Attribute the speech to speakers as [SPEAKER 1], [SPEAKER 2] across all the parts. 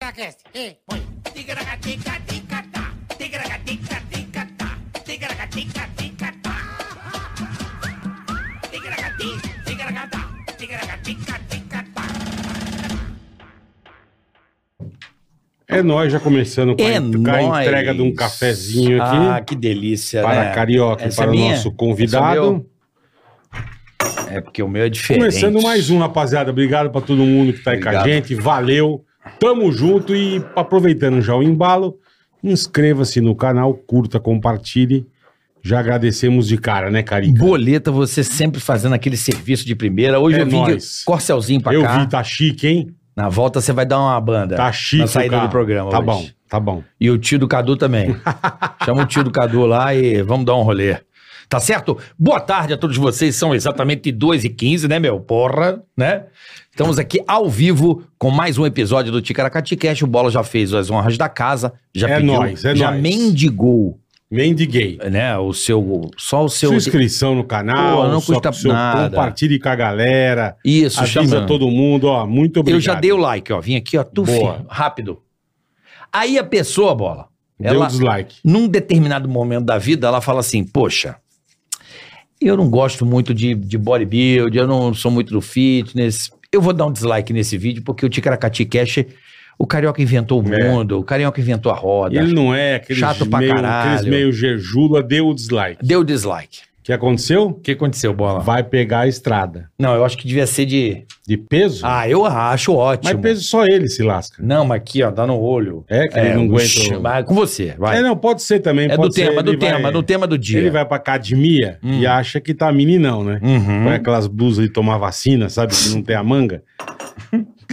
[SPEAKER 1] Ticaracacast. E põe. Ticaracatica-ticatá. Ticaracatica-ticatá. Ticaracatica-ticatá. Ticaracati, ticaracatá. Ticaracatica-ticatá.
[SPEAKER 2] É nós já começando com a
[SPEAKER 3] É
[SPEAKER 2] en- com a
[SPEAKER 3] nóis.
[SPEAKER 2] entrega de um cafezinho aqui
[SPEAKER 3] Ah, que delícia,
[SPEAKER 2] para
[SPEAKER 3] né?
[SPEAKER 2] Carioca e
[SPEAKER 3] Essa
[SPEAKER 2] para o
[SPEAKER 3] é minha?
[SPEAKER 2] nosso
[SPEAKER 3] Essa é
[SPEAKER 2] convidado.
[SPEAKER 3] meu? É porque o meu é diferente.
[SPEAKER 2] Começando mais um, rapaziada. Obrigado para todo mundo que tá aí com
[SPEAKER 3] Obrigado.
[SPEAKER 2] a gente. Valeu. Tamo junto e aproveitando já o embalo, inscreva-se no canal, curta, compartilhe. Já agradecemos de cara, né, Carica?
[SPEAKER 3] Boleta, você sempre fazendo aquele serviço de primeira. Hoje
[SPEAKER 2] É
[SPEAKER 3] eu vim
[SPEAKER 2] nóis.
[SPEAKER 3] de corcelzinho pra
[SPEAKER 2] Eu
[SPEAKER 3] cá.
[SPEAKER 2] vi, tá chique, hein?
[SPEAKER 3] Na volta você vai dar uma banda.
[SPEAKER 2] Tá chique,
[SPEAKER 3] Na saída
[SPEAKER 2] cara.
[SPEAKER 3] do programa
[SPEAKER 2] Tá
[SPEAKER 3] hoje.
[SPEAKER 2] bom, tá bom.
[SPEAKER 3] E o tio do Cadu também. Chama o tio do Cadu lá e vamos dar um rolê. Tá certo? Boa tarde a todos vocês. São exatamente 2h15, né, meu? Porra, né? Estamos aqui ao vivo com mais um episódio do Ticaracati Cash. O Bola já fez as honras da casa, já
[SPEAKER 2] É
[SPEAKER 3] pediu,
[SPEAKER 2] nóis, é
[SPEAKER 3] já
[SPEAKER 2] nóis.
[SPEAKER 3] mendigou,
[SPEAKER 2] Mendiguei.
[SPEAKER 3] né, o seu, só o seu...
[SPEAKER 2] Sua inscrição no canal,
[SPEAKER 3] Pô, não
[SPEAKER 2] sua-
[SPEAKER 3] custa
[SPEAKER 2] seu-
[SPEAKER 3] nada.
[SPEAKER 2] compartilhe com a galera.
[SPEAKER 3] Isso,
[SPEAKER 2] Avisa
[SPEAKER 3] chama.
[SPEAKER 2] todo mundo, ó. Muito obrigado.
[SPEAKER 3] Eu já dei o like, ó. Vim aqui, ó, tuf,
[SPEAKER 2] Boa.
[SPEAKER 3] rápido. Aí a pessoa, Bola,
[SPEAKER 2] Deu
[SPEAKER 3] ela-
[SPEAKER 2] dislike.
[SPEAKER 3] num determinado momento da vida, ela fala assim: Poxa, eu não gosto muito de, de bodybuild, eu não sou muito do fitness. Eu vou dar um dislike nesse vídeo, porque o Ticaracati Cash, o Carioca inventou o
[SPEAKER 2] É.
[SPEAKER 3] mundo, o Carioca inventou a roda.
[SPEAKER 2] Ele não é aqueles
[SPEAKER 3] Chato pra
[SPEAKER 2] meio,
[SPEAKER 3] caralho.
[SPEAKER 2] aqueles meio jejula, deu o dislike.
[SPEAKER 3] Deu dislike.
[SPEAKER 2] O que aconteceu?
[SPEAKER 3] O que aconteceu, Bola?
[SPEAKER 2] Vai pegar a estrada.
[SPEAKER 3] Não, eu acho que devia ser de.
[SPEAKER 2] De peso?
[SPEAKER 3] Ah, eu acho ótimo.
[SPEAKER 2] mas peso só ele se lasca.
[SPEAKER 3] Não, mas aqui, ó, dá no olho.
[SPEAKER 2] É, que ele não
[SPEAKER 3] oxi,
[SPEAKER 2] aguenta o-
[SPEAKER 3] vai com você, vai.
[SPEAKER 2] É, não, pode ser também.
[SPEAKER 3] É, do
[SPEAKER 2] pode ser,
[SPEAKER 3] tema, do
[SPEAKER 2] ele
[SPEAKER 3] tema,
[SPEAKER 2] vai-
[SPEAKER 3] do tema do dia.
[SPEAKER 2] Ele vai pra academia
[SPEAKER 3] Hum.
[SPEAKER 2] e acha que tá meninão, né?
[SPEAKER 3] Uhum.
[SPEAKER 2] Põe aquelas blusas de tomar vacina, sabe? Que não tem a manga.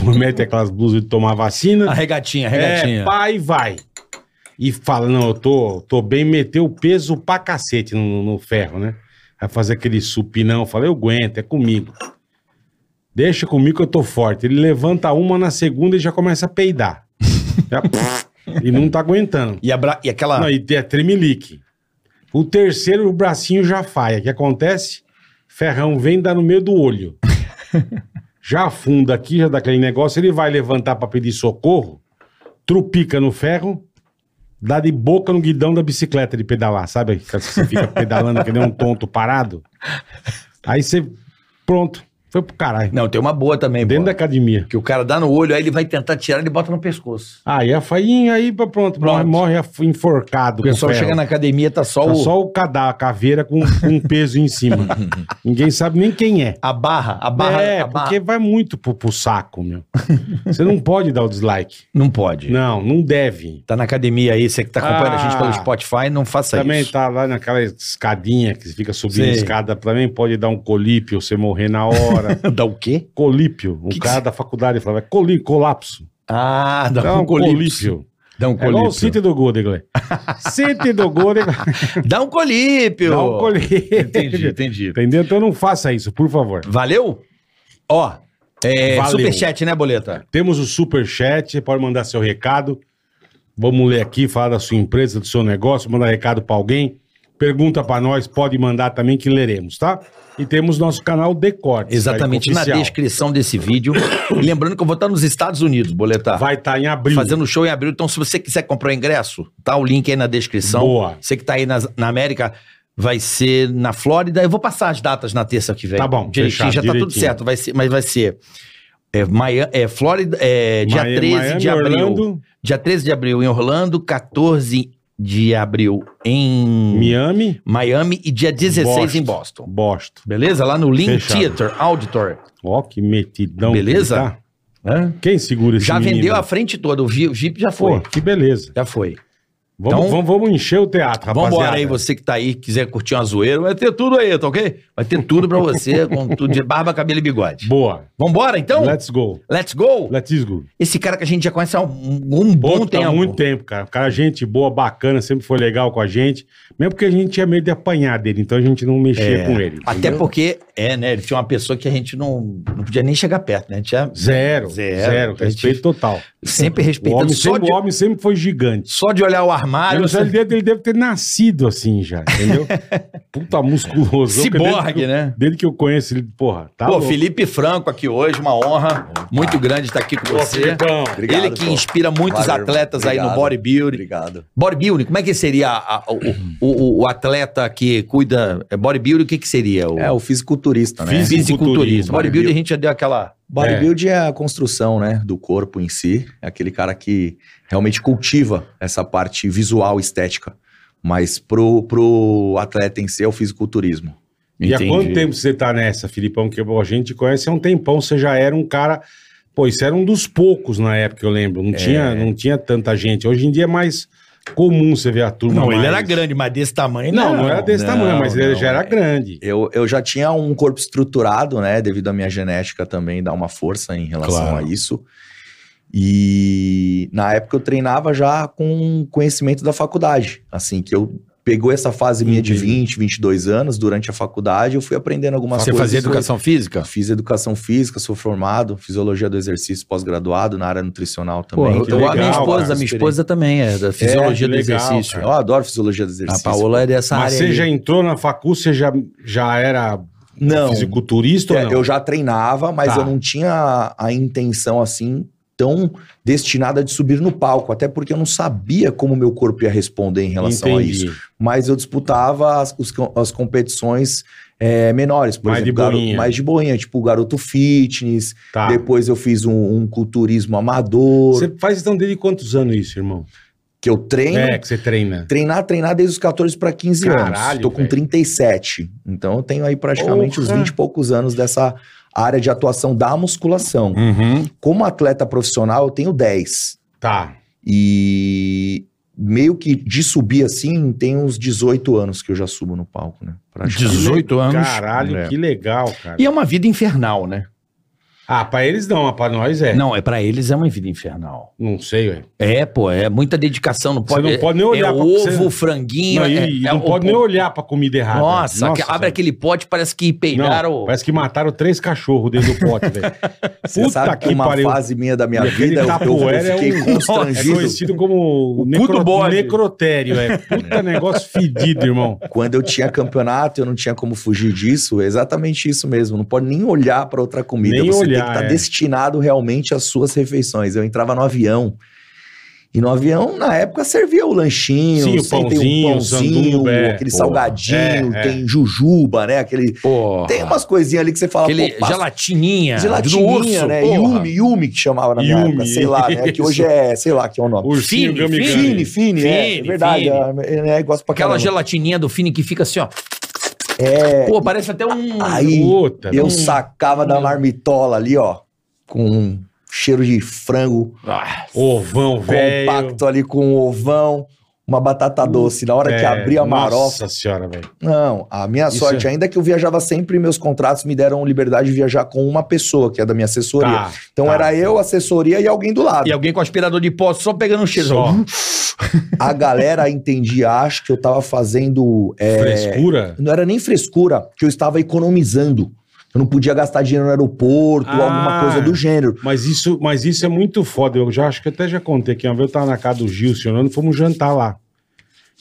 [SPEAKER 2] Promete aquelas blusas de tomar vacina.
[SPEAKER 3] A regatinha, a regatinha.
[SPEAKER 2] É, pai, vai. E fala, não, eu tô, tô bem, meteu o peso pra cacete no, no ferro, né? Vai fazer aquele supinão, fala, eu aguento, é comigo. Deixa comigo que eu tô forte. Ele levanta uma na segunda e já começa a peidar. Já, e não tá aguentando.
[SPEAKER 3] E, a bra- e aquela.
[SPEAKER 2] Não, e é tremelique. O terceiro, o bracinho já falha. O que acontece? Ferrão vem dar no meio do olho. já afunda aqui, já dá aquele negócio. Ele vai levantar pra pedir socorro, trupica no ferro, dá de boca no guidão da bicicleta de pedalar, sabe? Que Você fica pedalando que nem um tonto parado. Aí você, pronto, foi pro caralho.
[SPEAKER 3] Não, tem uma boa também,
[SPEAKER 2] Dentro
[SPEAKER 3] Bola.
[SPEAKER 2] da academia.
[SPEAKER 3] Que o cara dá no olho, aí ele vai tentar tirar, ele bota no pescoço.
[SPEAKER 2] Aí a fainha, aí pronto, pronto. Morre,
[SPEAKER 3] Pronto.
[SPEAKER 2] morre af- enforcado.
[SPEAKER 3] O
[SPEAKER 2] com
[SPEAKER 3] pessoal
[SPEAKER 2] ferro.
[SPEAKER 3] chega na academia, tá só
[SPEAKER 2] Tá
[SPEAKER 3] o.
[SPEAKER 2] só o cadá, a caveira com, com um peso em cima. Ninguém sabe nem quem é.
[SPEAKER 3] A barra, a barra.
[SPEAKER 2] é,
[SPEAKER 3] a barra.
[SPEAKER 2] porque vai muito pro, pro saco, meu. Você não pode dar o dislike.
[SPEAKER 3] Não pode.
[SPEAKER 2] Não, não deve.
[SPEAKER 3] Tá na academia aí, você que tá acompanhando a gente
[SPEAKER 2] Ah.
[SPEAKER 3] pelo Spotify, não faça
[SPEAKER 2] também
[SPEAKER 3] isso.
[SPEAKER 2] tá lá naquela escadinha que fica subindo
[SPEAKER 3] Sei.
[SPEAKER 2] a escada, também pode dar um colípio, você morrer na hora.
[SPEAKER 3] Dá o quê?
[SPEAKER 2] colípio. Um
[SPEAKER 3] Que que
[SPEAKER 2] cara da faculdade falava, coli, colapso.
[SPEAKER 3] Ah, dá,
[SPEAKER 2] Dá
[SPEAKER 3] um
[SPEAKER 2] um
[SPEAKER 3] colípio.
[SPEAKER 2] colípio.
[SPEAKER 3] Dá um
[SPEAKER 2] É igual o
[SPEAKER 3] colípio.
[SPEAKER 2] City do Godegle. City do Godegle.
[SPEAKER 3] dá um colípio.
[SPEAKER 2] Dá um colípio.
[SPEAKER 3] Entendi, entendi.
[SPEAKER 2] Entendeu? Então não faça isso, por favor.
[SPEAKER 3] Valeu? Ó, é,
[SPEAKER 2] Valeu.
[SPEAKER 3] superchat, né, Boleta?
[SPEAKER 2] Temos o Superchat, pode mandar seu recado. Vamos ler aqui, falar da sua empresa, do seu negócio, mandar recado pra alguém. Pergunta pra nós, pode mandar também que leremos, tá? E temos nosso canal de cortes.
[SPEAKER 3] Exatamente,
[SPEAKER 2] aí,
[SPEAKER 3] na
[SPEAKER 2] oficial.
[SPEAKER 3] descrição desse vídeo. Lembrando que eu vou estar nos Estados Unidos, Boleta.
[SPEAKER 2] Vai estar em abril.
[SPEAKER 3] Fazendo show em abril. Então, se você quiser comprar o ingresso, tá o link aí na descrição.
[SPEAKER 2] Boa.
[SPEAKER 3] Você que tá aí nas- na América, vai ser na Flórida. Eu vou passar as datas na terça que vem.
[SPEAKER 2] Tá bom,
[SPEAKER 3] Direitinho,
[SPEAKER 2] fechado,
[SPEAKER 3] já tá tudo
[SPEAKER 2] direitinho.
[SPEAKER 3] certo. Vai ser, mas vai ser. É, Maia- é, Flórida, é, dia
[SPEAKER 2] Miami,
[SPEAKER 3] 13 de abril.
[SPEAKER 2] Orlando,
[SPEAKER 3] Dia 13 de abril em Orlando, 14 de abril em
[SPEAKER 2] Miami,
[SPEAKER 3] Miami e dia 16 em
[SPEAKER 2] Boston.
[SPEAKER 3] Boston.
[SPEAKER 2] Boston.
[SPEAKER 3] Beleza? Lá no Link
[SPEAKER 2] Fechado.
[SPEAKER 3] Theater Auditor.
[SPEAKER 2] Ó, que metidão. que
[SPEAKER 3] Beleza?
[SPEAKER 2] ele tá. Quem segura esse
[SPEAKER 3] Já
[SPEAKER 2] menino?
[SPEAKER 3] vendeu a frente toda. O Jeep o Jeep já
[SPEAKER 2] Pô,
[SPEAKER 3] foi.
[SPEAKER 2] que beleza.
[SPEAKER 3] Já foi.
[SPEAKER 2] Vamos,
[SPEAKER 3] Então-
[SPEAKER 2] vamos, vamos encher o teatro, rapaziada.
[SPEAKER 3] Vambora aí, você que tá aí, quiser curtir uma zoeira, vai ter tudo aí, tá ok? Vai ter tudo pra você, com tudo de barba, cabelo e bigode.
[SPEAKER 2] Boa.
[SPEAKER 3] Vambora, então? Let's,
[SPEAKER 2] Let's go.
[SPEAKER 3] go!
[SPEAKER 2] Let's go.
[SPEAKER 3] Esse cara que a gente já conhece há um, um
[SPEAKER 2] Pô,
[SPEAKER 3] bom
[SPEAKER 2] tá
[SPEAKER 3] tempo.
[SPEAKER 2] muito tempo, cara. O cara, é gente boa, bacana, sempre foi legal com a gente. Mesmo porque a gente tinha medo de apanhar dele, então a gente não mexia com ele.
[SPEAKER 3] É. Até
[SPEAKER 2] entendeu?
[SPEAKER 3] porque É, né? Ele tinha uma pessoa que a gente não, não podia nem chegar perto, né? Tinha
[SPEAKER 2] Zero,
[SPEAKER 3] Zero.
[SPEAKER 2] zero,
[SPEAKER 3] A gente-
[SPEAKER 2] respeito total.
[SPEAKER 3] sempre
[SPEAKER 2] O
[SPEAKER 3] respeitando.
[SPEAKER 2] homem,
[SPEAKER 3] Só
[SPEAKER 2] sempre,
[SPEAKER 3] de,
[SPEAKER 2] o homem sempre foi gigante.
[SPEAKER 3] só de olhar o
[SPEAKER 2] Eu
[SPEAKER 3] armário.
[SPEAKER 2] não sei,
[SPEAKER 3] Você...
[SPEAKER 2] ele, deve, ele deve ter nascido assim já, entendeu? Puta musculoso. porque desde,
[SPEAKER 3] Ciborgue,
[SPEAKER 2] que-
[SPEAKER 3] né?
[SPEAKER 2] Desde que eu conheço ele, porra, tá
[SPEAKER 3] Pô,
[SPEAKER 2] louco.
[SPEAKER 3] Felipe Franco aqui hoje, uma honra muito grande estar aqui com
[SPEAKER 2] Pô,
[SPEAKER 3] você.
[SPEAKER 2] Filipão.
[SPEAKER 3] Ele que
[SPEAKER 4] pô.
[SPEAKER 3] inspira muitos
[SPEAKER 4] Valeu,
[SPEAKER 3] atletas aí no
[SPEAKER 4] obrigado.
[SPEAKER 3] bodybuilding.
[SPEAKER 4] Obrigado.
[SPEAKER 3] Bodybuilding, como é que seria a- a- o, o- o- o atleta que cuida. é Bodybuilding, o que, que seria? O,
[SPEAKER 4] É, o fisiculturista, né?
[SPEAKER 2] Físico.
[SPEAKER 3] fisiculturismo.
[SPEAKER 2] fisiculturismo.
[SPEAKER 3] Bodybuilding a gente já deu aquela.
[SPEAKER 4] Bodybuild é. a construção, né, do corpo em si. É aquele cara que realmente cultiva essa parte visual, estética. Mas pro, pro atleta em si é o fisiculturismo.
[SPEAKER 2] E há quanto tempo você tá nessa, Filipão? Que a gente conhece há um tempão. Você já era um cara. Pô, isso era um dos poucos na época, eu lembro.
[SPEAKER 4] É.
[SPEAKER 2] Não, tinha, não tinha tanta gente. Hoje em dia é mais comum você ver a turma.
[SPEAKER 3] Não, ele
[SPEAKER 2] mais-
[SPEAKER 3] era grande, mas desse tamanho né?
[SPEAKER 2] Não, não, era desse
[SPEAKER 4] não,
[SPEAKER 2] tamanho, mas ele
[SPEAKER 4] não,
[SPEAKER 2] já era
[SPEAKER 4] é.
[SPEAKER 2] grande.
[SPEAKER 4] Eu, eu já tinha um corpo estruturado, né, devido à minha genética também dar uma força em relação
[SPEAKER 2] Claro.
[SPEAKER 4] a isso. E na época eu treinava já com conhecimento da faculdade, assim, que eu pegou essa fase minha de
[SPEAKER 2] Entendi.
[SPEAKER 4] 20, 22 anos, durante a faculdade eu fui aprendendo algumas
[SPEAKER 3] Você
[SPEAKER 4] coisas.
[SPEAKER 3] fazia educação física?
[SPEAKER 4] Fiz educação física, sou formado, fisiologia do exercício pós-graduado, na área nutricional
[SPEAKER 3] Pô,
[SPEAKER 4] também. é
[SPEAKER 3] eu-
[SPEAKER 2] que
[SPEAKER 3] eu- a minha
[SPEAKER 2] legal,
[SPEAKER 3] esposa,
[SPEAKER 2] cara,
[SPEAKER 3] minha esposa também é da fisiologia
[SPEAKER 2] que
[SPEAKER 3] do
[SPEAKER 2] legal,
[SPEAKER 3] exercício.
[SPEAKER 4] Eu adoro fisiologia do
[SPEAKER 3] A
[SPEAKER 4] exercício.
[SPEAKER 3] Paola é dessa
[SPEAKER 2] Mas
[SPEAKER 3] área.
[SPEAKER 2] você
[SPEAKER 3] aí.
[SPEAKER 2] já entrou na facu, você já, já era
[SPEAKER 4] Não,
[SPEAKER 2] fisiculturista
[SPEAKER 4] é,
[SPEAKER 2] ou não?
[SPEAKER 4] eu já treinava, mas
[SPEAKER 2] Tá.
[SPEAKER 4] eu não tinha a, a intenção assim tão destinada de subir no palco, até porque eu não sabia como meu corpo ia responder em relação a isso. Mas eu disputava as, os com- as competições é, menores, por
[SPEAKER 2] Mais
[SPEAKER 4] exemplo,
[SPEAKER 2] de
[SPEAKER 4] garo-
[SPEAKER 2] boinha.
[SPEAKER 4] mais de boinha, tipo garoto fitness.
[SPEAKER 2] Tá.
[SPEAKER 4] Depois eu fiz um, um culturismo amador,
[SPEAKER 2] Você faz então desde quantos anos isso, irmão?
[SPEAKER 4] que eu treino.
[SPEAKER 2] É, que você treina.
[SPEAKER 4] Treinar, treinar desde os 14 para 15
[SPEAKER 2] Caralho,
[SPEAKER 4] anos. Tô com
[SPEAKER 2] velho.
[SPEAKER 4] 37. Então eu tenho aí praticamente
[SPEAKER 2] Porra.
[SPEAKER 4] uns 20 e poucos anos dessa área de atuação da musculação.
[SPEAKER 2] Uhum.
[SPEAKER 4] Como atleta profissional, eu tenho 10.
[SPEAKER 2] Tá.
[SPEAKER 4] E meio que de subir assim, tem uns 18 anos que eu já subo no palco, né? Praticamente.
[SPEAKER 3] 18 anos.
[SPEAKER 2] Caralho,
[SPEAKER 4] É.
[SPEAKER 2] que legal, cara.
[SPEAKER 3] E é uma vida infernal, né?
[SPEAKER 2] Ah, pra eles não, mas pra nós é. Não,
[SPEAKER 3] Não, é pra eles é uma vida infernal.
[SPEAKER 2] sei, ué.
[SPEAKER 3] É, pô, é muita dedicação. Não
[SPEAKER 2] Você
[SPEAKER 3] pode,
[SPEAKER 2] não pode nem
[SPEAKER 3] é,
[SPEAKER 2] olhar pra-
[SPEAKER 3] ovo,
[SPEAKER 2] você-
[SPEAKER 3] franguinho.
[SPEAKER 2] Não, e-
[SPEAKER 3] é-
[SPEAKER 2] e
[SPEAKER 3] é
[SPEAKER 2] não
[SPEAKER 3] o-
[SPEAKER 2] pode nem olhar pra comida errada.
[SPEAKER 3] Nossa, que- abre aquele pote, parece que peidaram.
[SPEAKER 2] Não, parece que mataram três cachorros dentro do pote, velho.
[SPEAKER 4] Você sabe que, uma fase minha da minha
[SPEAKER 2] E aquele
[SPEAKER 4] vida, eu, eu,
[SPEAKER 2] tapoeira é
[SPEAKER 4] fiquei
[SPEAKER 2] um- É
[SPEAKER 4] constrangido.
[SPEAKER 2] conhecido como
[SPEAKER 3] O cu do bode.
[SPEAKER 2] necrotério, é. Puta negócio fedido, irmão.
[SPEAKER 4] Quando eu tinha campeonato, eu não tinha como fugir disso. É exatamente isso mesmo. Não pode nem olhar para outra comida.
[SPEAKER 2] Nem
[SPEAKER 4] Você tem
[SPEAKER 2] olhar,
[SPEAKER 4] que estar
[SPEAKER 2] é.
[SPEAKER 4] destinado realmente às suas refeições. Eu entrava no avião. E no avião, na época, servia o lanchinho,
[SPEAKER 2] Sim, o
[SPEAKER 4] sempre um
[SPEAKER 2] pãozinho, o sanduba, é.
[SPEAKER 4] aquele
[SPEAKER 2] Pô,
[SPEAKER 4] salgadinho,
[SPEAKER 2] é, é.
[SPEAKER 4] tem jujuba, né? Aquele,
[SPEAKER 3] Porra.
[SPEAKER 4] tem umas coisinhas ali que você fala,
[SPEAKER 3] Aquele
[SPEAKER 4] pô, passa-
[SPEAKER 3] gelatininha.
[SPEAKER 4] gelatininha,
[SPEAKER 3] do urso,
[SPEAKER 4] né?
[SPEAKER 3] porra.
[SPEAKER 4] Yumi, Yumi que chamava na minha
[SPEAKER 2] Yumi,
[SPEAKER 4] época, sei lá, né? Que
[SPEAKER 2] isso.
[SPEAKER 4] hoje é, sei lá que é o nome.
[SPEAKER 2] Ursinho
[SPEAKER 3] Fini,
[SPEAKER 2] Gummy
[SPEAKER 3] Fini.
[SPEAKER 4] Fini,
[SPEAKER 2] Gummy.
[SPEAKER 4] Fini, é, é
[SPEAKER 3] Fini,
[SPEAKER 4] verdade.
[SPEAKER 3] Fini.
[SPEAKER 4] É, é, gosto pra
[SPEAKER 3] Aquela
[SPEAKER 4] caramba.
[SPEAKER 3] gelatininha do Fini que fica assim, ó.
[SPEAKER 4] É,
[SPEAKER 3] Pô, parece até um.
[SPEAKER 4] aí,
[SPEAKER 2] Puta,
[SPEAKER 4] Eu
[SPEAKER 2] não-
[SPEAKER 4] sacava
[SPEAKER 2] Hum.
[SPEAKER 4] da marmitola ali, ó, com um cheiro de frango
[SPEAKER 3] Ah,
[SPEAKER 2] Ovão, velho.
[SPEAKER 4] compacto ali com um ovão, uma batata doce. Na hora que
[SPEAKER 2] É,
[SPEAKER 4] abria a marofa.
[SPEAKER 2] Nossa senhora, velho.
[SPEAKER 4] Não, a minha
[SPEAKER 2] Isso
[SPEAKER 4] sorte,
[SPEAKER 2] é-
[SPEAKER 4] ainda que eu viajava sempre, meus contratos me deram liberdade de viajar com uma pessoa, que é da minha assessoria.
[SPEAKER 2] Tá,
[SPEAKER 4] então
[SPEAKER 2] tá.
[SPEAKER 4] era eu, assessoria e alguém do lado.
[SPEAKER 3] E alguém com aspirador de pó só pegando um cheiro.
[SPEAKER 2] Só.
[SPEAKER 4] A galera entendia, acho que eu tava fazendo. é,
[SPEAKER 2] Frescura?
[SPEAKER 4] não era nem frescura, que eu estava economizando. Eu não podia gastar dinheiro no aeroporto,
[SPEAKER 2] Ah.
[SPEAKER 4] alguma coisa do gênero.
[SPEAKER 2] Mas isso, mas isso é muito foda. Eu já acho que até já contei que uma vez eu tava na casa do Gil, se eu não fomos jantar lá.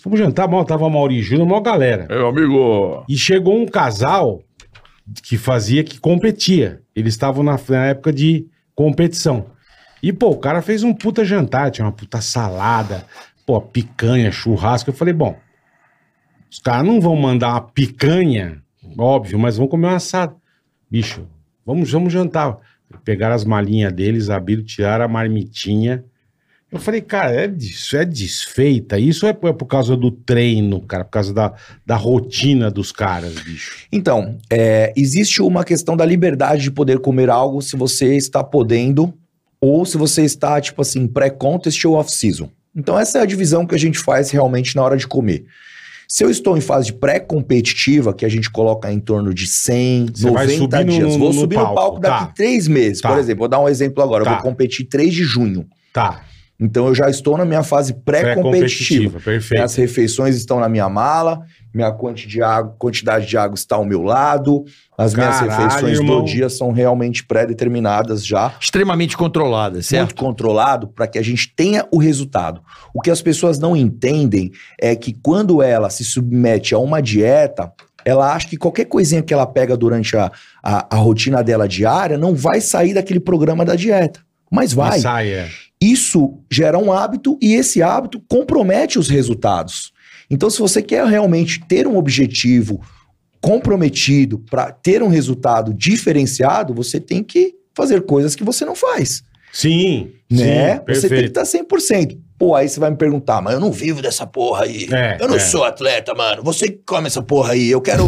[SPEAKER 2] Fomos jantar, mal, tava Mauri Júnior, maior galera.
[SPEAKER 3] Meu amigo.
[SPEAKER 2] E chegou um casal que fazia, que competia. Eles estavam na, na época de competição. E, pô, o cara fez um puta jantar, tinha uma puta salada, pô, picanha, churrasco. Eu falei, bom, os caras não vão mandar uma picanha, óbvio, mas vão comer um assado. Bicho, vamos, vamos jantar. Pegaram as malinhas deles, abriram, tiraram a marmitinha. Eu falei, cara, é, disso, é desfeita. Isso é, por- é por causa do treino, cara, por causa da, da rotina dos caras, bicho.
[SPEAKER 4] Então, é, existe uma questão da liberdade de poder comer algo se você está podendo ou se você está, tipo assim, pré-contest ou off-season. Então, essa é a divisão que a gente faz realmente na hora de comer. Se eu estou em fase de pré-competitiva, que a gente coloca em torno de 100,
[SPEAKER 2] Você vai
[SPEAKER 4] 90
[SPEAKER 2] subir no-
[SPEAKER 4] dias,
[SPEAKER 2] no-
[SPEAKER 4] vou
[SPEAKER 2] no
[SPEAKER 4] subir no palco,
[SPEAKER 2] palco,
[SPEAKER 4] daqui
[SPEAKER 2] tá.
[SPEAKER 4] três meses.
[SPEAKER 2] Tá.
[SPEAKER 4] Por exemplo, vou dar um exemplo agora. Eu
[SPEAKER 2] Tá.
[SPEAKER 4] vou competir 3 de junho.
[SPEAKER 2] Tá.
[SPEAKER 4] Então eu já estou na minha fase pré-competitiva.
[SPEAKER 2] Pré-competitiva, perfeito.
[SPEAKER 4] As refeições estão na minha mala, minha quanti de água- quantidade de água está ao meu lado, as minhas
[SPEAKER 2] Caralho,
[SPEAKER 4] refeições
[SPEAKER 2] irmão.
[SPEAKER 4] do dia são realmente pré-determinadas já,
[SPEAKER 3] Extremamente controlada,
[SPEAKER 4] muito
[SPEAKER 3] certo?
[SPEAKER 4] controlado para que a gente tenha o resultado. O que as pessoas não entendem é que quando ela se submete a uma dieta, ela acha que qualquer coisinha que ela pega durante a, a, a rotina dela diária não vai sair daquele programa da dieta. Mas vai.
[SPEAKER 2] Saia.
[SPEAKER 4] Isso gera um hábito e esse hábito compromete os resultados. Então, se você quer realmente ter um objetivo comprometido para ter um resultado diferenciado, você tem que fazer coisas que você não faz,
[SPEAKER 2] Sim,
[SPEAKER 4] né?
[SPEAKER 2] sim,
[SPEAKER 4] você tem que
[SPEAKER 2] perfeito.
[SPEAKER 4] estar 100%. Pô, aí você vai me perguntar, mas eu não vivo dessa porra aí.
[SPEAKER 2] É,
[SPEAKER 4] eu não
[SPEAKER 2] é.
[SPEAKER 4] sou atleta, mano. Você que come essa porra aí. Eu quero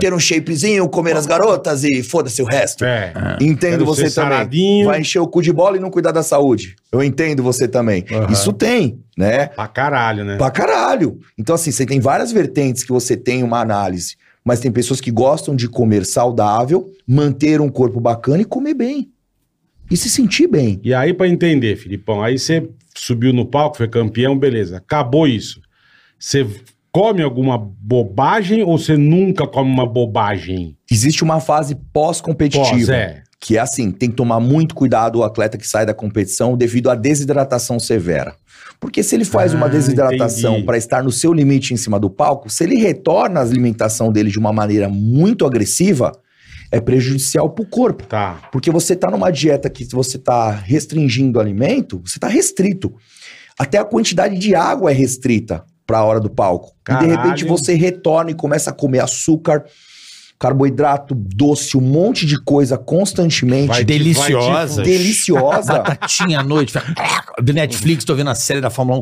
[SPEAKER 4] ter um shapezinho, comer as garotas e foda-se o resto.
[SPEAKER 2] É.
[SPEAKER 4] Entendo
[SPEAKER 2] Quero
[SPEAKER 4] você
[SPEAKER 2] ser
[SPEAKER 4] também
[SPEAKER 2] saradinho
[SPEAKER 4] vai encher o cu de bola e não cuidar da saúde. Eu entendo você também.
[SPEAKER 3] Aham.
[SPEAKER 4] Isso tem, né?
[SPEAKER 2] pra caralho, né?
[SPEAKER 4] Pra caralho. Então, assim, você tem várias vertentes que você tem uma análise. Mas tem pessoas que gostam de comer saudável, manter um corpo bacana e comer bem. E se sentir bem.
[SPEAKER 2] E aí, pra entender, Filipão, aí você subiu no palco, foi campeão, beleza. Acabou isso. Você come alguma bobagem ou você nunca come uma bobagem?
[SPEAKER 4] Existe uma fase
[SPEAKER 2] Pós,
[SPEAKER 4] pós-competitiva.
[SPEAKER 2] é.
[SPEAKER 4] que é assim, tem que tomar muito cuidado o atleta que sai da competição devido à desidratação severa. Porque se ele faz
[SPEAKER 2] Ah,
[SPEAKER 4] uma desidratação
[SPEAKER 2] entendi.
[SPEAKER 4] para estar no seu limite em cima do palco, se ele retorna à alimentação dele de uma maneira muito agressiva, é prejudicial para o corpo.
[SPEAKER 2] Tá.
[SPEAKER 4] Porque você está numa dieta que se você está restringindo o alimento, você está restrito. Até a quantidade de água é restrita para a hora do palco. E de
[SPEAKER 2] Caralho.
[SPEAKER 4] repente você retorna e começa a comer açúcar, carboidrato, doce, um monte de coisa constantemente.
[SPEAKER 2] Vai te-
[SPEAKER 3] Deliciosa. Ah,
[SPEAKER 4] Deliciosa.
[SPEAKER 3] Tinha à noite, fica- do Netflix, tô vendo a série da Fórmula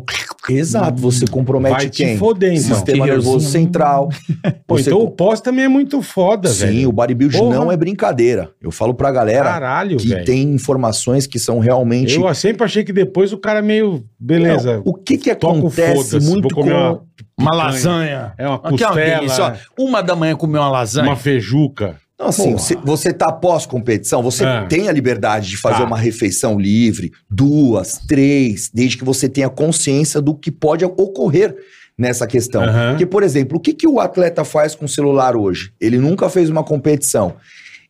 [SPEAKER 3] 1.
[SPEAKER 4] Exato, você compromete
[SPEAKER 2] Vai
[SPEAKER 4] quem?
[SPEAKER 2] te foder, então.
[SPEAKER 4] Sistema
[SPEAKER 3] Que
[SPEAKER 4] nervoso
[SPEAKER 3] resumo.
[SPEAKER 4] central.
[SPEAKER 2] Pô,
[SPEAKER 4] Você
[SPEAKER 2] então
[SPEAKER 4] com-
[SPEAKER 2] o pós também é muito foda,
[SPEAKER 4] Sim,
[SPEAKER 2] velho.
[SPEAKER 4] o bodybuilding
[SPEAKER 2] Porra.
[SPEAKER 4] não é brincadeira. Eu falo pra galera
[SPEAKER 2] Caralho,
[SPEAKER 4] que
[SPEAKER 2] velho.
[SPEAKER 4] tem informações que são realmente
[SPEAKER 2] Eu sempre achei que depois o cara é meio. Beleza.
[SPEAKER 4] Não, o que que
[SPEAKER 2] toca o
[SPEAKER 4] acontece
[SPEAKER 2] foda-se,
[SPEAKER 4] muito
[SPEAKER 2] vou comer
[SPEAKER 4] com...
[SPEAKER 2] uma-
[SPEAKER 3] Uma lasanha.
[SPEAKER 2] É uma
[SPEAKER 3] Aqui é uma delícia, ó.
[SPEAKER 2] costela,
[SPEAKER 3] Uma da manhã comer uma lasanha.
[SPEAKER 2] uma feijuca.
[SPEAKER 4] Não, assim,
[SPEAKER 3] Porra.
[SPEAKER 4] você, você tá pós-competição, você
[SPEAKER 2] É.
[SPEAKER 4] tem a liberdade de fazer
[SPEAKER 2] Tá.
[SPEAKER 4] uma refeição livre, duas, três, desde que você tenha consciência do que pode ocorrer nessa questão.
[SPEAKER 2] Aham.
[SPEAKER 4] Porque, por exemplo, o que, que o atleta faz com o celular hoje? Ele nunca fez uma competição.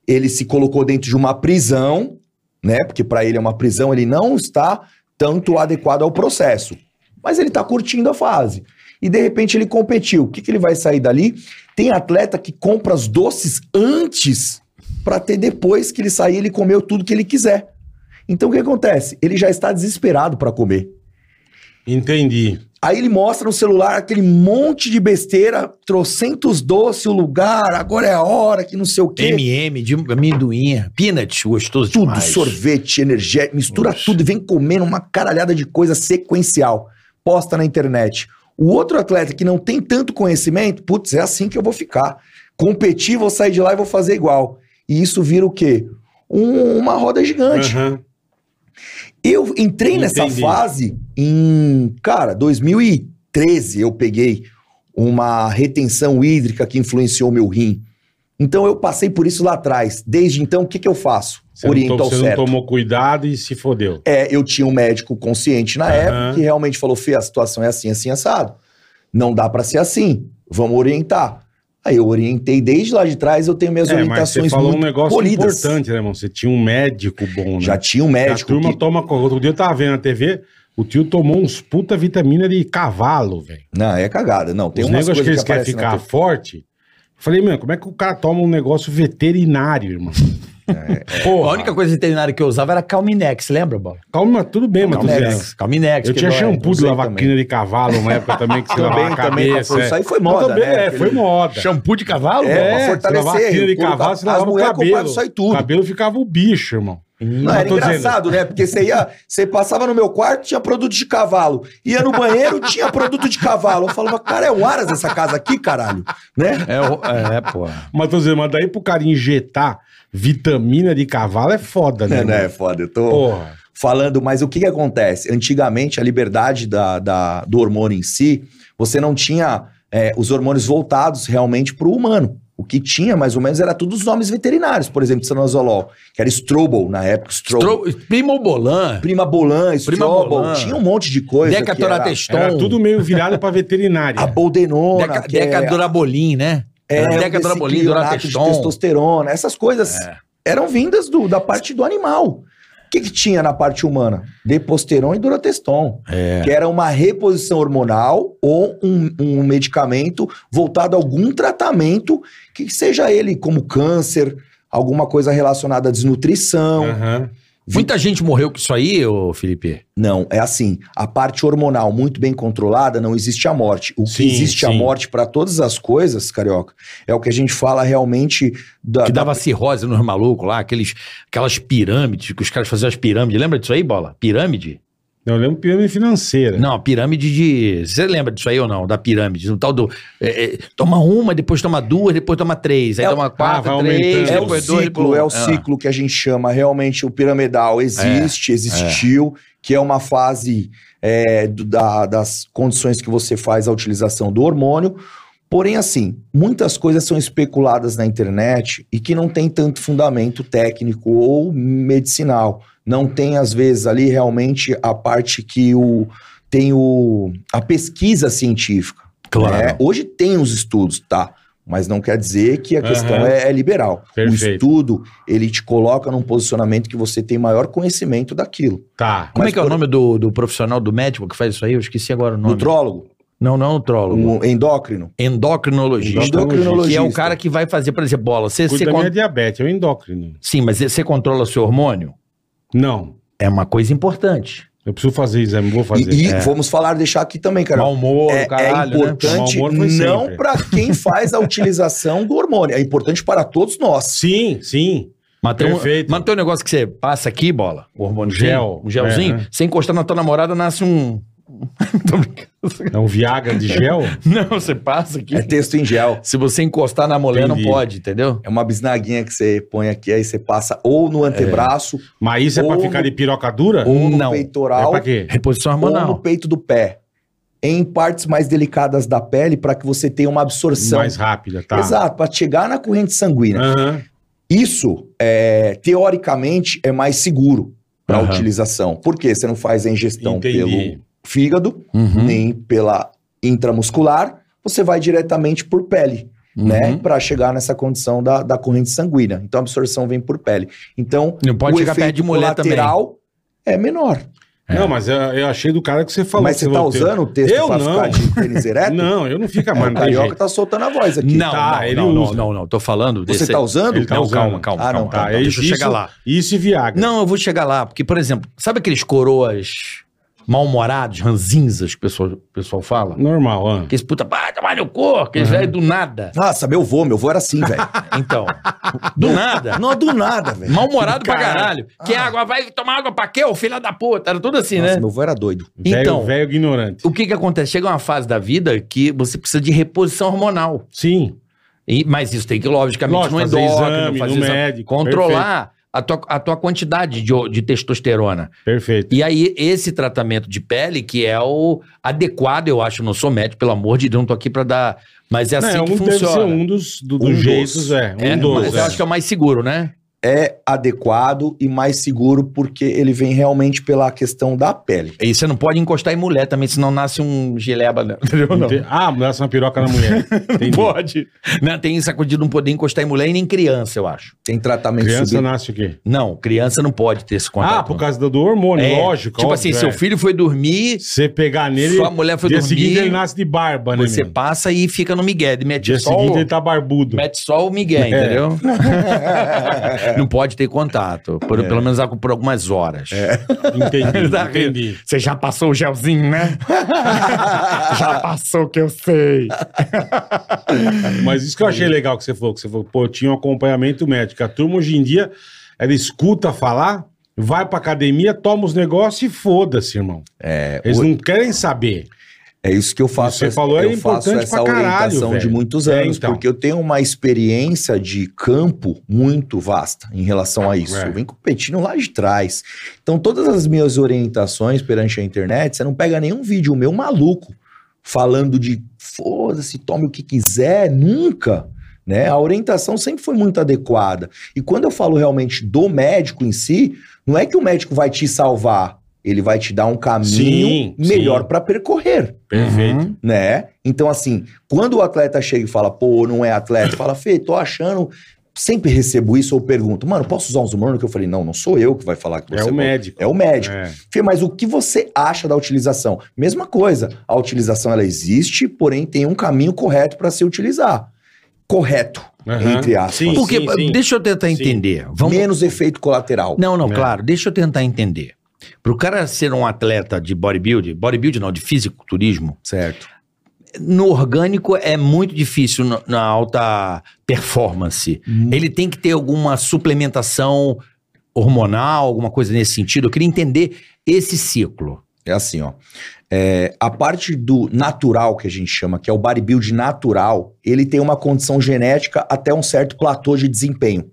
[SPEAKER 4] Ele se colocou dentro de uma prisão, né? Porque para ele é uma prisão, ele não está tanto adequado ao processo. Mas ele está curtindo a fase. E de repente ele competiu. O que, que ele vai sair dali? Tem atleta que compra os doces antes para ter depois que ele sair, ele comeu tudo que ele quiser. Então o que acontece? Ele já está desesperado para comer.
[SPEAKER 2] Entendi.
[SPEAKER 4] Aí ele mostra no celular aquele monte de besteira, trocentos doce, o lugar, agora é a hora, que não sei o quê.
[SPEAKER 3] MM, de amendoim, peanut, gostoso
[SPEAKER 4] tudo,
[SPEAKER 3] demais.
[SPEAKER 4] sorvete, energético, mistura
[SPEAKER 3] Oxe.
[SPEAKER 4] tudo e vem comendo uma caralhada de coisa sequencial. Posta na internet. O outro atleta que não tem tanto conhecimento, putz, é assim que eu vou ficar. Competir, vou sair de lá e vou fazer igual. E isso vira o quê? Um- uma roda gigante.
[SPEAKER 2] Aham.
[SPEAKER 4] Eu entrei nessa
[SPEAKER 2] Entendi.
[SPEAKER 4] fase em, cara, 2013 eu peguei uma retenção hídrica que influenciou meu rim. Então eu passei por isso lá atrás. Desde então, o que, que eu faço?
[SPEAKER 2] Você, não,
[SPEAKER 4] Oriento
[SPEAKER 2] to-
[SPEAKER 4] ao
[SPEAKER 2] você não
[SPEAKER 4] certo.
[SPEAKER 2] tomou cuidado e se fodeu.
[SPEAKER 4] É, eu tinha um médico consciente na
[SPEAKER 2] Aham.
[SPEAKER 4] época que realmente falou: Fê, a situação é assim, assim, assado. Não dá pra ser assim. Vamos orientar. Aí eu orientei desde lá de trás, eu tenho minhas
[SPEAKER 2] é, mas você
[SPEAKER 4] orientações
[SPEAKER 2] falou um
[SPEAKER 4] muito
[SPEAKER 2] negócio
[SPEAKER 4] polidas.
[SPEAKER 2] importante, né, irmão? Você tinha um médico bom, né?
[SPEAKER 4] Já tinha um
[SPEAKER 2] A
[SPEAKER 4] médico.
[SPEAKER 2] turma
[SPEAKER 4] que-
[SPEAKER 2] toma. co- Outro dia eu tava vendo na TV, o tio tomou uns puta vitamina de cavalo, velho.
[SPEAKER 4] Não, é cagada. Não, tem
[SPEAKER 2] Os
[SPEAKER 4] umas
[SPEAKER 2] negócios
[SPEAKER 4] coisas
[SPEAKER 2] que eles querem
[SPEAKER 4] aparecem na
[SPEAKER 2] ficar forte. Falei, mano, como é que o cara toma um negócio veterinário, irmão? Porra,
[SPEAKER 3] A única coisa veterinária que eu usava era Calminex, lembra, Bola?
[SPEAKER 2] calma, tudo bem, mas tô
[SPEAKER 4] Calmex.
[SPEAKER 2] dizendo.
[SPEAKER 3] Calminex. Calminex.
[SPEAKER 2] Eu
[SPEAKER 3] É que né?
[SPEAKER 2] tinha
[SPEAKER 3] dói.
[SPEAKER 2] shampoo de
[SPEAKER 4] usei
[SPEAKER 2] lavaquina
[SPEAKER 4] também.
[SPEAKER 2] de cavalo uma época também que você lavava a
[SPEAKER 4] Também, também, com a
[SPEAKER 2] cabeça. é.
[SPEAKER 4] força. Isso aí foi moda,
[SPEAKER 2] também,
[SPEAKER 4] né?
[SPEAKER 2] é, foi moda.
[SPEAKER 3] Shampoo de cavalo?
[SPEAKER 4] É,
[SPEAKER 3] Bola?
[SPEAKER 4] pra fortalecer,
[SPEAKER 2] você lavava a quina de
[SPEAKER 4] o couro
[SPEAKER 2] cavalo,
[SPEAKER 4] tá-
[SPEAKER 2] você
[SPEAKER 4] as
[SPEAKER 2] lavava o
[SPEAKER 4] mulheres
[SPEAKER 2] cabelo.
[SPEAKER 4] compravam isso aí tudo.
[SPEAKER 2] O cabelo ficava o bicho, irmão.
[SPEAKER 4] Não,
[SPEAKER 2] Mas
[SPEAKER 4] era
[SPEAKER 2] tô dizendo-
[SPEAKER 4] engraçado, né? Porque você ia, você passava no meu quarto, tinha produto de cavalo. Ia no banheiro, tinha produto de cavalo. Eu falava, cara, é o Aras essa casa aqui, caralho, né?
[SPEAKER 3] É, o- é, pô.
[SPEAKER 2] Mas tô dizendo, mas daí pro cara injetar vitamina de cavalo é foda, né?
[SPEAKER 4] É, né?
[SPEAKER 2] irmão?
[SPEAKER 4] É foda, eu tô
[SPEAKER 2] Porra.
[SPEAKER 4] falando, mas o que que acontece? Antigamente, a liberdade da, da- do hormônio em si, você não tinha é, os hormônios voltados realmente pro humano. O que tinha, mais ou menos, era tudo os nomes veterinários. Por exemplo, Sanazolol, que era Strobel na época. Strobel.
[SPEAKER 3] Tro... Primo Bolan,
[SPEAKER 4] Prima Bolan,
[SPEAKER 3] Prima
[SPEAKER 4] Strobel.
[SPEAKER 3] Bolan.
[SPEAKER 4] Tinha um monte de coisa. que era
[SPEAKER 3] Decatorateston,
[SPEAKER 2] Era tudo meio virado pra veterinária.
[SPEAKER 4] A Boldenona.
[SPEAKER 3] Deca,
[SPEAKER 4] que é-
[SPEAKER 3] Decadorabolim, né?
[SPEAKER 4] é,
[SPEAKER 3] Era
[SPEAKER 4] o
[SPEAKER 3] Decadorabolim,
[SPEAKER 4] desidrionato de
[SPEAKER 3] Dorateston.
[SPEAKER 4] testosterona. Essas coisas
[SPEAKER 3] É.
[SPEAKER 4] eram vindas do- da parte do animal. O que, que tinha na parte humana? Deposteron e durateston,
[SPEAKER 3] É.
[SPEAKER 4] que era uma reposição hormonal ou um, um medicamento voltado a algum tratamento, que seja ele como câncer, alguma coisa relacionada à desnutrição.
[SPEAKER 2] Aham.
[SPEAKER 3] Muita gente morreu com isso aí, ô Felipe.
[SPEAKER 4] Não, é assim, a parte hormonal muito bem controlada, não existe a morte. O
[SPEAKER 2] Sim,
[SPEAKER 4] que existe a
[SPEAKER 2] sim.
[SPEAKER 4] morte para todas as coisas, carioca, é o que a gente fala realmente da,
[SPEAKER 3] Que
[SPEAKER 4] da-
[SPEAKER 3] dava cirrose nos malucos lá, aqueles, aquelas pirâmides, que os caras faziam as pirâmides. Lembra disso aí, Bola? Pirâmide?
[SPEAKER 2] Eu lembro pirâmide
[SPEAKER 4] É.
[SPEAKER 2] financeira.
[SPEAKER 3] Não, a pirâmide de. Você lembra disso aí ou não? Da pirâmide. Um tal do. é, é, toma uma, depois toma duas, depois toma três. Aí
[SPEAKER 4] É o-
[SPEAKER 3] toma quatro,
[SPEAKER 2] vai
[SPEAKER 3] três,
[SPEAKER 2] aumentando.
[SPEAKER 4] É o
[SPEAKER 3] depois dois,
[SPEAKER 4] ciclo,
[SPEAKER 3] depois-
[SPEAKER 4] é o
[SPEAKER 3] Ah.
[SPEAKER 4] ciclo que a gente chama realmente o piramidal existe, existiu, que é uma fase é, do- da- das condições que você faz a utilização do hormônio. Porém, assim, muitas coisas são especuladas na internet e que não tem tanto fundamento técnico ou medicinal. Não tem, às vezes, ali realmente a parte que o, tem o, a pesquisa científica.
[SPEAKER 3] Claro.
[SPEAKER 4] né? Hoje tem os estudos, tá? Mas não quer dizer que a
[SPEAKER 2] Aham.
[SPEAKER 4] questão é, é liberal.
[SPEAKER 2] Perfeito.
[SPEAKER 4] O estudo, ele te coloca num posicionamento que você tem maior conhecimento daquilo.
[SPEAKER 2] Tá.
[SPEAKER 3] Como
[SPEAKER 4] Mas
[SPEAKER 3] é que é o
[SPEAKER 4] por-
[SPEAKER 3] nome do, do profissional, do médico que faz isso aí? Eu esqueci agora o nome.
[SPEAKER 4] Nutrólogo,
[SPEAKER 3] Não, não é nutrólogo.
[SPEAKER 4] um endócrino.
[SPEAKER 3] Endocrinologista.
[SPEAKER 4] Endocrinologista.
[SPEAKER 3] Que é o cara que vai fazer, por exemplo, bola. Você,
[SPEAKER 2] Cuida
[SPEAKER 3] você
[SPEAKER 2] da
[SPEAKER 3] con-
[SPEAKER 2] minha diabetes, eu endócrino.
[SPEAKER 3] Sim, mas você controla seu hormônio?
[SPEAKER 2] Não.
[SPEAKER 3] É uma coisa importante.
[SPEAKER 2] Eu preciso fazer exame, vou fazer.
[SPEAKER 4] E, e
[SPEAKER 3] É.
[SPEAKER 4] vamos falar, deixar aqui também, cara.
[SPEAKER 3] Mau humor,
[SPEAKER 4] É,
[SPEAKER 3] o caralho,
[SPEAKER 4] é
[SPEAKER 3] né?
[SPEAKER 2] Tomar
[SPEAKER 4] importante
[SPEAKER 2] hormônio foi sempre.
[SPEAKER 4] não para quem faz a utilização do hormônio. É importante para todos nós.
[SPEAKER 2] Sim, sim.
[SPEAKER 3] Mas tem, um,
[SPEAKER 2] Perfeito.
[SPEAKER 3] mas tem um negócio que você passa aqui, bola, o hormônio
[SPEAKER 2] Gel.
[SPEAKER 3] gel, um gelzinho,
[SPEAKER 2] É, né?
[SPEAKER 3] você encostar na tua namorada, nasce um... Tô brincando.
[SPEAKER 2] É um Viagra de gel?
[SPEAKER 3] não, você passa aqui.
[SPEAKER 4] É texto em gel.
[SPEAKER 3] Se você encostar na mulher, não
[SPEAKER 2] Entendi.
[SPEAKER 3] pode, entendeu?
[SPEAKER 4] É uma bisnaguinha que você põe aqui, aí você passa ou no antebraço,
[SPEAKER 2] Mas isso é pra
[SPEAKER 4] Ou-
[SPEAKER 2] ficar de piroca dura?
[SPEAKER 4] ou no
[SPEAKER 3] É. Não.
[SPEAKER 2] É
[SPEAKER 4] peitoral,
[SPEAKER 2] pra quê?
[SPEAKER 3] Reposição
[SPEAKER 4] ou no
[SPEAKER 3] hormonal.
[SPEAKER 4] peito do pé. Em partes mais delicadas da pele, para que você tenha uma absorção.
[SPEAKER 2] Mais rápida, tá. Ah.
[SPEAKER 4] Exato, para chegar na corrente sanguínea.
[SPEAKER 2] Aham.
[SPEAKER 4] Isso, é, teoricamente, é mais seguro para
[SPEAKER 3] Aham.
[SPEAKER 4] utilização. Por quê? Você não faz a
[SPEAKER 3] Então,
[SPEAKER 4] ingestão
[SPEAKER 2] Entendi.
[SPEAKER 4] pelo fígado,
[SPEAKER 3] Uhum,
[SPEAKER 4] nem pela intramuscular, você vai diretamente por pele,
[SPEAKER 3] uhum.
[SPEAKER 4] né? Para chegar nessa condição da, da corrente sanguínea. Então a absorção vem por pele. Então,
[SPEAKER 3] Não pode
[SPEAKER 4] o
[SPEAKER 3] chegar perto
[SPEAKER 4] efeito
[SPEAKER 3] de mulher também.
[SPEAKER 4] colateral é menor.
[SPEAKER 3] É.
[SPEAKER 2] Não, mas eu, eu achei do cara que você falou.
[SPEAKER 4] Mas
[SPEAKER 2] que
[SPEAKER 4] você tá
[SPEAKER 2] vai ter-
[SPEAKER 4] usando o texto
[SPEAKER 2] Eu
[SPEAKER 4] para
[SPEAKER 2] não.
[SPEAKER 4] ficar de pênis ereto?
[SPEAKER 2] Não, eu não fico
[SPEAKER 4] É,
[SPEAKER 2] mais,
[SPEAKER 4] o
[SPEAKER 2] não tem
[SPEAKER 4] carioca
[SPEAKER 2] jeito.
[SPEAKER 4] tá soltando a voz aqui.
[SPEAKER 3] Não,
[SPEAKER 2] Tá,
[SPEAKER 3] não, é-
[SPEAKER 2] ele
[SPEAKER 3] não,
[SPEAKER 2] usa.
[SPEAKER 3] não, não, não. Tô falando
[SPEAKER 4] Você
[SPEAKER 3] desse...
[SPEAKER 4] tá usando?
[SPEAKER 2] Ele tá
[SPEAKER 3] não,
[SPEAKER 2] usando.
[SPEAKER 3] calma, calma,
[SPEAKER 4] Ah, não,
[SPEAKER 3] calma.
[SPEAKER 2] Tá,
[SPEAKER 3] calma.
[SPEAKER 2] é
[SPEAKER 3] então Deixa eu
[SPEAKER 2] isso-
[SPEAKER 3] chegar lá.
[SPEAKER 2] Isso e Viagra.
[SPEAKER 3] Não, eu vou chegar lá, porque, por exemplo, sabe aqueles coroas mal-humorados, ranzinzas que o pessoal, o pessoal fala?
[SPEAKER 2] Normal, ah.
[SPEAKER 3] Que esse puta, pá, tomar no corpo, que
[SPEAKER 2] Uhum.
[SPEAKER 3] velho do nada.
[SPEAKER 4] Nossa, meu vô, meu vô era assim, velho.
[SPEAKER 3] Então, do nada.
[SPEAKER 4] não, do nada, velho.
[SPEAKER 3] Mal-humorado pra
[SPEAKER 2] Caralho.
[SPEAKER 3] caralho. Que
[SPEAKER 2] Ah.
[SPEAKER 3] água, vai tomar água pra quê, ô filha da puta? Era tudo assim,
[SPEAKER 4] Nossa,
[SPEAKER 3] né?
[SPEAKER 4] meu vô era doido.
[SPEAKER 2] Velho,
[SPEAKER 3] Então-
[SPEAKER 2] velho ignorante.
[SPEAKER 3] O que que acontece? Chega uma fase da vida que você precisa de reposição hormonal.
[SPEAKER 2] Sim.
[SPEAKER 3] E- mas isso tem que, logicamente,
[SPEAKER 2] Lógico,
[SPEAKER 3] no
[SPEAKER 2] fazer
[SPEAKER 3] endócrino,
[SPEAKER 2] exame,
[SPEAKER 3] fazer
[SPEAKER 2] no
[SPEAKER 3] exame.
[SPEAKER 2] médico,
[SPEAKER 3] Controlar a tua, a tua quantidade de, o- de testosterona.
[SPEAKER 2] Perfeito.
[SPEAKER 3] E aí, esse tratamento de pele, que é o adequado, eu acho, não sou médico, pelo amor de Deus, não tô aqui pra dar. Mas é assim
[SPEAKER 2] Não,
[SPEAKER 3] que
[SPEAKER 2] um deve ser
[SPEAKER 3] funciona.
[SPEAKER 2] um dos, do, dos
[SPEAKER 4] Um dos.
[SPEAKER 2] jeitos, é. Um
[SPEAKER 3] É,
[SPEAKER 2] dos,
[SPEAKER 3] mas eu
[SPEAKER 2] é.
[SPEAKER 3] acho que é o mais seguro, né?
[SPEAKER 4] é adequado e mais seguro porque ele vem realmente pela questão da pele.
[SPEAKER 3] E você não pode encostar em mulher também, senão nasce um gileba, né? entendeu? Não.
[SPEAKER 2] Ente- Ah, mudasse uma piroca na mulher. Entendi.
[SPEAKER 3] Pode. Não, tem essa coisa de não poder encostar em mulher e nem criança, eu acho.
[SPEAKER 4] Tem tratamento
[SPEAKER 2] Criança
[SPEAKER 4] sub-
[SPEAKER 2] nasce o quê?
[SPEAKER 3] Não, criança não pode ter esse contato.
[SPEAKER 2] Ah, por causa do, do hormônio,
[SPEAKER 3] É,
[SPEAKER 2] lógico.
[SPEAKER 3] Tipo
[SPEAKER 2] óbvio,
[SPEAKER 3] assim,
[SPEAKER 2] é.
[SPEAKER 3] seu filho foi dormir,
[SPEAKER 2] Você pegar nele,
[SPEAKER 3] sua mulher foi
[SPEAKER 2] dia seguinte ele
[SPEAKER 3] dormir,
[SPEAKER 2] nasce de barba, né?
[SPEAKER 3] você
[SPEAKER 2] meu?
[SPEAKER 3] passa e fica no migué. Mete
[SPEAKER 2] Dia
[SPEAKER 3] sol,
[SPEAKER 2] seguinte ele É. tá barbudo.
[SPEAKER 3] mete sol o migué, entendeu? Não pode ter contato, por-
[SPEAKER 2] É.
[SPEAKER 3] pelo menos por algumas horas.
[SPEAKER 2] Entendi,
[SPEAKER 3] Ele tá rindo.
[SPEAKER 2] entendi.
[SPEAKER 3] Você já passou o gelzinho, né? já passou que eu sei.
[SPEAKER 2] Mas isso que eu achei legal que você falou, que você falou, pô, eu tinha um acompanhamento médico. A turma hoje em dia, ela escuta falar, vai pra academia, toma os negócios e foda-se, irmão.
[SPEAKER 4] É,
[SPEAKER 2] Eles
[SPEAKER 4] o-
[SPEAKER 2] não querem saber.
[SPEAKER 4] é isso que eu faço.
[SPEAKER 2] Você falou, é
[SPEAKER 4] eu faço
[SPEAKER 2] importante
[SPEAKER 4] essa
[SPEAKER 2] pra caralho,
[SPEAKER 4] orientação
[SPEAKER 2] velho.
[SPEAKER 4] de muitos
[SPEAKER 2] É,
[SPEAKER 4] anos,
[SPEAKER 2] então.
[SPEAKER 4] porque eu tenho uma experiência de campo muito vasta em relação a isso.
[SPEAKER 2] É.
[SPEAKER 4] Eu venho competindo lá de trás. Então, todas as minhas orientações perante a internet, você não pega nenhum vídeo meu maluco falando de foda-se, tome o que quiser, nunca. né? A orientação sempre foi muito adequada. E quando eu falo realmente do médico em si, não é que o médico vai te salvar, ele vai te dar um caminho
[SPEAKER 2] Sim,
[SPEAKER 4] melhor
[SPEAKER 2] sim.
[SPEAKER 4] para percorrer
[SPEAKER 2] Perfeito.
[SPEAKER 3] Uhum.
[SPEAKER 4] né? Então, assim, quando o atleta chega e fala, pô, não é atleta, fala, Fê, tô achando. Sempre recebo isso ou pergunto, mano, posso usar um Zumorno? Que eu falei, não, não sou eu que vai falar que você
[SPEAKER 2] É o
[SPEAKER 4] pode."
[SPEAKER 2] médico.
[SPEAKER 4] É o médico.
[SPEAKER 2] É.
[SPEAKER 4] Fê, mas o que você acha da utilização? Mesma coisa, a utilização ela existe, porém tem um caminho correto para se utilizar. Correto,
[SPEAKER 2] Aham.
[SPEAKER 4] entre aspas.
[SPEAKER 2] Sim,
[SPEAKER 3] Porque,
[SPEAKER 2] sim, sim.
[SPEAKER 3] deixa eu tentar
[SPEAKER 2] Sim.
[SPEAKER 3] entender. Vamos...
[SPEAKER 4] menos efeito colateral.
[SPEAKER 3] Não, não,
[SPEAKER 2] É.
[SPEAKER 3] claro. Deixa eu tentar entender. Pro cara ser um atleta de bodybuilding, bodybuilding não, de fisiculturismo,
[SPEAKER 4] Certo.
[SPEAKER 3] no orgânico é muito difícil no- na alta performance.
[SPEAKER 2] Hum.
[SPEAKER 3] Ele tem que ter alguma suplementação hormonal, alguma coisa nesse sentido. Eu queria entender esse ciclo.
[SPEAKER 4] É assim, ó. É, a parte do natural que a gente chama, que é o bodybuilding natural, ele tem uma condição genética até um certo platô de desempenho.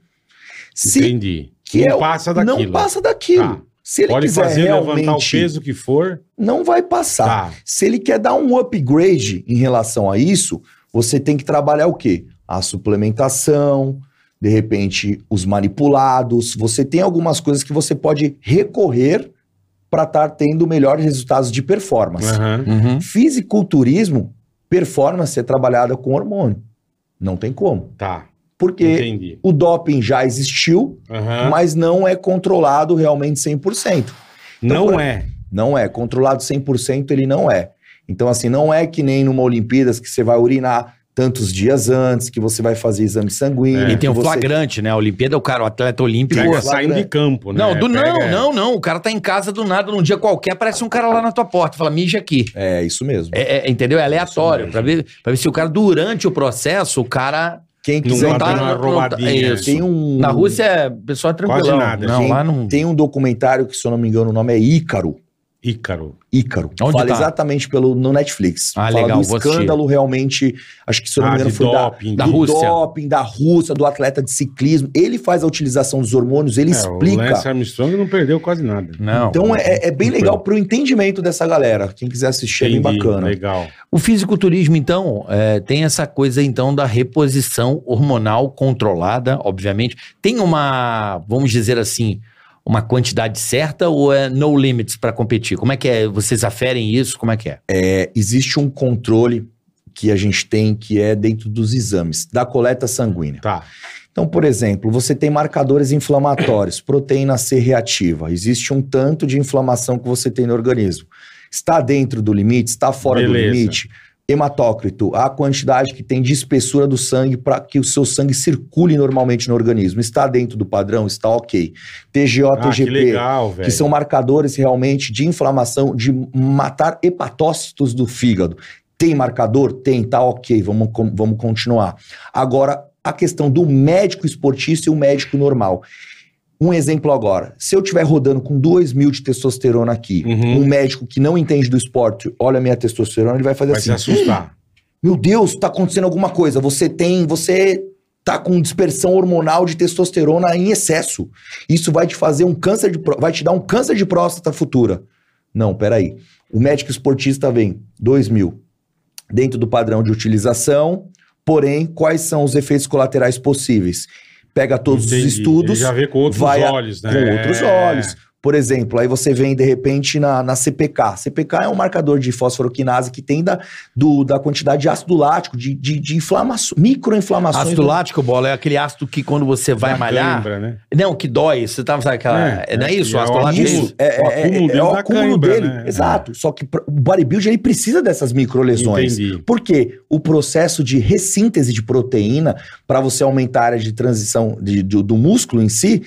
[SPEAKER 4] Se
[SPEAKER 2] Entendi.
[SPEAKER 4] que
[SPEAKER 2] não
[SPEAKER 4] é-
[SPEAKER 2] passa
[SPEAKER 4] não
[SPEAKER 2] daquilo.
[SPEAKER 4] passa daquilo.
[SPEAKER 2] Tá.
[SPEAKER 4] Se ele
[SPEAKER 2] Pode
[SPEAKER 4] quiser
[SPEAKER 2] fazer
[SPEAKER 4] realmente,
[SPEAKER 2] levantar o peso que for.
[SPEAKER 4] não vai passar.
[SPEAKER 2] Tá.
[SPEAKER 4] Se ele quer dar um upgrade em relação a isso, você tem que trabalhar o quê? A suplementação, de repente os manipulados. Você tem algumas coisas que você pode recorrer para estar tendo melhores resultados de performance.
[SPEAKER 2] Aham.
[SPEAKER 4] Fisiculturismo, performance é trabalhada com hormônio. Não tem como.
[SPEAKER 2] Tá.
[SPEAKER 4] Porque
[SPEAKER 2] Entendi. Ah.
[SPEAKER 4] o doping já existiu,
[SPEAKER 2] Aham.
[SPEAKER 4] mas não é controlado realmente 100%. Então,
[SPEAKER 2] Não é.
[SPEAKER 4] Não é. Controlado 100% ele não é. Então, assim, não é que nem numa Olimpíadas que você vai urinar tantos dias antes, que você vai fazer exame sanguíneo.
[SPEAKER 2] É.
[SPEAKER 3] E tem o
[SPEAKER 4] que você-
[SPEAKER 3] flagrante, né? A Olimpíada, o cara, o atleta olímpico.
[SPEAKER 2] Pega
[SPEAKER 4] Pô, é-
[SPEAKER 2] saindo
[SPEAKER 4] flagrante.
[SPEAKER 2] de campo, né?
[SPEAKER 3] Não, do não,
[SPEAKER 2] Pega-
[SPEAKER 3] não, não. O cara tá em casa do nada, num dia qualquer, aparece um cara lá na tua porta, fala, mija aqui.
[SPEAKER 4] É, isso mesmo.
[SPEAKER 3] É, é, entendeu? É aleatório. Pra ver, pra ver se o cara, durante o processo, o cara
[SPEAKER 4] Quem
[SPEAKER 2] Não
[SPEAKER 4] quiser...
[SPEAKER 2] tá
[SPEAKER 3] tá-
[SPEAKER 2] dando uma
[SPEAKER 3] não tá-
[SPEAKER 2] roubadinha.
[SPEAKER 3] isso.
[SPEAKER 4] tem um...
[SPEAKER 3] Na Rússia é pessoal tranquilo.
[SPEAKER 2] nada,
[SPEAKER 3] Não,
[SPEAKER 4] gente.
[SPEAKER 3] lá não.
[SPEAKER 4] Tem um documentário que, se eu não me engano, o nome é Ícaro.
[SPEAKER 2] Ícaro.
[SPEAKER 4] Ícaro.
[SPEAKER 3] Onde
[SPEAKER 4] Fala
[SPEAKER 3] tá?
[SPEAKER 4] exatamente pelo, no Netflix.
[SPEAKER 3] Ah,
[SPEAKER 4] Fala
[SPEAKER 3] legal,
[SPEAKER 4] do
[SPEAKER 3] vou assistir.
[SPEAKER 4] escândalo realmente, acho que se eu não
[SPEAKER 2] Ah,
[SPEAKER 4] me engano
[SPEAKER 2] de
[SPEAKER 4] foi da,
[SPEAKER 2] doping.
[SPEAKER 3] da
[SPEAKER 2] de-
[SPEAKER 4] do
[SPEAKER 3] Rússia.
[SPEAKER 4] doping, da Rússia, do atleta de ciclismo. Ele faz a utilização dos hormônios, ele
[SPEAKER 2] É, um O Lance
[SPEAKER 4] explica.
[SPEAKER 2] Armstrong não perdeu quase nada.
[SPEAKER 3] Não.
[SPEAKER 4] Então é, é- é bem
[SPEAKER 2] Não
[SPEAKER 4] legal pro entendimento dessa galera. Quem quiser assistir é bem
[SPEAKER 2] Entendi,
[SPEAKER 4] bacana.
[SPEAKER 2] Legal.
[SPEAKER 3] O fisiculturismo, então, é, tem essa coisa, então, da reposição hormonal controlada, obviamente. Tem uma, vamos dizer assim, uma quantidade certa ou é no limits pra competir? Como é que é? Vocês aferem isso? Como é que é?
[SPEAKER 4] É, existe um controle que a gente tem que é dentro dos exames, da coleta sanguínea.
[SPEAKER 2] Tá.
[SPEAKER 4] Então, por exemplo, você tem marcadores inflamatórios, proteína C reativa. Existe um tanto de inflamação que você tem no organismo. Está dentro do limite? Está fora
[SPEAKER 2] Beleza.
[SPEAKER 4] do limite? Hematócrito, a quantidade que tem de espessura do sangue para que o seu sangue circule normalmente no organismo. Está dentro do padrão? Está ok. TGO,
[SPEAKER 2] Ah, que
[SPEAKER 4] TGP,
[SPEAKER 2] legal, velho.
[SPEAKER 4] que são marcadores realmente de inflamação, de matar hepatócitos do fígado. Tem marcador? Tem, tá ok, vamos, com- vamos continuar. Agora, a questão do médico esportista e o médico normal. Um exemplo agora, se eu estiver rodando com 2 mil de testosterona aqui,
[SPEAKER 2] Uhum.
[SPEAKER 4] um médico que não entende do esporte olha a minha testosterona, ele vai fazer
[SPEAKER 2] Vai se
[SPEAKER 4] assim,
[SPEAKER 2] assustar.
[SPEAKER 4] meu Deus, tá acontecendo alguma coisa. Você tem, você tá com dispersão hormonal de testosterona em excesso. Isso vai te fazer um câncer de pró- vai te dar um câncer de próstata futura. Não, peraí. O médico esportista vem 2 mil dentro do padrão de utilização, porém, quais são os efeitos colaterais possíveis? Pega todos
[SPEAKER 2] Entendi.
[SPEAKER 4] os
[SPEAKER 2] Ele
[SPEAKER 4] estudos
[SPEAKER 2] já vê com outros
[SPEAKER 4] vai a-
[SPEAKER 2] olhos, né?
[SPEAKER 4] com outros olhos. Por exemplo, aí você vem de repente na, na CPK. CPK é um marcador de fosforoquinase que tem da, do- da quantidade de ácido lático, de, de, de inflamaço- microinflamações.
[SPEAKER 3] Ácido lático, bola, é aquele ácido que quando você vai
[SPEAKER 2] Da
[SPEAKER 3] malhar.
[SPEAKER 2] cãibra, né?
[SPEAKER 3] Não, que dói. Você tava sabe, aquela.
[SPEAKER 2] É,
[SPEAKER 3] não é
[SPEAKER 2] é,
[SPEAKER 3] isso?
[SPEAKER 2] é
[SPEAKER 3] O ácido
[SPEAKER 2] o
[SPEAKER 3] lático é
[SPEAKER 2] acúmulo.
[SPEAKER 3] isso.
[SPEAKER 4] Isso, é,
[SPEAKER 2] O
[SPEAKER 4] é,
[SPEAKER 2] acúmulo
[SPEAKER 4] é,
[SPEAKER 2] dele
[SPEAKER 4] é o
[SPEAKER 2] da
[SPEAKER 4] acúmulo
[SPEAKER 2] cãibra,
[SPEAKER 4] dele.
[SPEAKER 2] né?
[SPEAKER 4] Exato. Só que pra- o bodybuilding ele precisa dessas microlesões.
[SPEAKER 2] Entendi.
[SPEAKER 4] Por quê? O processo de ressíntese de proteína para você aumentar a área de transição de- do, do músculo em si,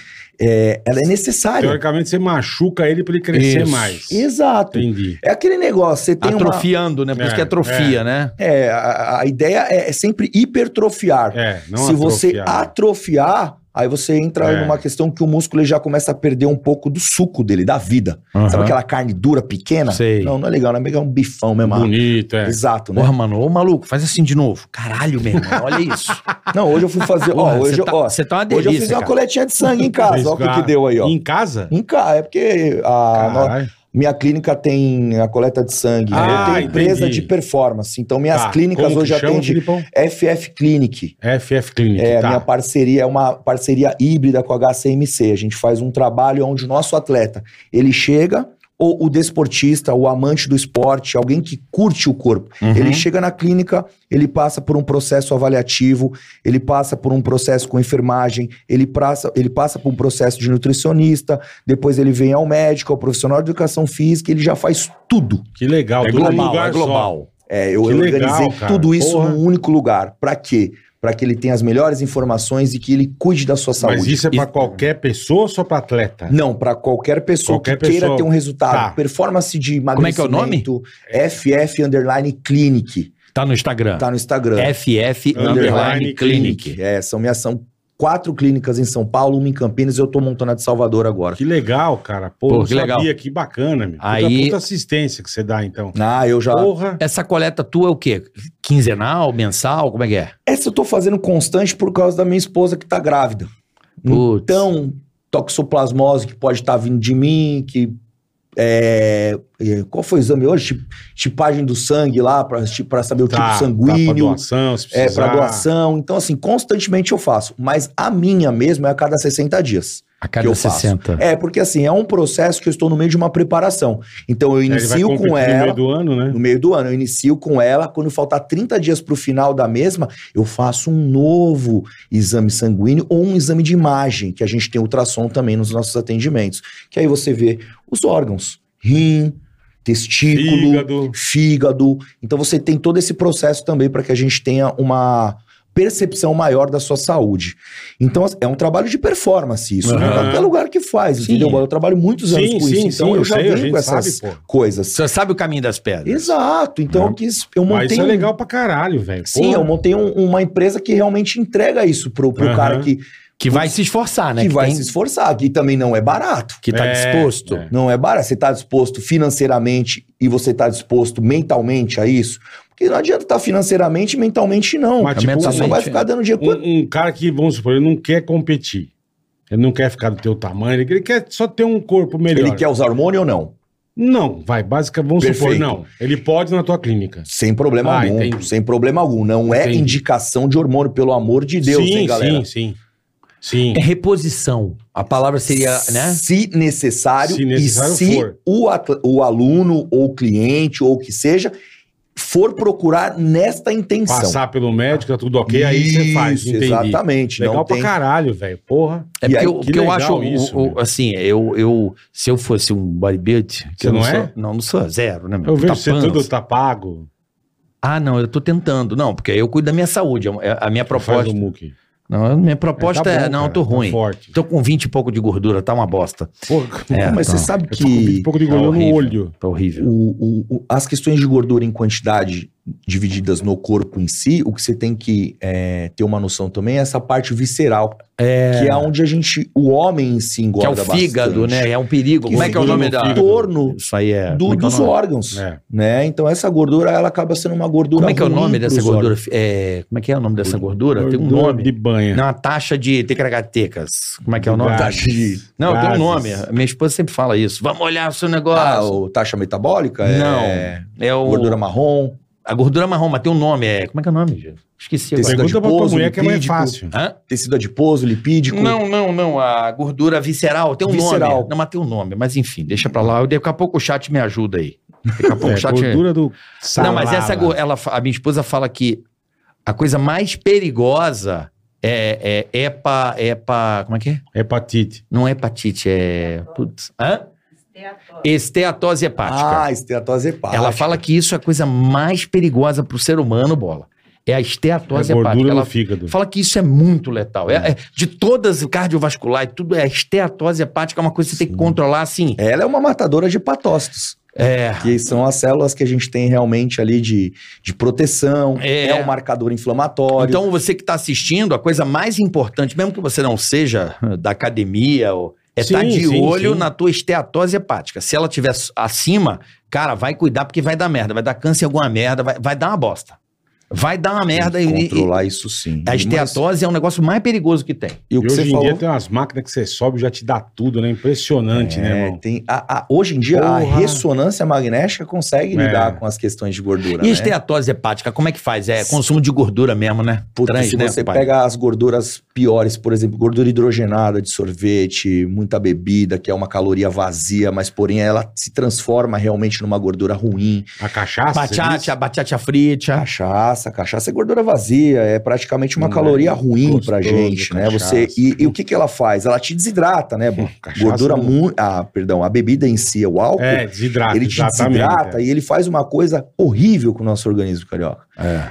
[SPEAKER 4] é, ela é necessária.
[SPEAKER 2] Teoricamente, você machuca ele pra ele crescer
[SPEAKER 3] Isso.
[SPEAKER 2] mais.
[SPEAKER 4] Exato.
[SPEAKER 2] Entendi.
[SPEAKER 4] É aquele negócio, você tem uma...
[SPEAKER 3] Atrofiando, né? Por isso
[SPEAKER 2] É,
[SPEAKER 3] que é atrofia, né?
[SPEAKER 4] É, a, a ideia é, é sempre hipertrofiar.
[SPEAKER 2] É, não
[SPEAKER 4] Se você
[SPEAKER 2] atrofiar.
[SPEAKER 4] atrofiar, aí você entra
[SPEAKER 2] É.
[SPEAKER 4] numa questão que o músculo ele já começa a perder um pouco do suco dele, da vida. Sabe
[SPEAKER 3] Aham.
[SPEAKER 4] aquela carne dura, pequena?
[SPEAKER 3] Sei.
[SPEAKER 4] Não, não é legal, não é legal, é um bifão mesmo.
[SPEAKER 2] Bonito, é.
[SPEAKER 4] Exato, né?
[SPEAKER 3] Porra, mano, ô maluco, faz assim de novo. Caralho, meu irmão, olha isso.
[SPEAKER 4] Não, hoje eu fui fazer. ó,
[SPEAKER 3] Porra,
[SPEAKER 4] hoje,
[SPEAKER 3] você
[SPEAKER 4] eu-
[SPEAKER 3] tá,
[SPEAKER 4] ó,
[SPEAKER 3] você tá uma
[SPEAKER 4] hoje
[SPEAKER 3] delícia.
[SPEAKER 4] eu fiz uma
[SPEAKER 3] cara.
[SPEAKER 4] coletinha de sangue em casa. ó, o que, que deu aí, ó.
[SPEAKER 2] Em casa?
[SPEAKER 4] Em casa, é porque a, no-
[SPEAKER 2] Caralho.
[SPEAKER 4] Minha clínica tem a coleta de sangue, né?
[SPEAKER 2] Ah,
[SPEAKER 4] eu tenho empresa
[SPEAKER 2] entendi.
[SPEAKER 4] de performance. Então, minhas
[SPEAKER 2] Tá,
[SPEAKER 4] clínicas
[SPEAKER 2] como
[SPEAKER 4] hoje
[SPEAKER 2] que chama,
[SPEAKER 4] atendem
[SPEAKER 2] Filipão?
[SPEAKER 4] FF Clinic.
[SPEAKER 2] FF Clinic,
[SPEAKER 4] É,
[SPEAKER 2] tá.
[SPEAKER 4] minha parceria é uma parceria híbrida com a HCMC. A gente faz um trabalho onde o nosso atleta, ele chega, ou o desportista, o amante do esporte, alguém que curte o corpo, ele chega na clínica, ele passa por um processo avaliativo, ele passa por um processo com enfermagem, ele passa, ele passa por um processo de nutricionista, depois ele vem ao médico, ao profissional de educação física, ele já faz tudo.
[SPEAKER 2] Que legal.
[SPEAKER 3] É
[SPEAKER 2] tudo num
[SPEAKER 3] global,
[SPEAKER 2] lugar
[SPEAKER 3] é
[SPEAKER 2] só.
[SPEAKER 3] global.
[SPEAKER 4] É, eu
[SPEAKER 2] Que
[SPEAKER 4] eu
[SPEAKER 2] legal,
[SPEAKER 4] organizei
[SPEAKER 2] cara.
[SPEAKER 4] tudo isso
[SPEAKER 2] Porra.
[SPEAKER 4] num único lugar. Pra quê? Pra que ele tenha as melhores informações e que ele cuide da sua saúde.
[SPEAKER 2] Mas isso é pra
[SPEAKER 3] Isso-
[SPEAKER 2] qualquer pessoa ou só pra atleta?
[SPEAKER 4] Não, pra qualquer pessoa
[SPEAKER 2] Qualquer
[SPEAKER 4] que queira
[SPEAKER 2] pessoa.
[SPEAKER 4] ter um resultado.
[SPEAKER 2] Tá.
[SPEAKER 4] Performance de
[SPEAKER 3] Como é que é o
[SPEAKER 4] emagrecimento.
[SPEAKER 3] nome?
[SPEAKER 4] FF Underline Clinic.
[SPEAKER 3] Tá no Instagram.
[SPEAKER 4] Tá no Instagram.
[SPEAKER 3] FF
[SPEAKER 2] Underline
[SPEAKER 3] Underline Clinic.
[SPEAKER 4] É, são minhas são quatro clínicas em São Paulo, uma em Campinas e eu tô montando a de Salvador agora.
[SPEAKER 2] Que legal, cara. Pô,
[SPEAKER 3] Pô,
[SPEAKER 2] não
[SPEAKER 3] que
[SPEAKER 2] sabia,
[SPEAKER 3] legal.
[SPEAKER 2] que bacana, meu. Puta-
[SPEAKER 3] Aí-
[SPEAKER 2] Puta, assistência que você dá, então.
[SPEAKER 4] Ah, eu já.
[SPEAKER 2] Porra.
[SPEAKER 3] Essa coleta tua é o quê? Quinzenal, mensal? Como é que é?
[SPEAKER 4] Essa eu tô fazendo constante por causa da minha esposa que tá grávida.
[SPEAKER 3] Putz.
[SPEAKER 4] Então, toxoplasmose que pode estar vindo de mim, que. é, é, qual foi o exame hoje? Tip- Tipagem do sangue lá, pra, pra saber o
[SPEAKER 2] Tá,
[SPEAKER 4] tipo
[SPEAKER 2] Tá pra
[SPEAKER 4] sanguíneo.
[SPEAKER 2] doação, se
[SPEAKER 4] é,
[SPEAKER 2] precisar.
[SPEAKER 4] pra doação. Então, assim, constantemente eu faço. Mas a minha mesmo é a cada 60 dias.
[SPEAKER 3] A
[SPEAKER 4] que
[SPEAKER 3] cada
[SPEAKER 4] eu faço.
[SPEAKER 3] 60.
[SPEAKER 4] É, porque assim, é um processo que eu estou no meio de uma preparação. Então,
[SPEAKER 2] É,
[SPEAKER 4] eu
[SPEAKER 2] ele vai
[SPEAKER 4] inicio
[SPEAKER 2] competir
[SPEAKER 4] com
[SPEAKER 2] No
[SPEAKER 4] ela
[SPEAKER 2] meio do ano, né?
[SPEAKER 4] no meio do ano. Eu inicio com ela, quando faltar 30 dias para o final da mesma, eu faço um novo exame sanguíneo ou um exame de imagem, que a gente tem ultrassom também nos nossos atendimentos. Que aí você vê os órgãos, rim, testículo, fígado.
[SPEAKER 2] Fígado.
[SPEAKER 4] Então você tem todo esse processo também para que a gente tenha uma percepção maior da sua saúde. Então é um trabalho de performance isso, né?
[SPEAKER 3] Aham.
[SPEAKER 4] qualquer lugar que faz,
[SPEAKER 3] Sim.
[SPEAKER 4] entendeu? Eu trabalho muitos anos
[SPEAKER 2] Sim,
[SPEAKER 4] com
[SPEAKER 2] sim,
[SPEAKER 4] isso, então
[SPEAKER 2] sim,
[SPEAKER 4] eu
[SPEAKER 2] eu
[SPEAKER 4] já
[SPEAKER 2] sei, a
[SPEAKER 4] venho
[SPEAKER 2] gente
[SPEAKER 4] com essas
[SPEAKER 2] sabe, pô.
[SPEAKER 4] coisas.
[SPEAKER 3] Você sabe o caminho das pedras.
[SPEAKER 4] Exato. Então
[SPEAKER 3] Né?
[SPEAKER 4] eu quis. Eu
[SPEAKER 2] Mas
[SPEAKER 4] montei.
[SPEAKER 2] isso é
[SPEAKER 4] um-
[SPEAKER 2] legal pra caralho, velho.
[SPEAKER 4] Sim, eu montei um- uma empresa que realmente entrega isso pro, pro
[SPEAKER 2] Aham.
[SPEAKER 4] cara que,
[SPEAKER 3] Que vai se esforçar, né?
[SPEAKER 4] que vai
[SPEAKER 3] tem-
[SPEAKER 4] se esforçar, que também não é barato.
[SPEAKER 3] Que tá
[SPEAKER 2] É,
[SPEAKER 3] disposto.
[SPEAKER 2] é.
[SPEAKER 4] Não é barato. Você tá disposto financeiramente e você tá disposto mentalmente a isso? Porque não adianta estar financeiramente e mentalmente, não.
[SPEAKER 2] Mas, tipo,
[SPEAKER 4] você só vai
[SPEAKER 3] mentalmente,
[SPEAKER 4] ficar
[SPEAKER 3] é.
[SPEAKER 4] dando dinheiro. Quanto-
[SPEAKER 2] Um, um cara que, vamos supor, ele não quer competir. Ele não quer ficar do teu tamanho, ele ele quer só ter um corpo melhor.
[SPEAKER 4] Ele quer usar hormônio ou não?
[SPEAKER 2] Não, vai, basicamente, vamos supor,
[SPEAKER 4] Perfeito.
[SPEAKER 2] não. Ele pode na tua clínica.
[SPEAKER 4] Sem problema
[SPEAKER 2] Ah,
[SPEAKER 4] algum.
[SPEAKER 2] entendi.
[SPEAKER 4] Sem problema algum. Não é
[SPEAKER 2] Entendi.
[SPEAKER 4] indicação de hormônio, pelo amor de Deus,
[SPEAKER 2] sim,
[SPEAKER 4] hein, galera?
[SPEAKER 2] sim, sim. Sim.
[SPEAKER 3] É reposição. A palavra seria, né?
[SPEAKER 4] Se necessário,
[SPEAKER 2] Se necessário
[SPEAKER 4] e se
[SPEAKER 2] for.
[SPEAKER 4] O, atl- o aluno ou o cliente ou o que seja for procurar nesta intenção.
[SPEAKER 2] Passar pelo médico, tá tudo ok, aí você faz.
[SPEAKER 4] Isso,
[SPEAKER 2] Entendi.
[SPEAKER 4] Exatamente.
[SPEAKER 2] Legal
[SPEAKER 4] não
[SPEAKER 2] pra
[SPEAKER 4] tem...
[SPEAKER 2] caralho, velho. Porra.
[SPEAKER 3] É
[SPEAKER 4] E
[SPEAKER 3] porque
[SPEAKER 4] aí,
[SPEAKER 3] eu,
[SPEAKER 2] que
[SPEAKER 3] porque eu
[SPEAKER 2] legal
[SPEAKER 3] acho, o-
[SPEAKER 2] isso,
[SPEAKER 3] o-
[SPEAKER 2] meu.
[SPEAKER 3] assim, eu, eu, se eu fosse um bodybuilder... que
[SPEAKER 2] Você
[SPEAKER 3] eu
[SPEAKER 2] não é?
[SPEAKER 3] Sou, não, não sou zero, né, meu?
[SPEAKER 2] Eu
[SPEAKER 3] Puta
[SPEAKER 2] vejo você
[SPEAKER 3] pança.
[SPEAKER 2] tudo tá pago.
[SPEAKER 3] Ah, não, eu tô tentando. Não, porque eu cuido da minha saúde. é A minha
[SPEAKER 2] Faz
[SPEAKER 3] proposta...
[SPEAKER 2] o muque.
[SPEAKER 3] Não, a minha proposta é...
[SPEAKER 2] tá bom,
[SPEAKER 3] não, eu
[SPEAKER 2] cara,
[SPEAKER 3] tô ruim.
[SPEAKER 2] Tá forte.
[SPEAKER 3] tô com 20 e pouco de gordura, tá uma bosta.
[SPEAKER 2] Porra,
[SPEAKER 3] É,
[SPEAKER 4] Mas
[SPEAKER 3] tá,
[SPEAKER 4] você sabe
[SPEAKER 2] eu tô com um
[SPEAKER 4] que
[SPEAKER 2] pouco de
[SPEAKER 3] tá
[SPEAKER 2] gordura no
[SPEAKER 3] horrível.
[SPEAKER 2] olho.
[SPEAKER 3] tá horrível.
[SPEAKER 4] o- o- o- as questões de gordura em quantidade divididas no corpo em si, o que você tem que é, ter uma noção também é essa parte visceral,
[SPEAKER 3] É...
[SPEAKER 4] que é onde a gente, o homem em si
[SPEAKER 3] Que é
[SPEAKER 4] engorda
[SPEAKER 3] o fígado,
[SPEAKER 4] bastante.
[SPEAKER 3] né? É um perigo.
[SPEAKER 4] Que
[SPEAKER 3] Como é que é o
[SPEAKER 2] fica
[SPEAKER 3] nome
[SPEAKER 2] no
[SPEAKER 3] da...
[SPEAKER 4] Em torno
[SPEAKER 3] Isso aí é...
[SPEAKER 4] do-
[SPEAKER 3] como é que é o
[SPEAKER 4] dos
[SPEAKER 3] nome?
[SPEAKER 4] órgãos.
[SPEAKER 2] É.
[SPEAKER 4] né? Então essa gordura ela acaba sendo uma gordura.
[SPEAKER 3] Como é que é o
[SPEAKER 4] ruim
[SPEAKER 3] nome dessa
[SPEAKER 4] pros
[SPEAKER 3] gordura?
[SPEAKER 4] órgãos.
[SPEAKER 3] É, como é que é o nome dessa gordura? Tem um
[SPEAKER 2] Gordura
[SPEAKER 3] nome.
[SPEAKER 2] De banha.
[SPEAKER 3] Não, a taxa de tecracatecas. Como é que é o nome?
[SPEAKER 2] Gases.
[SPEAKER 3] Taxa de- Não, tem
[SPEAKER 2] Gases.
[SPEAKER 3] um nome. Minha esposa sempre fala isso. Vamos olhar o seu
[SPEAKER 4] Ah,
[SPEAKER 3] negócio.
[SPEAKER 4] o taxa metabólica?
[SPEAKER 3] Não.
[SPEAKER 4] É
[SPEAKER 3] é o...
[SPEAKER 4] gordura marrom.
[SPEAKER 3] A gordura marrom, mas tem um nome. É... Como é que é o nome, gente? Esqueci agora.
[SPEAKER 4] Tecido
[SPEAKER 2] Pergunta pra tua
[SPEAKER 4] adiposo,
[SPEAKER 2] mulher que é mais
[SPEAKER 4] lipídico.
[SPEAKER 2] fácil.
[SPEAKER 3] Hã?
[SPEAKER 4] Tecido adiposo, lipídico.
[SPEAKER 3] Não, não, não. A gordura visceral tem um
[SPEAKER 4] Visceral.
[SPEAKER 3] nome. Não, mas tem um nome. Mas enfim, deixa pra lá. Eu- Daqui a pouco o chat me ajuda aí. Daqui a pouco
[SPEAKER 2] É,
[SPEAKER 3] o chat...
[SPEAKER 2] gordura do
[SPEAKER 3] Não, mas essa go- ela, fa- a minha esposa fala que a coisa mais perigosa é é epa, epa, como é que é?
[SPEAKER 2] Hepatite.
[SPEAKER 3] Não é hepatite, é putz, hã?
[SPEAKER 5] Esteatose.
[SPEAKER 3] Esteatose hepática.
[SPEAKER 4] Ah, esteatose hepática.
[SPEAKER 3] ela fala que isso é a coisa mais perigosa para o ser humano, bola. É a esteatose
[SPEAKER 2] é gordura
[SPEAKER 3] hepática.
[SPEAKER 2] no
[SPEAKER 3] Ela
[SPEAKER 2] fígado.
[SPEAKER 3] fala que isso é muito letal. É, é- de todas o cardiovascular e tudo é a esteatose hepática é uma coisa que você tem que controlar assim.
[SPEAKER 4] Ela é uma matadora de patócitos,
[SPEAKER 3] É,
[SPEAKER 4] que são as células que a gente tem realmente ali de, de proteção,
[SPEAKER 3] É.
[SPEAKER 4] é. um marcador inflamatório.
[SPEAKER 3] Então, você que está assistindo, a coisa mais importante, mesmo que você não seja eh, da academia, ou- é
[SPEAKER 2] Sim,
[SPEAKER 3] estar de
[SPEAKER 2] sim,
[SPEAKER 3] olho
[SPEAKER 2] sim.
[SPEAKER 3] na tua esteatose hepática. Se ela estiver acima, cara, vai cuidar porque vai dar merda. Vai dar câncer em alguma merda, vai, vai dar uma bosta. vai dar uma merda
[SPEAKER 4] Tem que
[SPEAKER 3] e, e
[SPEAKER 4] Controlar isso sim.
[SPEAKER 3] a
[SPEAKER 4] Mas-
[SPEAKER 3] esteatose é um negócio mais perigoso que tem.
[SPEAKER 4] E o
[SPEAKER 2] E
[SPEAKER 4] que você
[SPEAKER 2] hoje em
[SPEAKER 4] falou.
[SPEAKER 2] dia tem umas máquinas que você sobe e já te dá tudo, né? Impressionante, né,
[SPEAKER 4] É,
[SPEAKER 2] irmão?
[SPEAKER 4] tem a, a- hoje em dia a
[SPEAKER 2] Porra.
[SPEAKER 4] ressonância magnética consegue
[SPEAKER 2] É.
[SPEAKER 4] lidar com as questões de gordura.
[SPEAKER 3] E
[SPEAKER 4] né?
[SPEAKER 3] a esteatose hepática, como é que faz? É consumo de gordura mesmo, né?
[SPEAKER 4] Puta, se você
[SPEAKER 3] pai?
[SPEAKER 4] pega as gorduras piores, por exemplo, gordura hidrogenada de sorvete, muita bebida, que é uma caloria vazia, mas porém ela se transforma realmente numa gordura ruim.
[SPEAKER 2] A cachaça. você disse?
[SPEAKER 3] Batata, batata frita.
[SPEAKER 4] Cachaça, cachaça é gordura vazia, é praticamente uma
[SPEAKER 2] Hum,
[SPEAKER 4] caloria ruim
[SPEAKER 2] gostoso,
[SPEAKER 4] pra gente, né?
[SPEAKER 2] cachaça.
[SPEAKER 4] Você e, e o que que ela faz? Ela te desidrata, né? Bo?
[SPEAKER 2] Cachaça
[SPEAKER 4] gordura
[SPEAKER 2] não-
[SPEAKER 4] muito, ah, perdão, a bebida em si, o álcool,
[SPEAKER 2] É, desidrata.
[SPEAKER 4] ele te
[SPEAKER 2] exatamente, é.
[SPEAKER 4] desidrata e ele faz uma coisa horrível com o nosso organismo carioca.
[SPEAKER 3] É.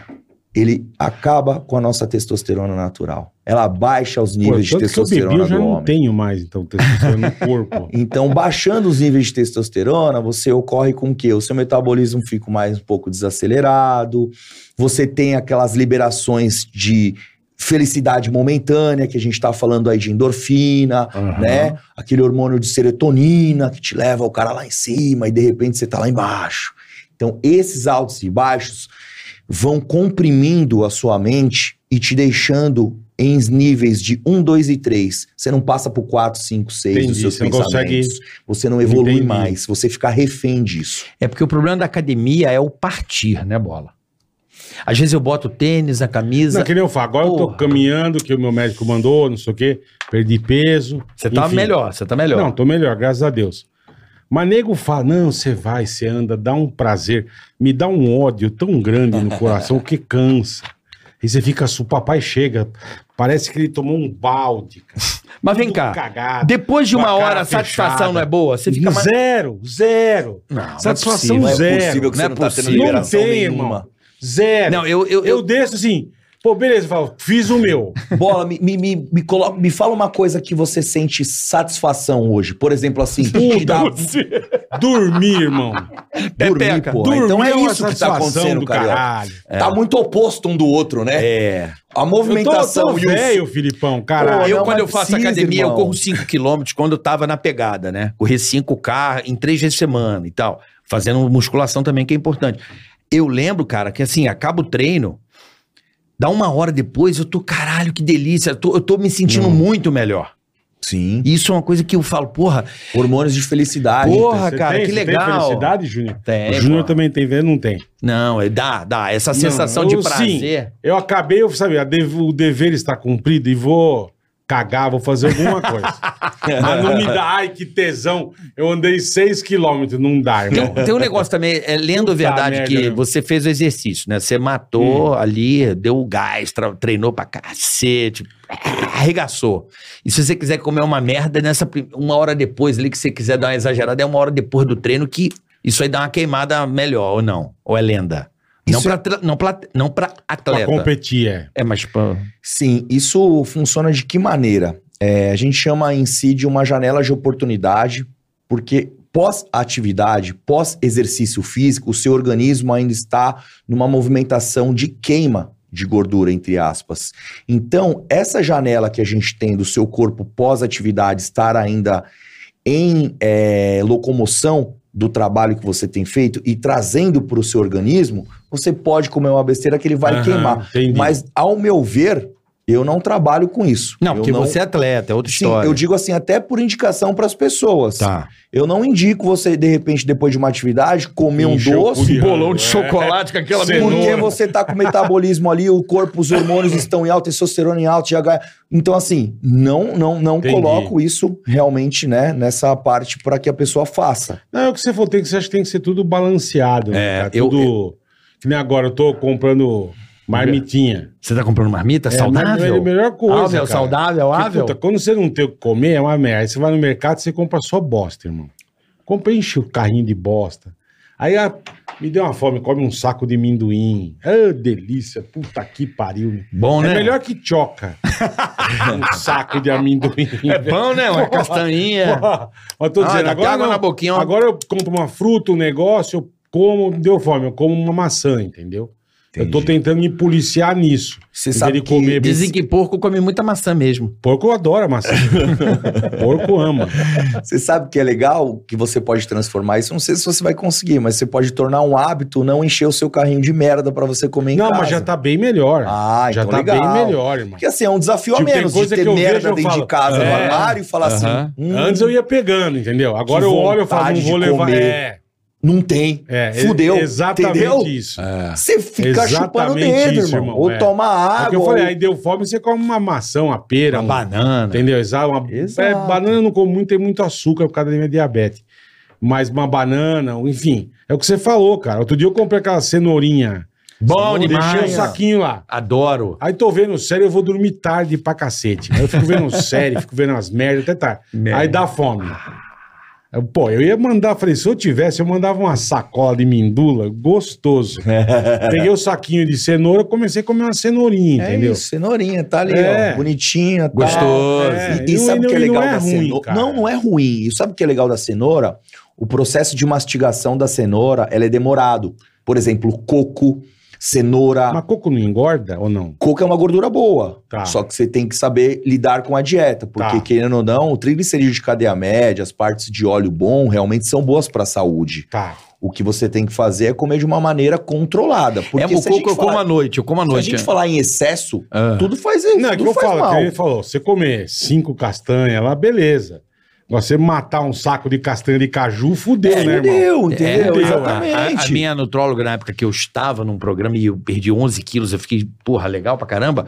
[SPEAKER 4] ele acaba com a nossa testosterona natural. Ela baixa os
[SPEAKER 2] Pô,
[SPEAKER 4] níveis
[SPEAKER 2] tanto
[SPEAKER 4] de
[SPEAKER 2] que eu bebi, eu
[SPEAKER 4] testosterona
[SPEAKER 2] já
[SPEAKER 4] do
[SPEAKER 2] não
[SPEAKER 4] homem.
[SPEAKER 2] tenho mais, então, testosterona no corpo.
[SPEAKER 4] Então, baixando os níveis de testosterona, você ocorre com que o seu metabolismo fica mais um pouco desacelerado, você tem aquelas liberações de felicidade momentânea, que a gente tá falando aí de endorfina,
[SPEAKER 2] Aham.
[SPEAKER 4] né? Aquele hormônio de serotonina que te leva o cara lá em cima e de repente você tá lá embaixo. Então, esses altos e baixos vão comprimindo a sua mente e te deixando em níveis de 1, 2 e 3. Você não passa pro 4, 5, 6 dos
[SPEAKER 2] Entendi,
[SPEAKER 4] seus
[SPEAKER 2] você não
[SPEAKER 4] pensamentos.
[SPEAKER 2] consegue-
[SPEAKER 4] Você não evolui
[SPEAKER 2] Entendi.
[SPEAKER 4] mais, você fica refém disso.
[SPEAKER 3] É porque o problema da academia é o partir, né, bola? Às vezes eu boto o tênis, a camisa.
[SPEAKER 2] Não, que nem eu falo, agora eu tô
[SPEAKER 3] Porra.
[SPEAKER 2] caminhando, que o meu médico mandou, não sei o quê, perdi peso.
[SPEAKER 3] Você tá
[SPEAKER 2] enfim.
[SPEAKER 3] melhor, você tá melhor.
[SPEAKER 2] Não, tô melhor, graças a Deus. Mas nego fala, não, você vai, você anda, dá um prazer, me dá um ódio tão grande no coração que cansa. E você fica, su- o papai chega, parece que ele tomou um balde, cara.
[SPEAKER 3] Mas vem
[SPEAKER 2] Tudo
[SPEAKER 3] cá.
[SPEAKER 2] Cagado.
[SPEAKER 3] Depois de
[SPEAKER 2] Com a
[SPEAKER 3] uma
[SPEAKER 2] cara
[SPEAKER 3] hora a satisfação
[SPEAKER 2] fechada.
[SPEAKER 3] não é boa, você fica mais.
[SPEAKER 2] Zero, zero.
[SPEAKER 3] Não, não é
[SPEAKER 2] Satisfação
[SPEAKER 3] possível.
[SPEAKER 2] Um zero.
[SPEAKER 3] Não é possível.
[SPEAKER 4] tá liberação
[SPEAKER 2] Não tem, irmão. Zero.
[SPEAKER 3] Não, eu, eu,
[SPEAKER 2] eu, desço assim, pô, beleza, eu falo, fiz o meu.
[SPEAKER 4] Bola, me, me, me, me coloca, me fala uma coisa que você sente satisfação hoje. Por exemplo, assim, te dá-
[SPEAKER 2] Puta,
[SPEAKER 3] um
[SPEAKER 2] dormir, irmão.
[SPEAKER 4] dormir,
[SPEAKER 3] Pepeca.
[SPEAKER 4] pô.
[SPEAKER 2] Dormir
[SPEAKER 4] Então é
[SPEAKER 2] uma
[SPEAKER 4] isso que tá
[SPEAKER 2] satisfação
[SPEAKER 4] acontecendo,
[SPEAKER 2] do
[SPEAKER 4] cara.
[SPEAKER 2] caralho.
[SPEAKER 4] Tá muito oposto um do outro, né?
[SPEAKER 3] É.
[SPEAKER 4] A
[SPEAKER 2] Eu tô,
[SPEAKER 4] movimentação
[SPEAKER 2] tô
[SPEAKER 4] e o-
[SPEAKER 2] velho, Filipão,
[SPEAKER 4] Pô,
[SPEAKER 2] caralho.
[SPEAKER 3] eu,
[SPEAKER 4] não,
[SPEAKER 3] quando
[SPEAKER 4] mas
[SPEAKER 3] eu faço
[SPEAKER 4] precisa,
[SPEAKER 3] academia,
[SPEAKER 4] irmão.
[SPEAKER 3] eu corro 5km quando eu tava na pegada, né? Corri 5K em três vezes por semana e tal. Fazendo musculação também, que é importante. Eu lembro, cara, que assim, acaba o treino, dá uma hora depois, eu tô, caralho, que delícia. Eu tô, eu tô me sentindo muito melhor.
[SPEAKER 4] Sim.
[SPEAKER 3] E isso é uma coisa que eu falo, porra,
[SPEAKER 4] Hormônios de felicidade.
[SPEAKER 3] Porra,
[SPEAKER 2] Você
[SPEAKER 3] cara,
[SPEAKER 2] tem-
[SPEAKER 3] que
[SPEAKER 2] você Tem
[SPEAKER 3] legal.
[SPEAKER 2] felicidade, Júnior?
[SPEAKER 3] Tem,
[SPEAKER 2] o Júnior
[SPEAKER 3] pô.
[SPEAKER 2] também tem, vê? não tem.
[SPEAKER 3] não, é- dá, dá. Essa
[SPEAKER 2] é, Não,
[SPEAKER 3] sensação
[SPEAKER 2] eu
[SPEAKER 3] de prazer.
[SPEAKER 2] Eu acabei, eu sabe, a dev- o dever está cumprido e vou cagar, vou fazer alguma coisa. Mas não me dá, ai, que tesão. Eu andei 6 quilômetros, não dá,
[SPEAKER 3] Tem,
[SPEAKER 2] irmão.
[SPEAKER 3] um- tem um negócio também, é lendo a
[SPEAKER 2] Puta
[SPEAKER 3] verdade,
[SPEAKER 2] merda,
[SPEAKER 3] que
[SPEAKER 2] meu.
[SPEAKER 3] você fez o exercício, né? Você matou ali, deu o gás, tra- treinou pra cacete, arregaçou. E se você quiser comer uma merda, nessa prim- uma hora depois ali que você quiser dar uma exagerada, é uma hora depois do treino que isso aí dá uma queimada melhor, ou não? Ou é lenda? Não
[SPEAKER 4] Isso
[SPEAKER 3] pra, tra- não, pra, não pra
[SPEAKER 2] pra
[SPEAKER 3] atleta.
[SPEAKER 2] competir, é.
[SPEAKER 3] É, mas pra...
[SPEAKER 4] Sim, isso funciona de que maneira? É, a gente chama em si de uma janela de oportunidade, porque pós-atividade, pós-exercício físico, o seu organismo ainda está numa movimentação de queima de gordura, entre aspas. Então, essa janela que a gente tem do seu corpo pós-atividade estar ainda em é, locomoção do trabalho que você tem feito e trazendo para o seu organismo, você pode comer uma besteira que ele vai
[SPEAKER 2] Aham,
[SPEAKER 4] queimar.
[SPEAKER 2] Entendi.
[SPEAKER 4] Mas, ao meu ver, eu não trabalho com isso.
[SPEAKER 3] Não,
[SPEAKER 4] Eu
[SPEAKER 3] porque você é atleta, é outra
[SPEAKER 4] Sim,
[SPEAKER 3] história.
[SPEAKER 4] eu digo assim, até por indicação para as pessoas.
[SPEAKER 3] Tá.
[SPEAKER 4] Eu não indico você, de repente, depois de uma atividade, comer um
[SPEAKER 2] Encher o cu
[SPEAKER 4] doce.
[SPEAKER 2] de-
[SPEAKER 3] Bolão de
[SPEAKER 2] É.
[SPEAKER 3] chocolate com aquela...
[SPEAKER 2] Cê-
[SPEAKER 4] Porque
[SPEAKER 2] cenoura.
[SPEAKER 4] você tá com o metabolismo ali, o corpo, os hormônios estão em alta, testosterona em alta, GH. Então, assim, não não, não
[SPEAKER 2] Entendi.
[SPEAKER 4] coloco isso realmente, né, nessa parte para que a pessoa faça.
[SPEAKER 2] Não, é o que você falou, tem que, você acha que tem que ser tudo balanceado, né?
[SPEAKER 3] É,
[SPEAKER 2] cara?
[SPEAKER 3] eu-
[SPEAKER 2] Tudo. Que nem agora, eu tô comprando marmitinha.
[SPEAKER 3] Você tá comprando marmita?
[SPEAKER 2] É, mas
[SPEAKER 3] saudável? Ah,
[SPEAKER 2] É a melhor coisa.
[SPEAKER 3] Ável,
[SPEAKER 2] cara.
[SPEAKER 3] saudável,
[SPEAKER 2] Porque,
[SPEAKER 3] ável.
[SPEAKER 2] puta, quando você não tem o que comer, é uma merda. Aí você vai no mercado você compra só bosta, irmão. Compra, enche o carrinho de bosta. Aí ah, me deu uma fome, come um saco de amendoim. Ah, delícia, puta que pariu.
[SPEAKER 3] Bom,
[SPEAKER 2] é
[SPEAKER 3] né?
[SPEAKER 2] melhor que choca. um saco de amendoim.
[SPEAKER 3] É bom, né? Uma
[SPEAKER 2] Porra.
[SPEAKER 3] castanhinha.
[SPEAKER 2] Porra, Mas tô
[SPEAKER 3] Ah,
[SPEAKER 2] dizendo,
[SPEAKER 3] dá até
[SPEAKER 2] agora,
[SPEAKER 3] água
[SPEAKER 2] não.
[SPEAKER 3] na boquinha, ó.
[SPEAKER 2] agora eu compro uma fruta, um negócio, eu como, me deu fome, eu como uma maçã, entendeu? Eu tô tentando me policiar nisso.
[SPEAKER 4] Você
[SPEAKER 2] Mas
[SPEAKER 4] sabe
[SPEAKER 2] ele
[SPEAKER 4] que
[SPEAKER 2] comer-
[SPEAKER 3] Dizem que porco come muita maçã mesmo.
[SPEAKER 2] Porco adora maçã. Porco ama.
[SPEAKER 4] Você sabe que é legal que você pode transformar isso. Não sei se você vai conseguir, mas você pode tornar um hábito não encher o seu carrinho de merda pra você comer em
[SPEAKER 2] Não,
[SPEAKER 4] casa.
[SPEAKER 2] mas já tá bem melhor.
[SPEAKER 4] Ah,
[SPEAKER 2] já
[SPEAKER 4] então
[SPEAKER 2] tá
[SPEAKER 4] legal.
[SPEAKER 2] bem melhor, irmão.
[SPEAKER 4] Porque assim, é um desafio
[SPEAKER 2] Tipo,
[SPEAKER 4] a
[SPEAKER 2] tem
[SPEAKER 4] menos de
[SPEAKER 2] coisa
[SPEAKER 4] ter
[SPEAKER 2] que eu
[SPEAKER 4] merda
[SPEAKER 2] vejo, eu
[SPEAKER 4] dentro
[SPEAKER 2] falo,
[SPEAKER 4] de casa no
[SPEAKER 3] é,
[SPEAKER 4] armário e falar
[SPEAKER 3] aham.
[SPEAKER 4] assim. hum,
[SPEAKER 2] Antes eu ia pegando, entendeu? Agora
[SPEAKER 4] Que
[SPEAKER 2] eu olho e falo,
[SPEAKER 4] vontade
[SPEAKER 2] não vou
[SPEAKER 4] de
[SPEAKER 2] levar.
[SPEAKER 4] comer.
[SPEAKER 2] É,
[SPEAKER 4] Não tem.
[SPEAKER 2] é.
[SPEAKER 4] Fudeu.
[SPEAKER 2] ex- Exatamente
[SPEAKER 4] entendeu? É.
[SPEAKER 2] isso.
[SPEAKER 4] Você fica
[SPEAKER 2] É. Exatamente
[SPEAKER 4] chupando o dedo,
[SPEAKER 2] isso,
[SPEAKER 4] irmão.
[SPEAKER 2] irmão,
[SPEAKER 4] Ou
[SPEAKER 2] é.
[SPEAKER 4] toma
[SPEAKER 2] É o que
[SPEAKER 4] água.
[SPEAKER 2] eu falei,
[SPEAKER 4] ou-
[SPEAKER 2] aí deu fome, você come uma maçã, uma pera,
[SPEAKER 3] Uma
[SPEAKER 2] um-
[SPEAKER 3] banana.
[SPEAKER 2] entendeu? Exa- Uma,
[SPEAKER 4] Exato.
[SPEAKER 2] é, banana eu não como muito, tem muito açúcar por causa da minha diabetes. Mas uma banana, enfim, é o que você falou, cara. Outro dia eu comprei aquela cenourinha.
[SPEAKER 3] Bom
[SPEAKER 2] Deixei o
[SPEAKER 3] demais.
[SPEAKER 2] saquinho lá.
[SPEAKER 3] Adoro.
[SPEAKER 2] Aí tô vendo série, eu vou dormir tarde pra cacete. Aí eu fico vendo série, fico vendo as merdas até tarde.
[SPEAKER 4] É.
[SPEAKER 3] Merda.
[SPEAKER 2] Aí dá fome. Eu, Pô, eu ia mandar, falei, se eu tivesse, eu mandava uma sacola de mindula, gostoso. Peguei o saquinho de cenoura, eu comecei a comer uma cenourinha,
[SPEAKER 4] É
[SPEAKER 2] entendeu?
[SPEAKER 4] isso, cenourinha, tá ali,
[SPEAKER 2] É.
[SPEAKER 4] ó, bonitinha, tá.
[SPEAKER 3] Gostoso.
[SPEAKER 2] É,
[SPEAKER 4] E, e
[SPEAKER 2] não-
[SPEAKER 4] sabe o
[SPEAKER 2] não-
[SPEAKER 4] que é
[SPEAKER 2] e não
[SPEAKER 4] legal
[SPEAKER 2] é
[SPEAKER 4] da
[SPEAKER 2] ruim,
[SPEAKER 4] cenoura?
[SPEAKER 2] cara.
[SPEAKER 4] Não, não é ruim. E sabe o que é legal da cenoura? O processo de mastigação da cenoura, ela é demorado. Por exemplo, coco, cenoura.
[SPEAKER 2] Mas coco não engorda ou não?
[SPEAKER 4] Coco é uma gordura boa.
[SPEAKER 2] Tá.
[SPEAKER 4] Só que você tem que saber lidar com a dieta. Porque,
[SPEAKER 2] Tá.
[SPEAKER 4] querendo ou não, o triglicerídeo de cadeia média, as partes de óleo bom, realmente são boas pra saúde.
[SPEAKER 2] Tá.
[SPEAKER 4] O que você tem que fazer é comer de uma maneira controlada. Porque
[SPEAKER 3] é o
[SPEAKER 4] se a gente
[SPEAKER 3] coco eu
[SPEAKER 4] falar-
[SPEAKER 3] como à noite, eu como à
[SPEAKER 4] se a
[SPEAKER 3] noite. é.
[SPEAKER 4] gente falar em excesso,
[SPEAKER 3] Ah.
[SPEAKER 4] tudo faz
[SPEAKER 2] Não, é que
[SPEAKER 4] tudo
[SPEAKER 2] eu
[SPEAKER 4] faz
[SPEAKER 2] falo,
[SPEAKER 4] mal.
[SPEAKER 2] que ele falou, você comer cinco castanhas lá, beleza. Agora, Você matar um saco de castanha de caju, fudeu, né, irmão?
[SPEAKER 4] Entendeu,
[SPEAKER 3] É,
[SPEAKER 4] entendeu?
[SPEAKER 3] eu-
[SPEAKER 4] Exatamente.
[SPEAKER 3] A, a- a minha nutróloga, na época que eu estava num programa e eu perdi 11 quilos, eu fiquei, porra, legal pra caramba.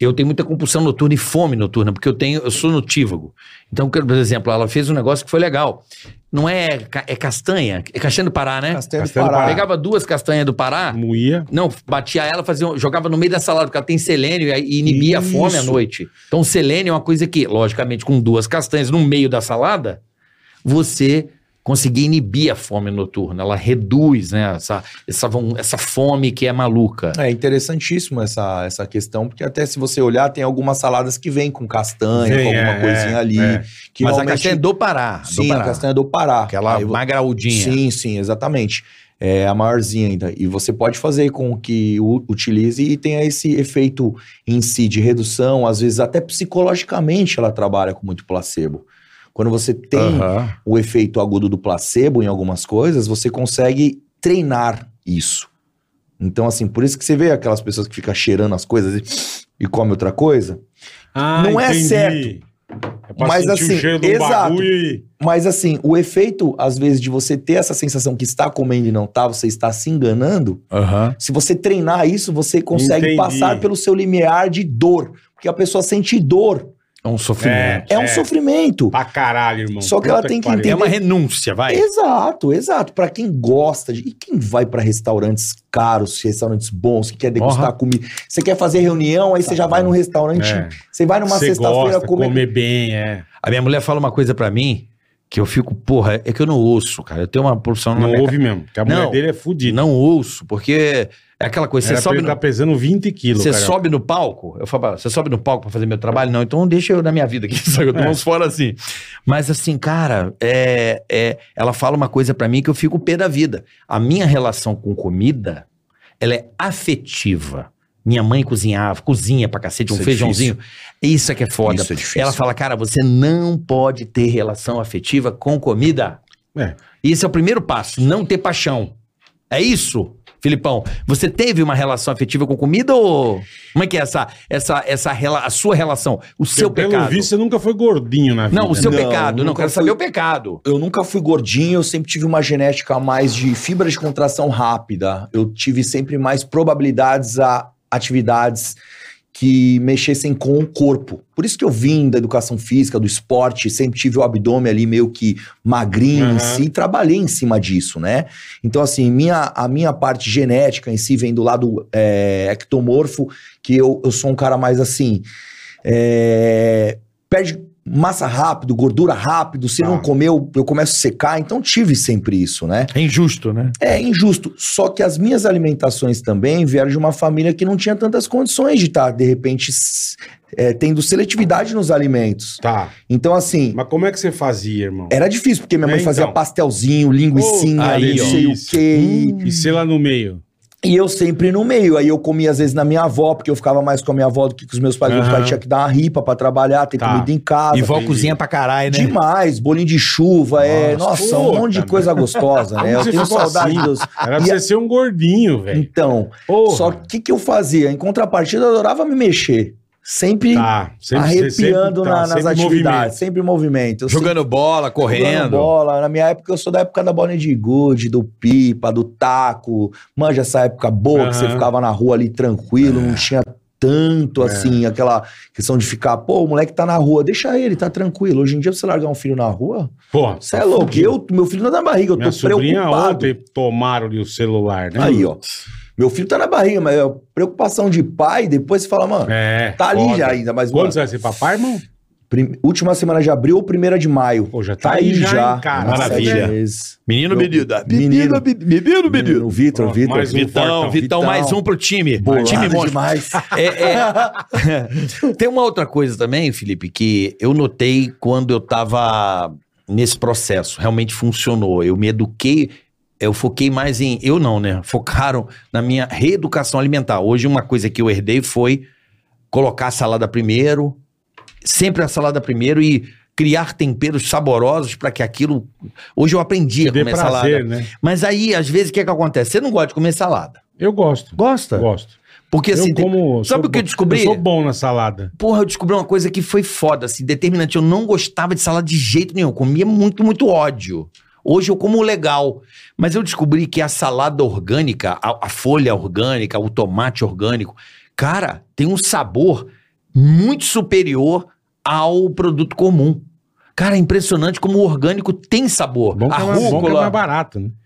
[SPEAKER 3] Eu tenho muita compulsão noturna e fome noturna, porque eu tenho, eu sou notívago. Então, por exemplo, ela fez um negócio que foi legal. Não é, ca- é castanha, é castanha do Pará, né?
[SPEAKER 4] Castanha do
[SPEAKER 2] Castanha do
[SPEAKER 4] Pará.
[SPEAKER 2] Pará.
[SPEAKER 3] Pegava duas castanhas do Pará,
[SPEAKER 2] Moía.
[SPEAKER 3] não, batia ela, fazia, um- jogava no meio da salada, porque ela tem selênio e aí inibia a fome à
[SPEAKER 2] Isso.
[SPEAKER 3] noite. Então, selênio é uma coisa que, logicamente, com duas castanhas no meio da salada, você conseguia inibir a fome noturna. Ela reduz né, essa, essa, von- essa fome que é maluca.
[SPEAKER 4] É interessantíssimo essa, essa questão, porque até se você olhar, tem algumas saladas que vêm com castanha,
[SPEAKER 2] Vem,
[SPEAKER 4] com alguma
[SPEAKER 2] é,
[SPEAKER 4] coisinha
[SPEAKER 2] é,
[SPEAKER 4] ali.
[SPEAKER 2] é.
[SPEAKER 4] Que
[SPEAKER 3] Mas a
[SPEAKER 4] realmente-
[SPEAKER 3] castanha é do Pará. do
[SPEAKER 4] Sim,
[SPEAKER 3] Pará.
[SPEAKER 4] a castanha é do Pará.
[SPEAKER 3] Aquela
[SPEAKER 4] Aí vo-
[SPEAKER 3] magraudinha.
[SPEAKER 4] Sim, sim, exatamente. É a maiorzinha ainda. E você pode fazer com que u- utilize e tenha esse efeito em si de redução, às vezes até psicologicamente ela trabalha com muito placebo. Quando você tem
[SPEAKER 3] Aham.
[SPEAKER 4] o efeito agudo do placebo em algumas coisas, você consegue treinar isso. Então, assim, por isso que você vê aquelas pessoas que ficam cheirando as coisas e, e come outra coisa.
[SPEAKER 2] Ah,
[SPEAKER 4] Não é certo.
[SPEAKER 2] É pra
[SPEAKER 4] Mas
[SPEAKER 2] sentir o
[SPEAKER 4] assim,
[SPEAKER 2] cheiro do
[SPEAKER 4] exato.
[SPEAKER 2] bagulho e...
[SPEAKER 4] Mas, assim, o efeito, às vezes, de você ter essa sensação que está comendo e não está, você está se enganando.
[SPEAKER 3] Aham.
[SPEAKER 4] Se você treinar isso, você consegue
[SPEAKER 2] Entendi.
[SPEAKER 4] passar pelo seu limiar de dor. Porque a pessoa sente dor.
[SPEAKER 3] É um sofrimento.
[SPEAKER 4] É um
[SPEAKER 2] É.
[SPEAKER 4] sofrimento.
[SPEAKER 2] Pra caralho, irmão.
[SPEAKER 4] Só que ela tem que
[SPEAKER 2] pariu.
[SPEAKER 3] É,
[SPEAKER 4] entender-
[SPEAKER 3] uma renúncia, vai.
[SPEAKER 4] Exato, exato. Pra quem gosta de. E quem vai pra restaurantes caros, restaurantes bons, que quer degustar
[SPEAKER 3] Porra.
[SPEAKER 4] comida. Você quer fazer reunião, aí você já vai num restaurante.
[SPEAKER 2] Tá É.
[SPEAKER 4] Você vai numa
[SPEAKER 2] Você
[SPEAKER 4] sexta-feira
[SPEAKER 2] gosta, comer...
[SPEAKER 4] comer.
[SPEAKER 2] bem, é.
[SPEAKER 3] A minha mulher fala uma coisa pra mim que eu fico, porra, é que eu não ouço, cara. Eu tenho uma profissão na
[SPEAKER 2] Não
[SPEAKER 3] minha
[SPEAKER 2] ouve mesmo, porque a mulher
[SPEAKER 3] Não.
[SPEAKER 2] dele é
[SPEAKER 3] de
[SPEAKER 2] fodida.
[SPEAKER 3] não ouço, porque é aquela coisa,
[SPEAKER 2] Você
[SPEAKER 3] você sobe,
[SPEAKER 2] tá
[SPEAKER 3] no,
[SPEAKER 2] pesando 20 quilos,
[SPEAKER 3] você
[SPEAKER 2] cara.
[SPEAKER 3] sobe no palco, eu falo, pra ela, você sobe no palco pra fazer meu trabalho? Não, então deixa eu na minha vida aqui, sabe? eu tô
[SPEAKER 2] É.
[SPEAKER 3] uns fora assim. Mas assim, cara, é, é, ela fala uma coisa pra mim que eu fico o pé da vida. A minha relação com comida, ela é afetiva. Minha mãe cozinhava, cozinha pra cacete, um
[SPEAKER 4] Isso é
[SPEAKER 3] feijãozinho. Isso é que é foda.
[SPEAKER 4] Isso é difícil.
[SPEAKER 3] Ela fala, cara, você não pode ter relação afetiva com comida.
[SPEAKER 2] É.
[SPEAKER 3] Esse é o primeiro passo, não ter paixão. É isso, Filipão. Você teve uma relação afetiva com comida ou como é que é essa essa essa rela- a sua relação, o seu
[SPEAKER 2] Porque,
[SPEAKER 3] pecado?
[SPEAKER 2] Pelo visto, você nunca foi gordinho um na vida. né?
[SPEAKER 3] não, o seu
[SPEAKER 4] Não,
[SPEAKER 3] pecado. Não
[SPEAKER 4] nunca
[SPEAKER 3] quero
[SPEAKER 4] fui.
[SPEAKER 3] saber o pecado.
[SPEAKER 4] Eu nunca fui gordinho, eu sempre tive uma genética mais de fibra de contração rápida. Eu tive sempre mais probabilidades a atividades que mexessem com o corpo. Por isso que eu vim da educação física, do esporte, sempre tive o abdômen ali meio que magrinho
[SPEAKER 2] Uhum.
[SPEAKER 4] em si, e trabalhei em cima disso, né? Então, assim, minha, a minha parte genética em si vem do lado é, ectomorfo, que eu, eu sou um cara mais assim. é, perde massa rápido, gordura rápido, se
[SPEAKER 2] Tá.
[SPEAKER 4] não comeu, eu começo a secar, então tive sempre isso, né?
[SPEAKER 3] É injusto, né?
[SPEAKER 4] É injusto. Só que as minhas alimentações também vieram de uma família que não tinha tantas condições de estar, de repente, s- é, tendo seletividade nos alimentos.
[SPEAKER 2] Tá.
[SPEAKER 4] Então, assim,
[SPEAKER 2] Mas como é que você fazia, irmão?
[SPEAKER 4] era difícil, porque minha mãe
[SPEAKER 2] É,
[SPEAKER 4] fazia
[SPEAKER 2] então.
[SPEAKER 4] pastelzinho, linguiçinha,
[SPEAKER 2] Oh,
[SPEAKER 4] não
[SPEAKER 2] aí, ó.
[SPEAKER 4] sei o
[SPEAKER 2] Isso.
[SPEAKER 4] quê.
[SPEAKER 2] E sei lá no meio.
[SPEAKER 4] E eu sempre no meio. Aí eu comia às vezes na minha avó, porque eu ficava mais com a minha avó do que com os meus pais. Meus
[SPEAKER 2] Aham.
[SPEAKER 4] pais tinham que dar uma ripa pra trabalhar, ter
[SPEAKER 2] Tá.
[SPEAKER 4] comida em casa.
[SPEAKER 3] E vó
[SPEAKER 2] entendi.
[SPEAKER 3] cozinha pra caralho, né?
[SPEAKER 4] Demais, bolinho de chuva, é.
[SPEAKER 2] É, Nossa,
[SPEAKER 4] Nossa, um
[SPEAKER 2] puta,
[SPEAKER 4] monte de
[SPEAKER 2] mano.
[SPEAKER 4] coisa gostosa, né? Eu
[SPEAKER 2] Você
[SPEAKER 4] tenho
[SPEAKER 2] ficou
[SPEAKER 4] saudade
[SPEAKER 2] assim?
[SPEAKER 4] dos.
[SPEAKER 2] Era pra
[SPEAKER 4] E
[SPEAKER 2] você ser um gordinho, velho.
[SPEAKER 4] Então,
[SPEAKER 2] Porra.
[SPEAKER 4] só que o que eu fazia? Em contrapartida, eu adorava me mexer. Sempre
[SPEAKER 2] Tá, sempre-
[SPEAKER 4] arrepiando
[SPEAKER 2] sempre-
[SPEAKER 4] na-
[SPEAKER 2] tá,
[SPEAKER 4] nas
[SPEAKER 2] sempre
[SPEAKER 4] atividades,
[SPEAKER 2] movimento.
[SPEAKER 4] sempre em movimento. Eu
[SPEAKER 3] Jogando bola,
[SPEAKER 4] sempre jogando
[SPEAKER 3] correndo.
[SPEAKER 4] bola. Na minha época, eu sou da época da bolinha de gude, do pipa, do taco. Manja essa época boa que você
[SPEAKER 2] Aham. É.
[SPEAKER 4] ficava na rua ali tranquilo, não tinha tanto assim, aquela questão de ficar, pô, o moleque tá na rua, deixa ele, tá tranquilo. Hoje em dia, pra você largar um filho na rua,
[SPEAKER 2] Pô,
[SPEAKER 4] você é louco. Eu, meu filho tá na barriga, eu
[SPEAKER 2] minha
[SPEAKER 4] tô
[SPEAKER 2] sobrinha
[SPEAKER 4] preocupado.
[SPEAKER 2] ontem tomaram-lhe o celular, né?
[SPEAKER 4] Aí, ó. Meu filho tá na barriga, mas é preocupação de pai, depois você fala, mano,
[SPEAKER 2] É.
[SPEAKER 4] tá ali
[SPEAKER 2] foda.
[SPEAKER 4] já ainda, mas mano,
[SPEAKER 2] Quantos vai ser papai, irmão?
[SPEAKER 4] prim- última semana de abril ou primeira de maio.
[SPEAKER 2] Pô, já tá aí já, hein, cara?
[SPEAKER 4] Nossa,
[SPEAKER 3] Maravilha.
[SPEAKER 4] sete meses.
[SPEAKER 3] Menino,
[SPEAKER 4] Meu-
[SPEAKER 3] menina.
[SPEAKER 4] Menino.
[SPEAKER 3] Menino, menino, menino.
[SPEAKER 4] Menino, Vitor,
[SPEAKER 2] Ó,
[SPEAKER 4] Vitor.
[SPEAKER 2] mais um
[SPEAKER 3] Vitão, Vitão,
[SPEAKER 2] Vitão,
[SPEAKER 3] mais um pro time.
[SPEAKER 4] Bolado
[SPEAKER 3] time monstro.
[SPEAKER 4] demais.
[SPEAKER 3] É, é. Tem uma outra coisa também, Felipe, que eu notei quando eu tava nesse processo. Realmente funcionou. Eu me eduquei, eu foquei mais em. Eu não, né? Focaram na minha reeducação alimentar. Hoje, uma coisa que eu herdei foi colocar a salada primeiro, sempre a salada primeiro e criar temperos saborosos para que aquilo. Hoje eu aprendi
[SPEAKER 2] Que
[SPEAKER 3] a
[SPEAKER 2] dê
[SPEAKER 3] comer
[SPEAKER 2] prazer,
[SPEAKER 3] salada.
[SPEAKER 2] né?
[SPEAKER 3] Mas aí, às vezes, o que, é que acontece? Você não gosta de comer salada.
[SPEAKER 2] Eu gosto.
[SPEAKER 3] Gosta?
[SPEAKER 2] Gosto.
[SPEAKER 3] Porque assim,
[SPEAKER 2] eu
[SPEAKER 3] tem-
[SPEAKER 2] como.
[SPEAKER 3] sabe
[SPEAKER 2] sou
[SPEAKER 3] o que eu
[SPEAKER 2] bom-
[SPEAKER 3] descobri?
[SPEAKER 2] Eu sou bom na salada.
[SPEAKER 3] Porra, eu descobri uma coisa que foi foda, assim, determinante. Eu não gostava de salada de jeito nenhum. Eu comia muito, muito ódio. Hoje eu como legal. Mas eu descobri que a salada orgânica, a, a folha orgânica, o tomate orgânico, cara, tem um sabor muito superior ao produto comum. Cara, é impressionante como o orgânico tem sabor.
[SPEAKER 2] Bom que,
[SPEAKER 3] a
[SPEAKER 2] é, mais, bom que é
[SPEAKER 3] rúcula.
[SPEAKER 2] mais barato, né? É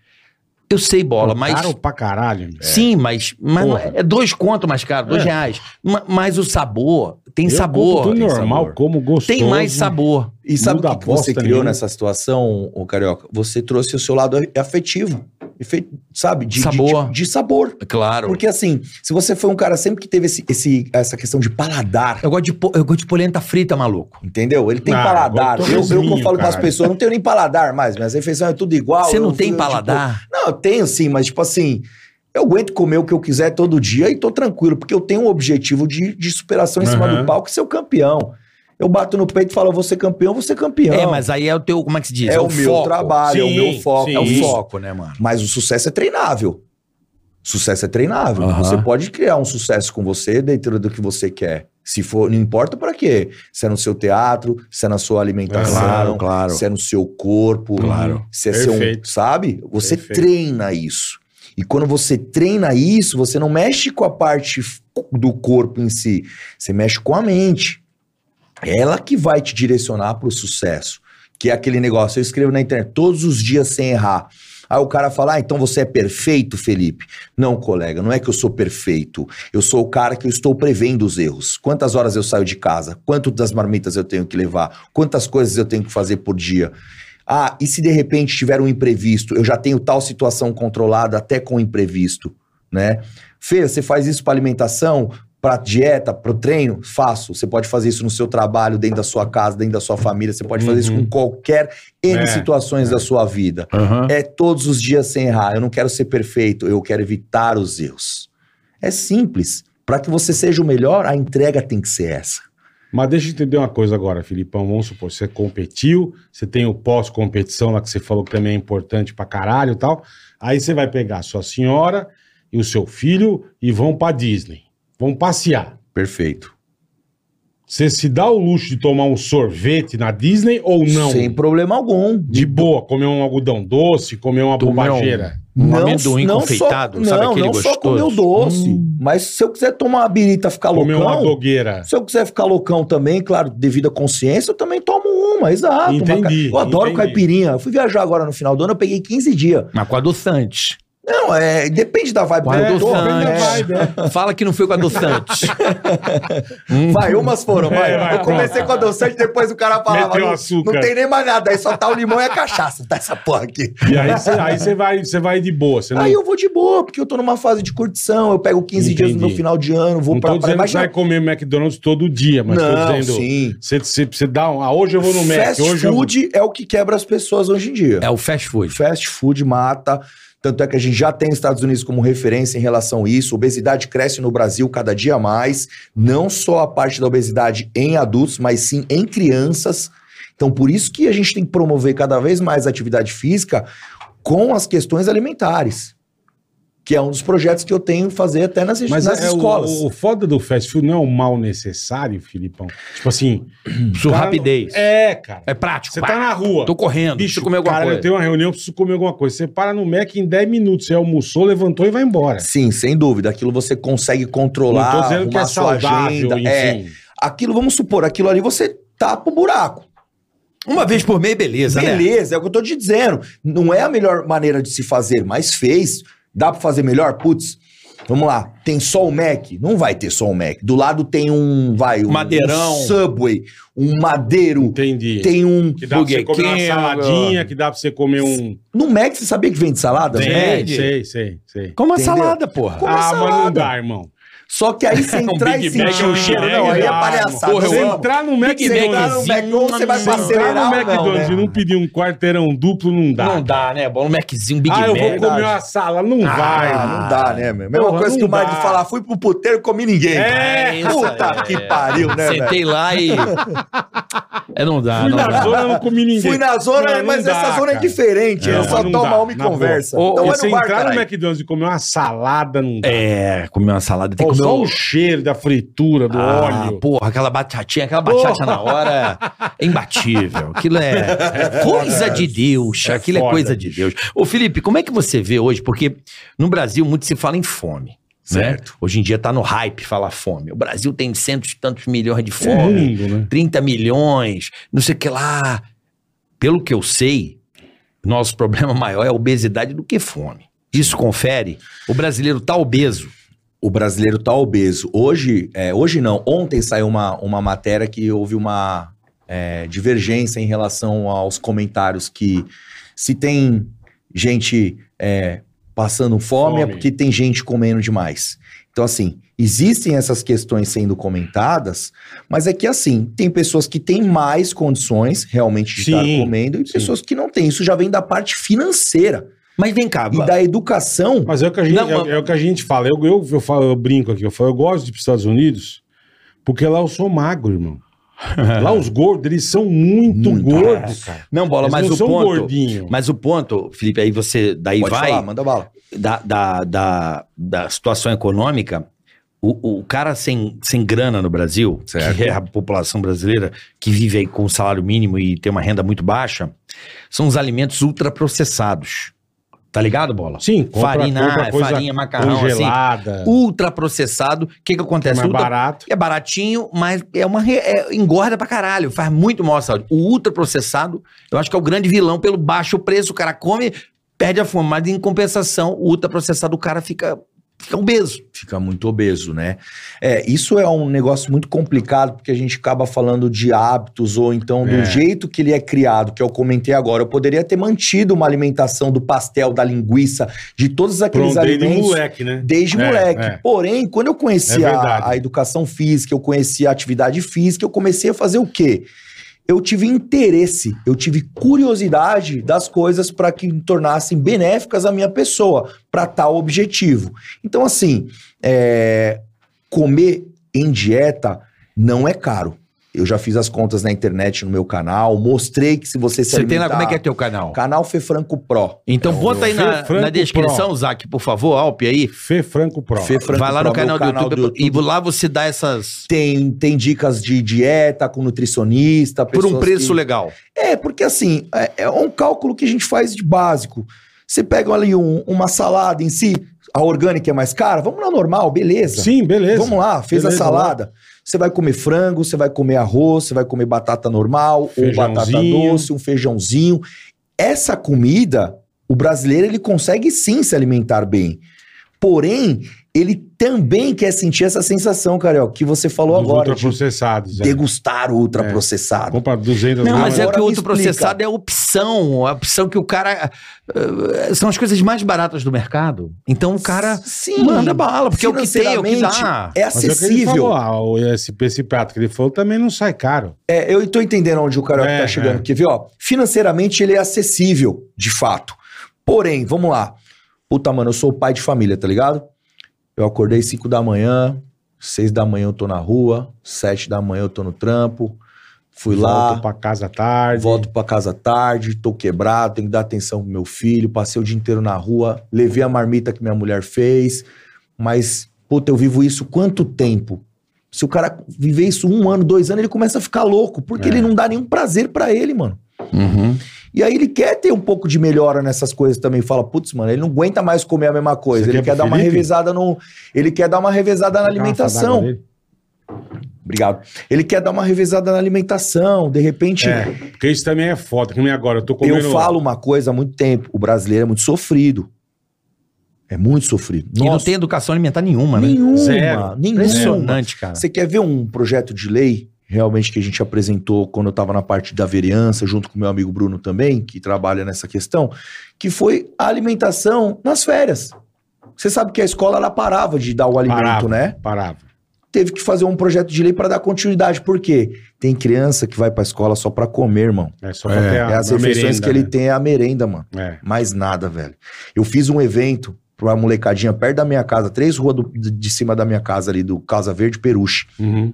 [SPEAKER 3] eu sei, bola, mas.
[SPEAKER 2] Caro pra caralho. meu.
[SPEAKER 3] Sim, mas, mas
[SPEAKER 2] Porra.
[SPEAKER 3] é dois conto mais caro, dois
[SPEAKER 2] É.
[SPEAKER 3] reais. Ma- Mas o sabor tem
[SPEAKER 2] Eu
[SPEAKER 3] sabor.
[SPEAKER 2] Como tudo
[SPEAKER 3] tem
[SPEAKER 2] normal,
[SPEAKER 3] sabor.
[SPEAKER 2] como gostoso.
[SPEAKER 3] Tem mais sabor.
[SPEAKER 4] E sabe o
[SPEAKER 2] Muda
[SPEAKER 4] que,
[SPEAKER 2] a
[SPEAKER 4] que você
[SPEAKER 2] bosta
[SPEAKER 4] criou
[SPEAKER 2] nenhuma.
[SPEAKER 4] nessa situação, ô Carioca? Você trouxe o seu lado afetivo, efe- sabe? De, de-
[SPEAKER 3] Sabor.
[SPEAKER 4] De, de sabor.
[SPEAKER 3] Claro.
[SPEAKER 4] Porque assim, se você foi um cara sempre que teve esse, esse- essa questão de paladar,
[SPEAKER 3] Eu gosto de, po- eu gosto de polenta frita, maluco.
[SPEAKER 4] entendeu? Ele tem
[SPEAKER 2] Ah,
[SPEAKER 4] paladar.
[SPEAKER 2] agora eu
[SPEAKER 4] Eu,
[SPEAKER 2] tô
[SPEAKER 4] eu, que eu
[SPEAKER 2] mesminho,
[SPEAKER 4] falo para as
[SPEAKER 2] caralho.
[SPEAKER 4] pessoas, eu não tenho nem paladar mais, minhas refeições é tudo igual.
[SPEAKER 3] Você não
[SPEAKER 4] eu-
[SPEAKER 3] tem
[SPEAKER 4] eu,
[SPEAKER 3] paladar?
[SPEAKER 4] Tipo, não, eu tenho sim, mas tipo assim, eu aguento comer o que eu quiser todo dia e tô tranquilo, porque eu tenho um objetivo de, de superação em cima
[SPEAKER 2] Aham.
[SPEAKER 4] do palco e ser o campeão. Eu bato no peito e falo, vou ser campeão, vou ser campeão.
[SPEAKER 3] é, mas aí é o teu, como é que se diz?
[SPEAKER 4] é, o, meu
[SPEAKER 3] foco.
[SPEAKER 4] trabalho, é o
[SPEAKER 2] Sim,
[SPEAKER 4] meu foco.
[SPEAKER 2] sim.
[SPEAKER 3] É o
[SPEAKER 2] Isso.
[SPEAKER 3] foco, né, mano?
[SPEAKER 4] Mas o sucesso é treinável. Sucesso é treinável.
[SPEAKER 3] Aham.
[SPEAKER 4] Você pode criar um sucesso com você dentro do que você quer. Se for, não importa para quê. Se é no seu teatro, se é na sua alimentação,
[SPEAKER 2] Claro,
[SPEAKER 3] claro.
[SPEAKER 4] se é no seu corpo,
[SPEAKER 2] Claro.
[SPEAKER 4] se é seu,
[SPEAKER 2] Perfeito.
[SPEAKER 4] sabe? Você
[SPEAKER 2] Perfeito.
[SPEAKER 4] treina isso. E quando você treina isso, você não mexe com a parte f- do corpo em si, você mexe com a mente. Ela que vai te direcionar para o sucesso. Que é aquele negócio, eu escrevo na internet todos os dias sem errar. Aí o cara fala, ah, então você é perfeito, Felipe. Não, colega, não é que eu sou perfeito. Eu sou o cara que eu estou prevendo os erros. Quantas horas eu saio de casa? Quanto das marmitas eu tenho que levar? Quantas coisas eu tenho que fazer por dia? Ah, e se de repente tiver um imprevisto? Eu já tenho tal situação controlada até com o imprevisto, né? Fê, você faz isso para alimentação, para dieta, para o treino? Faço. Você pode fazer isso no seu trabalho, dentro da sua casa, dentro da sua família. Você pode fazer isso
[SPEAKER 2] Uhum.
[SPEAKER 4] com qualquer N
[SPEAKER 2] É,
[SPEAKER 4] situações da sua vida é todos os dias sem errar. Eu não quero ser perfeito, eu quero evitar os erros. É simples. Para que você seja o melhor, a entrega tem que ser essa.
[SPEAKER 2] Mas deixa eu entender uma coisa agora, Filipão. Vamos supor, você competiu, você tem o pós-competição lá que você falou que também é importante pra caralho e tal. Aí você vai pegar a sua senhora e o seu filho e vão pra Disney. Vão passear.
[SPEAKER 4] Perfeito.
[SPEAKER 2] Você se dá o luxo de tomar um sorvete na Disney ou não?
[SPEAKER 4] Sem problema algum.
[SPEAKER 2] De boa, comer um algodão doce, comer uma
[SPEAKER 3] Tomar um-
[SPEAKER 2] bobageira.
[SPEAKER 3] Um amendoim confeitado,
[SPEAKER 4] só,
[SPEAKER 3] sabe
[SPEAKER 4] não,
[SPEAKER 3] aquele
[SPEAKER 4] não só
[SPEAKER 3] gostoso?
[SPEAKER 4] comer o doce. Mas se eu quiser tomar uma birita e ficar
[SPEAKER 2] Comer uma
[SPEAKER 4] loucão...
[SPEAKER 2] dogueira.
[SPEAKER 4] Se eu quiser ficar loucão também, claro, devido à consciência, eu também tomo uma, exato. uma ca-
[SPEAKER 2] Entendi,
[SPEAKER 4] eu adoro
[SPEAKER 2] entendi.
[SPEAKER 4] caipirinha. Eu fui viajar agora no final do ano, eu peguei 15 dias.
[SPEAKER 3] Mas com adoçante.
[SPEAKER 4] Não, é, depende da vibe.
[SPEAKER 3] Guarda
[SPEAKER 4] que eu tô,
[SPEAKER 3] o sangue.
[SPEAKER 4] né?
[SPEAKER 2] vibe, é.
[SPEAKER 3] Fala que não foi com adoçante. Hum.
[SPEAKER 4] Vai, umas foram, vai.
[SPEAKER 2] É, vai,
[SPEAKER 4] eu comecei com a adoçante, depois o cara falava.
[SPEAKER 2] Meteu
[SPEAKER 4] não,
[SPEAKER 2] açúcar."
[SPEAKER 4] não tem nem mais nada, aí só tá o limão e a cachaça. Tá essa porra aqui.
[SPEAKER 2] E aí você aí você vai, você vai de boa. Você não,
[SPEAKER 4] Aí eu vou de boa, porque eu tô numa fase de curtição, eu pego 15 dias no
[SPEAKER 2] Entendi.
[SPEAKER 4] meu final de ano, vou
[SPEAKER 2] não
[SPEAKER 4] pra
[SPEAKER 2] tô dizendo que você
[SPEAKER 4] Imagina-
[SPEAKER 2] vai comer McDonald's todo dia, mas tô
[SPEAKER 4] não,
[SPEAKER 2] dizendo...
[SPEAKER 4] sim.
[SPEAKER 2] Você, você, você dá um. Ah, hoje eu vou no Mac.
[SPEAKER 4] Fast
[SPEAKER 2] Hoje eu...
[SPEAKER 4] food é o que quebra as pessoas hoje em dia.
[SPEAKER 3] é o fast food.
[SPEAKER 4] Fast food mata. Tanto é que a gente já tem os Estados Unidos como referência em relação a isso. Obesidade cresce no Brasil cada dia mais. Não só a parte da obesidade em adultos, mas sim em crianças. Então, por isso que a gente tem que promover cada vez mais a atividade física com as questões alimentares. Que é um dos projetos que eu tenho fazer até nas,
[SPEAKER 2] Mas
[SPEAKER 4] nas
[SPEAKER 2] é, o-
[SPEAKER 4] escolas.
[SPEAKER 2] O, o foda do fast food não é o mal necessário, Filipão. Tipo assim.
[SPEAKER 3] Isso,
[SPEAKER 2] cara,
[SPEAKER 3] rapidez. É,
[SPEAKER 2] É, cara.
[SPEAKER 3] prático.
[SPEAKER 2] Você
[SPEAKER 3] pá.
[SPEAKER 2] tá na rua.
[SPEAKER 3] Tô correndo.
[SPEAKER 2] Bicho,
[SPEAKER 3] Deixa eu comer alguma
[SPEAKER 2] cara,
[SPEAKER 3] coisa.
[SPEAKER 2] eu tenho uma reunião, eu preciso comer alguma coisa. Você para no Mac em 10 minutos. Você almoçou, levantou e vai embora.
[SPEAKER 4] Sim, sem dúvida. Aquilo você consegue controlar,
[SPEAKER 2] não tô dizendo que
[SPEAKER 4] arrumar
[SPEAKER 2] é
[SPEAKER 4] sua
[SPEAKER 2] saudável,
[SPEAKER 4] agenda. É,
[SPEAKER 2] enfim.
[SPEAKER 4] aquilo, vamos supor, aquilo ali você tapa o buraco.
[SPEAKER 3] Uma vez por mês, beleza, né?
[SPEAKER 4] Beleza, é o que eu tô te dizendo. Não é a melhor maneira de se fazer, mas fez. Dá pra fazer melhor? Putz, vamos lá. Tem só o Mac? Não vai ter só o Mac. Do lado tem um, vai, um
[SPEAKER 3] Madeirão.
[SPEAKER 4] um Subway, um madeiro,
[SPEAKER 2] Entendi.
[SPEAKER 4] tem um...
[SPEAKER 2] Que dá pra você
[SPEAKER 3] Burger
[SPEAKER 2] comer uma
[SPEAKER 3] King,
[SPEAKER 2] saladinha, que dá pra você comer um.
[SPEAKER 4] No Mac, você sabia que vende salada?
[SPEAKER 3] Tem.
[SPEAKER 4] né?
[SPEAKER 2] Sei,
[SPEAKER 3] Vende.
[SPEAKER 2] sei, sei, sei.
[SPEAKER 3] Como uma
[SPEAKER 4] Entendeu?
[SPEAKER 3] salada, porra.
[SPEAKER 4] Come
[SPEAKER 2] ah, mas não
[SPEAKER 4] salada.
[SPEAKER 2] dá, irmão.
[SPEAKER 4] Só que aí você
[SPEAKER 3] Um
[SPEAKER 4] entrar e
[SPEAKER 2] é
[SPEAKER 3] Big Mac,
[SPEAKER 4] sentir
[SPEAKER 3] um
[SPEAKER 4] o cheiro, não,
[SPEAKER 3] Mac,
[SPEAKER 4] aí é
[SPEAKER 3] dá,
[SPEAKER 4] palhaçada.
[SPEAKER 3] porra, eu
[SPEAKER 4] Você
[SPEAKER 3] amo.
[SPEAKER 2] entrar no
[SPEAKER 3] Big Mac,
[SPEAKER 4] entrar no
[SPEAKER 2] McDonald's.
[SPEAKER 4] Mac, ou você vai
[SPEAKER 2] Se
[SPEAKER 4] pra
[SPEAKER 2] entrar no
[SPEAKER 4] acelerar ou não,
[SPEAKER 2] McDonald's
[SPEAKER 4] né?
[SPEAKER 2] e não pedir um quarteirão duplo, não dá.
[SPEAKER 3] Não dá, né? Bola um Maczinho, Big
[SPEAKER 2] ah, eu
[SPEAKER 3] Mac.
[SPEAKER 2] vou comer
[SPEAKER 4] verdade.
[SPEAKER 2] uma sala. Não vai.
[SPEAKER 4] Ah, não dá, né, meu? Mesma
[SPEAKER 2] Porra,
[SPEAKER 4] coisa que
[SPEAKER 2] não
[SPEAKER 4] o Mário
[SPEAKER 2] dá.
[SPEAKER 4] falar, fui pro puteiro e comi ninguém.
[SPEAKER 2] É,
[SPEAKER 4] Puta
[SPEAKER 3] é.
[SPEAKER 4] que pariu, né, velho?
[SPEAKER 3] Sentei lá e... É, não dá,
[SPEAKER 2] Fui
[SPEAKER 3] não
[SPEAKER 2] na
[SPEAKER 3] dá.
[SPEAKER 2] zona, não comi ninguém.
[SPEAKER 4] Fui na zona,
[SPEAKER 2] Não,
[SPEAKER 4] mas
[SPEAKER 2] não
[SPEAKER 4] essa
[SPEAKER 2] dá,
[SPEAKER 4] zona é
[SPEAKER 2] cara.
[SPEAKER 4] diferente.
[SPEAKER 2] Não,
[SPEAKER 4] é só
[SPEAKER 2] não
[SPEAKER 4] toma
[SPEAKER 2] dá,
[SPEAKER 4] uma e
[SPEAKER 2] na boa.
[SPEAKER 4] conversa.
[SPEAKER 3] Ô,
[SPEAKER 4] então
[SPEAKER 3] ô,
[SPEAKER 4] vai
[SPEAKER 2] Você
[SPEAKER 4] no bar,
[SPEAKER 2] entrar
[SPEAKER 4] caralho.
[SPEAKER 2] no McDonald's e comer uma salada, não dá.
[SPEAKER 3] É, comer uma salada. Tem
[SPEAKER 2] Pô,
[SPEAKER 3] que comer
[SPEAKER 2] só
[SPEAKER 3] um-
[SPEAKER 2] o cheiro da fritura, do
[SPEAKER 3] Ah,
[SPEAKER 2] óleo.
[SPEAKER 3] Porra, aquela batatinha, aquela batata na hora é imbatível. Aquilo é, coisa de Deus.
[SPEAKER 2] É
[SPEAKER 3] aquilo é
[SPEAKER 2] foda,
[SPEAKER 3] coisa de Deus. Ô, Felipe, como é que você vê hoje? Porque no Brasil muito se fala em fome. Certo. Hoje em dia tá no hype falar fome. O Brasil tem cento e tantos milhões de
[SPEAKER 2] É
[SPEAKER 3] fome.
[SPEAKER 2] mundo, né?
[SPEAKER 3] 30 milhões, não sei o que lá. Pelo que eu sei, nosso problema maior é a obesidade do que fome. Isso confere? O brasileiro tá obeso.
[SPEAKER 4] O brasileiro tá obeso. Hoje, é, hoje não, ontem saiu uma, uma matéria que houve uma é, divergência em relação aos comentários que se tem gente é, passando fome, é
[SPEAKER 2] Fome.
[SPEAKER 4] porque tem gente comendo demais. Então, assim, existem essas questões sendo comentadas, mas é que, assim, tem pessoas que têm mais condições realmente de estar
[SPEAKER 2] Sim,
[SPEAKER 4] comendo e
[SPEAKER 2] sim.
[SPEAKER 4] pessoas que não têm. Isso já vem da parte financeira
[SPEAKER 3] Mas vem cá,
[SPEAKER 4] e da educação.
[SPEAKER 2] Mas é o que a gente,
[SPEAKER 3] Não,
[SPEAKER 2] é-
[SPEAKER 3] mas-
[SPEAKER 2] é, o que a gente fala. Eu, eu, eu falo, eu brinco aqui, eu falo, eu gosto de ir pros Estados Unidos porque lá eu sou magro, irmão. lá os gordos, eles são muito,
[SPEAKER 4] Muito,
[SPEAKER 2] gordos, cara.
[SPEAKER 3] Não, bola,
[SPEAKER 2] Eles
[SPEAKER 3] mas
[SPEAKER 2] não
[SPEAKER 3] o
[SPEAKER 2] são
[SPEAKER 3] ponto.
[SPEAKER 2] gordinhos.
[SPEAKER 3] Mas o ponto, Felipe, aí você daí
[SPEAKER 4] Pode
[SPEAKER 3] vai
[SPEAKER 4] falar, manda bala.
[SPEAKER 3] da, da, da, da situação econômica. O, o cara sem, sem grana no Brasil,
[SPEAKER 4] Certo.
[SPEAKER 3] que é a população brasileira que vive aí com um salário mínimo e tem uma renda muito baixa, são os alimentos ultraprocessados. Tá ligado, bola?
[SPEAKER 2] Sim, compra,
[SPEAKER 3] Farina,
[SPEAKER 2] compra coisa
[SPEAKER 3] farinha, macarrão, assim.
[SPEAKER 4] É.
[SPEAKER 2] congelada.
[SPEAKER 3] Ultraprocessado. O que que
[SPEAKER 2] é
[SPEAKER 3] acontece?
[SPEAKER 2] mais
[SPEAKER 3] Ultra-
[SPEAKER 2] barato.
[SPEAKER 3] é baratinho, mas é uma re- é- engorda pra caralho, faz muito mal à saúde. O ultraprocessado, eu acho que é o grande vilão pelo baixo preço. O cara come, perde a fome, mas em compensação, o ultraprocessado, o cara fica, fica obeso.
[SPEAKER 4] fica muito obeso, né? É, isso é um negócio muito complicado porque a gente acaba falando de hábitos ou então do
[SPEAKER 2] É.
[SPEAKER 4] jeito que ele é criado, que eu comentei agora. Eu poderia ter mantido uma alimentação do pastel, da linguiça, de todos aqueles
[SPEAKER 2] Pronto, desde
[SPEAKER 4] alimentos.
[SPEAKER 2] moleque, né?
[SPEAKER 4] Desde
[SPEAKER 2] É,
[SPEAKER 4] moleque.
[SPEAKER 2] é.
[SPEAKER 4] Porém, quando eu conheci
[SPEAKER 2] É verdade.
[SPEAKER 4] a, a educação física, eu conheci a atividade física, eu comecei a fazer o quê? Eu tive interesse, eu tive curiosidade das coisas para que me tornassem benéficas à minha pessoa, para tal objetivo. Então, assim, é, comer em dieta não é caro. Eu já fiz as contas na internet, no meu canal, mostrei que se você se
[SPEAKER 3] Você tem lá,
[SPEAKER 4] alimentar-
[SPEAKER 3] como é que é teu canal?
[SPEAKER 4] Canal Fê Franco Pro.
[SPEAKER 3] Então bota aí na,
[SPEAKER 2] Franco
[SPEAKER 3] na descrição, Zac, por favor, Alpe aí.
[SPEAKER 2] Fê Franco Pro.
[SPEAKER 4] Fê Franco
[SPEAKER 3] Vai lá no
[SPEAKER 4] Pro, meu
[SPEAKER 3] canal, do, YouTube, e lá você dá essas...
[SPEAKER 4] Tem, tem dicas de dieta com nutricionista.
[SPEAKER 3] Por um
[SPEAKER 4] pessoas
[SPEAKER 3] preço
[SPEAKER 4] que-
[SPEAKER 3] legal.
[SPEAKER 4] É, porque assim, é, é um cálculo que a gente faz de básico. Você pega ali um- uma salada em si, a orgânica é mais cara, vamos na normal, beleza.
[SPEAKER 2] Sim, beleza.
[SPEAKER 4] Vamos lá, fez
[SPEAKER 2] Beleza,
[SPEAKER 4] a salada. Você vai comer frango, você vai comer arroz, você vai comer batata normal, ou batata
[SPEAKER 2] Feijãozinho.
[SPEAKER 4] doce, um feijãozinho. Essa comida, o brasileiro ele consegue sim se alimentar bem. Porém, ele também quer sentir essa sensação, Carioca, que você falou
[SPEAKER 2] Dos
[SPEAKER 4] agora, de
[SPEAKER 2] ultraprocessados. é.
[SPEAKER 4] degustar o
[SPEAKER 3] É.
[SPEAKER 4] ultraprocessado.
[SPEAKER 2] Compra 200
[SPEAKER 3] Não,
[SPEAKER 4] Não,
[SPEAKER 3] mas
[SPEAKER 2] gramas.
[SPEAKER 3] é
[SPEAKER 4] agora
[SPEAKER 3] que o
[SPEAKER 4] me
[SPEAKER 3] outro processado é opção, a opção que o cara. eh, são as coisas mais baratas do mercado. Então o cara
[SPEAKER 4] sim,
[SPEAKER 3] manda bala, porque é o que tem, é o que dá.
[SPEAKER 4] É
[SPEAKER 2] Mas é o que ele falou,
[SPEAKER 4] acessível.
[SPEAKER 2] ah, o- esse, esse prato que ele falou também não sai caro.
[SPEAKER 4] É, eu tô entendendo onde o Carioca
[SPEAKER 2] É,
[SPEAKER 4] tá chegando,
[SPEAKER 2] é.
[SPEAKER 4] porque, viu, ó, financeiramente ele é acessível, de fato. Porém, vamos lá. Puta, mano, eu sou pai de família, tá ligado? Eu acordei 5 da manhã, 6 da manhã eu tô na rua, 7 da manhã eu tô no trampo. Fui lá,
[SPEAKER 2] Volto pra casa tarde.
[SPEAKER 4] Volto pra casa tarde, tô quebrado, tenho que dar atenção pro meu filho, passei o dia inteiro na rua, levei a marmita que minha mulher fez, mas, puta, eu vivo isso quanto tempo? Se o cara viver isso um ano, dois anos, ele começa a ficar louco, porque
[SPEAKER 2] É.
[SPEAKER 4] ele não dá nenhum prazer pra ele, mano.
[SPEAKER 3] Uhum.
[SPEAKER 4] E aí ele quer ter um pouco de melhora nessas coisas também. Fala, putz, mano, ele não aguenta mais comer a mesma coisa.
[SPEAKER 2] Você
[SPEAKER 4] ele
[SPEAKER 2] quer
[SPEAKER 4] quer
[SPEAKER 2] pro
[SPEAKER 4] dar uma
[SPEAKER 2] Felipe?
[SPEAKER 4] revezada no. Ele quer dar uma revezada na
[SPEAKER 2] Garrafa d'água
[SPEAKER 4] alimentação.
[SPEAKER 2] dele.
[SPEAKER 4] Obrigado. Ele quer dar uma revezada na alimentação. De repente,
[SPEAKER 2] É, porque isso também é foda. Que nem agora, eu tô comendo...
[SPEAKER 4] Eu falo uma coisa há muito tempo. O brasileiro é muito sofrido. É muito sofrido.
[SPEAKER 3] E não
[SPEAKER 4] Nossa,
[SPEAKER 3] tem educação alimentar nenhuma, né?
[SPEAKER 4] nenhuma,
[SPEAKER 2] Zero.
[SPEAKER 4] nenhuma.
[SPEAKER 3] Impressionante, cara.
[SPEAKER 4] Você quer ver um projeto de lei realmente que a gente apresentou quando eu estava na parte da vereança, junto com meu amigo Bruno também, que trabalha nessa questão, que foi a alimentação nas férias. Você sabe que a escola ela parava de dar o alimento,
[SPEAKER 2] Parava.
[SPEAKER 4] né?
[SPEAKER 2] Parava.
[SPEAKER 4] Teve que fazer um projeto de lei para dar continuidade. Por quê? Tem criança que vai para a escola só para comer, irmão.
[SPEAKER 2] É só pra
[SPEAKER 3] É,
[SPEAKER 2] ter
[SPEAKER 4] É
[SPEAKER 2] a,
[SPEAKER 4] as
[SPEAKER 2] a merenda,
[SPEAKER 4] refeições que ele
[SPEAKER 2] né?
[SPEAKER 4] tem é a merenda, mano.
[SPEAKER 2] É.
[SPEAKER 4] Mais nada, velho. Eu fiz um evento pra uma molecadinha perto da minha casa, três ruas do- de, de cima da minha casa ali, do Casa Verde Peruche,
[SPEAKER 2] Uhum.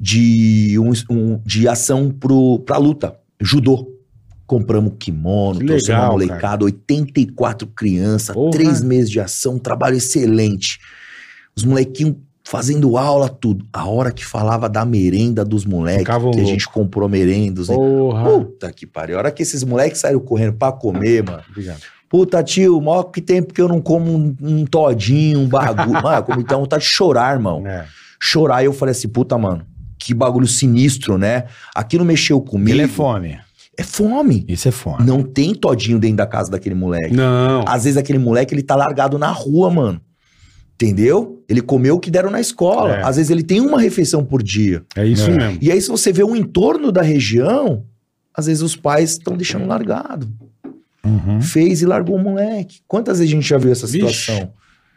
[SPEAKER 4] de, um, um- de ação pro, pra luta, judô. Compramos kimono,
[SPEAKER 2] Que
[SPEAKER 4] trouxemos uma
[SPEAKER 2] legal,
[SPEAKER 4] molecada, 84 crianças,
[SPEAKER 2] Porra.
[SPEAKER 4] três meses de ação, trabalho excelente. Os molequinhos fazendo aula, tudo. A hora que falava da merenda dos moleques, que
[SPEAKER 2] Ficavam
[SPEAKER 4] a gente comprou merendos. né?
[SPEAKER 2] um Porra.
[SPEAKER 4] Puta que pariu. A hora que esses moleques saíram correndo pra comer, mano.
[SPEAKER 2] Obrigado.
[SPEAKER 4] Puta, tio, maior que tempo que eu não como um, um todinho, um bagulho. mano, eu comi então vontade de chorar, irmão.
[SPEAKER 2] É.
[SPEAKER 4] Chorar. E eu falei assim, puta, mano, que bagulho sinistro, né? Aqui não mexeu comigo.
[SPEAKER 3] Ele é fome.
[SPEAKER 4] É fome.
[SPEAKER 3] Isso é fome.
[SPEAKER 4] Não tem todinho dentro da casa daquele moleque.
[SPEAKER 2] Não.
[SPEAKER 4] Às vezes aquele moleque, ele tá largado na rua, mano. Entendeu? Ele comeu o que deram na escola.
[SPEAKER 2] É.
[SPEAKER 4] Às vezes ele tem uma refeição por dia.
[SPEAKER 2] É isso
[SPEAKER 3] É.
[SPEAKER 2] mesmo.
[SPEAKER 4] E aí, se você vê o entorno da região, às vezes os pais estão deixando largado.
[SPEAKER 3] Uhum.
[SPEAKER 4] Fez e largou o moleque. Quantas vezes a gente já viu essa
[SPEAKER 2] Vixe.
[SPEAKER 4] situação?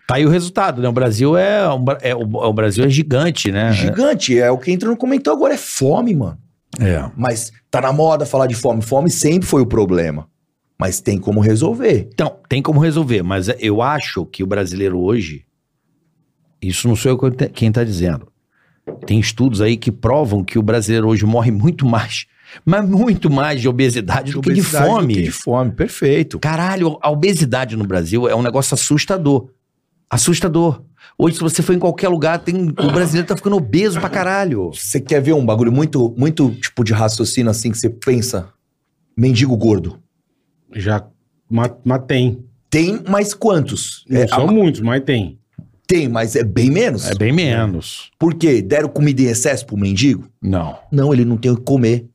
[SPEAKER 3] Tá aí o resultado, né? O Brasil é, um bra- é o, o Brasil é gigante, né?
[SPEAKER 4] Gigante, é o que entra no comentário agora, é fome, mano.
[SPEAKER 3] É.
[SPEAKER 4] Mas tá na moda falar de fome. Fome sempre foi o problema. Mas tem como resolver.
[SPEAKER 3] Então, tem como resolver, mas eu acho que o brasileiro hoje, isso não sou eu que te- quem tá dizendo. Tem estudos aí que provam que o brasileiro hoje morre muito mais, mas muito mais de obesidade do que de
[SPEAKER 4] Obesidade do
[SPEAKER 3] fome.
[SPEAKER 4] que de fome, perfeito.
[SPEAKER 3] Caralho, a obesidade no Brasil é um negócio assustador. Assustador. Hoje, se você for em qualquer lugar, tem... o brasileiro tá ficando obeso pra caralho.
[SPEAKER 4] Você quer ver um bagulho muito, muito tipo de raciocínio assim que você pensa? Mendigo gordo.
[SPEAKER 2] Já. Mas, mas tem.
[SPEAKER 4] Tem, mas quantos?
[SPEAKER 2] Não
[SPEAKER 4] É,
[SPEAKER 2] são
[SPEAKER 4] a-
[SPEAKER 2] muitos, mas tem.
[SPEAKER 4] tem, mas é bem menos.
[SPEAKER 3] É bem menos.
[SPEAKER 4] Por quê? Deram comida em excesso pro mendigo?
[SPEAKER 3] Não.
[SPEAKER 4] Não, ele não tem o que comer.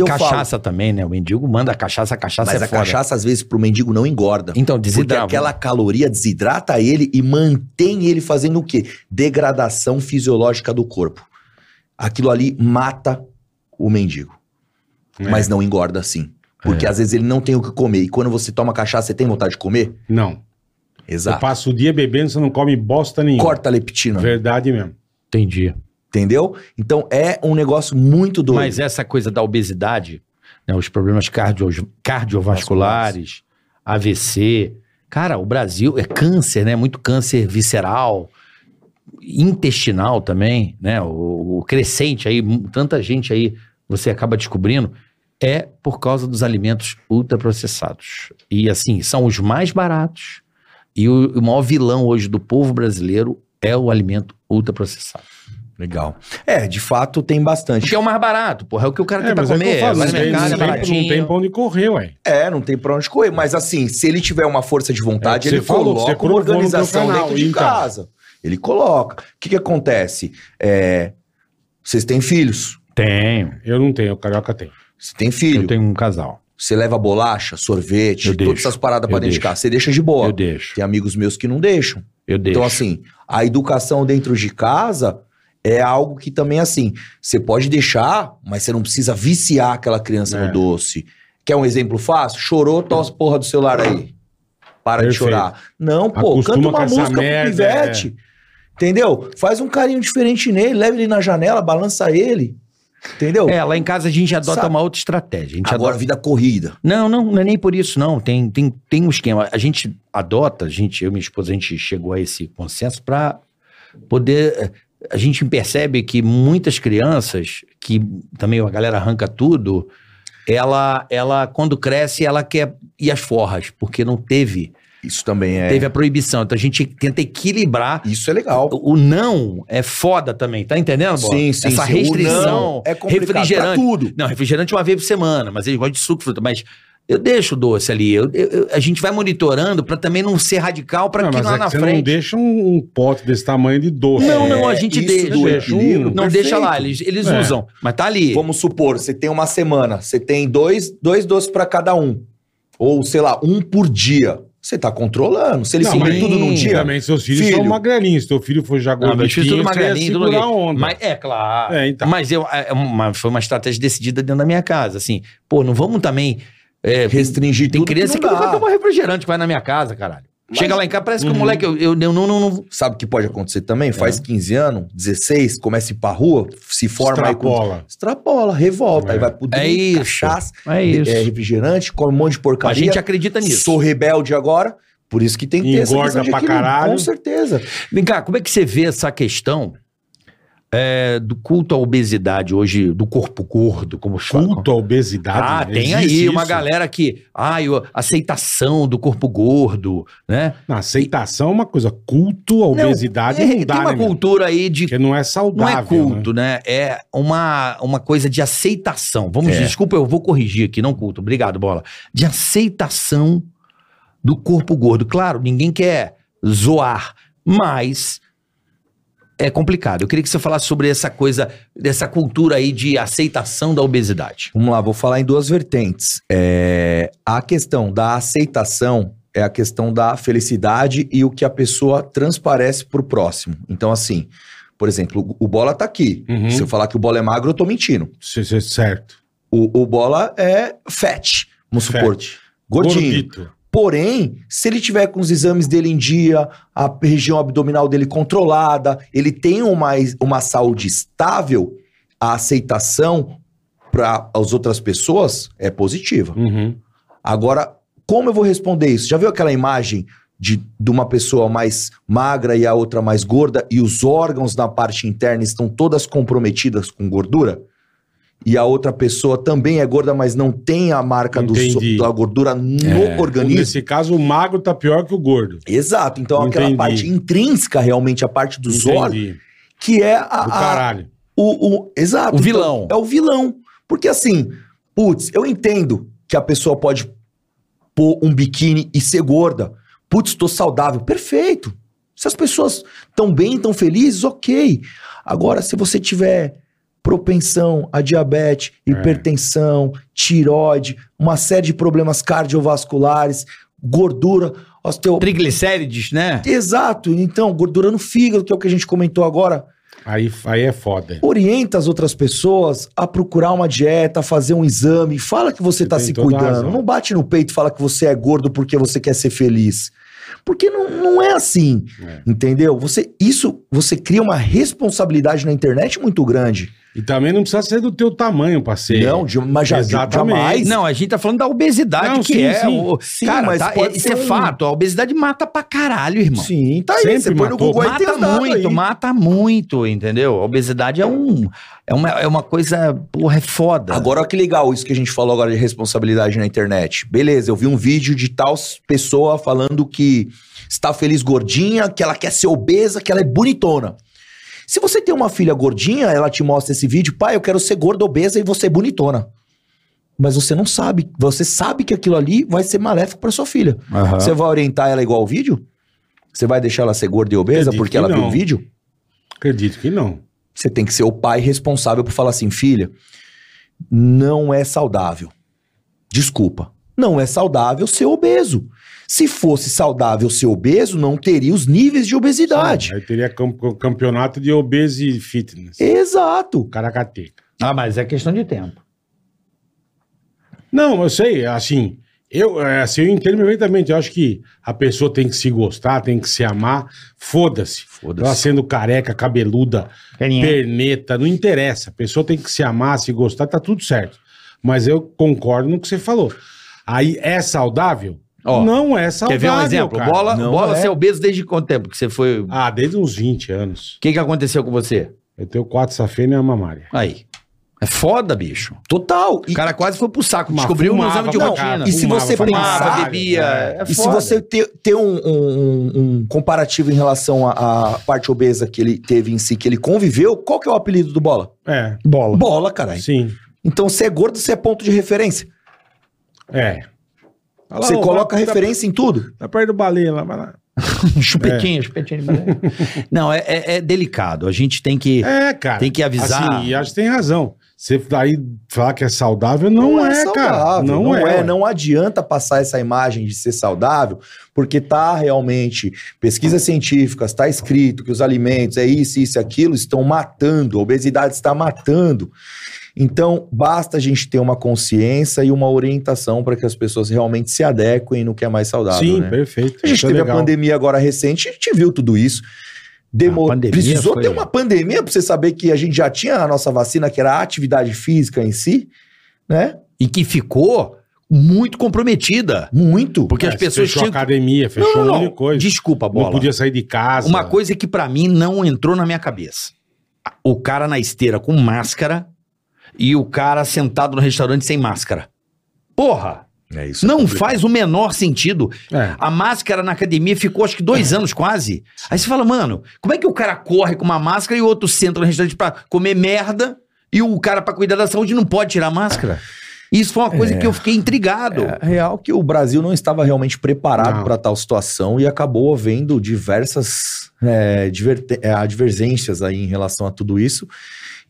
[SPEAKER 3] e
[SPEAKER 4] eu falo.
[SPEAKER 3] cachaça também, né? O mendigo manda a cachaça, a cachaça
[SPEAKER 4] Mas
[SPEAKER 3] é
[SPEAKER 4] a
[SPEAKER 3] foda.
[SPEAKER 4] cachaça, às vezes, pro mendigo não engorda.
[SPEAKER 3] Então,
[SPEAKER 4] Porque
[SPEAKER 3] desidrata.
[SPEAKER 4] aquela caloria desidrata ele e mantém ele fazendo o quê? Degradação fisiológica do corpo. Aquilo ali mata o mendigo,
[SPEAKER 2] É.
[SPEAKER 4] mas não engorda assim. Porque
[SPEAKER 3] É.
[SPEAKER 4] às vezes ele não tem o que comer. E quando você toma cachaça, você tem vontade de comer?
[SPEAKER 2] Não. Eu
[SPEAKER 4] Exato.
[SPEAKER 2] passo o dia bebendo, você não come bosta nenhuma.
[SPEAKER 4] Corta a leptina,
[SPEAKER 2] Verdade mesmo.
[SPEAKER 3] Entendi.
[SPEAKER 4] entendeu? Então é um negócio muito doido.
[SPEAKER 3] Mas essa coisa da obesidade, né, os problemas cardio, cardiovasculares, AVC. Cara, o Brasil é câncer, né? Muito câncer visceral, intestinal também, né? O, o crescente aí, mu- tanta gente aí, você acaba descobrindo, é por causa dos alimentos ultraprocessados. E assim, são os mais baratos. E o, o maior vilão hoje do povo brasileiro é o alimento ultraprocessado.
[SPEAKER 4] Legal. É, de fato tem bastante.
[SPEAKER 3] Porque é o mais barato, porra. É o que o cara tem pra
[SPEAKER 2] mas é o que eu
[SPEAKER 3] comer.
[SPEAKER 2] falo,
[SPEAKER 3] vai
[SPEAKER 2] não
[SPEAKER 3] no
[SPEAKER 2] tem-
[SPEAKER 3] mercado, é
[SPEAKER 2] não, tem, não
[SPEAKER 3] baratinho.
[SPEAKER 2] tem pra onde correr, ué.
[SPEAKER 4] É, não tem pra onde correr. Mas assim, se ele tiver uma força de vontade,
[SPEAKER 2] É o que
[SPEAKER 4] ele
[SPEAKER 2] você falou, você
[SPEAKER 4] coloca
[SPEAKER 2] provou
[SPEAKER 4] uma
[SPEAKER 2] no teu
[SPEAKER 4] organização
[SPEAKER 2] canal,
[SPEAKER 4] dentro de
[SPEAKER 2] então.
[SPEAKER 4] casa. Ele coloca. O que, que acontece? É, vocês têm filhos.
[SPEAKER 3] Tenho.
[SPEAKER 2] Eu não tenho, o carioca tem.
[SPEAKER 4] Você tem filho.
[SPEAKER 3] Eu tenho um casal.
[SPEAKER 4] Você leva bolacha, sorvete,
[SPEAKER 3] Eu
[SPEAKER 4] todas
[SPEAKER 3] deixo.
[SPEAKER 4] essas paradas pra
[SPEAKER 3] Eu
[SPEAKER 4] dentro de
[SPEAKER 3] deixo.
[SPEAKER 4] casa. Você deixa de boa.
[SPEAKER 3] Eu deixo.
[SPEAKER 4] Tem amigos meus que não deixam.
[SPEAKER 3] Eu deixo.
[SPEAKER 4] Então, assim, a educação dentro de casa é algo que também, assim, você pode deixar, mas você não precisa viciar aquela criança
[SPEAKER 2] É.
[SPEAKER 4] no doce. Quer um exemplo fácil? Chorou, tosse porra do celular aí. Para
[SPEAKER 2] Perfeito.
[SPEAKER 4] de chorar. Não, pô,
[SPEAKER 2] Acostuma
[SPEAKER 4] canta
[SPEAKER 2] com
[SPEAKER 4] uma
[SPEAKER 2] essa
[SPEAKER 4] música pro
[SPEAKER 2] merda, é.
[SPEAKER 4] pivete. Entendeu? Faz um carinho diferente nele, leva ele na janela, balança ele. Entendeu?
[SPEAKER 3] É, lá em casa a gente adota
[SPEAKER 4] Sabe-
[SPEAKER 3] uma outra estratégia. A gente
[SPEAKER 4] Agora,
[SPEAKER 3] adota-
[SPEAKER 4] vida corrida.
[SPEAKER 3] Não, não, não é nem por isso, não. Tem, tem, tem um esquema. A gente adota, a gente, eu e minha esposa, a gente chegou a esse consenso para poder. eh, A gente percebe que muitas crianças, que também a galera arranca tudo, ela, ela quando cresce, ela quer ir às forras, porque não teve.
[SPEAKER 4] Isso também é.
[SPEAKER 3] Teve a proibição. Então a gente tenta equilibrar.
[SPEAKER 4] Isso é legal.
[SPEAKER 3] O não é foda também, tá entendendo, Bola? Essa
[SPEAKER 4] sim. O
[SPEAKER 3] restrição.
[SPEAKER 4] não é complicado pra
[SPEAKER 3] refrigerante.
[SPEAKER 4] tudo.
[SPEAKER 3] Não, refrigerante uma vez por semana, mas eles gostam de suco, fruta. Mas eu deixo o doce ali. eu- eu- eu- a gente vai monitorando pra também não ser radical pra
[SPEAKER 2] Não,
[SPEAKER 3] que
[SPEAKER 2] mas
[SPEAKER 3] lá
[SPEAKER 2] é que
[SPEAKER 3] na
[SPEAKER 2] você não
[SPEAKER 3] frente.
[SPEAKER 2] deixa um, um pote desse tamanho de doce.
[SPEAKER 3] Não,
[SPEAKER 2] É.
[SPEAKER 3] não, a
[SPEAKER 4] É,
[SPEAKER 3] gente
[SPEAKER 4] isso
[SPEAKER 3] deixa.
[SPEAKER 4] do
[SPEAKER 2] Deixa um-
[SPEAKER 4] equilíbrio.
[SPEAKER 3] Não
[SPEAKER 2] Perfeito.
[SPEAKER 3] deixa lá, eles, eles
[SPEAKER 2] É.
[SPEAKER 3] usam. Mas tá ali.
[SPEAKER 4] Vamos supor, você tem uma semana, você tem dois, dois doces pra cada um. Ou, sei lá, um por dia. Você tá controlando. Se ele
[SPEAKER 2] Não,
[SPEAKER 4] comer
[SPEAKER 2] mas-
[SPEAKER 4] tudo num dia.
[SPEAKER 2] Também seus filhos
[SPEAKER 4] Filho.
[SPEAKER 2] são magrelinhos. Se teu filho for já
[SPEAKER 3] Não, meus filhos
[SPEAKER 2] gordinho,
[SPEAKER 3] tudo
[SPEAKER 2] você ia
[SPEAKER 3] magrelinho, tudo
[SPEAKER 2] segurar a
[SPEAKER 3] magrelinho.
[SPEAKER 2] onda.
[SPEAKER 3] Mas, é claro.
[SPEAKER 2] É, então.
[SPEAKER 3] Mas eu, é uma- foi uma estratégia decidida dentro da minha casa. Assim, pô, não vamos também. é,
[SPEAKER 4] Restringir
[SPEAKER 3] tem
[SPEAKER 4] tudo.
[SPEAKER 3] criança que,
[SPEAKER 4] não
[SPEAKER 3] nunca
[SPEAKER 4] dá.
[SPEAKER 3] toma refrigerante, que vai na minha casa, caralho. Chega lá em casa, parece que
[SPEAKER 2] Uhum.
[SPEAKER 3] o moleque. Eu, eu- eu não, não, não.
[SPEAKER 4] Sabe o que pode acontecer também?
[SPEAKER 3] É.
[SPEAKER 4] Faz 15 anos, 16, começa a ir pra rua, se forma aí
[SPEAKER 2] Extrapola.
[SPEAKER 4] com. Extrapola, revolta.
[SPEAKER 2] É.
[SPEAKER 4] Aí vai pro
[SPEAKER 3] É
[SPEAKER 4] drink,
[SPEAKER 3] isso.
[SPEAKER 4] cachaça,
[SPEAKER 3] É isso.
[SPEAKER 4] é, refrigerante, come um monte de
[SPEAKER 3] a
[SPEAKER 4] porcaria.
[SPEAKER 3] gente acredita nisso.
[SPEAKER 4] Sou rebelde agora, por isso que tem que ter essa
[SPEAKER 2] Engorda
[SPEAKER 4] questão de
[SPEAKER 2] pra
[SPEAKER 4] equilíbrio,
[SPEAKER 2] caralho.
[SPEAKER 4] Com certeza.
[SPEAKER 3] Vem cá, como é que você vê essa questão é, do culto à obesidade hoje, do corpo gordo, como chama?
[SPEAKER 2] Culto à obesidade.
[SPEAKER 3] Ah, tem
[SPEAKER 2] existe
[SPEAKER 3] aí uma
[SPEAKER 2] isso.
[SPEAKER 3] galera que. Ai, o- aceitação do corpo gordo, né?
[SPEAKER 2] Não, aceitação é uma coisa. Culto à obesidade não,
[SPEAKER 3] É,
[SPEAKER 2] dá,
[SPEAKER 3] tem uma
[SPEAKER 2] né, meu?
[SPEAKER 3] cultura aí de.
[SPEAKER 2] Porque não é
[SPEAKER 3] Não
[SPEAKER 2] saudável.
[SPEAKER 3] é culto, né? É uma, uma coisa de aceitação. Vamos,
[SPEAKER 4] É.
[SPEAKER 3] desculpa, eu vou corrigir aqui, não culto. Obrigado, bola. De aceitação do corpo gordo. Claro, ninguém quer zoar, mas é complicado. Eu queria que você falasse sobre essa coisa, dessa cultura aí de aceitação da obesidade.
[SPEAKER 4] Vamos lá, vou falar em duas vertentes. É, a questão da aceitação é a questão da felicidade e o que a pessoa transparece pro próximo. Então, assim, por exemplo, o o Bola tá aqui.
[SPEAKER 2] Uhum.
[SPEAKER 4] Se eu falar que o Bola é magro, eu tô mentindo.
[SPEAKER 2] Cê- cê- certo.
[SPEAKER 4] O, o Bola é fat, vamos
[SPEAKER 2] Fat.
[SPEAKER 4] supor. Gordinho.
[SPEAKER 2] Gordito.
[SPEAKER 4] Porém, se ele tiver com os exames dele em dia, a região abdominal dele controlada, ele tem uma, uma saúde estável, a aceitação para as outras pessoas é positiva.
[SPEAKER 2] Uhum.
[SPEAKER 4] Agora, como eu vou responder isso? Já viu aquela imagem de, de uma pessoa mais magra e a outra mais gorda e os órgãos na parte interna estão todas comprometidas com gordura? E a outra pessoa também é gorda, mas não tem a marca do, so-
[SPEAKER 2] Entendi.
[SPEAKER 4] da gordura no
[SPEAKER 3] É.
[SPEAKER 4] organismo.
[SPEAKER 2] Nesse caso, o magro tá pior que o gordo.
[SPEAKER 4] Exato. Então, aquela
[SPEAKER 2] Entendi.
[SPEAKER 4] parte intrínseca, realmente, a parte dos olhos,
[SPEAKER 2] Entendi.
[SPEAKER 4] que é a,
[SPEAKER 3] Ah,
[SPEAKER 2] Do
[SPEAKER 4] a-
[SPEAKER 2] caralho.
[SPEAKER 4] o, o- Exato.
[SPEAKER 3] O
[SPEAKER 4] Então,
[SPEAKER 3] vilão.
[SPEAKER 4] é o vilão. Porque, assim, putz, eu entendo que a pessoa pode pôr um biquíni e ser gorda. Putz, tô saudável. Perfeito. Se as pessoas estão bem, estão felizes, ok. Agora, se você tiver propensão a diabetes,
[SPEAKER 2] É.
[SPEAKER 4] hipertensão, tireoide, uma série de problemas cardiovasculares, gordura, osteo,
[SPEAKER 3] Triglicérides, né?
[SPEAKER 4] Exato. Então, gordura no fígado, que é o que a gente comentou agora,
[SPEAKER 2] Aí, aí é foda.
[SPEAKER 4] orienta as outras pessoas a procurar uma dieta, a fazer um exame, fala que você
[SPEAKER 2] Você
[SPEAKER 4] está
[SPEAKER 2] tem
[SPEAKER 4] se
[SPEAKER 2] toda a
[SPEAKER 4] cuidando.
[SPEAKER 2] razão.
[SPEAKER 4] Não bate no peito e fala que você é gordo porque você quer ser feliz. Porque não, não é assim,
[SPEAKER 2] É.
[SPEAKER 4] entendeu? Você isso você cria uma responsabilidade na internet muito grande.
[SPEAKER 2] E também não precisa ser do teu tamanho pra ser.
[SPEAKER 4] Não, de- mas já,
[SPEAKER 2] Exatamente.
[SPEAKER 4] jamais.
[SPEAKER 3] Não, a gente tá falando da obesidade,
[SPEAKER 2] Não,
[SPEAKER 3] que
[SPEAKER 2] sim,
[SPEAKER 3] é.
[SPEAKER 2] sim.
[SPEAKER 3] o-
[SPEAKER 4] Sim,
[SPEAKER 3] cara,
[SPEAKER 4] mas
[SPEAKER 3] tá-
[SPEAKER 4] pode
[SPEAKER 3] isso é
[SPEAKER 4] ser um-
[SPEAKER 3] fato. A obesidade mata pra caralho, irmão.
[SPEAKER 4] Sim, tá aí.
[SPEAKER 2] Sempre
[SPEAKER 4] você põe no
[SPEAKER 2] matou.
[SPEAKER 4] Google e tem
[SPEAKER 3] Mata
[SPEAKER 4] os dados
[SPEAKER 3] muito,
[SPEAKER 4] aí.
[SPEAKER 3] mata muito, entendeu? A obesidade é um. É uma, é uma coisa, porra, é foda.
[SPEAKER 4] Agora, olha que legal isso que a gente falou agora de responsabilidade na internet. Beleza, eu vi um vídeo de tal pessoa falando que está feliz gordinha, que ela quer ser obesa, que ela é bonitona. Se você tem uma filha gordinha, ela te mostra esse vídeo, pai, eu quero ser gorda, obesa e você é bonitona. Mas você não sabe, você sabe que aquilo ali vai ser maléfico para sua filha.
[SPEAKER 2] Ah.
[SPEAKER 3] Aham.
[SPEAKER 4] Você vai orientar ela igual ao vídeo? Você vai deixar ela ser gorda e obesa
[SPEAKER 2] Acredito
[SPEAKER 4] porque
[SPEAKER 2] que
[SPEAKER 4] ela viu
[SPEAKER 2] não.
[SPEAKER 4] o vídeo?
[SPEAKER 2] Acredito que não.
[SPEAKER 4] Você tem que ser o pai responsável por falar assim, filha, não é saudável. Desculpa. Não é saudável ser obeso. Se fosse saudável ser obeso, não teria os níveis de obesidade.
[SPEAKER 2] Aí teria cam- campeonato de obese fitness.
[SPEAKER 4] Exato.
[SPEAKER 2] Caracateca.
[SPEAKER 3] Ah, mas é questão de tempo.
[SPEAKER 2] Não, eu sei, assim, Eu, é, assim, eu entendo perfeitamente. Eu acho que a pessoa tem que se gostar, tem que se amar. Foda-se. Ela
[SPEAKER 4] Foda-se.
[SPEAKER 2] Tá sendo careca, cabeluda, perneta, não interessa. A pessoa tem que se amar, se gostar, tá tudo certo. Mas eu concordo no que você falou. Aí é saudável?
[SPEAKER 3] Ó,
[SPEAKER 2] não é saudável.
[SPEAKER 3] Quer ver um exemplo?
[SPEAKER 2] cara.
[SPEAKER 3] Bola,
[SPEAKER 4] Não
[SPEAKER 3] bola
[SPEAKER 4] é.
[SPEAKER 3] você é obeso desde quanto tempo que você foi... O
[SPEAKER 2] Ah, desde uns 20 anos.
[SPEAKER 3] que, que aconteceu com você?
[SPEAKER 2] Eu tenho quatro safena e uma mamária.
[SPEAKER 3] Aí. É foda, bicho.
[SPEAKER 4] Total. E,
[SPEAKER 3] O cara quase foi pro saco.
[SPEAKER 2] Mas
[SPEAKER 3] Descobriu no
[SPEAKER 2] fumava
[SPEAKER 3] exame de
[SPEAKER 2] pra
[SPEAKER 3] rotina.
[SPEAKER 2] caralho,
[SPEAKER 4] E se
[SPEAKER 2] fumava
[SPEAKER 4] você
[SPEAKER 2] pra
[SPEAKER 4] pensar-
[SPEAKER 2] caralho,
[SPEAKER 3] bebia,
[SPEAKER 2] é.
[SPEAKER 3] é
[SPEAKER 4] e se
[SPEAKER 3] foda.
[SPEAKER 4] você ter, ter um, um- um comparativo em relação à, à parte obesa que ele teve em si, que ele conviveu, qual que é o apelido do Bola?
[SPEAKER 2] É,
[SPEAKER 4] Bola. Bola, caralho.
[SPEAKER 2] sim.
[SPEAKER 4] Então, se é gordo, você é ponto de referência.
[SPEAKER 2] É. Olha lá,
[SPEAKER 4] você
[SPEAKER 2] ó,
[SPEAKER 4] coloca
[SPEAKER 2] vai-
[SPEAKER 4] referência em tudo.
[SPEAKER 2] Tá, tá perto do baleia lá, vai lá. É.
[SPEAKER 3] Chupetinho, chupetinho. de banana. Não, é, é- é delicado. A gente tem que,
[SPEAKER 2] É, cara.
[SPEAKER 3] tem que avisar.
[SPEAKER 2] Assim, e acho que tem razão. Você daí falar que é saudável, não, é, cara.
[SPEAKER 4] saudável,
[SPEAKER 2] Não,
[SPEAKER 4] não
[SPEAKER 2] é.
[SPEAKER 4] Não adianta passar essa imagem de ser saudável, porque tá realmente, pesquisas científicas, tá escrito que os alimentos, é isso, isso, e aquilo, estão matando, a obesidade está matando. Então, basta a gente ter uma consciência e uma orientação para que as pessoas realmente se adequem no que é mais saudável.
[SPEAKER 2] Sim,
[SPEAKER 4] né?
[SPEAKER 2] perfeito.
[SPEAKER 4] A gente
[SPEAKER 2] Isso é
[SPEAKER 4] teve
[SPEAKER 2] legal.
[SPEAKER 4] a pandemia agora recente, a gente viu tudo isso. Demo-
[SPEAKER 3] A pandemia
[SPEAKER 4] Precisou
[SPEAKER 3] foi-
[SPEAKER 4] ter uma pandemia para você saber que a gente já tinha a nossa vacina, que era a atividade física em si, né?
[SPEAKER 3] E que ficou muito comprometida.
[SPEAKER 4] Muito.
[SPEAKER 3] Porque
[SPEAKER 2] É,
[SPEAKER 3] as
[SPEAKER 2] você
[SPEAKER 3] pessoas
[SPEAKER 2] fechou
[SPEAKER 3] tinham.
[SPEAKER 2] a academia, fechou
[SPEAKER 3] Não, não,
[SPEAKER 2] um monte
[SPEAKER 3] não.
[SPEAKER 2] de coisa.
[SPEAKER 3] Desculpa, bola.
[SPEAKER 2] Não podia sair de casa.
[SPEAKER 3] Uma coisa que pra mim não entrou na minha cabeça. O cara na esteira com máscara e o cara sentado no restaurante sem máscara. Porra!
[SPEAKER 4] É isso.
[SPEAKER 3] Não faz o menor sentido.
[SPEAKER 2] É.
[SPEAKER 3] A máscara na academia ficou acho que
[SPEAKER 4] É.
[SPEAKER 3] dois anos quase. Aí você fala, mano, como é que o cara corre com uma máscara e o outro senta no restaurante pra comer merda e o cara pra cuidar da saúde não pode tirar a máscara? Isso foi uma coisa que eu fiquei intrigado.
[SPEAKER 4] É real que o Brasil não estava realmente
[SPEAKER 2] Não.
[SPEAKER 4] preparado para tal situação e acabou havendo diversas é, diverte- é, advergências aí em relação a tudo isso.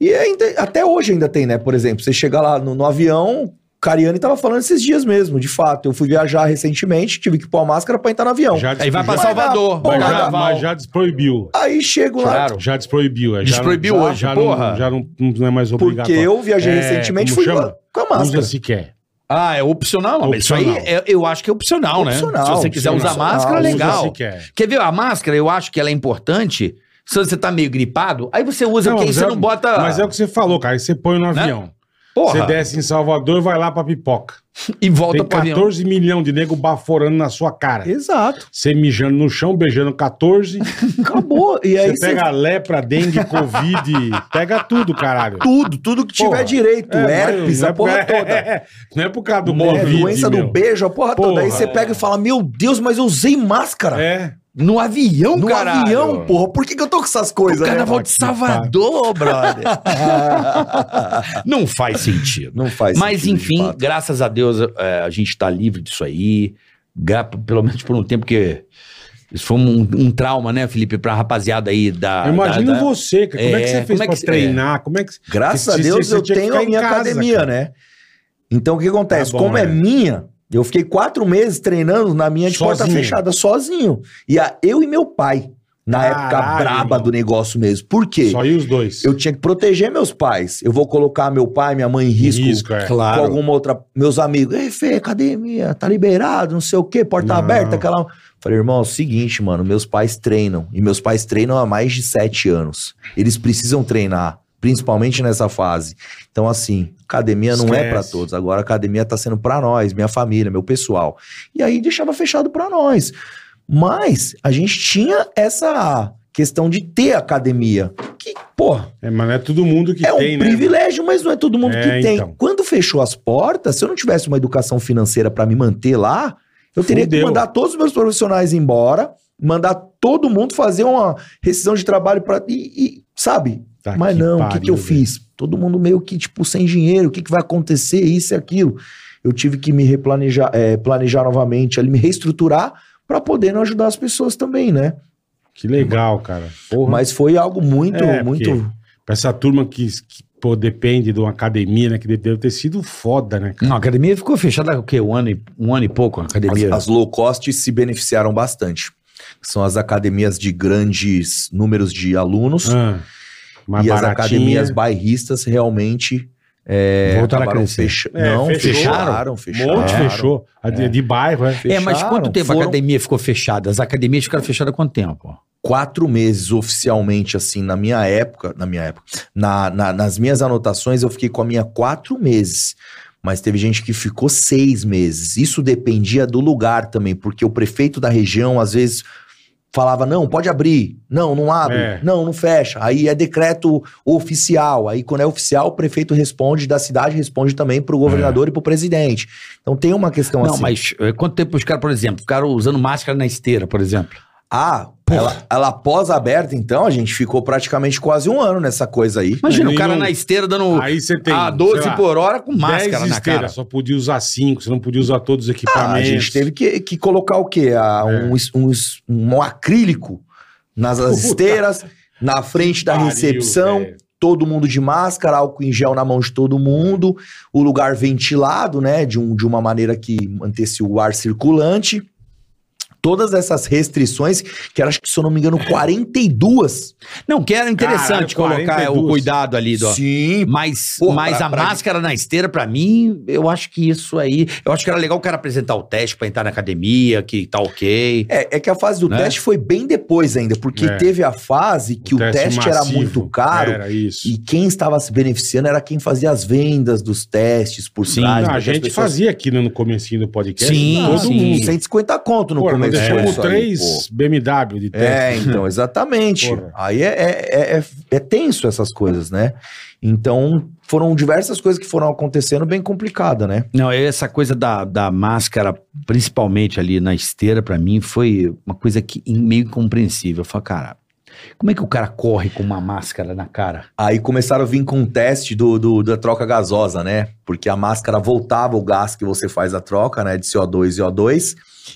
[SPEAKER 4] E ainda- até hoje ainda tem, né? Por exemplo, você chega lá no, no avião, Cariani estava falando esses dias mesmo, de fato. Eu fui viajar recentemente, tive que pôr a máscara para entrar no avião.
[SPEAKER 2] Já
[SPEAKER 3] Aí vai
[SPEAKER 2] despro-
[SPEAKER 3] pra
[SPEAKER 2] já-
[SPEAKER 4] passar-
[SPEAKER 3] Salvador.
[SPEAKER 4] Vai
[SPEAKER 2] Mas
[SPEAKER 4] dar-
[SPEAKER 2] já,
[SPEAKER 3] carnaval.
[SPEAKER 2] mas já desproibiu.
[SPEAKER 4] Aí chego lá,
[SPEAKER 3] Claro.
[SPEAKER 2] Já desproibiu. é, já não-
[SPEAKER 3] Desproibiu
[SPEAKER 2] já-
[SPEAKER 3] hoje,
[SPEAKER 2] já
[SPEAKER 3] porra.
[SPEAKER 2] Não, já não, não é mais
[SPEAKER 4] porque
[SPEAKER 2] obrigatório.
[SPEAKER 4] eu viajei
[SPEAKER 2] É,
[SPEAKER 4] recentemente,
[SPEAKER 2] como
[SPEAKER 4] fui
[SPEAKER 2] chama?
[SPEAKER 4] lá com a
[SPEAKER 2] Usa assim.
[SPEAKER 4] máscara.
[SPEAKER 2] se quer.
[SPEAKER 3] Ah, é opcional? Mas Isso aí
[SPEAKER 2] Opcional.
[SPEAKER 3] é- eu acho que é opcional,
[SPEAKER 4] Opcional,
[SPEAKER 3] né? Se você quiser usar
[SPEAKER 4] opcional.
[SPEAKER 3] máscara,
[SPEAKER 4] Usa assim.
[SPEAKER 3] legal.
[SPEAKER 2] se quer.
[SPEAKER 3] Quer ver? A máscara, eu acho que ela é importante. Se você tá meio gripado, aí você usa, porque aí
[SPEAKER 2] mas
[SPEAKER 3] você
[SPEAKER 2] é-
[SPEAKER 3] não bota.
[SPEAKER 2] Mas é o que você falou, cara. Aí você põe no avião.
[SPEAKER 3] Tá. Né? Porra,
[SPEAKER 2] Você desce em Salvador e vai lá pra pipoca.
[SPEAKER 3] e volta
[SPEAKER 2] Tem
[SPEAKER 3] pro avião.
[SPEAKER 2] 14 milhões de nego baforando na sua cara.
[SPEAKER 4] Exato.
[SPEAKER 2] Você mijando no chão, beijando 14.
[SPEAKER 4] Acabou. E É aí
[SPEAKER 2] você pega lepra, dengue, covid. pega tudo, caralho.
[SPEAKER 4] tudo, tudo que tiver
[SPEAKER 2] Porra.
[SPEAKER 4] direito. herpes,
[SPEAKER 2] não é
[SPEAKER 4] a porra
[SPEAKER 2] por-
[SPEAKER 4] toda.
[SPEAKER 2] não é por causa do
[SPEAKER 4] É,
[SPEAKER 2] covid,
[SPEAKER 4] doença
[SPEAKER 2] meu.
[SPEAKER 4] do beijo, a porra, toda.
[SPEAKER 2] Porra.
[SPEAKER 4] Aí você pega e fala: Meu Deus, mas eu usei máscara.
[SPEAKER 2] É.
[SPEAKER 3] No avião,
[SPEAKER 4] No
[SPEAKER 3] caralho.
[SPEAKER 4] avião, porra, por que, que eu tô com essas coisas?
[SPEAKER 3] No carnaval
[SPEAKER 4] né?
[SPEAKER 3] de Salvador, brother. não faz sentido.
[SPEAKER 4] Não faz
[SPEAKER 3] Mas,
[SPEAKER 4] sentido, de
[SPEAKER 3] enfim,
[SPEAKER 4] fato.
[SPEAKER 3] graças a Deus, é, a gente tá livre disso aí. Gra- Pelo menos por um tempo, porque isso foi um, um trauma, né, Felipe, pra rapaziada aí da.
[SPEAKER 2] Eu imagino
[SPEAKER 3] da- da-
[SPEAKER 2] você, cara. Como é, que
[SPEAKER 3] Ah, É,
[SPEAKER 2] você fez
[SPEAKER 3] como é
[SPEAKER 2] pra
[SPEAKER 3] que-
[SPEAKER 2] treinar? Como é que...
[SPEAKER 4] graças
[SPEAKER 2] Você-
[SPEAKER 4] a Deus
[SPEAKER 2] você
[SPEAKER 4] eu
[SPEAKER 2] tinha que
[SPEAKER 4] tenho
[SPEAKER 2] ficar
[SPEAKER 4] a
[SPEAKER 2] em
[SPEAKER 4] minha
[SPEAKER 2] casa,
[SPEAKER 4] academia,
[SPEAKER 2] cara.
[SPEAKER 4] né? Então o que acontece?
[SPEAKER 2] Tá bom,
[SPEAKER 4] Como é
[SPEAKER 2] né?
[SPEAKER 4] minha, eu fiquei quatro meses treinando na minha de porta
[SPEAKER 2] Sozinho.
[SPEAKER 4] fechada, sozinho. E a, eu e meu pai, na época
[SPEAKER 2] Caralho,
[SPEAKER 4] braba
[SPEAKER 2] irmão.
[SPEAKER 4] do negócio mesmo. Por quê?
[SPEAKER 2] Só aí os dois.
[SPEAKER 4] Eu tinha que proteger meus pais. Eu vou colocar meu pai, minha mãe em risco,
[SPEAKER 2] Risco, é.
[SPEAKER 4] com alguma outra. Meus amigos, ei, Fê, academia, tá liberado, não sei o quê, porta
[SPEAKER 2] Não.
[SPEAKER 4] aberta, aquela. Falei, irmão, é o seguinte, mano, meus pais treinam. E meus pais treinam há mais de sete anos. Eles precisam treinar, principalmente nessa fase. Então, assim, academia não é
[SPEAKER 2] Esquece.
[SPEAKER 4] pra todos. Agora, a academia tá sendo pra nós, minha família, meu pessoal. E aí deixava fechado pra nós. Mas a gente tinha essa questão de ter academia. Que, porra,
[SPEAKER 2] É, mas não é todo mundo que
[SPEAKER 4] é um
[SPEAKER 2] tem, né?
[SPEAKER 4] privilégio, mas não é todo mundo
[SPEAKER 2] É,
[SPEAKER 4] que tem.
[SPEAKER 2] então.
[SPEAKER 4] Quando fechou as portas, se eu não tivesse uma educação financeira pra me manter lá, eu teria que
[SPEAKER 2] Fudeu.
[SPEAKER 4] mandar todos os meus profissionais embora, mandar todo mundo fazer uma rescisão de trabalho para e, e, sabe?
[SPEAKER 2] Tá
[SPEAKER 4] mas
[SPEAKER 2] que
[SPEAKER 4] não, o que,
[SPEAKER 2] pariu,
[SPEAKER 4] que eu
[SPEAKER 2] velho.
[SPEAKER 4] fiz? Todo mundo meio que tipo sem dinheiro, o que, que vai acontecer? Isso e aquilo. Eu tive que me replanejar, é, planejar novamente, ali me reestruturar pra poder ajudar as pessoas também, né?
[SPEAKER 2] Que legal, cara. Porra.
[SPEAKER 4] Mas foi algo muito,
[SPEAKER 2] É,
[SPEAKER 4] muito.
[SPEAKER 2] porque- Pra essa turma que, que pô, depende de uma academia, né? Que deve ter sido foda, né?
[SPEAKER 3] Não, a academia ficou fechada há o quê? Um ano e, um ano e pouco, a academia.
[SPEAKER 4] As, as low cost se beneficiaram bastante. São as academias de grandes números de alunos
[SPEAKER 2] Ah, mais
[SPEAKER 4] e as
[SPEAKER 2] baratinha.
[SPEAKER 4] academias bairristas realmente É,
[SPEAKER 3] Voltaram a
[SPEAKER 4] acabaram
[SPEAKER 3] crescer.
[SPEAKER 4] fecha-
[SPEAKER 2] É,
[SPEAKER 4] Não,
[SPEAKER 2] fechou.
[SPEAKER 4] fecharam,
[SPEAKER 2] Um
[SPEAKER 4] fecharam.
[SPEAKER 2] monte fechou. A de, de bairro, é.
[SPEAKER 3] é, mas quanto tempo a
[SPEAKER 4] foram
[SPEAKER 3] academia ficou fechada? As academias ficaram fechadas há quanto tempo?
[SPEAKER 4] Quatro meses oficialmente, assim, na minha época, na minha época, na, na- nas minhas anotações eu fiquei com a minha quatro meses, mas teve gente que ficou seis meses. Isso dependia do lugar também, porque o prefeito da região às vezes falava, não, pode abrir, não, não abre,
[SPEAKER 2] É.
[SPEAKER 4] não, não fecha. Aí é decreto oficial, aí quando é oficial o prefeito responde, da cidade responde também pro governador e pro presidente. Então tem uma questão
[SPEAKER 3] não,
[SPEAKER 4] assim.
[SPEAKER 3] mas é, quanto tempo os caras, por exemplo, ficaram usando máscara na esteira, por exemplo?
[SPEAKER 4] Ah, ela, ela pós-aberta, então, a gente ficou praticamente quase um ano nessa coisa aí.
[SPEAKER 3] Imagina,
[SPEAKER 2] Nenhum.
[SPEAKER 3] o cara na esteira dando
[SPEAKER 2] Aí você tem.
[SPEAKER 3] a
[SPEAKER 4] Ah,
[SPEAKER 2] sei
[SPEAKER 3] 12
[SPEAKER 2] lá,
[SPEAKER 3] por hora com
[SPEAKER 2] 10
[SPEAKER 3] máscara na
[SPEAKER 2] esteiras,
[SPEAKER 3] cara.
[SPEAKER 2] Só podia usar cinco, você não podia usar todos os
[SPEAKER 4] Ah,
[SPEAKER 2] equipamentos.
[SPEAKER 4] a gente teve que, que colocar o quê? Ah, um, es- um es- um acrílico nas nas
[SPEAKER 2] É. Puta.
[SPEAKER 4] esteiras, na frente da
[SPEAKER 2] Pariu,
[SPEAKER 4] recepção,
[SPEAKER 2] velho.
[SPEAKER 4] todo mundo de máscara, álcool em gel na mão de todo mundo, o lugar ventilado, né? De, um, de uma maneira que mantesse o ar circulante. Todas essas restrições, que era, acho que, se eu não me engano,
[SPEAKER 2] É.
[SPEAKER 4] 42.
[SPEAKER 3] Não, que era interessante
[SPEAKER 2] Caralho,
[SPEAKER 3] colocar
[SPEAKER 2] 42.
[SPEAKER 3] o cuidado ali, do,
[SPEAKER 4] Sim,
[SPEAKER 3] Mas,
[SPEAKER 4] Pô,
[SPEAKER 3] mas
[SPEAKER 4] pra-
[SPEAKER 3] a
[SPEAKER 4] pra-
[SPEAKER 3] máscara na esteira, pra mim, eu acho que isso aí. Eu acho que era legal o cara apresentar o teste pra entrar na academia, que tá ok.
[SPEAKER 4] É, é que a fase do
[SPEAKER 3] Né?
[SPEAKER 4] teste foi bem depois ainda, porque
[SPEAKER 2] É.
[SPEAKER 4] teve a fase que o, teste, era
[SPEAKER 2] massivo,
[SPEAKER 4] muito caro
[SPEAKER 2] Era isso.
[SPEAKER 4] e quem estava se beneficiando era quem fazia as vendas dos testes por
[SPEAKER 3] Sim,
[SPEAKER 4] trás.
[SPEAKER 2] Não, a
[SPEAKER 4] porque as
[SPEAKER 2] gente
[SPEAKER 4] pessoas-
[SPEAKER 2] fazia aqui né, no, no comecinho do podcast.
[SPEAKER 3] Sim,
[SPEAKER 2] todo
[SPEAKER 3] sim.
[SPEAKER 2] mundo.
[SPEAKER 4] 150 conto no
[SPEAKER 2] Porra, nós
[SPEAKER 4] começo. foi
[SPEAKER 2] deixamos
[SPEAKER 4] isso aí, pô.
[SPEAKER 2] três BMW de teste.
[SPEAKER 4] É, então, exatamente.
[SPEAKER 2] Porra.
[SPEAKER 4] Aí é, é, é, é- é tenso essas coisas, né? Então, foram diversas coisas que foram acontecendo bem complicada, né?
[SPEAKER 3] Não, é essa coisa da, da máscara, principalmente ali na esteira, pra mim, foi uma coisa que in- meio incompreensível. Eu falei, cara, como é que o cara corre com uma máscara na cara?
[SPEAKER 4] Aí começaram a vir com um teste do, do- da troca gasosa, né? Porque a máscara voltava o gás que você faz a troca, né? De CO2 e O2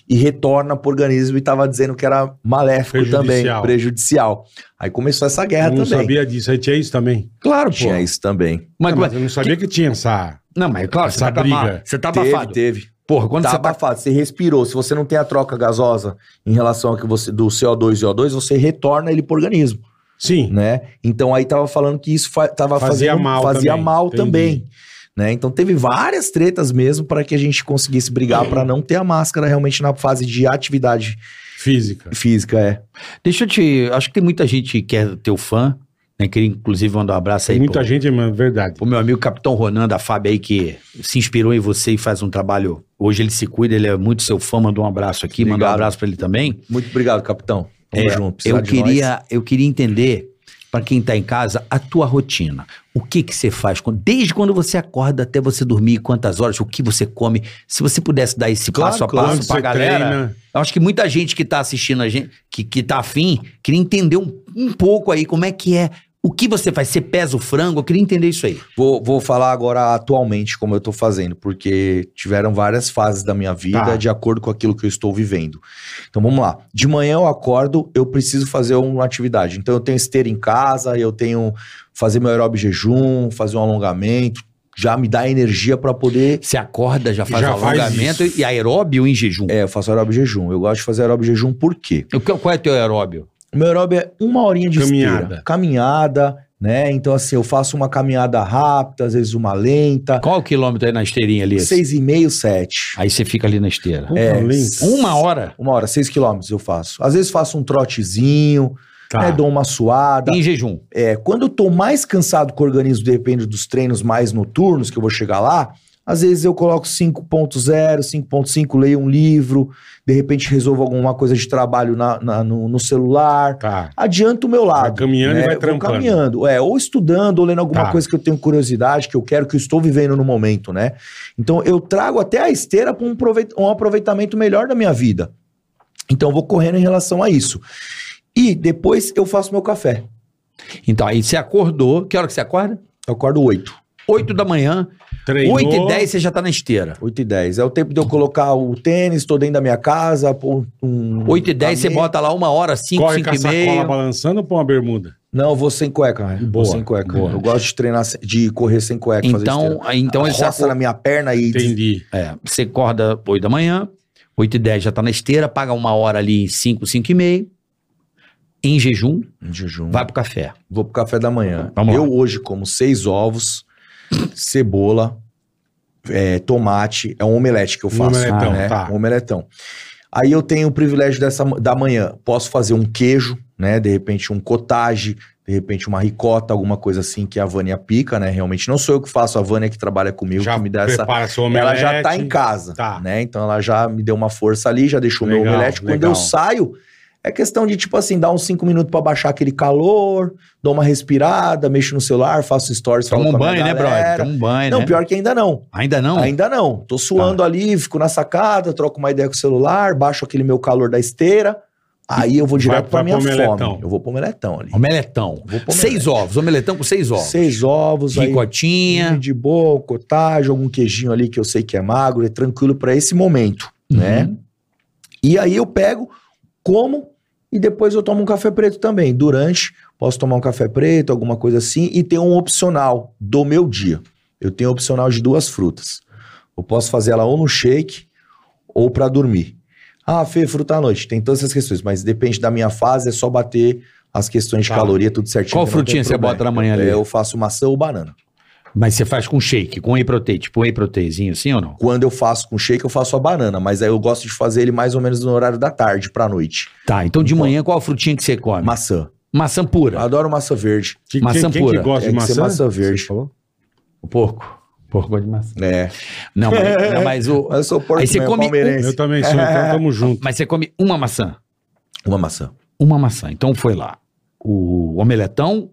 [SPEAKER 4] e retorna pro organismo e tava dizendo que era maléfico também,
[SPEAKER 2] Prejudicial.
[SPEAKER 4] prejudicial. Aí começou essa guerra
[SPEAKER 2] Eu não
[SPEAKER 4] também.
[SPEAKER 2] sabia disso. Aí tinha isso também.
[SPEAKER 3] Claro, pô.
[SPEAKER 4] Tinha isso também.
[SPEAKER 3] Mas,
[SPEAKER 2] Não,
[SPEAKER 3] como é-
[SPEAKER 2] mas eu não sabia que tinha essa.
[SPEAKER 3] não, mas claro,
[SPEAKER 2] Essa
[SPEAKER 3] você tá,
[SPEAKER 2] briga.
[SPEAKER 3] abafado. Você tá
[SPEAKER 4] teve,
[SPEAKER 3] abafado.
[SPEAKER 4] teve.
[SPEAKER 3] Porra, quando
[SPEAKER 4] tá
[SPEAKER 3] você tá.
[SPEAKER 4] abafado, você respirou. Se você não tem a troca gasosa em relação ao que você do CO2 e O2, você retorna ele pro organismo.
[SPEAKER 2] Sim.
[SPEAKER 4] né? Então aí tava falando que isso fa tava
[SPEAKER 2] Fazia
[SPEAKER 4] fazendo,
[SPEAKER 2] mal
[SPEAKER 4] fazia
[SPEAKER 2] também,
[SPEAKER 4] mal
[SPEAKER 2] entendi.
[SPEAKER 4] também, né? Então teve várias tretas mesmo para que a gente conseguisse brigar para não ter a máscara realmente na fase de atividade
[SPEAKER 2] Física.
[SPEAKER 4] física, é.
[SPEAKER 3] Deixa eu te. Acho que tem muita gente que é teu fã, né? Queria inclusive mandar um abraço aí.
[SPEAKER 2] Tem muita
[SPEAKER 3] pro-
[SPEAKER 2] gente, mano, verdade.
[SPEAKER 3] O meu amigo Capitão Ronan da Fábio aí, que se inspirou em você e faz um trabalho. Hoje ele se cuida, ele é muito seu fã, mandou um abraço aqui, mandou um
[SPEAKER 4] Obrigado.
[SPEAKER 3] abraço pra ele também.
[SPEAKER 4] Muito obrigado, capitão. Tamo
[SPEAKER 3] É,
[SPEAKER 4] junto. Precisar
[SPEAKER 3] Eu
[SPEAKER 4] de nós.
[SPEAKER 3] queria, eu queria entender, pra quem tá em casa, a tua rotina. O que que você faz? quando- Desde quando você acorda até você dormir, quantas horas, o que você come. Se você pudesse dar esse
[SPEAKER 4] Claro,
[SPEAKER 3] passo a
[SPEAKER 4] claro.
[SPEAKER 3] passo pra galera.
[SPEAKER 2] treina.
[SPEAKER 3] Eu acho que muita gente que tá assistindo a gente, que, que tá afim, queria entender um, um pouco aí como é que é. O que você faz? Você pesa o frango? Eu queria entender isso aí.
[SPEAKER 4] Vou, vou falar agora atualmente como eu tô fazendo, porque tiveram várias fases da minha vida
[SPEAKER 2] Tá.
[SPEAKER 4] de acordo com aquilo que eu estou vivendo. Então vamos lá. De manhã eu acordo, eu preciso fazer uma atividade. Então eu tenho esteira em casa, eu tenho fazer meu aeróbio jejum, fazer um alongamento, já me dá energia para poder
[SPEAKER 3] Você acorda, já faz
[SPEAKER 2] Já faz
[SPEAKER 3] alongamento
[SPEAKER 2] isso.
[SPEAKER 3] e aeróbio em jejum.
[SPEAKER 4] É, eu faço aeróbio jejum. Eu gosto de fazer aeróbio jejum por quê?
[SPEAKER 3] O que- Qual é teu aeróbio?
[SPEAKER 4] O meu aeróbio é uma horinha de
[SPEAKER 2] Caminhada.
[SPEAKER 4] esteira. Caminhada, né? Então assim, eu faço uma caminhada rápida, às vezes uma lenta.
[SPEAKER 3] Qual é o quilômetro aí na esteirinha ali?
[SPEAKER 4] Seis e meio, sete.
[SPEAKER 3] Aí você fica ali na esteira.
[SPEAKER 2] Porra,
[SPEAKER 4] É,
[SPEAKER 2] lenta.
[SPEAKER 3] Uma hora
[SPEAKER 4] Uma hora, seis quilômetros eu faço. Às vezes faço um trotezinho,
[SPEAKER 2] Tá.
[SPEAKER 4] né, dou uma suada.
[SPEAKER 3] em jejum.
[SPEAKER 4] É, quando eu tô mais cansado que o organismo, depende dos treinos mais noturnos que eu vou chegar lá, às vezes eu coloco 5.0, 5.5, leio um livro, de repente resolvo alguma coisa de trabalho na- na- no, no celular.
[SPEAKER 2] Tá.
[SPEAKER 4] Adianto o meu lado.
[SPEAKER 2] Vai caminhando e vai
[SPEAKER 4] Né, É, Vou
[SPEAKER 2] trampando.
[SPEAKER 4] caminhando, é, ou estudando, ou lendo alguma
[SPEAKER 2] Tá.
[SPEAKER 4] coisa que eu tenho curiosidade, que eu quero, que eu estou vivendo no momento, né? Então eu trago até a esteira para um, aproveit- um aproveitamento melhor da minha vida. Então eu vou correndo em relação a isso. E depois eu faço meu café.
[SPEAKER 3] Então, aí você acordou. Que hora que você acorda?
[SPEAKER 4] Eu acordo 8,
[SPEAKER 3] Oito da manhã.
[SPEAKER 2] Treinou.
[SPEAKER 3] Oito e dez você já tá na esteira.
[SPEAKER 4] 8 e 10. É o tempo de eu colocar o tênis, tô dentro da minha casa, pôr um...
[SPEAKER 3] Oito e dez você
[SPEAKER 4] camisa.
[SPEAKER 3] bota lá uma hora, cinco,
[SPEAKER 2] Corre
[SPEAKER 3] cinco
[SPEAKER 2] com a
[SPEAKER 3] e
[SPEAKER 2] sacola
[SPEAKER 3] meia.
[SPEAKER 2] balançando ou põe uma bermuda?
[SPEAKER 4] Não, eu vou sem cueca, né?
[SPEAKER 2] Boa,
[SPEAKER 4] vou sem cueca.
[SPEAKER 2] boa.
[SPEAKER 4] Eu gosto de treinar, se- de correr sem cueca, fazer
[SPEAKER 3] Então, aí, então ele
[SPEAKER 4] esteira. Roça na minha perna e...
[SPEAKER 2] Entendi.
[SPEAKER 3] É, você acorda 8 da manhã, 8 e 10 já tá na esteira, paga uma hora ali, 5, 5 e meia, em jejum,
[SPEAKER 4] Em jejum.
[SPEAKER 3] vai pro café.
[SPEAKER 4] Vou pro café da manhã.
[SPEAKER 3] Vamos lá.
[SPEAKER 4] eu hoje como seis ovos, cebola, é, tomate. É um omelete que eu
[SPEAKER 2] Um
[SPEAKER 4] faço.
[SPEAKER 2] omeletão,
[SPEAKER 4] né?
[SPEAKER 2] tá.
[SPEAKER 4] Um omeletão. Aí eu tenho o privilégio dessa, da manhã. Posso fazer um queijo, né? De repente um cottage, de repente uma ricota, alguma coisa assim que a Vânia pica, né? Realmente não sou eu que faço, a Vânia que trabalha comigo,
[SPEAKER 2] já
[SPEAKER 4] que me dá essa
[SPEAKER 2] prepara seu
[SPEAKER 4] ela
[SPEAKER 2] omelete.
[SPEAKER 4] já tá em casa,
[SPEAKER 2] Tá.
[SPEAKER 4] né? Então ela já me deu uma força ali, já deixou meu
[SPEAKER 2] Legal,
[SPEAKER 4] omelete. Quando
[SPEAKER 2] legal.
[SPEAKER 4] eu saio, é questão de, tipo assim, dar uns cinco minutos pra baixar aquele calor, dou uma respirada, mexo no celular, faço stories,
[SPEAKER 3] Toma
[SPEAKER 4] falo
[SPEAKER 3] um
[SPEAKER 4] com a minha
[SPEAKER 3] banho, né, brother?
[SPEAKER 4] galera.
[SPEAKER 3] Toma um banho,
[SPEAKER 4] Não,
[SPEAKER 3] né?
[SPEAKER 4] pior que ainda não.
[SPEAKER 3] Ainda não? Tá.
[SPEAKER 4] Ainda não. Tô suando ali, fico na sacada, troco uma ideia com o celular, baixo aquele meu calor da esteira, aí eu vou direto pra
[SPEAKER 2] vai
[SPEAKER 4] minha
[SPEAKER 2] pro omeletão.
[SPEAKER 4] fome. Eu vou pro omeletão ali.
[SPEAKER 3] Omeletão.
[SPEAKER 4] Vou pro
[SPEAKER 3] Seis ovos, omeletão com seis ovos.
[SPEAKER 4] Seis ovos, aí
[SPEAKER 3] Ricotinha.
[SPEAKER 4] de boa, cottage, algum queijinho ali que eu sei que é magro, é tranquilo pra esse momento, né?
[SPEAKER 3] Uhum.
[SPEAKER 4] E aí eu pego, como e depois eu tomo um café preto também. Durante, posso tomar um café preto, alguma coisa assim, e tem um opcional do meu dia. Eu tenho um opcional de duas frutas. Eu posso fazer ela ou no shake ou pra dormir. Ah, Fê, fruta à noite. Tem todas essas questões, mas depende da minha fase, é só bater as questões
[SPEAKER 2] Tá.
[SPEAKER 4] de caloria, tudo certinho.
[SPEAKER 3] Qual
[SPEAKER 4] que não tem
[SPEAKER 3] frutinha você
[SPEAKER 4] problema.
[SPEAKER 3] bota na manhã ali?
[SPEAKER 4] Eu faço maçã ou banana.
[SPEAKER 3] Mas você faz com shake, com whey protein, tipo whey proteinzinho, sim ou não?
[SPEAKER 4] Quando eu faço com shake, eu faço a banana, mas aí eu gosto de fazer ele mais ou menos no horário da tarde pra noite.
[SPEAKER 3] Tá, então de
[SPEAKER 4] Bom.
[SPEAKER 3] manhã qual a frutinha que você come?
[SPEAKER 4] Maçã.
[SPEAKER 3] Maçã
[SPEAKER 4] Eu
[SPEAKER 3] pura.
[SPEAKER 4] adoro maçã verde.
[SPEAKER 2] Que, quem,
[SPEAKER 3] Maçã
[SPEAKER 2] quem que
[SPEAKER 3] pura.
[SPEAKER 2] gosta de
[SPEAKER 4] Tem que ser
[SPEAKER 2] maçã?
[SPEAKER 4] maçã verde.
[SPEAKER 2] Você falou?
[SPEAKER 3] O porco. Porco gosta de maçã.
[SPEAKER 4] É.
[SPEAKER 3] Não, mas, não, mas o.
[SPEAKER 4] Mas eu sou porco
[SPEAKER 3] Aí você
[SPEAKER 4] mesmo,
[SPEAKER 3] come
[SPEAKER 4] palmeirense.
[SPEAKER 2] Eu também sou, então tamo junto.
[SPEAKER 3] Mas você come uma maçã.
[SPEAKER 4] Uma maçã.
[SPEAKER 3] Uma maçã. Então foi lá. O omeletão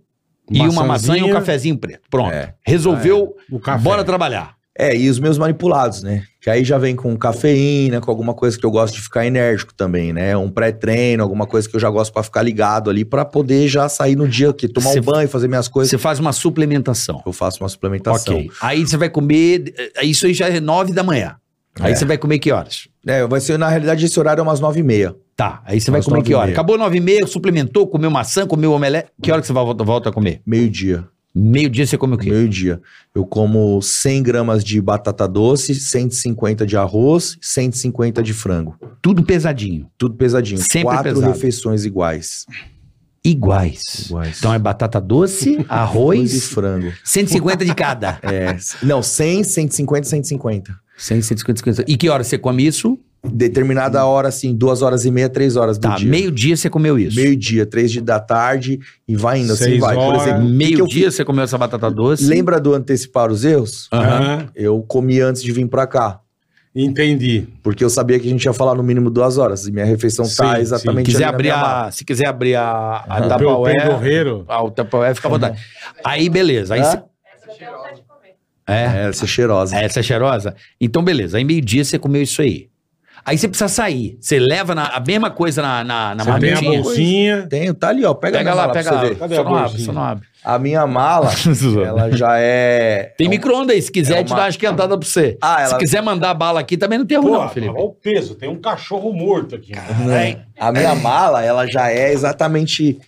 [SPEAKER 3] e uma maçã e um
[SPEAKER 2] Maçãzinha,
[SPEAKER 3] cafezinho preto. Pronto.
[SPEAKER 4] É.
[SPEAKER 3] Resolveu.
[SPEAKER 2] O café.
[SPEAKER 3] Bora trabalhar.
[SPEAKER 4] É, e os meus manipulados, né? Que aí já vem com cafeína, com alguma coisa que eu gosto de ficar enérgico também, né? Um pré-treino, alguma coisa que eu já gosto pra ficar ligado ali, pra poder já sair no dia aqui, tomar
[SPEAKER 3] Você-
[SPEAKER 4] um banho, fazer minhas coisas.
[SPEAKER 3] Você faz uma suplementação.
[SPEAKER 4] Eu faço uma suplementação.
[SPEAKER 3] Ok. Aí você vai comer. eh, Isso aí já é nove da manhã. Aí
[SPEAKER 4] É.
[SPEAKER 3] você vai comer que horas?
[SPEAKER 4] É, vai ser, na realidade, esse horário é umas nove e meia.
[SPEAKER 3] Tá. Aí você vai
[SPEAKER 4] Às
[SPEAKER 3] comer
[SPEAKER 4] nove
[SPEAKER 3] que
[SPEAKER 4] e
[SPEAKER 3] hora?
[SPEAKER 4] meia.
[SPEAKER 3] Acabou nove e meia, suplementou, comeu maçã, comeu omelete. Que hora que você vai- volta, volta a comer?
[SPEAKER 4] Meio-dia.
[SPEAKER 3] Meio-dia você come o quê?
[SPEAKER 4] Meio-dia. Eu como 100 gramas de batata doce, 150 de arroz, 150 de frango.
[SPEAKER 3] Tudo pesadinho.
[SPEAKER 4] Tudo pesadinho.
[SPEAKER 3] Sempre
[SPEAKER 4] Quatro
[SPEAKER 3] pesado.
[SPEAKER 4] refeições iguais.
[SPEAKER 3] Iguais.
[SPEAKER 4] Iguais.
[SPEAKER 3] Então é batata doce,
[SPEAKER 4] Arroz e
[SPEAKER 3] arroz,
[SPEAKER 4] frango.
[SPEAKER 3] 150 de cada.
[SPEAKER 4] É, não, 100, 150, 150.
[SPEAKER 3] 100, 150, 150. E que hora você come isso?
[SPEAKER 4] Determinada hora, assim, duas horas e meia, três horas do
[SPEAKER 3] Tá,
[SPEAKER 4] dia.
[SPEAKER 3] meio-dia você comeu isso.
[SPEAKER 4] Meio-dia, três de- da tarde e vai indo. Assim
[SPEAKER 2] Seis
[SPEAKER 4] vai.
[SPEAKER 2] horas.
[SPEAKER 4] o que que eu
[SPEAKER 3] Meio-dia Ah. você comeu essa batata
[SPEAKER 4] fiz?
[SPEAKER 3] doce.
[SPEAKER 4] Lembra do antecipar os erros?
[SPEAKER 3] Aham.
[SPEAKER 2] Aham,
[SPEAKER 4] Eu comi antes de vir pra cá.
[SPEAKER 2] Entendi.
[SPEAKER 4] Porque eu sabia que a gente ia falar no mínimo duas horas. E minha refeição
[SPEAKER 2] Sim, sim.
[SPEAKER 4] tá exatamente
[SPEAKER 3] Quiser
[SPEAKER 4] ali na
[SPEAKER 3] abrir
[SPEAKER 4] minha marca.
[SPEAKER 3] a, se quiser abrir a, a
[SPEAKER 4] Tá
[SPEAKER 2] O meu
[SPEAKER 4] é
[SPEAKER 3] Tupperware,
[SPEAKER 2] pendorreiro.
[SPEAKER 3] a o Tupperware fica à vontade. Aí, beleza. Aí,
[SPEAKER 4] Hã?
[SPEAKER 3] cê- é,
[SPEAKER 4] É, essa é cheirosa.
[SPEAKER 3] essa é cheirosa. Então, beleza. Aí, meio-dia você comeu isso aí. Aí você precisa sair. Você leva na- a mesma coisa na, na,
[SPEAKER 2] Você
[SPEAKER 3] na
[SPEAKER 2] tem a
[SPEAKER 3] marmitinha.
[SPEAKER 4] bolsa.
[SPEAKER 2] bolsinha.
[SPEAKER 4] Tenho, tá ali, ó. Pega,
[SPEAKER 3] Pega
[SPEAKER 4] a minha
[SPEAKER 3] lá,
[SPEAKER 4] mala
[SPEAKER 3] pega
[SPEAKER 4] pra
[SPEAKER 3] lá.
[SPEAKER 4] você ver.
[SPEAKER 2] Cadê
[SPEAKER 3] Só
[SPEAKER 2] a
[SPEAKER 3] não abre,
[SPEAKER 2] bolsinha?
[SPEAKER 3] só não abre.
[SPEAKER 4] A minha mala, ela já é.
[SPEAKER 3] Tem
[SPEAKER 4] é um-
[SPEAKER 3] micro-ondas aí. Se quiser,
[SPEAKER 4] é
[SPEAKER 3] te
[SPEAKER 4] uma-
[SPEAKER 3] dá uma esquentada pra você.
[SPEAKER 4] Ah,
[SPEAKER 3] Se
[SPEAKER 4] ela-
[SPEAKER 3] quiser mandar bala aqui, também não tem ruim,
[SPEAKER 2] Pô,
[SPEAKER 3] não,
[SPEAKER 2] olha
[SPEAKER 3] Felipe.
[SPEAKER 2] o peso. Tem um cachorro morto aqui.
[SPEAKER 4] Né? A minha mala, ela já é exatamente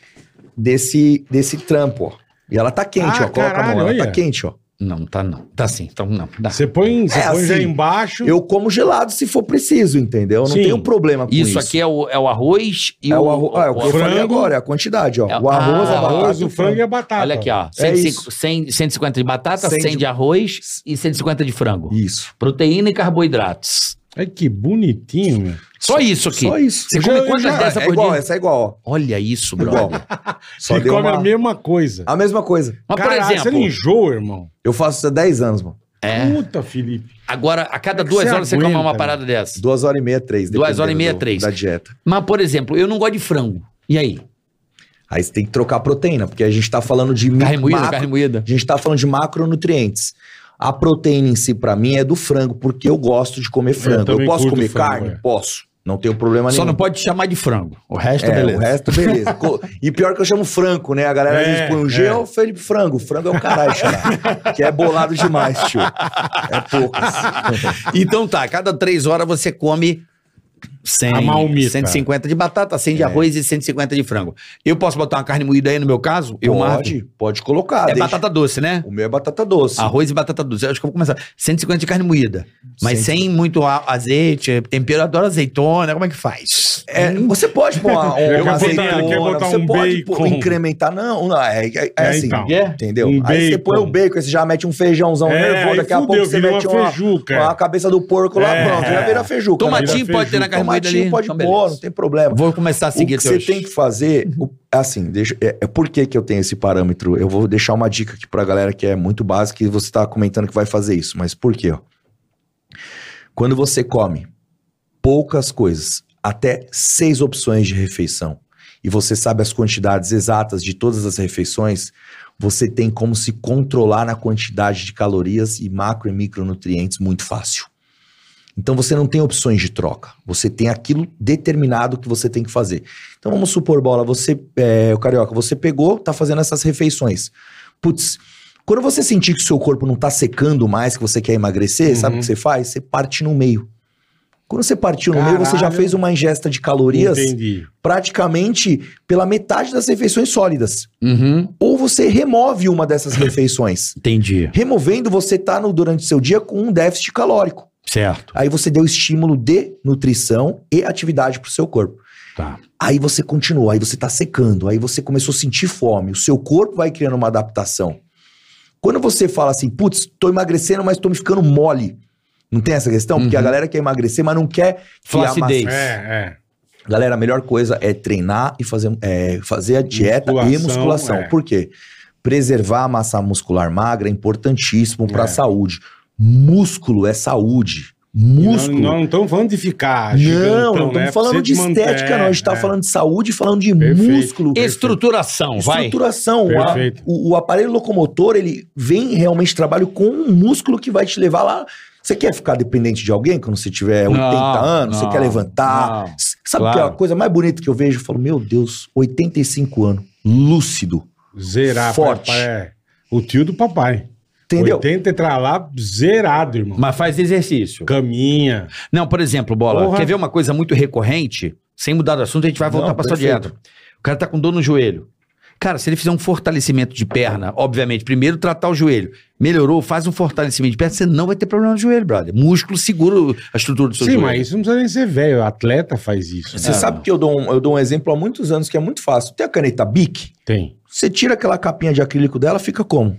[SPEAKER 4] desse, desse trampo, ó. E ela tá quente,
[SPEAKER 2] Ah,
[SPEAKER 4] ó. Coloca a
[SPEAKER 2] caralho,
[SPEAKER 4] mão, ela
[SPEAKER 2] olha.
[SPEAKER 4] tá quente, ó.
[SPEAKER 3] Não, tá não. Tá sim. Então, não. Dá.
[SPEAKER 2] Você põe, você
[SPEAKER 4] É
[SPEAKER 2] põe já
[SPEAKER 4] assim,
[SPEAKER 2] embaixo.
[SPEAKER 4] Eu como gelado se for preciso, entendeu? Eu Não
[SPEAKER 2] Sim.
[SPEAKER 4] tenho problema com isso.
[SPEAKER 3] Isso aqui é o, é o arroz e
[SPEAKER 4] é
[SPEAKER 3] o,
[SPEAKER 4] o arroz. Ah, é o que eu falei
[SPEAKER 2] frango.
[SPEAKER 4] agora, é a quantidade, ó.
[SPEAKER 3] É-
[SPEAKER 4] O arroz,
[SPEAKER 3] Ah,
[SPEAKER 4] a batata.
[SPEAKER 2] arroz, o frango e a batata.
[SPEAKER 3] Olha aqui, ó.
[SPEAKER 4] É
[SPEAKER 3] 105
[SPEAKER 4] isso.
[SPEAKER 3] 100, 150 de batata, 100,
[SPEAKER 4] 100 de-
[SPEAKER 3] de arroz e 150 de frango.
[SPEAKER 4] Isso.
[SPEAKER 3] Proteína e carboidratos.
[SPEAKER 2] Ai, que bonitinho, meu.
[SPEAKER 3] Só isso aqui.
[SPEAKER 4] Só isso.
[SPEAKER 3] Você come
[SPEAKER 2] Eu
[SPEAKER 3] quantas
[SPEAKER 2] já-
[SPEAKER 3] dessas
[SPEAKER 4] é
[SPEAKER 3] por
[SPEAKER 4] igual,
[SPEAKER 3] dia?
[SPEAKER 4] essa é igual,
[SPEAKER 3] Olha isso,
[SPEAKER 4] ó.
[SPEAKER 3] brother.
[SPEAKER 4] Igual. Só
[SPEAKER 2] Você
[SPEAKER 4] deu
[SPEAKER 2] come
[SPEAKER 4] uma...
[SPEAKER 2] a mesma coisa.
[SPEAKER 4] a mesma coisa.
[SPEAKER 3] Mas, por
[SPEAKER 2] Caralho, você não
[SPEAKER 3] exemplo,
[SPEAKER 2] enjoa, irmão.
[SPEAKER 4] Eu faço isso há 10 anos, mano.
[SPEAKER 3] é,
[SPEAKER 2] Puta, Felipe.
[SPEAKER 3] agora, a
[SPEAKER 4] é
[SPEAKER 3] cada duas
[SPEAKER 2] Você
[SPEAKER 3] horas você
[SPEAKER 2] aguenta,
[SPEAKER 3] come uma
[SPEAKER 2] né?
[SPEAKER 3] parada dessa.
[SPEAKER 4] Duas horas e meia, três.
[SPEAKER 3] Duas horas e
[SPEAKER 4] dependendo
[SPEAKER 3] meia,
[SPEAKER 4] do-
[SPEAKER 3] três.
[SPEAKER 4] Da dieta.
[SPEAKER 3] Mas, por exemplo, eu não gosto de frango. E aí?
[SPEAKER 4] Aí você tem que trocar a proteína, porque a gente tá falando de
[SPEAKER 3] Carne moída?
[SPEAKER 4] macro-
[SPEAKER 3] Carne moída.
[SPEAKER 4] A gente tá falando de macronutrientes. A proteína em si, pra mim, é do frango, porque eu gosto de comer frango. Eu,
[SPEAKER 2] também
[SPEAKER 4] posso
[SPEAKER 2] curto
[SPEAKER 4] comer
[SPEAKER 2] frango,
[SPEAKER 4] carne?
[SPEAKER 2] é.
[SPEAKER 4] Posso. Não tenho problema
[SPEAKER 3] Só não
[SPEAKER 4] nenhum.
[SPEAKER 3] pode chamar de frango. O resto é,
[SPEAKER 4] é,
[SPEAKER 3] beleza.
[SPEAKER 4] o resto, beleza. Co- e pior que eu chamo franco, né? A galera às
[SPEAKER 2] É,
[SPEAKER 4] vezes põe um G,
[SPEAKER 2] é.
[SPEAKER 4] é. o Felipe Frango. Frango é o caralho, xará. que é bolado demais, tio. É poucas. Então
[SPEAKER 3] Então tá, cada três horas você come 100,
[SPEAKER 2] A marmita.
[SPEAKER 3] 150 de batata, 100
[SPEAKER 4] É.
[SPEAKER 3] de arroz e 150 de frango. Eu posso botar uma carne moída aí no meu caso? Eu marco.
[SPEAKER 4] pode, pode colocar.
[SPEAKER 3] É
[SPEAKER 4] deixa-
[SPEAKER 3] batata doce, né?
[SPEAKER 4] O meu é batata doce.
[SPEAKER 3] Arroz e batata doce. Eu acho que eu vou começar. 150 de carne moída. Mas sem muito a- azeite, tempero, eu adoro azeitona. Como é que faz?
[SPEAKER 4] É, você pode pôr uma,
[SPEAKER 2] Quer
[SPEAKER 4] uma
[SPEAKER 2] botar-
[SPEAKER 4] azeitona,
[SPEAKER 2] quer botar
[SPEAKER 4] você
[SPEAKER 2] um
[SPEAKER 4] pode pôr-
[SPEAKER 2] bacon.
[SPEAKER 4] incrementar, não, não, é, é- é
[SPEAKER 2] É,
[SPEAKER 4] assim,
[SPEAKER 2] então.
[SPEAKER 4] entendeu?
[SPEAKER 2] Um
[SPEAKER 4] aí você
[SPEAKER 2] bacon.
[SPEAKER 4] põe o bacon, aí você já mete um feijãozão
[SPEAKER 2] É,
[SPEAKER 4] nervoso,
[SPEAKER 2] aí
[SPEAKER 4] daqui a
[SPEAKER 2] fudeu,
[SPEAKER 4] pouco você
[SPEAKER 2] virou
[SPEAKER 4] mete
[SPEAKER 2] uma
[SPEAKER 4] uma,
[SPEAKER 2] feijuca.
[SPEAKER 4] uma cabeça do porco lá,
[SPEAKER 2] É.
[SPEAKER 4] pronto, já vira feijuca. né?
[SPEAKER 2] Vira
[SPEAKER 3] Tomatinho
[SPEAKER 2] feijão.
[SPEAKER 3] pode ter na carne moída ali?
[SPEAKER 4] Tomatinho pode
[SPEAKER 3] Então,
[SPEAKER 4] pôr, não
[SPEAKER 3] beleza.
[SPEAKER 4] tem problema.
[SPEAKER 3] Vou começar a
[SPEAKER 4] O
[SPEAKER 3] seguir Uhum.
[SPEAKER 4] que você tem que fazer, o- assim, deixa, é, é por que, que eu tenho esse parâmetro? Eu vou deixar uma dica aqui pra galera que é muito básica e você tá comentando que vai fazer isso, mas por quê? Ó? Quando você come poucas coisas, até seis opções de refeição, e você sabe as quantidades exatas de todas as refeições, você tem como se controlar na quantidade de calorias e macro e micronutrientes muito fácil. Então você não tem opções de troca. Você tem aquilo determinado que você tem que fazer. Então vamos supor, bola, você, é, o carioca, você pegou, tá fazendo essas refeições. Putz, quando você sentir que o seu corpo não tá secando mais, que você quer emagrecer,
[SPEAKER 2] Uhum.
[SPEAKER 4] sabe o que você faz? Você parte no meio. Quando você partiu no meio, você já
[SPEAKER 2] Caralho.
[SPEAKER 4] fez uma ingesta de calorias
[SPEAKER 2] Entendi.
[SPEAKER 4] praticamente pela metade das refeições sólidas.
[SPEAKER 3] Uhum.
[SPEAKER 4] Ou você remove uma dessas refeições.
[SPEAKER 3] Entendi.
[SPEAKER 4] Removendo, você tá no, durante o seu dia com um déficit calórico.
[SPEAKER 3] Certo.
[SPEAKER 4] Aí você deu estímulo de nutrição e atividade pro seu corpo.
[SPEAKER 3] Tá.
[SPEAKER 4] Aí você continua, aí você tá secando, aí você começou a sentir fome, o seu corpo vai criando uma adaptação. Quando você fala assim, putz, tô emagrecendo, mas tô me ficando mole. Não tem essa questão? Porque a
[SPEAKER 3] Uhum.
[SPEAKER 4] galera quer emagrecer, mas não quer que a
[SPEAKER 3] Flacidez.
[SPEAKER 2] É, é.
[SPEAKER 4] Galera, a melhor coisa é treinar e fazer, é, fazer a dieta e
[SPEAKER 2] Musculação,
[SPEAKER 4] musculação.
[SPEAKER 2] é.
[SPEAKER 4] Por quê? Preservar a massa muscular magra é importantíssimo para
[SPEAKER 2] É.
[SPEAKER 4] a saúde. Músculo é saúde. Músculo.
[SPEAKER 2] Não, não estamos falando de ficar.
[SPEAKER 4] Não,
[SPEAKER 2] gigantão,
[SPEAKER 4] não estamos
[SPEAKER 2] né?
[SPEAKER 4] falando
[SPEAKER 2] Precisa
[SPEAKER 4] de
[SPEAKER 2] te manter,
[SPEAKER 4] estética, não. A gente está
[SPEAKER 2] é.
[SPEAKER 4] falando de saúde, e falando de
[SPEAKER 2] Perfeito.
[SPEAKER 4] músculo.
[SPEAKER 3] Estruturação, vai.
[SPEAKER 4] Estruturação. O a-
[SPEAKER 2] Perfeito.
[SPEAKER 4] O, o aparelho locomotor, ele vem realmente trabalho com um músculo que vai te levar lá. Você quer ficar dependente de alguém quando você tiver 80
[SPEAKER 3] Não,
[SPEAKER 4] É anos? você
[SPEAKER 3] não,
[SPEAKER 4] quer levantar?
[SPEAKER 3] não.
[SPEAKER 4] S- Sabe
[SPEAKER 3] Claro.
[SPEAKER 4] que é a coisa mais bonita que eu vejo? Eu falo, meu Deus, 85 anos, lúcido.
[SPEAKER 2] Zerar.
[SPEAKER 4] Forte.
[SPEAKER 2] papai, é. O tio do papai.
[SPEAKER 4] Entendeu?
[SPEAKER 2] 80 entrar lá zerado, irmão.
[SPEAKER 3] Mas faz exercício.
[SPEAKER 2] Caminha.
[SPEAKER 3] Não, por exemplo, Bola,
[SPEAKER 2] Porra.
[SPEAKER 3] quer ver uma coisa muito recorrente? Sem mudar de assunto, a gente vai voltar
[SPEAKER 4] Não,
[SPEAKER 3] pra sua
[SPEAKER 4] perfeito.
[SPEAKER 3] dieta. O cara tá com dor no joelho. Cara, se ele fizer um fortalecimento de perna, obviamente, primeiro tratar o joelho. Melhorou, faz um fortalecimento de perna, você não vai ter problema no joelho, brother. Músculo segura a estrutura do seu
[SPEAKER 2] Sim,
[SPEAKER 3] joelho.
[SPEAKER 2] mas isso não precisa nem ser velho. Atleta faz isso. né?
[SPEAKER 4] Você sabe que eu dou, um, eu dou um exemplo há muitos anos que é muito fácil. Tem a caneta BIC,
[SPEAKER 2] Tem.
[SPEAKER 4] você tira aquela capinha de acrílico dela, fica como?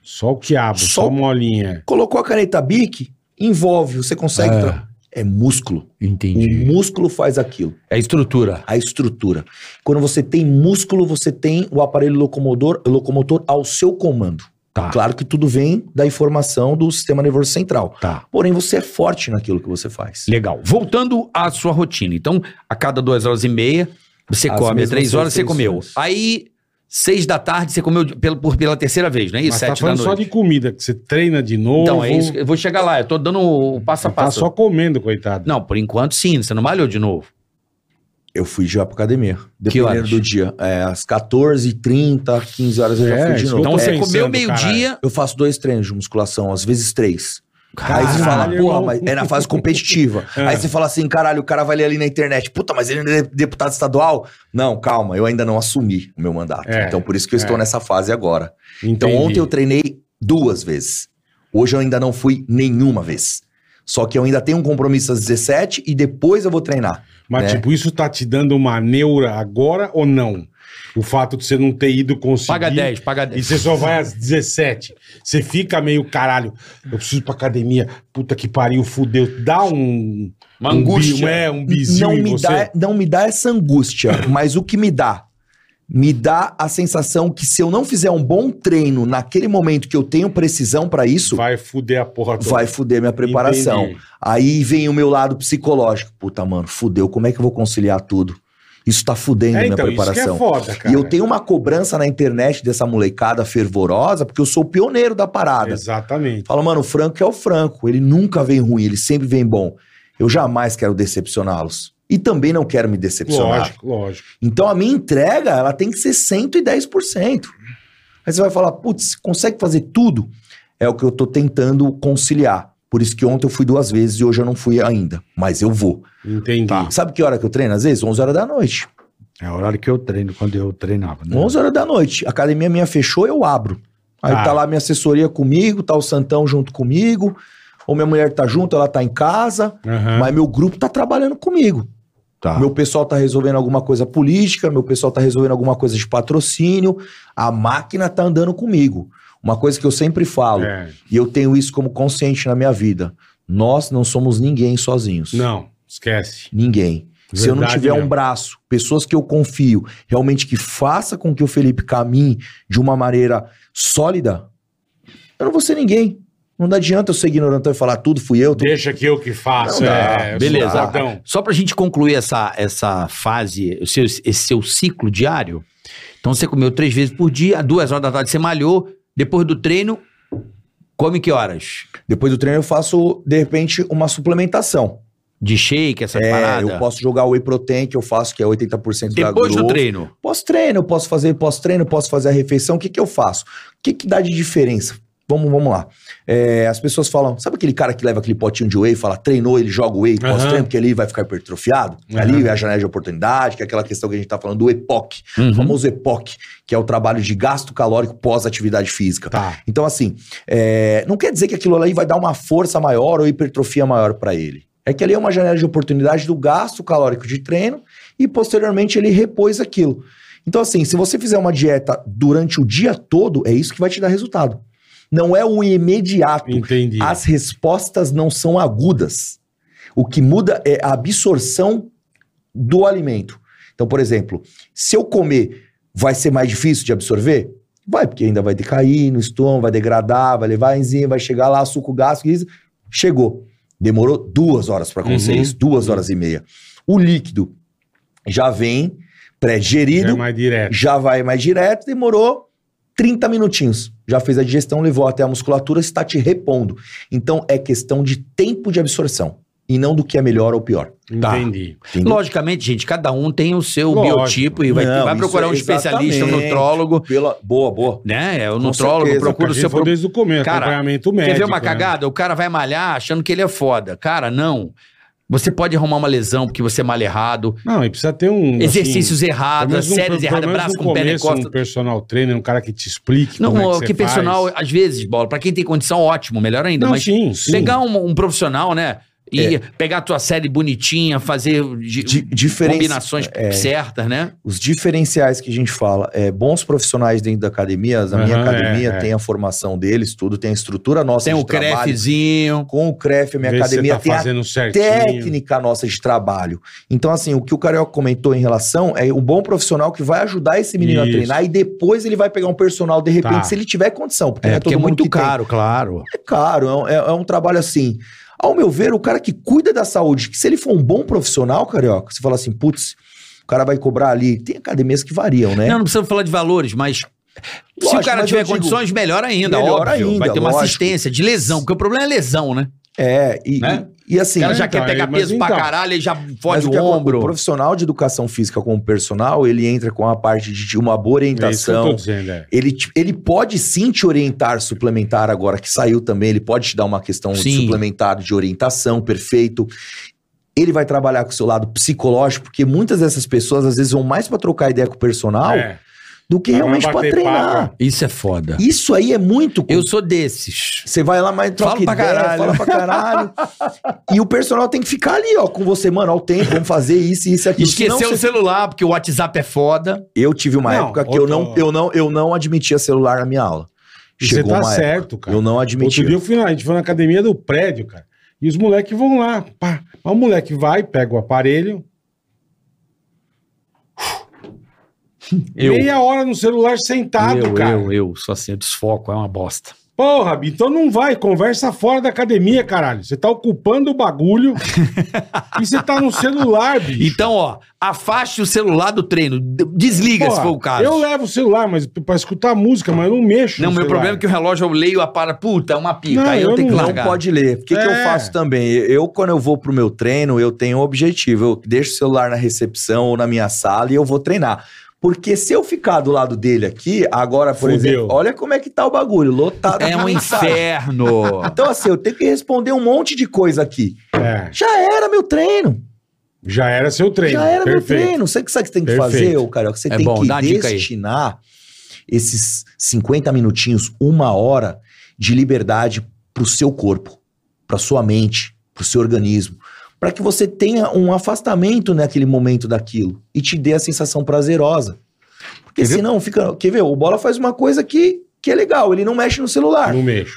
[SPEAKER 2] Só o quiabo, só,
[SPEAKER 4] Só-
[SPEAKER 2] molinha.
[SPEAKER 4] Colocou a caneta BIC, envolve, você consegue.
[SPEAKER 3] É.
[SPEAKER 2] tá.
[SPEAKER 4] tra- é músculo.
[SPEAKER 3] Entendi.
[SPEAKER 4] O músculo faz aquilo,
[SPEAKER 3] É estrutura.
[SPEAKER 4] a estrutura. Quando você tem músculo, você tem o aparelho locomotor, locomotor ao seu comando.
[SPEAKER 3] Tá.
[SPEAKER 4] Claro que tudo vem da informação do sistema nervoso central.
[SPEAKER 3] Tá.
[SPEAKER 4] Porém, você é forte naquilo que você faz.
[SPEAKER 3] Legal. Voltando à sua rotina. Então, a cada duas horas e meia, você
[SPEAKER 4] As
[SPEAKER 3] come. Às
[SPEAKER 4] mesmas
[SPEAKER 3] três horas, você comeu.
[SPEAKER 4] refeições.
[SPEAKER 3] Aí, seis da tarde, você comeu de- pelo- por- pela terceira vez, não é isso?
[SPEAKER 2] Mas tá
[SPEAKER 3] Sete da
[SPEAKER 2] falando
[SPEAKER 3] noite.
[SPEAKER 2] só de comida, que você treina de novo.
[SPEAKER 3] Então, é isso. que- Eu vou chegar lá, eu tô dando o passo a
[SPEAKER 2] Tá
[SPEAKER 3] passo.
[SPEAKER 2] só comendo, coitado.
[SPEAKER 3] Não, por enquanto sim, você não malhou de novo.
[SPEAKER 4] Eu fui já pra academia.
[SPEAKER 3] Que
[SPEAKER 4] Dependendo
[SPEAKER 3] horas?
[SPEAKER 4] do dia. É, às 14h30, 15 horas eu já
[SPEAKER 2] É,
[SPEAKER 4] fui de
[SPEAKER 2] isso
[SPEAKER 4] novo.
[SPEAKER 2] que eu
[SPEAKER 3] Então
[SPEAKER 2] tô
[SPEAKER 3] você
[SPEAKER 2] pensando,
[SPEAKER 3] comeu meio-dia.
[SPEAKER 4] Eu faço dois treinos de musculação, às vezes três.
[SPEAKER 2] Caralho,
[SPEAKER 4] aí você fala, porra,
[SPEAKER 2] irmão. É.
[SPEAKER 4] mas é na fase competitiva. Aí você fala assim, caralho, o cara vai ler ali na internet, puta, mas ele não é deputado estadual? Não, calma, eu ainda não assumi o meu mandato.
[SPEAKER 2] É,
[SPEAKER 4] então por isso que eu estou
[SPEAKER 2] é.
[SPEAKER 4] nessa fase agora. Então
[SPEAKER 2] Entendi.
[SPEAKER 4] ontem eu treinei duas vezes. Hoje eu ainda não fui nenhuma vez. Só que eu ainda tenho um compromisso às 17 e depois eu vou treinar.
[SPEAKER 2] Mas,
[SPEAKER 4] né?
[SPEAKER 2] tipo, isso tá te dando uma neura agora ou não? O fato de você não ter ido conseguir.
[SPEAKER 3] Paga 10, paga
[SPEAKER 2] E
[SPEAKER 3] 10.
[SPEAKER 2] você só vai às 17. Você fica meio caralho. Eu preciso ir pra academia. Puta que pariu, fudeu. Dá um.
[SPEAKER 3] Uma
[SPEAKER 2] um
[SPEAKER 3] angústia.
[SPEAKER 2] bi- é, um bizinho
[SPEAKER 4] não,
[SPEAKER 2] em
[SPEAKER 4] me
[SPEAKER 2] você.
[SPEAKER 4] dá, não me dá essa angústia, mas o que me dá? Me dá a sensação que se eu não fizer um bom treino naquele momento que eu tenho precisão pra isso, vai,
[SPEAKER 2] Vai fuder a porra toda.
[SPEAKER 4] fuder minha preparação.
[SPEAKER 2] Entendi.
[SPEAKER 4] Aí vem o meu lado psicológico. Puta, mano, fudeu, como é que eu vou conciliar tudo? Isso tá fudendo
[SPEAKER 2] É,
[SPEAKER 4] minha
[SPEAKER 2] então, isso que é
[SPEAKER 4] preparação.
[SPEAKER 2] foda, cara.
[SPEAKER 4] E eu tenho uma cobrança na internet dessa molecada fervorosa, porque eu sou o pioneiro da parada.
[SPEAKER 2] Exatamente.
[SPEAKER 4] Fala, mano, o Franco é o Franco. Ele nunca vem ruim, ele sempre vem bom. Eu jamais quero decepcioná-los. E também não quero me decepcionar.
[SPEAKER 2] Lógico, lógico.
[SPEAKER 4] Então a minha entrega, ela tem que ser 110%. Aí você vai falar, putz, consegue fazer tudo? É o que eu tô tentando conciliar. Por isso que ontem eu fui duas vezes e hoje eu não fui ainda. Mas eu vou.
[SPEAKER 2] Entendi.
[SPEAKER 4] Sabe que hora que eu treino às vezes? 11 horas da noite.
[SPEAKER 3] É o horário que eu treino, quando eu treinava. Né?
[SPEAKER 4] 11 horas da noite. A academia minha fechou, eu abro. Aí
[SPEAKER 2] Ah.
[SPEAKER 4] tá lá minha assessoria comigo, tá o Santão junto comigo. Ou minha mulher tá junto, ela tá em casa.
[SPEAKER 2] Aham.
[SPEAKER 4] Mas meu grupo tá trabalhando comigo.
[SPEAKER 3] Tá.
[SPEAKER 4] Meu pessoal tá resolvendo alguma coisa política, meu pessoal tá resolvendo alguma coisa de patrocínio, a máquina tá andando comigo. Uma coisa que eu sempre falo,
[SPEAKER 2] É.
[SPEAKER 4] e eu tenho isso como consciente na minha vida: nós não somos ninguém sozinhos.
[SPEAKER 2] Não, esquece.
[SPEAKER 4] Ninguém. Se eu não
[SPEAKER 2] Verdade
[SPEAKER 4] tiver
[SPEAKER 2] mesmo.
[SPEAKER 4] um braço, pessoas que eu confio, realmente que faça com que o Felipe caminhe de uma maneira sólida, eu não vou ser ninguém. Não adianta eu ser ignorantão e falar tudo, fui eu. tô-
[SPEAKER 2] Deixa que eu que faço.
[SPEAKER 4] Não
[SPEAKER 2] é, eu sou
[SPEAKER 6] Beleza.
[SPEAKER 2] fodão.
[SPEAKER 3] Só pra gente concluir essa, essa fase, o seu, esse seu ciclo diário. Então você comeu três vezes por dia, duas horas da tarde você malhou, depois do treino, come que horas?
[SPEAKER 4] Depois do treino eu faço, de repente, uma suplementação.
[SPEAKER 3] De shake, essa
[SPEAKER 4] É,
[SPEAKER 3] parada?
[SPEAKER 4] eu posso jogar whey protein que eu faço, que é 80% da
[SPEAKER 3] Depois do
[SPEAKER 4] Gro.
[SPEAKER 3] treino.
[SPEAKER 4] Pós-treino, eu posso fazer pós-treino, posso fazer a refeição. O que, que eu faço? O que, que dá de diferença? Vamos, vamos lá. É, as pessoas falam, sabe aquele cara que leva aquele potinho de whey e fala, treinou, ele joga o whey
[SPEAKER 2] Aham.
[SPEAKER 4] pós-treino, porque ali vai ficar hipertrofiado?
[SPEAKER 2] Aham.
[SPEAKER 4] Ali é a janela de oportunidade, que é aquela questão que a gente tá falando do EPOC,
[SPEAKER 2] Uhum.
[SPEAKER 4] o
[SPEAKER 3] Uhum.
[SPEAKER 4] famoso EPOC, que é o trabalho de gasto calórico pós-atividade física.
[SPEAKER 2] Tá.
[SPEAKER 4] Então, assim, é, não quer dizer que aquilo ali vai dar uma força maior ou hipertrofia maior para ele. É que ali é uma janela de oportunidade do gasto calórico de treino e posteriormente ele repôs aquilo. Então, assim, se você fizer uma dieta durante o dia todo, é isso que vai te dar resultado. Não é o imediato.
[SPEAKER 2] Entendi.
[SPEAKER 3] Assim,
[SPEAKER 4] As respostas não são agudas. O que muda é a absorção do alimento. Então, por exemplo, se eu comer, vai ser mais difícil de absorver? Vai, porque ainda vai decair no estômago, vai degradar, vai levar enzima, vai chegar lá, suco gástrico, isso. chegou. Demorou duas horas para acontecer
[SPEAKER 2] Uhum.
[SPEAKER 4] isso, duas horas e meia. O líquido já
[SPEAKER 2] é
[SPEAKER 4] vem
[SPEAKER 2] Já é
[SPEAKER 4] pré-gerido,
[SPEAKER 2] mais direto.
[SPEAKER 4] já vai mais direto, demorou 30 minutinhos. Já fez a digestão, levou até a musculatura, está te repondo. Então é questão de tempo de absorção e não do que é melhor ou pior.
[SPEAKER 3] Tá.
[SPEAKER 2] Entendi.
[SPEAKER 4] Entendeu?
[SPEAKER 3] Logicamente, gente, cada um tem o seu
[SPEAKER 2] Lógico.
[SPEAKER 3] biotipo e vai,
[SPEAKER 4] Não,
[SPEAKER 3] vai
[SPEAKER 4] isso
[SPEAKER 3] procurar
[SPEAKER 4] é
[SPEAKER 3] um especialista, um
[SPEAKER 4] exatamente.
[SPEAKER 3] nutrólogo,
[SPEAKER 4] Pela... Boa, boa.
[SPEAKER 3] né? É o
[SPEAKER 4] Com
[SPEAKER 3] nutrólogo,
[SPEAKER 4] certeza,
[SPEAKER 3] procura
[SPEAKER 2] A
[SPEAKER 3] o
[SPEAKER 2] gente
[SPEAKER 3] seu
[SPEAKER 2] falou desde o começo,
[SPEAKER 3] Cara,
[SPEAKER 2] acompanhamento médico.
[SPEAKER 3] Quer ver uma
[SPEAKER 2] né?
[SPEAKER 3] cagada? O cara vai malhar achando que ele é foda. Cara, não. Você pode arrumar uma lesão porque você malha errado,
[SPEAKER 2] Não, e precisa ter um...
[SPEAKER 3] exercícios
[SPEAKER 2] assim, pelo
[SPEAKER 3] errados,
[SPEAKER 2] menos um-
[SPEAKER 3] séries
[SPEAKER 2] pelo
[SPEAKER 3] erradas,
[SPEAKER 2] menos
[SPEAKER 3] braço
[SPEAKER 2] no
[SPEAKER 3] com perna e
[SPEAKER 2] começo,
[SPEAKER 3] costa.
[SPEAKER 2] Um personal trainer, um cara que te explique
[SPEAKER 3] Não,
[SPEAKER 2] como é
[SPEAKER 3] que,
[SPEAKER 2] que, você
[SPEAKER 3] personal,
[SPEAKER 2] faz.
[SPEAKER 3] às vezes, bola, pra quem tem condição, ótimo, melhor ainda.
[SPEAKER 2] Não,
[SPEAKER 3] mas
[SPEAKER 2] sim, sim. É.
[SPEAKER 3] pegar um, um profissional, né? E pegar a tua série bonitinha, fazer di-
[SPEAKER 4] Di- diferença-
[SPEAKER 3] combinações
[SPEAKER 4] é.
[SPEAKER 3] certas, né?
[SPEAKER 4] Os diferenciais que a gente fala, é bons profissionais dentro da academia, a minha
[SPEAKER 2] Aham, é,
[SPEAKER 4] academia
[SPEAKER 2] é.
[SPEAKER 4] tem a formação deles, tudo, tem a estrutura nossa
[SPEAKER 3] Tem
[SPEAKER 4] de
[SPEAKER 3] o
[SPEAKER 4] trabalho.
[SPEAKER 3] crefezinho.
[SPEAKER 4] Com o CREF, a minha
[SPEAKER 2] Ver se
[SPEAKER 4] academia
[SPEAKER 2] você tá
[SPEAKER 4] tem a
[SPEAKER 2] fazendo certinho.
[SPEAKER 4] técnica nossa de trabalho. Então, assim, o que o Carioca comentou em relação é um bom profissional que vai ajudar esse menino
[SPEAKER 2] Isso.
[SPEAKER 4] a treinar e depois ele vai pegar um personal, de repente,
[SPEAKER 2] Tá.
[SPEAKER 4] se ele tiver condição. Porque
[SPEAKER 3] É,
[SPEAKER 4] não
[SPEAKER 3] porque é
[SPEAKER 4] todo mundo
[SPEAKER 3] muito
[SPEAKER 4] que tem.
[SPEAKER 3] caro, claro.
[SPEAKER 4] É caro, é um, é- é um trabalho assim. Ao meu ver, o cara que cuida da saúde, que se ele for um bom profissional, Carioca, você fala assim, putz, o cara vai cobrar ali. Tem academias que variam, né?
[SPEAKER 3] Não, não precisamos falar de valores, mas se
[SPEAKER 4] Lógico,
[SPEAKER 3] o cara
[SPEAKER 4] mas
[SPEAKER 3] tiver
[SPEAKER 4] eu digo-
[SPEAKER 3] condições, melhor ainda,
[SPEAKER 4] Melhor
[SPEAKER 3] óbvio.
[SPEAKER 4] ainda,
[SPEAKER 3] vai ter uma
[SPEAKER 4] lógico.
[SPEAKER 3] assistência de lesão, porque o problema é lesão, né?
[SPEAKER 4] É, e,
[SPEAKER 3] Né?
[SPEAKER 4] e, e assim.
[SPEAKER 3] o cara já
[SPEAKER 2] então,
[SPEAKER 3] quer pegar
[SPEAKER 2] aí, mas
[SPEAKER 3] peso pra
[SPEAKER 2] então.
[SPEAKER 3] caralho, ele já
[SPEAKER 4] Mas
[SPEAKER 3] fode
[SPEAKER 4] o
[SPEAKER 3] o,
[SPEAKER 4] que acon-
[SPEAKER 3] ombro.
[SPEAKER 4] O profissional de educação física como personal, ele entra com a parte de de uma boa
[SPEAKER 2] É isso que eu tô
[SPEAKER 4] orientação,
[SPEAKER 2] dizendo, é.
[SPEAKER 4] Ele, te- ele pode sim te orientar suplementar agora que saiu também, ele pode te dar uma questão de
[SPEAKER 3] Sim.
[SPEAKER 4] suplementar de orientação, perfeito. Ele vai trabalhar com o seu lado psicológico, porque muitas dessas pessoas às vezes vão mais pra trocar ideia com o personal
[SPEAKER 2] É.
[SPEAKER 4] do que
[SPEAKER 2] Pra não
[SPEAKER 4] realmente pra
[SPEAKER 2] bater
[SPEAKER 4] treinar.
[SPEAKER 2] papo.
[SPEAKER 3] Isso é foda.
[SPEAKER 4] Isso aí é muito.
[SPEAKER 3] Eu sou desses.
[SPEAKER 4] Você vai lá, mas troca
[SPEAKER 3] Falo pra
[SPEAKER 4] ideia,
[SPEAKER 3] caralho.
[SPEAKER 4] fala pra caralho. e o personal tem que ficar ali, ó, com você, mano, ao tempo, vamos fazer isso, isso e aquilo.
[SPEAKER 3] Esqueceu
[SPEAKER 4] Senão
[SPEAKER 3] o celular, porque o WhatsApp é foda.
[SPEAKER 4] Eu tive uma
[SPEAKER 2] Não,
[SPEAKER 4] época que eu não,
[SPEAKER 2] outra-
[SPEAKER 4] eu, não, eu não admitia celular na minha aula.
[SPEAKER 2] E Você tá
[SPEAKER 4] uma época.
[SPEAKER 2] certo, cara.
[SPEAKER 4] Eu não
[SPEAKER 2] Outro
[SPEAKER 4] admitia.
[SPEAKER 2] dia eu fui lá, a gente foi na academia do prédio, cara. E os moleques vão lá. Pá. Aí O moleque vai, pega o aparelho. Meia hora no celular sentado,
[SPEAKER 3] eu,
[SPEAKER 2] é cara.
[SPEAKER 3] eu, eu, sou assim, eu desfoco, é uma bosta.
[SPEAKER 2] Porra, Bi, então não vai, conversa fora da academia, caralho. Você tá ocupando o bagulho e você tá no celular, bicho.
[SPEAKER 3] Então, ó, afaste o celular do treino. d- Desliga,
[SPEAKER 2] Porra,
[SPEAKER 3] se for o caso.
[SPEAKER 2] Eu levo o celular, mas p- pra escutar música, mas eu não mexo.
[SPEAKER 3] Não,
[SPEAKER 2] no
[SPEAKER 3] meu
[SPEAKER 2] celular.
[SPEAKER 3] problema é que o relógio eu leio a para. Puta, é uma pica.
[SPEAKER 2] Não,
[SPEAKER 3] aí eu,
[SPEAKER 2] eu
[SPEAKER 3] tenho que
[SPEAKER 2] não-
[SPEAKER 4] Não
[SPEAKER 3] largar.
[SPEAKER 4] pode ler. O que, que eu
[SPEAKER 2] É.
[SPEAKER 4] faço também? Eu, quando eu vou pro meu treino, eu tenho um objetivo. Eu deixo o celular na recepção ou na minha sala e eu vou treinar. Porque se eu ficar do lado dele aqui, agora, por
[SPEAKER 2] Fudeu.
[SPEAKER 4] exemplo, olha como é que tá o bagulho, lotado
[SPEAKER 3] É
[SPEAKER 4] de
[SPEAKER 3] um
[SPEAKER 4] mensagem.
[SPEAKER 3] inferno.
[SPEAKER 4] Então, assim, eu tenho que responder um monte de coisa aqui.
[SPEAKER 2] É,
[SPEAKER 4] Já era meu treino.
[SPEAKER 2] já era seu treino.
[SPEAKER 4] Já era
[SPEAKER 2] perfeito.
[SPEAKER 4] meu treino. Você que sabe o que você tem que
[SPEAKER 2] Perfeito.
[SPEAKER 4] fazer, ô carioca? Você
[SPEAKER 3] É
[SPEAKER 4] tem
[SPEAKER 3] bom, dá a
[SPEAKER 4] que
[SPEAKER 3] dica aí.
[SPEAKER 4] destinar esses 50 minutinhos, uma hora de liberdade pro seu corpo, pra sua mente, pro seu organismo. Pra que você tenha um afastamento naquele momento daquilo e te dê a sensação prazerosa. Porque
[SPEAKER 3] Quer ver?
[SPEAKER 4] senão fica. Quer ver? O bola faz uma coisa que, que é legal, ele não mexe no celular.
[SPEAKER 2] Não mexo.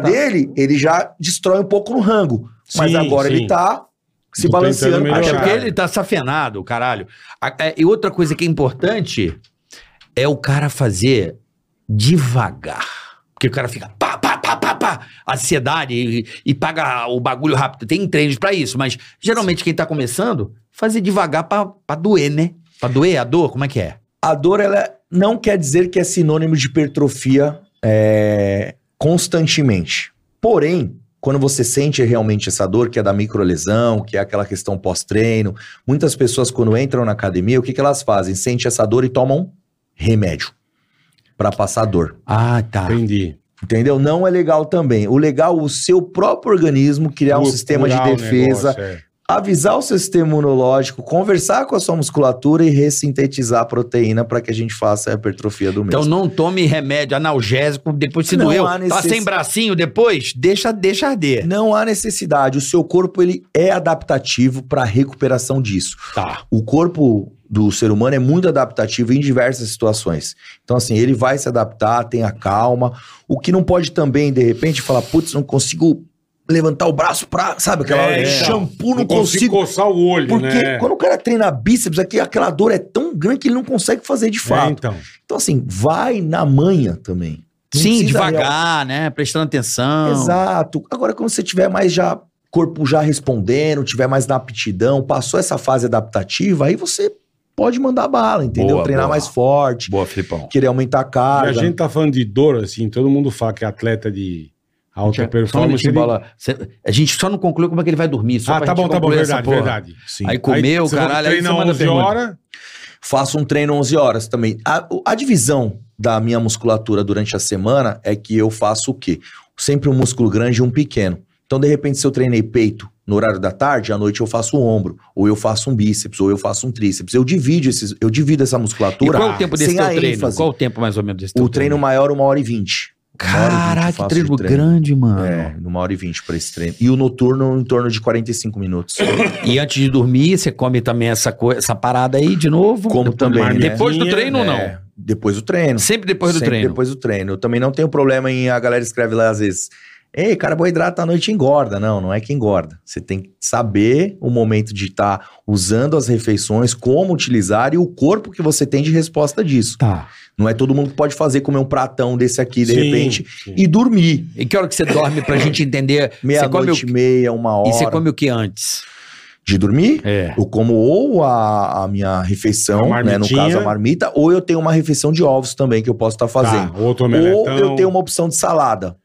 [SPEAKER 3] Porém, o
[SPEAKER 4] dele, ele já destrói um pouco no rango. Mas
[SPEAKER 2] Sim,
[SPEAKER 4] agora
[SPEAKER 2] sim.
[SPEAKER 4] ele tá se
[SPEAKER 2] Tô
[SPEAKER 4] balanceando.
[SPEAKER 2] tentando
[SPEAKER 4] pra
[SPEAKER 3] Até
[SPEAKER 2] melhorar.
[SPEAKER 4] chegar.
[SPEAKER 3] porque ele tá safenado, caralho. A- é, E outra coisa que é importante é o cara fazer devagar. Porque o cara fica pá, pá, pá, pá, pá, ansiedade e, e paga o bagulho rápido. Tem treinos pra isso, mas geralmente quem tá começando, fazer devagar pra, pra doer, né? Pra doer a dor, como é que é?
[SPEAKER 4] A dor, ela não quer dizer que é sinônimo de hipertrofia é, constantemente. Porém, quando você sente realmente essa dor, que é da microlesão, que é aquela questão pós-treino, muitas pessoas quando entram na academia, o que, que elas fazem? Sente essa dor e tomam remédio pra passar a dor.
[SPEAKER 3] Ah, tá.
[SPEAKER 2] Entendi.
[SPEAKER 4] Entendeu? Não é legal também. O legal é o seu próprio organismo criar um
[SPEAKER 2] Pu-
[SPEAKER 4] sistema de
[SPEAKER 2] pular o
[SPEAKER 4] defesa,
[SPEAKER 2] negócio, é.
[SPEAKER 4] avisar o seu sistema imunológico, conversar com a sua musculatura e ressintetizar a proteína para que a gente faça a hipertrofia do mesmo.
[SPEAKER 3] Então não tome remédio analgésico, depois se
[SPEAKER 4] Não
[SPEAKER 3] doeu.
[SPEAKER 4] há
[SPEAKER 3] Tá sem
[SPEAKER 4] necess-
[SPEAKER 3] bracinho depois? Deixa, deixa arder.
[SPEAKER 4] Não há necessidade. O seu corpo ele é adaptativo para a recuperação disso.
[SPEAKER 3] Tá.
[SPEAKER 4] O corpo do ser humano é muito adaptativo em diversas situações. Então, assim, ele vai se adaptar, tenha calma. O que não pode também, de repente, falar, putz, não consigo levantar o braço pra. Sabe aquela
[SPEAKER 2] É,
[SPEAKER 4] hora de
[SPEAKER 2] então.
[SPEAKER 4] shampoo, não,
[SPEAKER 2] Não
[SPEAKER 4] consigo.
[SPEAKER 2] consigo coçar o olho,
[SPEAKER 4] Porque é
[SPEAKER 2] né?
[SPEAKER 4] quando o cara treina bíceps, aqui, aquela dor é tão grande que ele não consegue fazer de
[SPEAKER 2] É,
[SPEAKER 4] fato.
[SPEAKER 2] então.
[SPEAKER 4] Então, assim, vai na manha também. Não
[SPEAKER 3] Sim,
[SPEAKER 4] precisa
[SPEAKER 3] devagar, né? Prestando atenção.
[SPEAKER 4] Exato. Agora, quando você tiver mais já corpo já respondendo, tiver mais na aptidão, passou essa fase adaptativa, aí você pode mandar bala, entendeu?
[SPEAKER 3] Boa,
[SPEAKER 4] Treinar
[SPEAKER 3] boa.
[SPEAKER 4] mais forte,
[SPEAKER 3] Boa, Filipão.
[SPEAKER 4] querer aumentar a
[SPEAKER 2] E a
[SPEAKER 4] carga.
[SPEAKER 2] gente tá falando de dor, assim, todo mundo fala que atleta de alta performance.
[SPEAKER 3] Só um minutinho,
[SPEAKER 2] ele-
[SPEAKER 3] bola. Cê- A gente só não concluiu como é que ele vai dormir. Só
[SPEAKER 2] Ah,
[SPEAKER 3] pra
[SPEAKER 2] tá
[SPEAKER 3] gente
[SPEAKER 2] bom, tá bom,
[SPEAKER 3] concluir essa
[SPEAKER 2] verdade,
[SPEAKER 3] porra.
[SPEAKER 2] verdade.
[SPEAKER 4] Sim.
[SPEAKER 3] Aí comeu,
[SPEAKER 2] você
[SPEAKER 3] caralho, aí
[SPEAKER 2] treina
[SPEAKER 3] você manda
[SPEAKER 2] 11
[SPEAKER 3] pergunta.
[SPEAKER 2] horas,
[SPEAKER 4] Faço um treino 11 horas também. A, o- a divisão da minha musculatura durante a semana é que eu faço o quê? Sempre um músculo grande e um pequeno. Então, de repente, se eu treinei peito no horário da tarde, à noite eu faço o ombro, ou eu faço um bíceps, ou eu faço um tríceps. Eu divido esses, eu divido essa
[SPEAKER 3] E
[SPEAKER 4] musculatura.
[SPEAKER 3] qual é o tempo desse
[SPEAKER 4] sem
[SPEAKER 3] teu
[SPEAKER 4] a
[SPEAKER 3] treino?
[SPEAKER 4] ênfase.
[SPEAKER 3] Qual o tempo mais ou menos desse teu
[SPEAKER 4] O treino maior, uma hora e vinte.
[SPEAKER 3] Caraca, que treino,
[SPEAKER 4] treino.
[SPEAKER 3] grande, mano.
[SPEAKER 4] É, uma hora e vinte pra esse treino. E o noturno em torno de 45 minutos.
[SPEAKER 3] E antes de dormir, você come também essa, coi- essa parada aí de novo?
[SPEAKER 4] Como
[SPEAKER 3] Depois-
[SPEAKER 4] também, né?
[SPEAKER 3] Depois do treino ou não?
[SPEAKER 4] É, depois do treino.
[SPEAKER 3] Sempre depois do
[SPEAKER 4] Sempre
[SPEAKER 3] treino.
[SPEAKER 4] Depois do treino. Eu também não tenho problema em a galera escreve lá às vezes. Ei, carboidrato à noite engorda. Não, não é que engorda. Você tem que saber o momento de estar usando as refeições, como utilizar e o corpo que você tem de resposta disso.
[SPEAKER 3] Tá.
[SPEAKER 4] Não é todo mundo que pode fazer comer um pratão desse aqui de
[SPEAKER 2] Sim,
[SPEAKER 4] repente
[SPEAKER 2] sim.
[SPEAKER 4] e dormir.
[SPEAKER 3] E que hora que você dorme pra gente entender? Você come
[SPEAKER 4] Meia-noite,
[SPEAKER 3] o-
[SPEAKER 4] e meia, uma É. hora.
[SPEAKER 3] E você come o que antes?
[SPEAKER 4] De dormir?
[SPEAKER 3] É.
[SPEAKER 4] Eu como ou a, a minha refeição,
[SPEAKER 2] A
[SPEAKER 4] né? No
[SPEAKER 2] marmitinha.
[SPEAKER 4] caso, a marmita, ou eu tenho uma refeição de ovos também que eu posso estar fazendo.
[SPEAKER 2] tá, outro
[SPEAKER 4] ou
[SPEAKER 2] omeletão.
[SPEAKER 4] eu tenho uma opção de salada.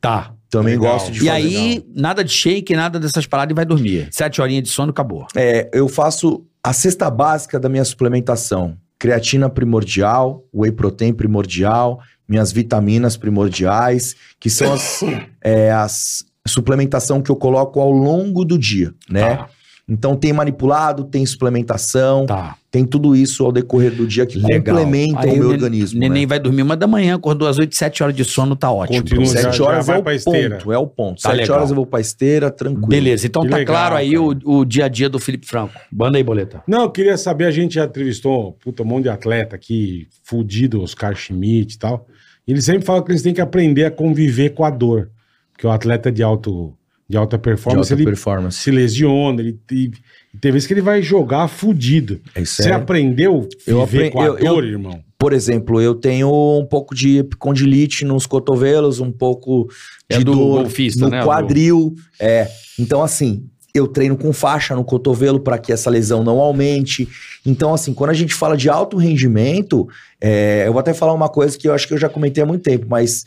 [SPEAKER 3] Tá.
[SPEAKER 4] Também
[SPEAKER 2] Legal.
[SPEAKER 4] gosto de
[SPEAKER 3] E
[SPEAKER 4] fazer.
[SPEAKER 3] aí, nada de shake, nada dessas paradas e vai dormir. Sete horinhas de sono, acabou.
[SPEAKER 4] É, eu faço a cesta básica da minha suplementação: creatina primordial, whey protein primordial, minhas vitaminas primordiais, que são as, é, as suplementação que eu coloco ao longo do dia, né?
[SPEAKER 3] Tá.
[SPEAKER 4] Então tem manipulado, tem suplementação,
[SPEAKER 3] Tá.
[SPEAKER 4] tem tudo isso ao decorrer do dia que
[SPEAKER 3] Legal.
[SPEAKER 4] complementa
[SPEAKER 3] Aí
[SPEAKER 4] o meu
[SPEAKER 3] nen-
[SPEAKER 4] organismo.
[SPEAKER 3] Neném
[SPEAKER 4] né?
[SPEAKER 3] vai dormir uma da manhã, acordou às oito, sete horas de sono, tá ótimo.
[SPEAKER 2] Continua
[SPEAKER 3] Sete-
[SPEAKER 2] já-
[SPEAKER 4] Sete horas
[SPEAKER 2] vai
[SPEAKER 4] é o
[SPEAKER 2] pra esteira.
[SPEAKER 4] ponto, é o ponto.
[SPEAKER 3] Tá
[SPEAKER 4] Sete
[SPEAKER 3] legal.
[SPEAKER 4] horas eu vou pra esteira, tranquilo.
[SPEAKER 3] Beleza, então
[SPEAKER 2] Que
[SPEAKER 3] tá
[SPEAKER 2] legal,
[SPEAKER 3] claro aí
[SPEAKER 2] cara.
[SPEAKER 3] o, o dia a dia do Felipe Franco. Banda aí, boleta.
[SPEAKER 2] Não, eu queria saber, a gente já entrevistou puta, um monte de atleta aqui, fudido, Oscar Schmidt e tal. E eles sempre falam que eles têm que aprender a conviver com a dor. Porque o atleta de, alto, de alta
[SPEAKER 4] De
[SPEAKER 2] performance,
[SPEAKER 4] alta
[SPEAKER 2] ele
[SPEAKER 4] performance.
[SPEAKER 2] se lesiona, ele e- e tem vezes que ele vai jogar fudido.
[SPEAKER 4] É isso
[SPEAKER 2] Você
[SPEAKER 4] aí.
[SPEAKER 2] aprendeu a
[SPEAKER 4] Eu
[SPEAKER 2] viver
[SPEAKER 4] apre-
[SPEAKER 2] com a
[SPEAKER 4] eu- eu-
[SPEAKER 2] dor, irmão?
[SPEAKER 4] Por exemplo, eu tenho um pouco de epicondilite nos cotovelos, um pouco
[SPEAKER 3] É
[SPEAKER 4] de
[SPEAKER 3] do
[SPEAKER 4] dor
[SPEAKER 3] golfista,
[SPEAKER 4] no
[SPEAKER 3] né?
[SPEAKER 4] quadril. É. Então, assim, eu treino com faixa no cotovelo para que essa lesão não aumente. Então, assim, quando a gente fala de alto rendimento, é, eu vou até falar uma coisa que eu acho que eu já comentei há muito tempo, mas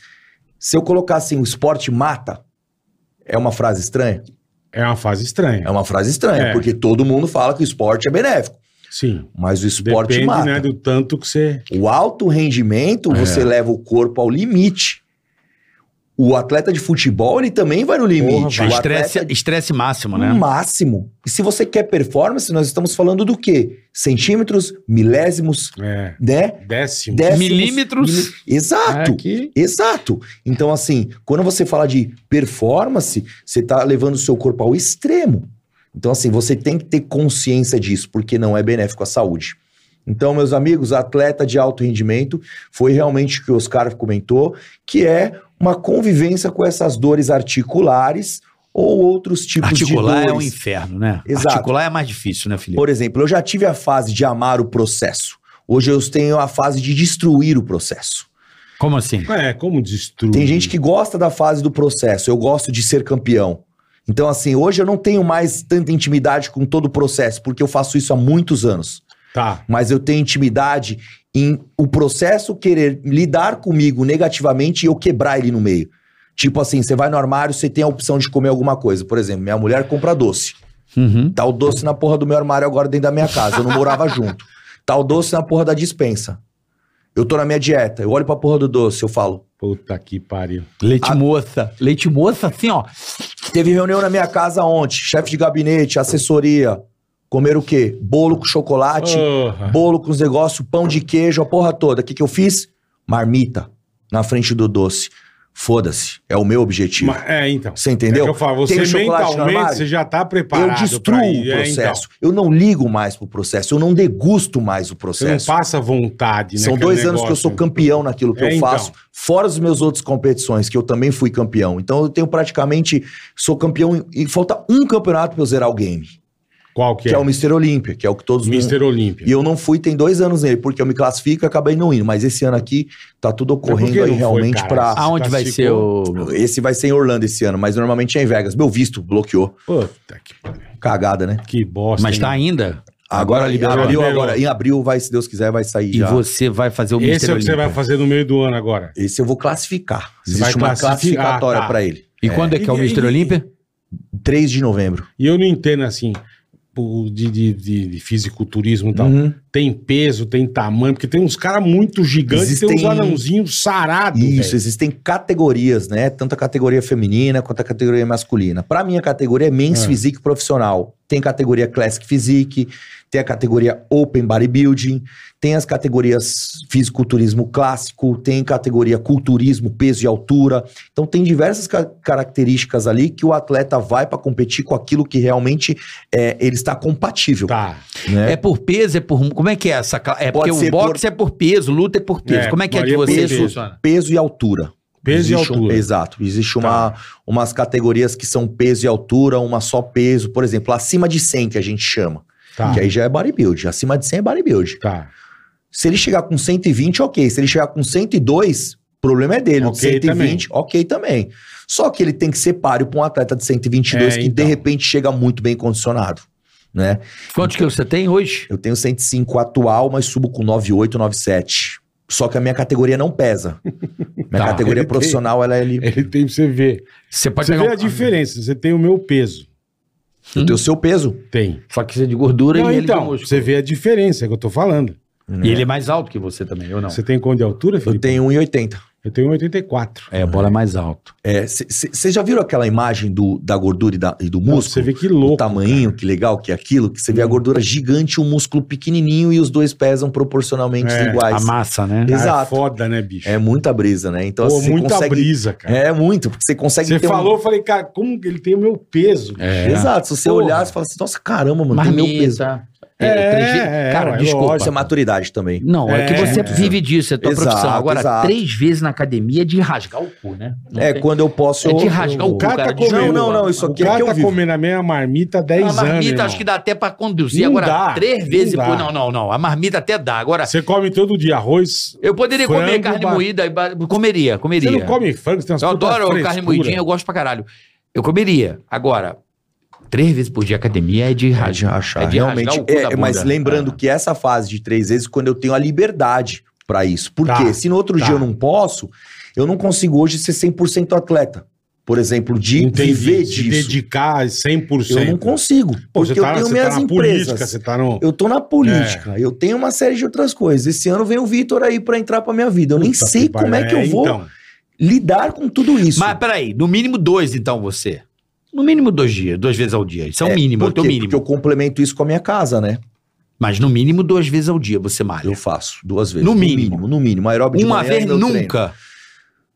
[SPEAKER 4] se eu colocar assim, o esporte mata, é uma frase estranha?
[SPEAKER 2] É uma fase estranha.
[SPEAKER 4] É uma frase estranha,
[SPEAKER 2] É.
[SPEAKER 4] porque todo mundo fala que o esporte é benéfico.
[SPEAKER 2] Sim.
[SPEAKER 4] Mas o esporte
[SPEAKER 2] Depende,
[SPEAKER 4] mata.
[SPEAKER 2] né, do tanto que você.
[SPEAKER 4] O alto rendimento,
[SPEAKER 5] É.
[SPEAKER 4] você leva o corpo ao limite. O atleta de futebol, ele também vai no limite.
[SPEAKER 2] vai.
[SPEAKER 4] o
[SPEAKER 5] Estresse,
[SPEAKER 4] atleta Hum, de
[SPEAKER 5] estresse máximo,
[SPEAKER 4] no
[SPEAKER 5] né?
[SPEAKER 4] máximo. E se você quer performance, nós estamos falando do quê? Centímetros, milésimos,
[SPEAKER 2] É.
[SPEAKER 4] né?
[SPEAKER 2] Décimo.
[SPEAKER 4] Décimos,
[SPEAKER 5] Milímetros.
[SPEAKER 4] mili- Exato.
[SPEAKER 2] É, que-
[SPEAKER 4] Exato. Então, assim, quando você fala de performance, você está levando o seu corpo ao extremo. Então, assim, você tem que ter consciência disso, porque não é benéfico à saúde. Então, meus amigos, atleta de alto rendimento foi realmente o que o Oscar comentou, que é uma convivência com essas dores articulares ou outros tipos
[SPEAKER 5] Articular
[SPEAKER 4] de
[SPEAKER 5] é um
[SPEAKER 4] dores.
[SPEAKER 5] inferno, né?
[SPEAKER 4] Exato.
[SPEAKER 5] Articular é mais difícil, né, Felipe?
[SPEAKER 4] Por exemplo, eu já tive a fase de amar o processo. Hoje eu tenho a fase de destruir o processo.
[SPEAKER 5] Como assim?
[SPEAKER 2] É, como destruir.
[SPEAKER 4] Tem gente que gosta da fase do processo. Eu gosto de ser campeão. Então, assim, hoje eu não tenho mais tanta intimidade com todo o processo, porque eu faço isso há muitos anos.
[SPEAKER 2] Tá.
[SPEAKER 4] Mas eu tenho intimidade em o processo querer lidar comigo negativamente e eu quebrar ele no meio. Tipo assim, você vai no armário, você tem a opção de comer alguma coisa. Por exemplo, minha mulher compra doce.
[SPEAKER 5] Uhum.
[SPEAKER 4] Tá o doce na porra do meu armário agora dentro da minha casa. Eu não morava junto. Tá o doce na porra da dispensa. Eu tô na minha dieta. Eu olho pra porra do doce, eu falo.
[SPEAKER 2] Puta que pariu.
[SPEAKER 5] Leite moça. Leite moça, assim, ó.
[SPEAKER 4] Teve reunião na minha casa ontem. Chefe de gabinete, assessoria. Comer o quê? Bolo com chocolate,
[SPEAKER 2] Ah, Porra.
[SPEAKER 4] bolo com os negócios, pão de queijo, a porra toda. O que, que eu fiz? Marmita na frente do doce. Foda-se. É o meu objetivo.
[SPEAKER 2] Mas- É, então.
[SPEAKER 4] Você entendeu?
[SPEAKER 2] É que eu falo,
[SPEAKER 4] Tem
[SPEAKER 2] você
[SPEAKER 4] chocolate no
[SPEAKER 2] mentalmente
[SPEAKER 4] armário?
[SPEAKER 2] você já tá
[SPEAKER 4] Eu
[SPEAKER 2] preparado
[SPEAKER 4] destruo
[SPEAKER 2] pra
[SPEAKER 4] o
[SPEAKER 2] ir. É, então.
[SPEAKER 4] processo. Eu não ligo mais pro processo. Eu não degusto mais o
[SPEAKER 2] Você não
[SPEAKER 4] processo.
[SPEAKER 2] passa vontade, né?
[SPEAKER 4] São
[SPEAKER 2] aquele
[SPEAKER 4] dois anos que eu
[SPEAKER 2] negócio.
[SPEAKER 4] sou campeão naquilo que
[SPEAKER 2] É,
[SPEAKER 4] eu
[SPEAKER 2] então.
[SPEAKER 4] faço, fora os meus outros competições, que eu também fui campeão. Então eu tenho praticamente, sou campeão em- e falta um campeonato pra eu zerar o game,
[SPEAKER 2] Qual que,
[SPEAKER 4] que,
[SPEAKER 2] é?
[SPEAKER 4] é o Mr. Olímpia, que é o que todos...
[SPEAKER 2] Mr. Olímpia.
[SPEAKER 4] E eu não fui, tem dois anos nele, porque eu me classifico e acabei não indo. Mas esse ano aqui tá tudo
[SPEAKER 2] por que
[SPEAKER 4] ocorrendo aí
[SPEAKER 2] não foi,
[SPEAKER 4] realmente
[SPEAKER 2] cara?
[SPEAKER 4] pra...
[SPEAKER 5] Aonde vai ser o.
[SPEAKER 4] Esse vai ser em Orlando esse ano, mas normalmente é em Vegas. Meu visto bloqueou.
[SPEAKER 2] Puta que pariu.
[SPEAKER 4] Cagada, né?
[SPEAKER 2] Que bosta.
[SPEAKER 5] Mas tá
[SPEAKER 2] hein?
[SPEAKER 5] ainda?
[SPEAKER 4] Agora,
[SPEAKER 2] liberou.
[SPEAKER 4] abriu,
[SPEAKER 2] Liberou.
[SPEAKER 4] agora, em abril vai, se Deus quiser, vai sair
[SPEAKER 5] E
[SPEAKER 4] já.
[SPEAKER 5] você vai fazer o
[SPEAKER 2] Esse é o que você
[SPEAKER 5] Olímpia.
[SPEAKER 2] vai fazer no meio do ano agora.
[SPEAKER 4] Esse eu vou classificar.
[SPEAKER 2] Você
[SPEAKER 4] Existe
[SPEAKER 2] vai
[SPEAKER 4] uma
[SPEAKER 2] classificar,
[SPEAKER 4] classificatória
[SPEAKER 2] tá.
[SPEAKER 4] pra ele.
[SPEAKER 5] E quando é que é o
[SPEAKER 2] E-
[SPEAKER 5] Mr.
[SPEAKER 2] e-
[SPEAKER 5] Olímpia?
[SPEAKER 4] 3 de novembro.
[SPEAKER 2] E eu não entendo assim, o de, de, de, de fisiculturismo e tal.
[SPEAKER 4] Uhum.
[SPEAKER 2] Tem peso, tem tamanho, porque tem uns caras muito gigantes, tem uns
[SPEAKER 4] Existem-
[SPEAKER 2] anãozinhos sarados.
[SPEAKER 4] Isso,
[SPEAKER 2] velho.
[SPEAKER 4] existem categorias, né? Tanto a categoria feminina quanto a categoria masculina. Pra mim, a categoria é Men's
[SPEAKER 2] Ah.
[SPEAKER 4] Physique Profissional. Tem categoria Classic Physique, tem a categoria Open Bodybuilding, tem as categorias Fisiculturismo Clássico, tem categoria Culturismo, Peso e Altura. Então, tem diversas ca- características ali que o atleta vai pra competir com aquilo que realmente é, ele está compatível.
[SPEAKER 2] Tá.
[SPEAKER 4] né?
[SPEAKER 5] É por peso, é por. Como é que é essa? cla- É porque
[SPEAKER 4] Pode
[SPEAKER 5] o
[SPEAKER 4] ser por-
[SPEAKER 5] boxe é por peso, luta é por peso.
[SPEAKER 2] É,
[SPEAKER 5] Como é que é de
[SPEAKER 2] varia por
[SPEAKER 5] vocês?
[SPEAKER 2] peso.
[SPEAKER 5] funciona?
[SPEAKER 4] Peso e altura.
[SPEAKER 2] Peso e
[SPEAKER 4] Existe um-
[SPEAKER 2] altura. Tá.
[SPEAKER 4] exato. Existe uma, umas categorias que são peso e altura, uma só peso. Por exemplo, acima de 100, que a gente chama.
[SPEAKER 2] Tá.
[SPEAKER 4] Que aí já é bodybuild. Acima de 100 é bodybuild.
[SPEAKER 2] Tá.
[SPEAKER 4] Se ele chegar com 120, ok. Se ele chegar com 102, o problema é dele. O de
[SPEAKER 2] Ok
[SPEAKER 4] 120, ok também. Só que ele tem que ser páreo para um atleta de 122
[SPEAKER 2] É,
[SPEAKER 4] que,
[SPEAKER 2] então.
[SPEAKER 4] de repente, chega muito bem condicionado. Né?
[SPEAKER 5] Quantos quilos você tem hoje?
[SPEAKER 4] Eu tenho 105 atual, mas subo com 98, 97. Só que a minha categoria não pesa. Minha
[SPEAKER 5] Tá.
[SPEAKER 4] categoria
[SPEAKER 2] Ele tem-
[SPEAKER 4] profissional, ela é livre.
[SPEAKER 2] Ele tem pra você ver.
[SPEAKER 5] Você pode
[SPEAKER 2] você vê
[SPEAKER 5] pegar um
[SPEAKER 2] a diferença. Você tem o meu peso.
[SPEAKER 4] Eu tenho o seu peso.
[SPEAKER 2] Tem.
[SPEAKER 5] Só que você é de gordura
[SPEAKER 2] Não,
[SPEAKER 5] e ele é de
[SPEAKER 2] então,
[SPEAKER 5] músculo.
[SPEAKER 2] você vê a diferença é que eu tô falando.
[SPEAKER 3] Né?
[SPEAKER 5] E ele é mais alto que você também, ou não?
[SPEAKER 2] Você tem quanto de altura, Felipe?
[SPEAKER 4] Eu tenho 1,80.
[SPEAKER 2] Eu tenho um 84.
[SPEAKER 5] É, a bola é mais alto.
[SPEAKER 4] É, Vocês já viram aquela imagem do, da gordura e, da- e do músculo? Tá
[SPEAKER 2] Você vê que
[SPEAKER 4] o
[SPEAKER 2] louco.
[SPEAKER 4] tamanho, que legal que é aquilo, que você vê a gordura gigante, o músculo pequenininho e os dois pesam proporcionalmente
[SPEAKER 2] É,
[SPEAKER 5] A
[SPEAKER 4] iguais.
[SPEAKER 5] massa, né?
[SPEAKER 2] cara, É
[SPEAKER 4] Exato.
[SPEAKER 2] foda, né, bicho?
[SPEAKER 4] É muita brisa, né? Então
[SPEAKER 2] Pô,
[SPEAKER 4] assim, você
[SPEAKER 2] muita
[SPEAKER 4] consegue...
[SPEAKER 2] brisa, cara.
[SPEAKER 4] É muito, porque você consegue
[SPEAKER 2] Você
[SPEAKER 4] ter um-
[SPEAKER 2] falou, eu falei, cara, como que ele tem o meu peso? bicho?
[SPEAKER 5] É.
[SPEAKER 4] Exato, se você
[SPEAKER 2] Porra.
[SPEAKER 4] olhar, você fala assim, nossa, caramba, mano, tem
[SPEAKER 5] Marmita.
[SPEAKER 4] meu peso.
[SPEAKER 5] É,
[SPEAKER 2] É,
[SPEAKER 5] três vezes-
[SPEAKER 2] é,
[SPEAKER 5] Cara,
[SPEAKER 2] é
[SPEAKER 5] desculpa.
[SPEAKER 4] Isso é maturidade também.
[SPEAKER 5] Não, é,
[SPEAKER 2] É,
[SPEAKER 5] que você
[SPEAKER 2] é.
[SPEAKER 5] vive disso, é tua
[SPEAKER 4] Exato,
[SPEAKER 5] profissão. Agora,
[SPEAKER 4] exato.
[SPEAKER 5] três vezes na academia é de rasgar o cu, né? Não
[SPEAKER 4] é,
[SPEAKER 5] tem-
[SPEAKER 4] quando eu posso...
[SPEAKER 5] é de
[SPEAKER 4] eu-
[SPEAKER 5] rasgar
[SPEAKER 4] eu-
[SPEAKER 5] o cu, cara.
[SPEAKER 2] tá
[SPEAKER 5] de
[SPEAKER 2] comendo.
[SPEAKER 5] joelho.
[SPEAKER 4] Não, não, não, isso
[SPEAKER 2] O
[SPEAKER 4] aqui é
[SPEAKER 2] cara
[SPEAKER 4] que eu
[SPEAKER 2] tá
[SPEAKER 4] vivo.
[SPEAKER 2] comendo a mesma marmita há
[SPEAKER 5] A
[SPEAKER 2] 10 anos.
[SPEAKER 5] marmita
[SPEAKER 2] irmão.
[SPEAKER 5] acho que dá até pra conduzir.
[SPEAKER 2] Não
[SPEAKER 5] Agora,
[SPEAKER 2] dá,
[SPEAKER 5] três
[SPEAKER 2] não
[SPEAKER 5] vezes
[SPEAKER 2] dá.
[SPEAKER 5] por... Não, não, não. A marmita até dá. Agora,
[SPEAKER 2] Você come todo dia arroz.
[SPEAKER 5] eu poderia comer
[SPEAKER 2] Frango,
[SPEAKER 5] carne
[SPEAKER 2] ba-
[SPEAKER 5] moída. e ba- Comeria, comeria.
[SPEAKER 2] Você não come frango, você tem umas
[SPEAKER 5] Eu
[SPEAKER 2] puta
[SPEAKER 5] adoro carne
[SPEAKER 2] frescura.
[SPEAKER 5] moidinha, eu gosto pra caralho. Eu comeria. Agora, três vezes por dia academia é de
[SPEAKER 4] É de
[SPEAKER 5] rasgar.
[SPEAKER 4] rachar.
[SPEAKER 5] É de
[SPEAKER 4] Realmente,
[SPEAKER 5] rasgar o cu
[SPEAKER 4] é,
[SPEAKER 5] da
[SPEAKER 4] mas
[SPEAKER 5] bunda.
[SPEAKER 4] lembrando
[SPEAKER 5] Ah.
[SPEAKER 4] que essa fase de três vezes, quando eu tenho a liberdade pra isso. Por
[SPEAKER 2] Tá,
[SPEAKER 4] quê? Se no outro
[SPEAKER 2] tá.
[SPEAKER 4] dia eu não posso, eu não consigo hoje ser 100% atleta. por exemplo, de
[SPEAKER 2] Entendi.
[SPEAKER 4] viver
[SPEAKER 2] Se
[SPEAKER 4] disso.
[SPEAKER 2] dedicar 100%.
[SPEAKER 4] Eu não consigo.
[SPEAKER 2] Pô,
[SPEAKER 4] porque
[SPEAKER 2] você tá,
[SPEAKER 4] eu tenho
[SPEAKER 2] você
[SPEAKER 4] minhas
[SPEAKER 2] tá na
[SPEAKER 4] empresas.
[SPEAKER 2] política, você tá no...
[SPEAKER 4] Eu tô na política, eu tenho uma série de outras coisas. Esse ano vem o Vitor aí pra entrar pra minha vida. Eu nem
[SPEAKER 2] Puta
[SPEAKER 4] sei
[SPEAKER 2] que
[SPEAKER 4] como é que eu
[SPEAKER 2] pariu.
[SPEAKER 4] vou
[SPEAKER 2] então,
[SPEAKER 4] lidar com tudo isso.
[SPEAKER 3] Mas peraí, no mínimo dois, então, você. No mínimo dois dias, duas vezes ao dia. Isso é o
[SPEAKER 4] É,
[SPEAKER 3] mínimo, é
[SPEAKER 4] por
[SPEAKER 3] o teu
[SPEAKER 4] quê?
[SPEAKER 3] mínimo.
[SPEAKER 4] Porque eu complemento isso com a minha casa, né?
[SPEAKER 3] Mas no mínimo duas vezes ao dia você malha.
[SPEAKER 4] Eu faço duas vezes.
[SPEAKER 3] No mínimo.
[SPEAKER 4] No mínimo. Aeróbico de
[SPEAKER 3] Uma
[SPEAKER 4] manhã,
[SPEAKER 3] vez
[SPEAKER 4] eu treino.
[SPEAKER 3] nunca.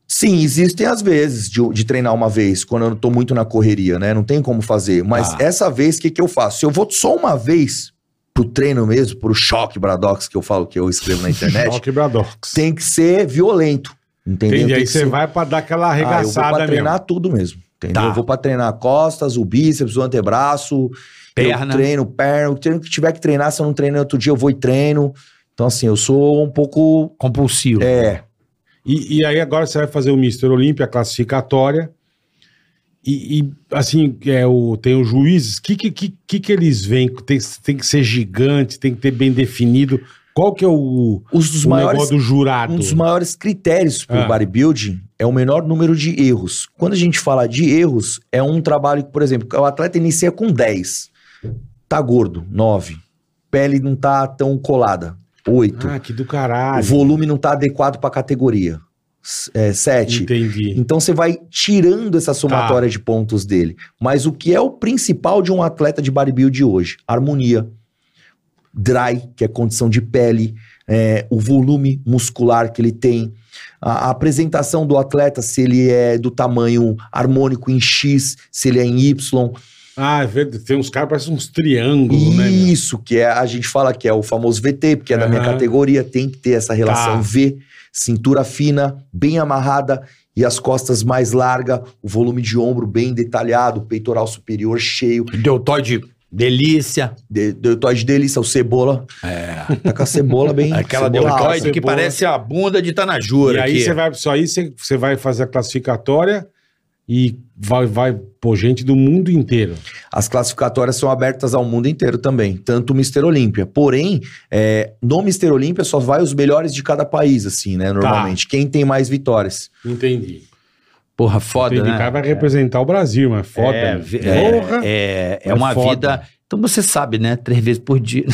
[SPEAKER 4] Sim, existem as vezes de, de treinar uma vez, quando eu tô muito na correria, né? Não tem como fazer. Mas
[SPEAKER 3] Tá.
[SPEAKER 4] essa vez, o que, que eu faço? Se eu vou só uma vez pro treino mesmo, pro choque Bradox, que eu falo que eu escrevo na internet,
[SPEAKER 2] Rock Bradox.
[SPEAKER 4] tem que ser violento. Entendeu?
[SPEAKER 2] é Entendi.
[SPEAKER 4] Tem
[SPEAKER 2] Aí
[SPEAKER 4] que
[SPEAKER 2] você
[SPEAKER 4] ser-
[SPEAKER 2] vai pra dar aquela
[SPEAKER 4] Ah, eu vou
[SPEAKER 2] arregaçada
[SPEAKER 4] pra
[SPEAKER 2] mesmo.
[SPEAKER 4] treinar tudo mesmo. Entendeu?
[SPEAKER 3] Tá.
[SPEAKER 4] Eu vou pra treinar costas, o bíceps, o antebraço,
[SPEAKER 3] Perna.
[SPEAKER 4] Eu treino perna, o treino que tiver que treinar, se eu não treinei outro dia, eu vou e treino. Então, assim, eu sou um pouco.
[SPEAKER 3] Compulsivo.
[SPEAKER 4] É.
[SPEAKER 2] E, e aí agora você vai fazer o Mister Olímpia classificatória. E, e, assim, é, o, tem os juízes. O que, que, que, que que eles veem? Tem, tem que ser gigante, tem que ter bem definido. Qual que é o,
[SPEAKER 4] Os dos
[SPEAKER 2] o
[SPEAKER 4] maiores.
[SPEAKER 2] negócio do jurado?
[SPEAKER 4] Um dos maiores critérios para o
[SPEAKER 2] Ah.
[SPEAKER 4] bodybuilding é o menor número de erros. Quando a gente fala de erros, é um trabalho que, por exemplo, o atleta inicia com 10. Tá gordo, 9. Pele não tá tão colada, 8.
[SPEAKER 2] Ah, que do
[SPEAKER 4] o
[SPEAKER 2] caralho.
[SPEAKER 4] volume não tá adequado para a categoria, é, 7.
[SPEAKER 2] Entendi.
[SPEAKER 4] Então você vai tirando essa somatória de pontos dele. Mas o que é o principal de um atleta de bodybuild hoje? Harmonia. Dry, que é condição de pele, é, o volume muscular que ele tem, a, a apresentação do atleta, se ele é do tamanho harmônico em X, se ele é em Y.
[SPEAKER 2] Ah, é verdade, tem uns caras que parecem uns triângulos, né? meu?
[SPEAKER 4] Isso que é, a gente fala que é o famoso VT, porque é da minha
[SPEAKER 2] Aham.
[SPEAKER 4] categoria, tem que ter essa relação
[SPEAKER 2] Tá.
[SPEAKER 4] V, cintura fina, bem amarrada e as costas mais largas, o volume de ombro bem detalhado, o peitoral superior cheio,
[SPEAKER 3] Deltoide, delícia.
[SPEAKER 4] de- deltoide delícia, o cebola. É. Tá com a cebola bem.
[SPEAKER 3] Aquela
[SPEAKER 4] cebola
[SPEAKER 3] deltoide
[SPEAKER 4] alta.
[SPEAKER 3] que
[SPEAKER 2] cebola.
[SPEAKER 3] parece a bunda de Tanajura.
[SPEAKER 2] E aí
[SPEAKER 3] aqui.
[SPEAKER 2] você vai, só aí você, você vai fazer a classificatória e vai, vai pô, gente do mundo inteiro.
[SPEAKER 4] As classificatórias são abertas ao mundo inteiro também, tanto o Mister Olímpia. Porém, é, no Mister Olímpia só vai os melhores de cada país, assim,
[SPEAKER 2] Tá.
[SPEAKER 4] né? Normalmente. Quem tem mais vitórias.
[SPEAKER 2] Entendi.
[SPEAKER 3] Porra, foda,
[SPEAKER 2] Entendi. O
[SPEAKER 3] né?
[SPEAKER 2] cara vai representar o Brasil, mas foda.
[SPEAKER 3] É,
[SPEAKER 2] né?
[SPEAKER 3] vi- é,
[SPEAKER 2] Porra.
[SPEAKER 3] é, é
[SPEAKER 2] É
[SPEAKER 3] uma
[SPEAKER 2] foda.
[SPEAKER 3] vida. Então você sabe, né? Três vezes por dia.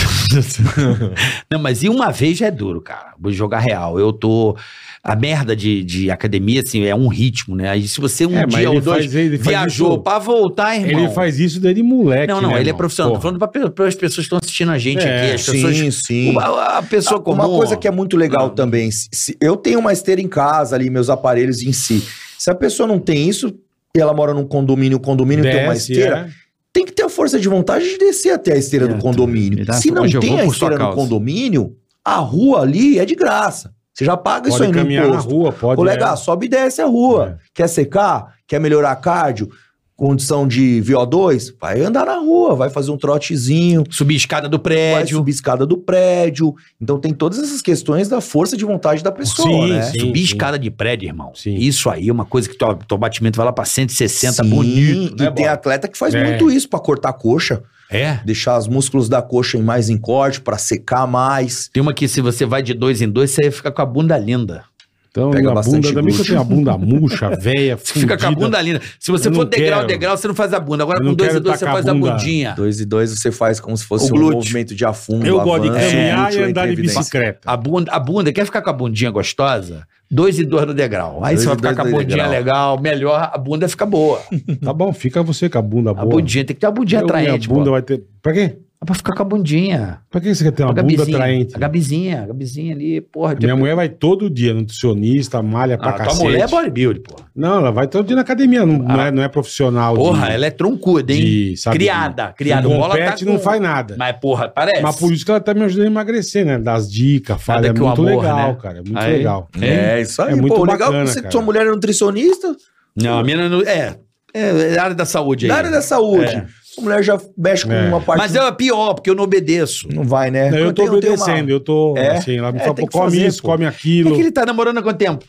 [SPEAKER 3] Não, mas e uma vez já é duro, cara. Vou jogar real. Eu tô. A merda de, de academia, assim, é um ritmo, né? Aí se você um
[SPEAKER 2] É, mas
[SPEAKER 3] dia ou
[SPEAKER 2] ele
[SPEAKER 3] dois
[SPEAKER 2] faz- ele faz
[SPEAKER 3] viajou
[SPEAKER 2] isso-
[SPEAKER 3] pra voltar, irmão.
[SPEAKER 2] Ele faz isso desde moleque.
[SPEAKER 3] não, não,
[SPEAKER 2] né,
[SPEAKER 3] ele é
[SPEAKER 2] irmão?
[SPEAKER 3] profissional.
[SPEAKER 2] Porra.
[SPEAKER 3] Tô falando para as pessoas que estão assistindo a gente
[SPEAKER 2] É, Ah,
[SPEAKER 3] aqui. As pessoas.
[SPEAKER 4] sim.
[SPEAKER 3] A, a pessoa comum.
[SPEAKER 4] Uma coisa que é muito legal
[SPEAKER 3] Não.
[SPEAKER 4] também, se- se- eu tenho uma esteira em casa ali, meus aparelhos em si. Se a pessoa não tem isso e ela mora num condomínio, o condomínio tem uma
[SPEAKER 2] Desce,
[SPEAKER 4] esteira,
[SPEAKER 2] é.
[SPEAKER 4] tem que ter a força de vontade de descer até a esteira
[SPEAKER 3] É,
[SPEAKER 4] do
[SPEAKER 3] tá. Me
[SPEAKER 4] condomínio.
[SPEAKER 3] dá-
[SPEAKER 4] Se não
[SPEAKER 3] hoje eu
[SPEAKER 4] tem
[SPEAKER 3] vou
[SPEAKER 4] a
[SPEAKER 3] por sua
[SPEAKER 4] esteira no
[SPEAKER 3] causa.
[SPEAKER 4] condomínio, a rua ali é de graça. Você já paga isso
[SPEAKER 2] Pode
[SPEAKER 4] aí no
[SPEAKER 2] caminhar na
[SPEAKER 4] imposto.
[SPEAKER 2] rua, pode.
[SPEAKER 4] Colega,
[SPEAKER 2] é.
[SPEAKER 4] sobe e desce a rua. Quer secar? Quer melhorar cardio? Condição de VO2? Vai andar na rua, vai fazer um trotezinho
[SPEAKER 3] Subir a escada do
[SPEAKER 2] É,
[SPEAKER 4] vai
[SPEAKER 3] prédio.
[SPEAKER 4] subir escada do prédio. Então tem todas essas questões da força de vontade da pessoa,
[SPEAKER 2] Sim,
[SPEAKER 4] né?
[SPEAKER 2] sim.
[SPEAKER 3] Subir escada de prédio, irmão.
[SPEAKER 2] Sim.
[SPEAKER 3] Isso aí é uma coisa que teu, teu batimento vai lá pra 160,
[SPEAKER 4] Sim,
[SPEAKER 3] bonito,
[SPEAKER 4] E
[SPEAKER 3] né,
[SPEAKER 4] tem
[SPEAKER 3] Bola?
[SPEAKER 4] atleta que faz
[SPEAKER 2] É.
[SPEAKER 4] muito isso pra cortar a coxa,
[SPEAKER 3] É.
[SPEAKER 4] deixar os músculos da coxa em mais em corte, pra secar mais.
[SPEAKER 3] Tem uma que se você vai de dois em dois, você fica com a bunda linda.
[SPEAKER 2] Então,
[SPEAKER 4] pega
[SPEAKER 2] a
[SPEAKER 4] bastante
[SPEAKER 2] bunda também que eu
[SPEAKER 4] glúteo.
[SPEAKER 2] tenho a bunda murcha, velha,
[SPEAKER 3] Você fica com a bunda linda. Se você
[SPEAKER 2] Eu
[SPEAKER 3] for
[SPEAKER 2] não
[SPEAKER 3] degrau,
[SPEAKER 2] quero.
[SPEAKER 3] degrau, você não faz a bunda. Agora
[SPEAKER 2] Eu
[SPEAKER 3] com
[SPEAKER 2] não
[SPEAKER 3] dois e
[SPEAKER 2] quero
[SPEAKER 3] dois, você
[SPEAKER 2] tacar
[SPEAKER 3] faz
[SPEAKER 2] a
[SPEAKER 3] a
[SPEAKER 2] bunda.
[SPEAKER 3] bundinha.
[SPEAKER 4] Dois e dois você faz como se fosse
[SPEAKER 3] O
[SPEAKER 4] um
[SPEAKER 3] glúteo.
[SPEAKER 4] movimento de afundo.
[SPEAKER 2] Eu gosto de
[SPEAKER 4] avanço,
[SPEAKER 2] caminhar
[SPEAKER 4] glúteo
[SPEAKER 2] e andar
[SPEAKER 4] entra em
[SPEAKER 2] de
[SPEAKER 4] evidência.
[SPEAKER 2] bicicleta.
[SPEAKER 3] A bunda, a bunda, quer ficar com a bundinha gostosa? Dois e dois no degrau. Aí
[SPEAKER 4] Dois
[SPEAKER 3] você vai
[SPEAKER 4] e
[SPEAKER 3] ficar
[SPEAKER 4] dois
[SPEAKER 3] com a
[SPEAKER 4] no
[SPEAKER 3] bundinha
[SPEAKER 4] degrau.
[SPEAKER 3] legal, melhor, a bunda fica boa.
[SPEAKER 2] Tá bom, fica você com a bunda
[SPEAKER 3] A
[SPEAKER 2] boa.
[SPEAKER 3] bundinha, tem que ter uma bundinha
[SPEAKER 2] Eu, Minha
[SPEAKER 3] atraente,
[SPEAKER 2] bunda
[SPEAKER 3] pô.
[SPEAKER 2] vai ter... Pra quê?
[SPEAKER 3] É Pra ficar com a bundinha.
[SPEAKER 2] Pra que você quer ter uma
[SPEAKER 3] a
[SPEAKER 2] bunda
[SPEAKER 3] Gabizinha.
[SPEAKER 2] atraente?
[SPEAKER 3] A Gabizinha, a Gabizinha ali, porra.
[SPEAKER 2] Minha um mulher vai todo dia, nutricionista, malha pra
[SPEAKER 3] Ah, tua
[SPEAKER 2] cacete.
[SPEAKER 3] mulher é bodybuild, porra.
[SPEAKER 2] Não, ela vai todo dia na academia, não, não é, não é profissional.
[SPEAKER 3] Porra,
[SPEAKER 2] de,
[SPEAKER 3] ela é troncuda, hein?
[SPEAKER 2] de, sabe,
[SPEAKER 3] criada,
[SPEAKER 2] de-
[SPEAKER 3] criada.
[SPEAKER 2] Não
[SPEAKER 3] Bola tá
[SPEAKER 2] compete, não
[SPEAKER 3] com-
[SPEAKER 2] faz nada.
[SPEAKER 3] Mas, porra, parece.
[SPEAKER 2] Mas por isso que ela tá me ajudando a emagrecer, né? Das dicas, fala.
[SPEAKER 3] Nada
[SPEAKER 2] É
[SPEAKER 3] que o
[SPEAKER 2] muito
[SPEAKER 3] amor,
[SPEAKER 2] legal,
[SPEAKER 3] né?
[SPEAKER 2] cara. É muito
[SPEAKER 3] Aí.
[SPEAKER 2] legal.
[SPEAKER 4] É, isso aí.
[SPEAKER 2] É muito
[SPEAKER 4] Pô, legal
[SPEAKER 2] bacana,
[SPEAKER 4] que você,
[SPEAKER 2] cara.
[SPEAKER 4] sua mulher é nutricionista
[SPEAKER 3] Não, a mina não. É. É, é área da saúde aí.
[SPEAKER 4] da área da saúde.
[SPEAKER 3] É.
[SPEAKER 4] Sua mulher já mexe com
[SPEAKER 2] É.
[SPEAKER 4] uma parte...
[SPEAKER 3] Mas é pior, porque eu não obedeço.
[SPEAKER 4] Não vai, né?
[SPEAKER 2] Não, eu tô
[SPEAKER 4] tenho- tenho uma-
[SPEAKER 2] obedecendo, eu tô
[SPEAKER 4] É,
[SPEAKER 2] assim, ela me
[SPEAKER 4] é,
[SPEAKER 2] fala,
[SPEAKER 4] tem
[SPEAKER 2] pô,
[SPEAKER 4] que
[SPEAKER 2] come
[SPEAKER 4] fazer,
[SPEAKER 2] isso,
[SPEAKER 4] pô.
[SPEAKER 2] come
[SPEAKER 3] É
[SPEAKER 2] aquilo.
[SPEAKER 3] que ele tá namorando há quanto tempo?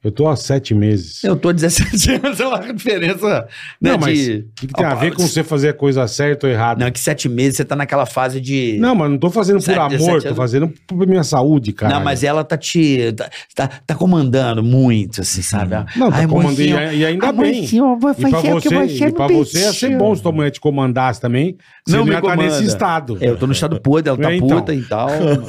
[SPEAKER 2] Eu Eu tô há sete meses.
[SPEAKER 3] Eu tô 17 anos, é uma diferença. Né,
[SPEAKER 2] não, mas
[SPEAKER 3] de-
[SPEAKER 2] o que, que tem a ver com você fazer a coisa certa ou errada?
[SPEAKER 3] Não, é que sete meses você tá naquela fase de.
[SPEAKER 2] Não, mas não tô fazendo por
[SPEAKER 3] Sete,
[SPEAKER 2] amor,
[SPEAKER 3] dezessete
[SPEAKER 2] tô
[SPEAKER 3] anos.
[SPEAKER 2] fazendo por minha saúde, cara.
[SPEAKER 3] Não, mas ela tá te. Tá, tá, tá comandando muito, assim, sabe?
[SPEAKER 2] Não, tá
[SPEAKER 3] Ai,
[SPEAKER 2] comandando e,
[SPEAKER 3] mocinho,
[SPEAKER 2] e ainda
[SPEAKER 3] ah,
[SPEAKER 2] bem.
[SPEAKER 3] mocinho, eu vou
[SPEAKER 2] E pra
[SPEAKER 3] fazer o que
[SPEAKER 2] você,
[SPEAKER 3] você
[SPEAKER 2] e
[SPEAKER 3] me
[SPEAKER 2] pra você é assim. ia ser
[SPEAKER 3] pediu.
[SPEAKER 2] bom se tua mulher te comandasse também. Você
[SPEAKER 3] Não
[SPEAKER 2] não,
[SPEAKER 3] me
[SPEAKER 2] ia estar nesse
[SPEAKER 3] comanda.
[SPEAKER 2] estado.
[SPEAKER 3] É, eu tô no estado podre, ela tá
[SPEAKER 2] É, então.
[SPEAKER 3] puta e tal,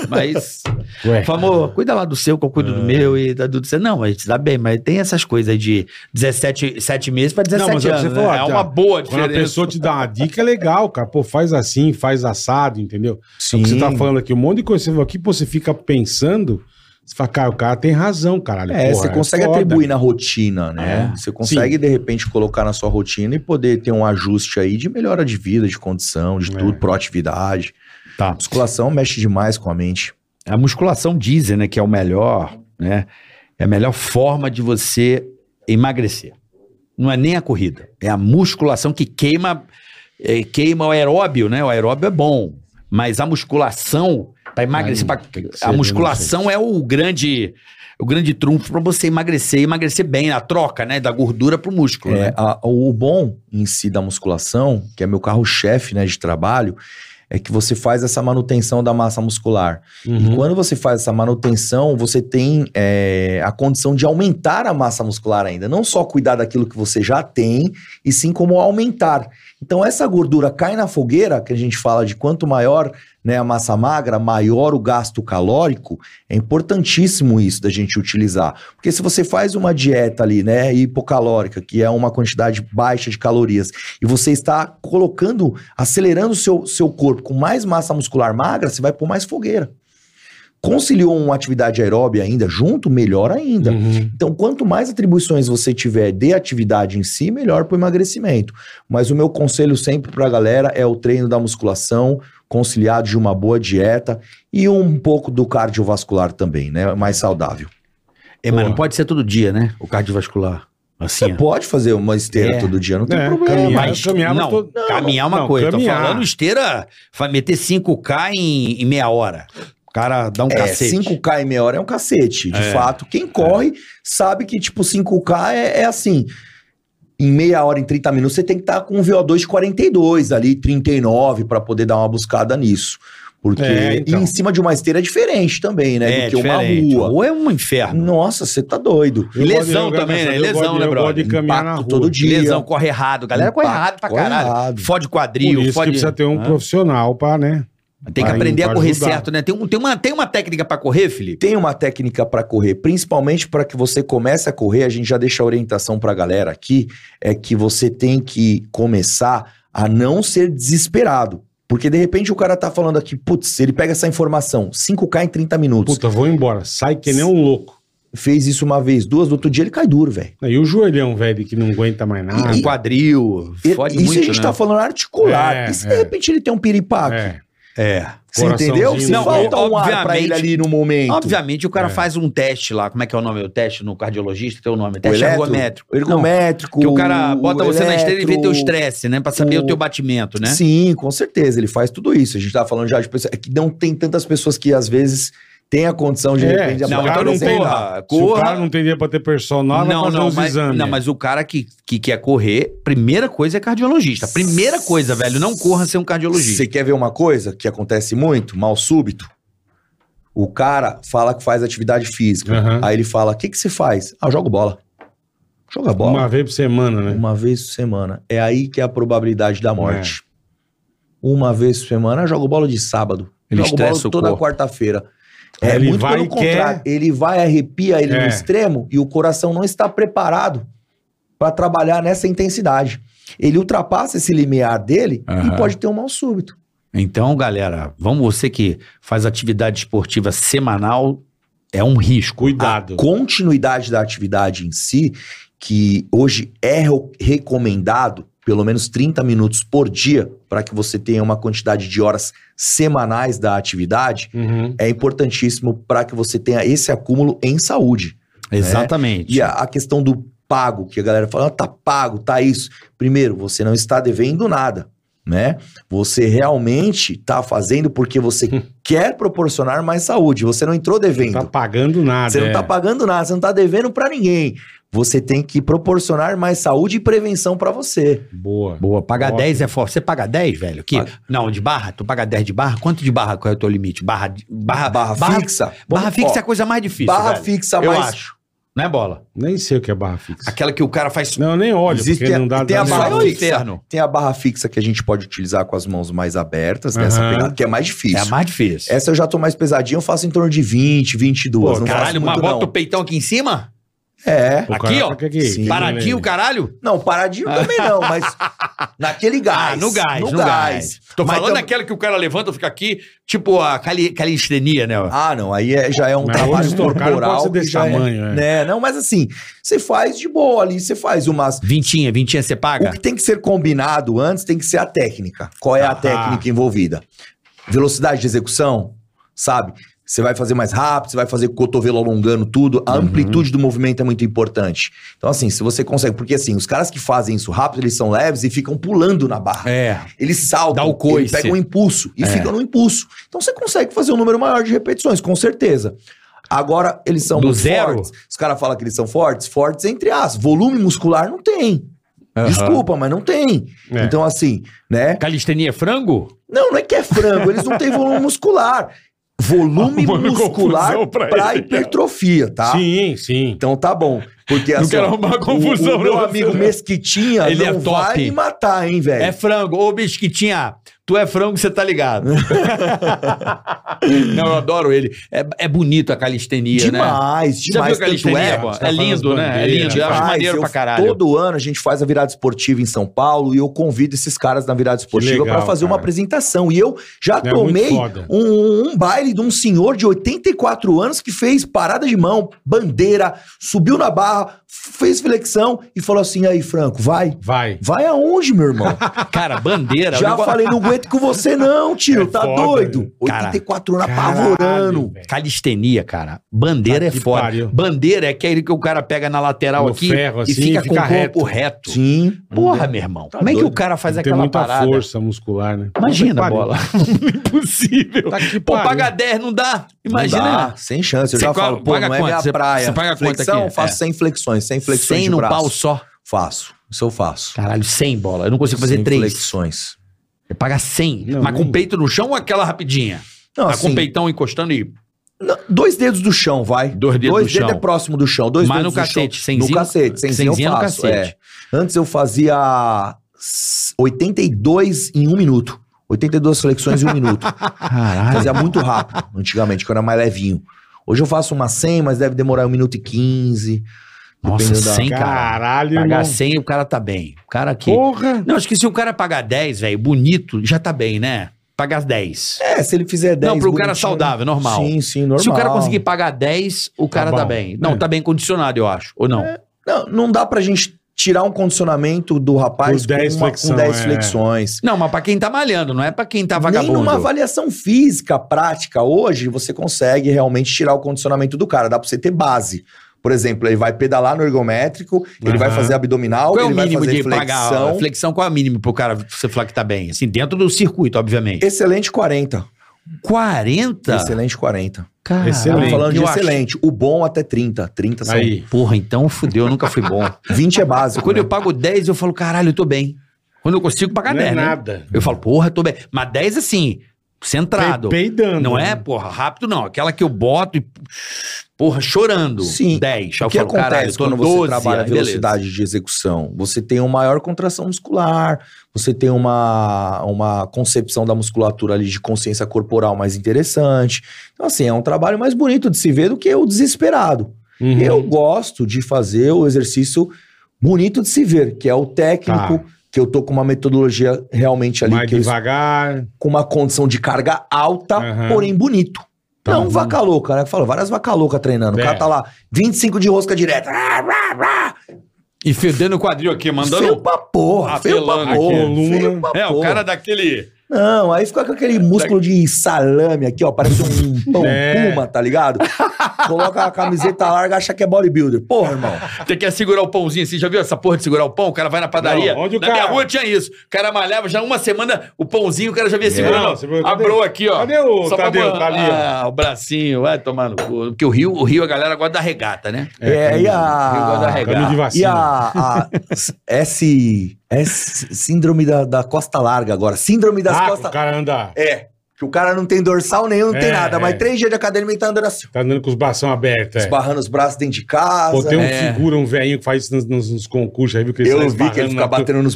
[SPEAKER 3] mas...
[SPEAKER 2] Ué.
[SPEAKER 3] Fala, amor, cuida lá do seu, que eu cuido
[SPEAKER 2] É.
[SPEAKER 3] do meu e da do seu. Não, mas te dá bem, mas tem essas coisas aí de 17 sete meses pra 17
[SPEAKER 2] Não, mas é o que
[SPEAKER 3] anos,
[SPEAKER 2] você
[SPEAKER 3] né?
[SPEAKER 2] falou,
[SPEAKER 3] É
[SPEAKER 2] tá.
[SPEAKER 3] uma boa
[SPEAKER 2] Quando a
[SPEAKER 3] diferença.
[SPEAKER 2] pessoa te dá uma dica, é legal, cara. Pô, faz assim, faz assado, entendeu?
[SPEAKER 4] Sim.
[SPEAKER 2] O que você tá falando aqui, um monte de coisa que você falou aqui, pô, você fica pensando, você fala, cara, o cara tem razão, caralho.
[SPEAKER 4] É,
[SPEAKER 2] Porra,
[SPEAKER 4] você consegue
[SPEAKER 2] foda. É.
[SPEAKER 4] atribuir na rotina, né? Você consegue, de repente, colocar na sua rotina e poder ter um ajuste aí de melhora de vida, de condição, de
[SPEAKER 2] É.
[SPEAKER 4] tudo, proatividade.
[SPEAKER 3] Tá.
[SPEAKER 4] Musculação mexe demais com a mente.
[SPEAKER 3] A musculação dizem, né, que é o melhor, né? É a melhor forma de você emagrecer. Não é nem a corrida, é a musculação que queima eh, queima o aeróbio, né? O aeróbio é bom, mas a musculação para emagrecer,
[SPEAKER 2] Ai,
[SPEAKER 3] pra-
[SPEAKER 2] tem que ser,
[SPEAKER 3] a
[SPEAKER 2] né,
[SPEAKER 3] musculação é o grande o grande trunfo para você emagrecer, emagrecer bem, a troca, né, da gordura pro músculo,
[SPEAKER 4] É,
[SPEAKER 3] né?
[SPEAKER 4] a- o bom em si da musculação, que é meu carro-chefe né, de trabalho, é que você faz essa manutenção da massa muscular. E
[SPEAKER 2] Uhum.
[SPEAKER 4] quando você faz essa manutenção, você tem é, a condição de aumentar a massa muscular ainda. Não só cuidar daquilo que você já tem, e sim como aumentar. Então, essa gordura cai na fogueira, que a gente fala de quanto maior né, a massa magra, maior o gasto calórico. É importantíssimo isso da gente utilizar. Porque se você faz uma dieta ali, né, hipocalórica, que é uma quantidade baixa de calorias, e você está colocando, acelerando o seu, seu corpo com mais massa muscular magra, você vai pôr mais fogueira. Conciliou uma atividade aeróbica ainda junto, melhor ainda.
[SPEAKER 2] Uhum.
[SPEAKER 4] Então, quanto mais atribuições você tiver de atividade em si, melhor para o emagrecimento. Mas o meu conselho sempre para a galera é o treino da musculação, conciliado de uma boa dieta e um pouco do cardiovascular também, né? Mais saudável.
[SPEAKER 3] É, mas não
[SPEAKER 2] boa.
[SPEAKER 3] pode ser todo dia, né? O cardiovascular. Assim, ó.
[SPEAKER 4] Pode fazer uma esteira
[SPEAKER 3] É.
[SPEAKER 4] todo dia, não tem
[SPEAKER 2] É,
[SPEAKER 4] problema.
[SPEAKER 2] caminhar,
[SPEAKER 3] Mas,
[SPEAKER 2] eu caminhava
[SPEAKER 3] não,
[SPEAKER 2] todo-
[SPEAKER 3] caminhar é uma
[SPEAKER 2] não,
[SPEAKER 3] coisa.
[SPEAKER 2] caminhar.
[SPEAKER 3] Tô falando esteira, vai meter 5K em, em meia hora. O cara dá um
[SPEAKER 4] É,
[SPEAKER 3] cacete.
[SPEAKER 4] 5K em meia hora é um cacete. De
[SPEAKER 3] É.
[SPEAKER 4] fato, quem corre sabe que, tipo, 5K é, é assim. Em meia hora, em 30 minutos, você tem que estar com um VO2 de 42 ali, 39, pra poder dar uma buscada nisso. Porque
[SPEAKER 2] É, então.
[SPEAKER 4] e em cima de uma esteira é diferente também, né? do que
[SPEAKER 3] É, diferente.
[SPEAKER 4] uma rua.
[SPEAKER 3] Ou é um inferno.
[SPEAKER 4] Nossa, você tá doido.
[SPEAKER 2] Eu gosto de-
[SPEAKER 3] Lesão
[SPEAKER 2] eu gosto-
[SPEAKER 3] também, né?
[SPEAKER 2] eu gosto
[SPEAKER 3] Lesão,
[SPEAKER 2] de-
[SPEAKER 3] né,
[SPEAKER 2] Eu gosto de
[SPEAKER 3] brother?
[SPEAKER 2] caminhar na rua.
[SPEAKER 4] Impacto todo dia.
[SPEAKER 3] Lesão, corre errado. Galera corre
[SPEAKER 4] Impacto,
[SPEAKER 3] errado pra
[SPEAKER 4] corre
[SPEAKER 3] caralho.
[SPEAKER 4] errado.
[SPEAKER 3] Fode
[SPEAKER 2] Por
[SPEAKER 3] quadril,
[SPEAKER 2] isso que
[SPEAKER 3] fode...
[SPEAKER 2] precisa ter um
[SPEAKER 3] Ah.
[SPEAKER 2] profissional pra, né?
[SPEAKER 3] Tem que
[SPEAKER 2] Aí,
[SPEAKER 3] aprender a
[SPEAKER 2] pra
[SPEAKER 3] correr
[SPEAKER 2] ajudar.
[SPEAKER 3] certo, né? Tem, um- tem uma, tem uma técnica pra correr, Felipe?
[SPEAKER 4] Tem uma técnica para correr, principalmente para que você comece a correr, a gente já deixa a orientação para a galera aqui, é que você tem que começar a não ser desesperado. Porque de repente o cara tá falando aqui, putz, ele pega essa informação, 5K em 30 minutos.
[SPEAKER 2] Puta, vou embora. Sai que nem um louco.
[SPEAKER 4] Fez isso uma vez, duas, no outro dia ele cai duro, velho.
[SPEAKER 2] E o joelhão, velho, que não aguenta mais nada.
[SPEAKER 3] Um quadril,
[SPEAKER 4] Ah, E-
[SPEAKER 3] fode
[SPEAKER 4] Isso
[SPEAKER 3] muito,
[SPEAKER 4] a gente
[SPEAKER 3] né?
[SPEAKER 4] tá falando articular.
[SPEAKER 2] É,
[SPEAKER 4] e se
[SPEAKER 2] é.
[SPEAKER 4] de repente ele tem um piripaque?
[SPEAKER 2] É.
[SPEAKER 3] É.
[SPEAKER 4] Você entendeu?
[SPEAKER 2] Coraçãozinho
[SPEAKER 4] Se
[SPEAKER 2] no
[SPEAKER 4] falta
[SPEAKER 3] meio.
[SPEAKER 4] um ar pra
[SPEAKER 3] Obviamente.
[SPEAKER 4] ele ali no momento.
[SPEAKER 3] Obviamente, o cara
[SPEAKER 2] É.
[SPEAKER 3] faz um teste lá. Como é que é o nome? O teste no cardiologista? Tem o nome? Teste
[SPEAKER 4] eletro-
[SPEAKER 3] ergométrico. Não,
[SPEAKER 4] Ergométrico.
[SPEAKER 3] Que o cara bota você na esteira e vê teu
[SPEAKER 4] eletro-
[SPEAKER 3] estresse, né? Pra saber
[SPEAKER 4] o-
[SPEAKER 3] o teu batimento, né?
[SPEAKER 4] Sim, com certeza. Ele faz tudo isso. A gente tava falando já de pessoas. É que não tem tantas pessoas que às vezes têm a condição de,
[SPEAKER 2] É,
[SPEAKER 4] repente,
[SPEAKER 2] se
[SPEAKER 3] Não,
[SPEAKER 2] o cara
[SPEAKER 3] então
[SPEAKER 2] não
[SPEAKER 3] não
[SPEAKER 2] tem
[SPEAKER 4] apresentar.
[SPEAKER 3] corra.
[SPEAKER 2] Se o cara
[SPEAKER 3] Corra.
[SPEAKER 2] não tem dinheiro pra ter personal, vai fazer os
[SPEAKER 3] mas,
[SPEAKER 2] exames.
[SPEAKER 3] não, mas o cara que, que quer correr, primeira coisa é cardiologista. Primeira coisa, velho, não corra ser um cardiologista.
[SPEAKER 4] Você quer ver uma coisa que acontece muito, mal súbito? O cara fala que faz atividade física.
[SPEAKER 2] Aham.
[SPEAKER 4] Aí ele fala: o que, que você faz? Ah, eu jogo bola.
[SPEAKER 3] Tá
[SPEAKER 4] Joga bola.
[SPEAKER 2] Uma vez por semana, né?
[SPEAKER 4] Uma vez por semana. É aí que é a probabilidade da
[SPEAKER 2] É.
[SPEAKER 4] morte. Uma vez por semana, eu jogo bola de sábado.
[SPEAKER 3] Ele
[SPEAKER 4] jogo
[SPEAKER 3] estressa
[SPEAKER 4] bola
[SPEAKER 3] o
[SPEAKER 4] toda
[SPEAKER 3] corpo.
[SPEAKER 4] quarta-feira. É
[SPEAKER 2] Ele
[SPEAKER 4] muito
[SPEAKER 2] vai
[SPEAKER 4] pelo
[SPEAKER 2] e
[SPEAKER 4] contrário. Ele vai, arrepia ele
[SPEAKER 2] É.
[SPEAKER 4] no extremo e o coração não está preparado para trabalhar nessa intensidade. Ele ultrapassa esse limiar dele e
[SPEAKER 3] Aham.
[SPEAKER 4] pode ter um mal súbito.
[SPEAKER 3] Então, galera, vamos você que faz atividade esportiva semanal, é um risco.
[SPEAKER 2] Cuidado.
[SPEAKER 4] Continuidade da atividade em si, que hoje é ro- recomendado pelo menos 30 minutos por dia para que você tenha uma quantidade de horas semanais da atividade,
[SPEAKER 2] Uhum.
[SPEAKER 4] é importantíssimo para que você tenha esse acúmulo em saúde.
[SPEAKER 3] né? Exatamente.
[SPEAKER 4] E a, a questão do pago, que a galera fala, "Ah, tá pago, tá isso. Primeiro, você não está devendo nada. né? Você realmente tá fazendo porque você quer proporcionar mais saúde. Você não entrou devendo.
[SPEAKER 2] Tá pagando
[SPEAKER 3] Ah,
[SPEAKER 2] nada.
[SPEAKER 4] Você não
[SPEAKER 2] é.
[SPEAKER 4] tá pagando nada, você não tá devendo pra ninguém. Você tem que proporcionar mais saúde e prevenção pra você.
[SPEAKER 2] Boa.
[SPEAKER 3] Boa, pagar
[SPEAKER 2] Ótimo.
[SPEAKER 3] 10 é forte. Você paga 10, velho? Que, não, de barra? Tu paga 10 de barra? Quanto de barra? Qual é o teu limite? Barra, de- barra,
[SPEAKER 4] Barra, fixa.
[SPEAKER 3] Barra
[SPEAKER 4] Vamos-
[SPEAKER 3] fixa é
[SPEAKER 4] ó,
[SPEAKER 3] a coisa mais difícil.
[SPEAKER 4] barra
[SPEAKER 3] velho.
[SPEAKER 4] fixa
[SPEAKER 3] Eu
[SPEAKER 4] mais.
[SPEAKER 3] acho. Não é bola?
[SPEAKER 2] Nem sei o que é barra fixa.
[SPEAKER 3] Aquela que o cara faz.
[SPEAKER 2] Não, eu nem olho,
[SPEAKER 4] Existe-
[SPEAKER 2] porque não dá...
[SPEAKER 4] tem a
[SPEAKER 2] dá
[SPEAKER 3] Isso
[SPEAKER 4] barra
[SPEAKER 3] aí é
[SPEAKER 2] nem-
[SPEAKER 3] o
[SPEAKER 4] fixa.
[SPEAKER 3] inferno.
[SPEAKER 4] Tem a barra fixa que a gente pode utilizar com as mãos mais abertas, né? Essa
[SPEAKER 2] Aham.
[SPEAKER 4] pegada que é mais difícil.
[SPEAKER 3] É a mais difícil.
[SPEAKER 4] Essa eu já tô mais pesadinha, eu faço em torno de 20, 22.
[SPEAKER 3] Pô,
[SPEAKER 4] não
[SPEAKER 3] caralho,
[SPEAKER 4] faço
[SPEAKER 3] mas
[SPEAKER 4] muito,
[SPEAKER 3] bota
[SPEAKER 4] não.
[SPEAKER 3] o peitão aqui em cima?
[SPEAKER 4] É.
[SPEAKER 2] O
[SPEAKER 3] Aqui,
[SPEAKER 2] cara
[SPEAKER 3] ó.
[SPEAKER 2] fica aqui,
[SPEAKER 4] Sim.
[SPEAKER 2] que
[SPEAKER 3] Para
[SPEAKER 2] nem-
[SPEAKER 3] aqui o caralho?
[SPEAKER 4] Não, paradinho também não, mas naquele gás.
[SPEAKER 3] ah, no gás, no, gás. então, Tô
[SPEAKER 4] Mas
[SPEAKER 3] falando
[SPEAKER 4] tam-
[SPEAKER 3] aquela que o cara levanta, fica aqui, tipo a cali calistenia, né? ó.
[SPEAKER 4] Ah, não, aí é- já é um
[SPEAKER 2] Mas
[SPEAKER 4] trabalho
[SPEAKER 2] hoje o cara não pode
[SPEAKER 4] corporal.
[SPEAKER 2] ser desse
[SPEAKER 4] que já é-
[SPEAKER 2] tamanho, é.
[SPEAKER 4] né? Não, mas assim, você faz de boa ali, você faz umas.
[SPEAKER 3] Vintinha, vintinha você
[SPEAKER 4] O
[SPEAKER 3] paga?
[SPEAKER 4] que tem que ser combinado antes tem que ser a técnica. Qual é a
[SPEAKER 2] Ah.
[SPEAKER 4] técnica envolvida? Velocidade de execução, sabe? Você vai fazer mais rápido, você vai fazer com o cotovelo alongando tudo. A amplitude do movimento é muito importante. Então, assim, se você consegue. Porque, assim, os caras que fazem isso rápido, eles são leves e ficam pulando na barra.
[SPEAKER 3] É.
[SPEAKER 4] Eles
[SPEAKER 3] Dá
[SPEAKER 4] saltam,
[SPEAKER 3] o coice. É.
[SPEAKER 4] eles pegam um impulso e ficam no impulso. Então, você consegue fazer um número maior de repetições, com certeza. Agora, eles são
[SPEAKER 3] Do
[SPEAKER 4] muito
[SPEAKER 3] zero?
[SPEAKER 4] fortes. Os caras falam que eles são fortes. Fortes entre as. Volume muscular não tem.
[SPEAKER 3] Aham.
[SPEAKER 4] Desculpa, mas não tem.
[SPEAKER 2] É.
[SPEAKER 4] Então, assim, né?
[SPEAKER 3] Calistenia é frango?
[SPEAKER 4] Não, não é que é frango, eles não têm volume muscular. Volume
[SPEAKER 3] Ah,
[SPEAKER 7] Arrumando
[SPEAKER 4] muscular
[SPEAKER 7] confusão pra
[SPEAKER 4] pra,
[SPEAKER 7] ele.
[SPEAKER 4] hipertrofia, tá?
[SPEAKER 2] Sim, sim.
[SPEAKER 4] Então tá bom. Porque assim.
[SPEAKER 7] quero
[SPEAKER 4] ó,
[SPEAKER 7] arrumar
[SPEAKER 4] o-
[SPEAKER 7] confusão,
[SPEAKER 4] O, meu
[SPEAKER 7] não.
[SPEAKER 4] amigo Mesquitinha
[SPEAKER 3] Ele é
[SPEAKER 4] não
[SPEAKER 3] top.
[SPEAKER 4] vai me matar, hein, velho?
[SPEAKER 3] É frango. Ô, Bisquitinha, tu é frango, você tá ligado. Não, eu adoro ele. É, é bonito a calistenia, né?
[SPEAKER 4] demais,
[SPEAKER 3] Já viu
[SPEAKER 4] demais.
[SPEAKER 3] a
[SPEAKER 4] Tanto
[SPEAKER 3] calistenia?
[SPEAKER 4] é.
[SPEAKER 3] pô?
[SPEAKER 2] Você tá
[SPEAKER 3] É
[SPEAKER 2] falando
[SPEAKER 3] lindo,
[SPEAKER 2] das
[SPEAKER 3] né? É
[SPEAKER 2] bandeiras,
[SPEAKER 3] lindo. Eu acho
[SPEAKER 4] demais,
[SPEAKER 3] maneiro
[SPEAKER 4] eu-
[SPEAKER 3] pra caralho.
[SPEAKER 4] Todo ano a gente faz a virada esportiva em São Paulo e eu convido esses caras na virada esportiva
[SPEAKER 2] legal,
[SPEAKER 4] pra fazer uma
[SPEAKER 2] cara.
[SPEAKER 4] apresentação. E eu já
[SPEAKER 2] É muito
[SPEAKER 4] tomei
[SPEAKER 2] foda.
[SPEAKER 4] um, um baile de um senhor de 84 anos que fez parada de mão, bandeira, subiu na barra, fez flexão e falou assim: aí, Franco, vai.
[SPEAKER 2] Vai.
[SPEAKER 4] Vai aonde, meu irmão?
[SPEAKER 3] Cara, bandeira.
[SPEAKER 4] Já
[SPEAKER 3] o negócio-
[SPEAKER 4] falei, não aguento com você não, tio.
[SPEAKER 2] É
[SPEAKER 4] tá
[SPEAKER 2] foda,
[SPEAKER 4] doido?
[SPEAKER 3] cara.
[SPEAKER 4] 84 anos
[SPEAKER 2] Caralho,
[SPEAKER 4] apavorando.
[SPEAKER 2] velho.
[SPEAKER 3] Calistenia, cara. Bandeira
[SPEAKER 2] Tá
[SPEAKER 3] é
[SPEAKER 2] que
[SPEAKER 3] foda.
[SPEAKER 2] pariu.
[SPEAKER 3] Bandeira é aquele que o cara pega na lateral
[SPEAKER 2] No
[SPEAKER 3] aqui
[SPEAKER 2] ferro, assim,
[SPEAKER 3] e fica,
[SPEAKER 2] fica
[SPEAKER 3] com o corpo reto.
[SPEAKER 4] Sim.
[SPEAKER 3] Porra, meu irmão. Como é que
[SPEAKER 4] doido.
[SPEAKER 3] o cara faz
[SPEAKER 2] Tem
[SPEAKER 3] aquela
[SPEAKER 2] muita
[SPEAKER 3] parada?
[SPEAKER 2] força muscular, né?
[SPEAKER 3] Imagina,
[SPEAKER 2] Puta que
[SPEAKER 3] bola. Impossível.
[SPEAKER 2] pariu. Tá que
[SPEAKER 3] Pô,
[SPEAKER 2] pariu.
[SPEAKER 3] paga 10, não dá? Imagina. né?
[SPEAKER 4] Não dá, sem chance. Eu
[SPEAKER 3] Você
[SPEAKER 4] já
[SPEAKER 3] qual-
[SPEAKER 4] falo, pô,
[SPEAKER 3] paga
[SPEAKER 4] não é
[SPEAKER 3] quanto?
[SPEAKER 4] minha
[SPEAKER 3] Você-
[SPEAKER 4] praia.
[SPEAKER 3] você paga quanto
[SPEAKER 4] Flexão,
[SPEAKER 3] aqui?
[SPEAKER 4] faço
[SPEAKER 3] É.
[SPEAKER 4] 100 flexões, 100 flexões
[SPEAKER 3] 100
[SPEAKER 4] de
[SPEAKER 3] no
[SPEAKER 4] braço.
[SPEAKER 3] pau só.
[SPEAKER 4] Faço, isso eu faço.
[SPEAKER 3] Caralho, 100 bola. Eu não consigo fazer
[SPEAKER 4] 100
[SPEAKER 3] 3.
[SPEAKER 4] flexões.
[SPEAKER 3] Eu pagar 100.
[SPEAKER 2] Não,
[SPEAKER 3] mas com
[SPEAKER 2] nem-
[SPEAKER 3] o peito no chão ou aquela rapidinha?
[SPEAKER 4] Não,
[SPEAKER 3] Mas Tá com
[SPEAKER 4] assim,
[SPEAKER 3] o peitão encostando e.
[SPEAKER 4] não, dois dedos do chão, vai.
[SPEAKER 3] Dois dedos do chão.
[SPEAKER 4] é próximo do chão. Dois
[SPEAKER 3] Mas
[SPEAKER 4] dedos
[SPEAKER 3] no
[SPEAKER 4] do
[SPEAKER 3] cacete,
[SPEAKER 4] chão.
[SPEAKER 3] cenzinho-
[SPEAKER 4] No cacete, senzinho
[SPEAKER 3] cenzinho
[SPEAKER 4] eu
[SPEAKER 3] no
[SPEAKER 4] faço.
[SPEAKER 3] cacete.
[SPEAKER 4] é. Antes eu fazia s- 82 em um minuto. 82 flexões em um minuto.
[SPEAKER 3] Caralho.
[SPEAKER 4] Fazia muito rápido, antigamente, quando era mais levinho. Hoje eu faço uma 100, mas deve demorar 1 minuto e 15.
[SPEAKER 3] Nossa,
[SPEAKER 4] dependendo da-
[SPEAKER 3] 100, cara.
[SPEAKER 2] Caralho, irmão.
[SPEAKER 3] Pagar 100, o cara tá bem. O cara que.
[SPEAKER 2] Porra.
[SPEAKER 3] Não, acho que se o cara pagar 10, velho, bonito, já tá bem, né? Pagar 10.
[SPEAKER 4] É, se ele fizer 10.
[SPEAKER 3] Não, pro cara
[SPEAKER 4] bonitinho,
[SPEAKER 3] saudável, normal.
[SPEAKER 4] Sim, sim, normal.
[SPEAKER 3] Se o cara conseguir pagar 10, o cara tá,
[SPEAKER 2] bom.
[SPEAKER 3] bem. Não,
[SPEAKER 2] É.
[SPEAKER 3] tá bem condicionado, eu acho. Ou não?
[SPEAKER 4] Não, não dá pra gente tirar um condicionamento do rapaz
[SPEAKER 2] Com 10
[SPEAKER 4] com, uma,
[SPEAKER 2] flexão,
[SPEAKER 4] com 10
[SPEAKER 2] é.
[SPEAKER 4] flexões.
[SPEAKER 3] Não, mas pra quem tá malhando, não é pra quem tá
[SPEAKER 4] Nem
[SPEAKER 3] vagabundo.
[SPEAKER 4] numa avaliação física prática hoje, você consegue realmente tirar o condicionamento do cara. Dá pra você ter base. Por exemplo, ele vai pedalar no ergométrico, ele vai
[SPEAKER 2] Aham.
[SPEAKER 4] fazer abdominal,
[SPEAKER 3] Qual é o
[SPEAKER 4] ele vai
[SPEAKER 3] mínimo
[SPEAKER 4] fazer
[SPEAKER 3] de
[SPEAKER 4] flexão.
[SPEAKER 3] pagar? Flexão, qual é o mínimo pro cara você falar que tá bem? Assim, dentro do circuito, obviamente.
[SPEAKER 4] Excelente 40.
[SPEAKER 3] 40?
[SPEAKER 4] Excelente 40.
[SPEAKER 3] Caralho,
[SPEAKER 2] Excelente.
[SPEAKER 4] Estamos falando de
[SPEAKER 3] eu acho-
[SPEAKER 4] excelente. O bom até 30. 30 são.
[SPEAKER 2] Aí.
[SPEAKER 3] Porra, então fudeu, eu nunca fui bom.
[SPEAKER 4] 20 é básico.
[SPEAKER 3] Quando
[SPEAKER 4] né?
[SPEAKER 3] eu pago 10, eu falo, caralho, eu tô bem. Quando eu consigo pagar
[SPEAKER 2] Não é
[SPEAKER 3] 10, né?
[SPEAKER 2] nada.
[SPEAKER 3] Eu falo, porra, eu tô bem. Mas 10 assim, centrado.
[SPEAKER 2] Peidando. né?
[SPEAKER 3] Não
[SPEAKER 4] né?
[SPEAKER 3] é, porra, rápido não. Aquela que eu boto e. Porra, chorando.
[SPEAKER 4] Sim.
[SPEAKER 3] 10. Aí
[SPEAKER 4] O
[SPEAKER 3] eu
[SPEAKER 4] que
[SPEAKER 3] falo,
[SPEAKER 4] acontece
[SPEAKER 3] caralho, eu tô
[SPEAKER 4] quando
[SPEAKER 3] 12,
[SPEAKER 4] você trabalha a
[SPEAKER 3] aí beleza.
[SPEAKER 4] velocidade de execução? Você tem uma maior contração muscular, você tem uma, uma concepção da musculatura ali de consciência corporal mais interessante. Então, assim, é um trabalho mais bonito de se ver do que o desesperado.
[SPEAKER 2] Uhum.
[SPEAKER 4] Eu gosto de fazer o exercício bonito de se ver, que é o técnico,
[SPEAKER 2] Tá.
[SPEAKER 4] que eu tô com uma metodologia realmente ali,
[SPEAKER 2] Mais
[SPEAKER 4] que eu-
[SPEAKER 2] devagar. tá
[SPEAKER 4] com uma condição de carga alta,
[SPEAKER 2] Aham.
[SPEAKER 4] porém bonito.
[SPEAKER 2] Tá.
[SPEAKER 4] Não vaca louca, né? Que Fala, várias vaca louca treinando. O
[SPEAKER 2] É.
[SPEAKER 4] cara tá lá, 25 de rosca direta. Ah, rá, rá.
[SPEAKER 3] E fedendo o quadril aqui, mandando.
[SPEAKER 4] Feio pra porra, feio pra
[SPEAKER 3] Apelando
[SPEAKER 4] porra.
[SPEAKER 2] aqui.
[SPEAKER 4] feio pra
[SPEAKER 3] É, o
[SPEAKER 4] porra.
[SPEAKER 3] cara daquele.
[SPEAKER 4] Não, aí fica com aquele músculo de salame aqui, ó. Parece um pão
[SPEAKER 2] É.
[SPEAKER 4] puma, tá ligado? Coloca a camiseta larga, acha que é bodybuilder. Porra, irmão.
[SPEAKER 3] Tem que segurar o pãozinho assim. Já viu essa porra de segurar o pão? O cara vai na padaria.
[SPEAKER 2] Não, onde o
[SPEAKER 3] na
[SPEAKER 2] cara-
[SPEAKER 3] minha rua tinha isso. O cara malhava já uma semana, o pãozinho, o cara já vinha
[SPEAKER 2] É, Não,
[SPEAKER 3] segurando.
[SPEAKER 2] você viu, cadê-
[SPEAKER 3] Abrou aqui, ó.
[SPEAKER 2] cadê o
[SPEAKER 3] pra
[SPEAKER 2] Tadeu?
[SPEAKER 3] boa-
[SPEAKER 2] Tá ali, ó.
[SPEAKER 3] Ah, o bracinho, vai tomar no cu. Porque o Rio, o Rio, a galera gosta da regata, né?
[SPEAKER 4] É, e
[SPEAKER 3] Rio gosta da
[SPEAKER 4] a.
[SPEAKER 3] regata.
[SPEAKER 2] Caminho de
[SPEAKER 4] E
[SPEAKER 2] vacina.
[SPEAKER 4] a, a S, S. Síndrome da, da costa larga agora. Síndrome das
[SPEAKER 2] Ah,
[SPEAKER 4] costas.
[SPEAKER 2] o cara anda...
[SPEAKER 4] É. Que o cara não tem dorsal nenhum, não
[SPEAKER 2] É,
[SPEAKER 4] tem nada.
[SPEAKER 2] é.
[SPEAKER 4] Mas três dias de academia ele tá andando assim.
[SPEAKER 2] Tá andando com os braços abertos, é.
[SPEAKER 4] Esbarrando os braços dentro de casa.
[SPEAKER 2] Pô, tem um
[SPEAKER 3] É.
[SPEAKER 2] figura, um velhinho que faz isso nos, nos- nos concursos, aí viu que
[SPEAKER 4] Eu
[SPEAKER 2] sai
[SPEAKER 4] vi que ele
[SPEAKER 2] esbarrando
[SPEAKER 4] fica
[SPEAKER 2] na tua-
[SPEAKER 4] batendo nos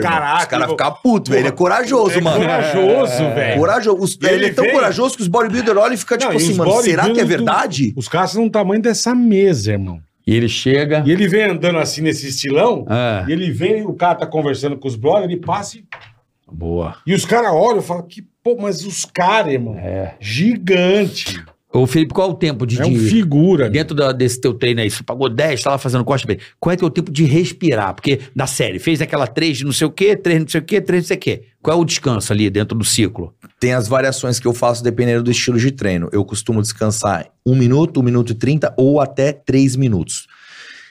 [SPEAKER 2] Porra,
[SPEAKER 4] mano. Os
[SPEAKER 2] caraca,
[SPEAKER 4] caras
[SPEAKER 2] meu.
[SPEAKER 4] ficam putos, velho. Ele é corajoso,
[SPEAKER 2] É
[SPEAKER 4] mano. É.
[SPEAKER 2] corajoso, velho.
[SPEAKER 4] Corajoso. Os-
[SPEAKER 2] E ele
[SPEAKER 4] Ele, é tão
[SPEAKER 2] vem-
[SPEAKER 4] corajoso que os bodybuilder olham e ficam
[SPEAKER 2] Não,
[SPEAKER 4] tipo
[SPEAKER 2] e
[SPEAKER 4] assim,
[SPEAKER 2] os
[SPEAKER 4] mano, será que é
[SPEAKER 2] bodybuilders do-
[SPEAKER 4] verdade?
[SPEAKER 2] Os caras são do tamanho dessa mesa, irmão.
[SPEAKER 3] E ele chega.
[SPEAKER 2] E ele vem andando assim nesse estilão,
[SPEAKER 3] Ah,
[SPEAKER 2] e ele vem, o cara tá conversando com os brothers, ele passa e,
[SPEAKER 3] boa.
[SPEAKER 2] e os caras olham e falam, que, pô, mas os caras, irmão,
[SPEAKER 3] É.
[SPEAKER 2] gigante.
[SPEAKER 3] Ô, Felipe, qual é o tempo de.
[SPEAKER 2] É um
[SPEAKER 3] de-
[SPEAKER 2] figura. meu.
[SPEAKER 3] Dentro da- desse teu treino aí, você pagou 10, tava fazendo costa bem. Qual é teu tempo de respirar? Porque na série, fez aquela 3 de não sei o quê, 3 não sei o quê, 3 não sei o quê. Qual é o descanso ali dentro do ciclo?
[SPEAKER 4] Tem as variações que eu faço dependendo do estilo de treino. Eu costumo descansar um minuto, um minuto e trinta ou até três minutos.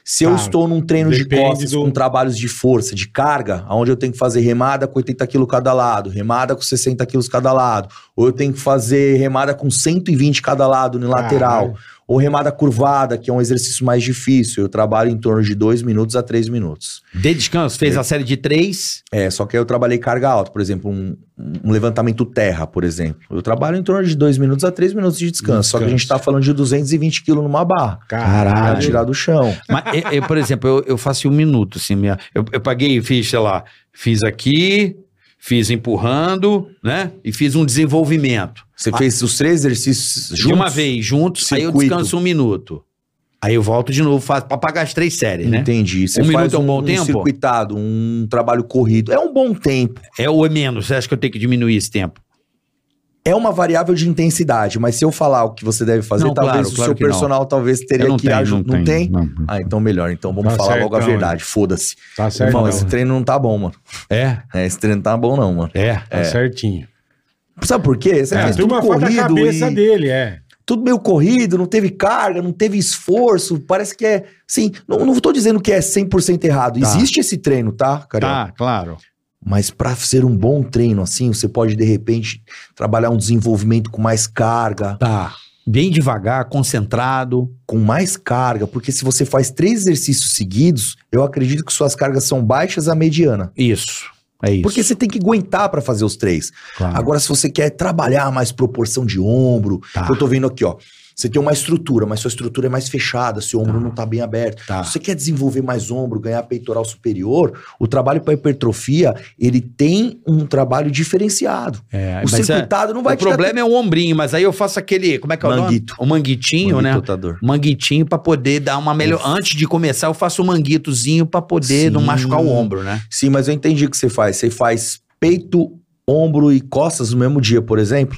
[SPEAKER 4] Se eu
[SPEAKER 2] Tá.
[SPEAKER 4] estou num treino de
[SPEAKER 2] Depende
[SPEAKER 4] costas
[SPEAKER 2] do-
[SPEAKER 4] com trabalhos de força, de carga, onde eu tenho que fazer remada com 80 quilos cada lado, remada com 60 quilos cada lado, ou eu tenho que fazer remada com 120 cada lado no lateral,
[SPEAKER 2] Caralho.
[SPEAKER 4] ou remada curvada, que é um exercício mais difícil, eu trabalho em torno de dois minutos a três minutos.
[SPEAKER 3] De descanso, fez a série de 3.
[SPEAKER 4] É, só que aí eu trabalhei carga alta, por exemplo, um, um levantamento terra, por exemplo. Eu trabalho em torno de 2 minutos a 3 minutos de descanso, Só que a gente tá falando de 220 quilos numa barra. Pra
[SPEAKER 2] Caralho.
[SPEAKER 4] tirar do chão.
[SPEAKER 3] Mas, eu- eu, por exemplo, eu, eu faço em um minuto, assim, minha, eu, eu paguei, fiz, sei lá, fiz aqui, fiz empurrando, né? E fiz um desenvolvimento.
[SPEAKER 4] Você fez os três exercícios juntos?
[SPEAKER 3] Ah. De uma vez, juntos, aí eu
[SPEAKER 4] Circuito.
[SPEAKER 3] descanso um minuto. Aí eu volto de novo, faço pra pagar as três séries, né?
[SPEAKER 4] Entendi. Você
[SPEAKER 3] Um
[SPEAKER 4] faz
[SPEAKER 3] minuto é um
[SPEAKER 4] um,
[SPEAKER 3] bom tempo?
[SPEAKER 4] circuitado, um trabalho corrido. É um bom tempo.
[SPEAKER 3] É ou é menos? Você acha que eu tenho que diminuir esse tempo?
[SPEAKER 4] É uma variável de intensidade, mas se eu falar o que você deve fazer,
[SPEAKER 3] Não,
[SPEAKER 4] talvez
[SPEAKER 3] claro,
[SPEAKER 4] o
[SPEAKER 3] claro
[SPEAKER 4] seu
[SPEAKER 3] que não.
[SPEAKER 4] personal talvez teria
[SPEAKER 3] Eu não
[SPEAKER 4] que
[SPEAKER 3] tenho,
[SPEAKER 4] aju-
[SPEAKER 3] não tenho,
[SPEAKER 4] Não tem? Ah, então melhor. Então vamos
[SPEAKER 2] Tá
[SPEAKER 4] falar logo a
[SPEAKER 2] certão,
[SPEAKER 4] verdade. Foda-se.
[SPEAKER 2] Tá certo.
[SPEAKER 4] Irmão, esse treino não tá bom, mano.
[SPEAKER 3] É,
[SPEAKER 4] É, esse treino não tá bom, não, mano.
[SPEAKER 3] é.
[SPEAKER 2] Tá certinho.
[SPEAKER 4] Sabe por quê? Você
[SPEAKER 2] É, a
[SPEAKER 4] fez tudo
[SPEAKER 2] turma fala da
[SPEAKER 4] corrido
[SPEAKER 2] cabeça
[SPEAKER 4] e...
[SPEAKER 2] dele, é.
[SPEAKER 4] Tudo meio corrido, não teve carga, não teve esforço, parece que é... Sim, não, não tô dizendo que é 100% errado. Existe esse treino, tá, cara?
[SPEAKER 3] claro.
[SPEAKER 4] Mas pra ser um bom treino, assim, você pode, de repente, trabalhar um desenvolvimento com mais carga,
[SPEAKER 3] Tá. Bem devagar, concentrado.
[SPEAKER 4] com mais carga, porque se você faz três exercícios seguidos, eu acredito que suas cargas são baixas a mediana.
[SPEAKER 3] Isso. É isso.
[SPEAKER 4] Porque você tem que aguentar pra fazer os três.
[SPEAKER 3] Claro.
[SPEAKER 4] Agora, se você quer trabalhar mais proporção de ombro,
[SPEAKER 3] Tá.
[SPEAKER 4] eu tô vendo aqui, ó. Você tem uma estrutura, mas sua estrutura é mais fechada, seu ombro não tá bem aberto.
[SPEAKER 3] Tá.
[SPEAKER 4] Se você quer desenvolver mais ombro, ganhar peitoral superior, o trabalho para hipertrofia, ele tem um trabalho diferenciado.
[SPEAKER 3] É,
[SPEAKER 4] o
[SPEAKER 3] mas é-
[SPEAKER 4] circuitado não vai
[SPEAKER 3] o problema é o ombrinho, mas aí eu faço aquele. Como é que é o
[SPEAKER 4] Manguito.
[SPEAKER 3] nome? O manguitinho, né? O manguitinho pra poder dar uma melhor. Antes de começar, eu faço o manguitozinho pra poder
[SPEAKER 4] Sim.
[SPEAKER 3] não machucar o ombro, né?
[SPEAKER 4] Sim, mas eu entendi o que você faz. Você faz peito, ombro e costas no mesmo dia, por exemplo,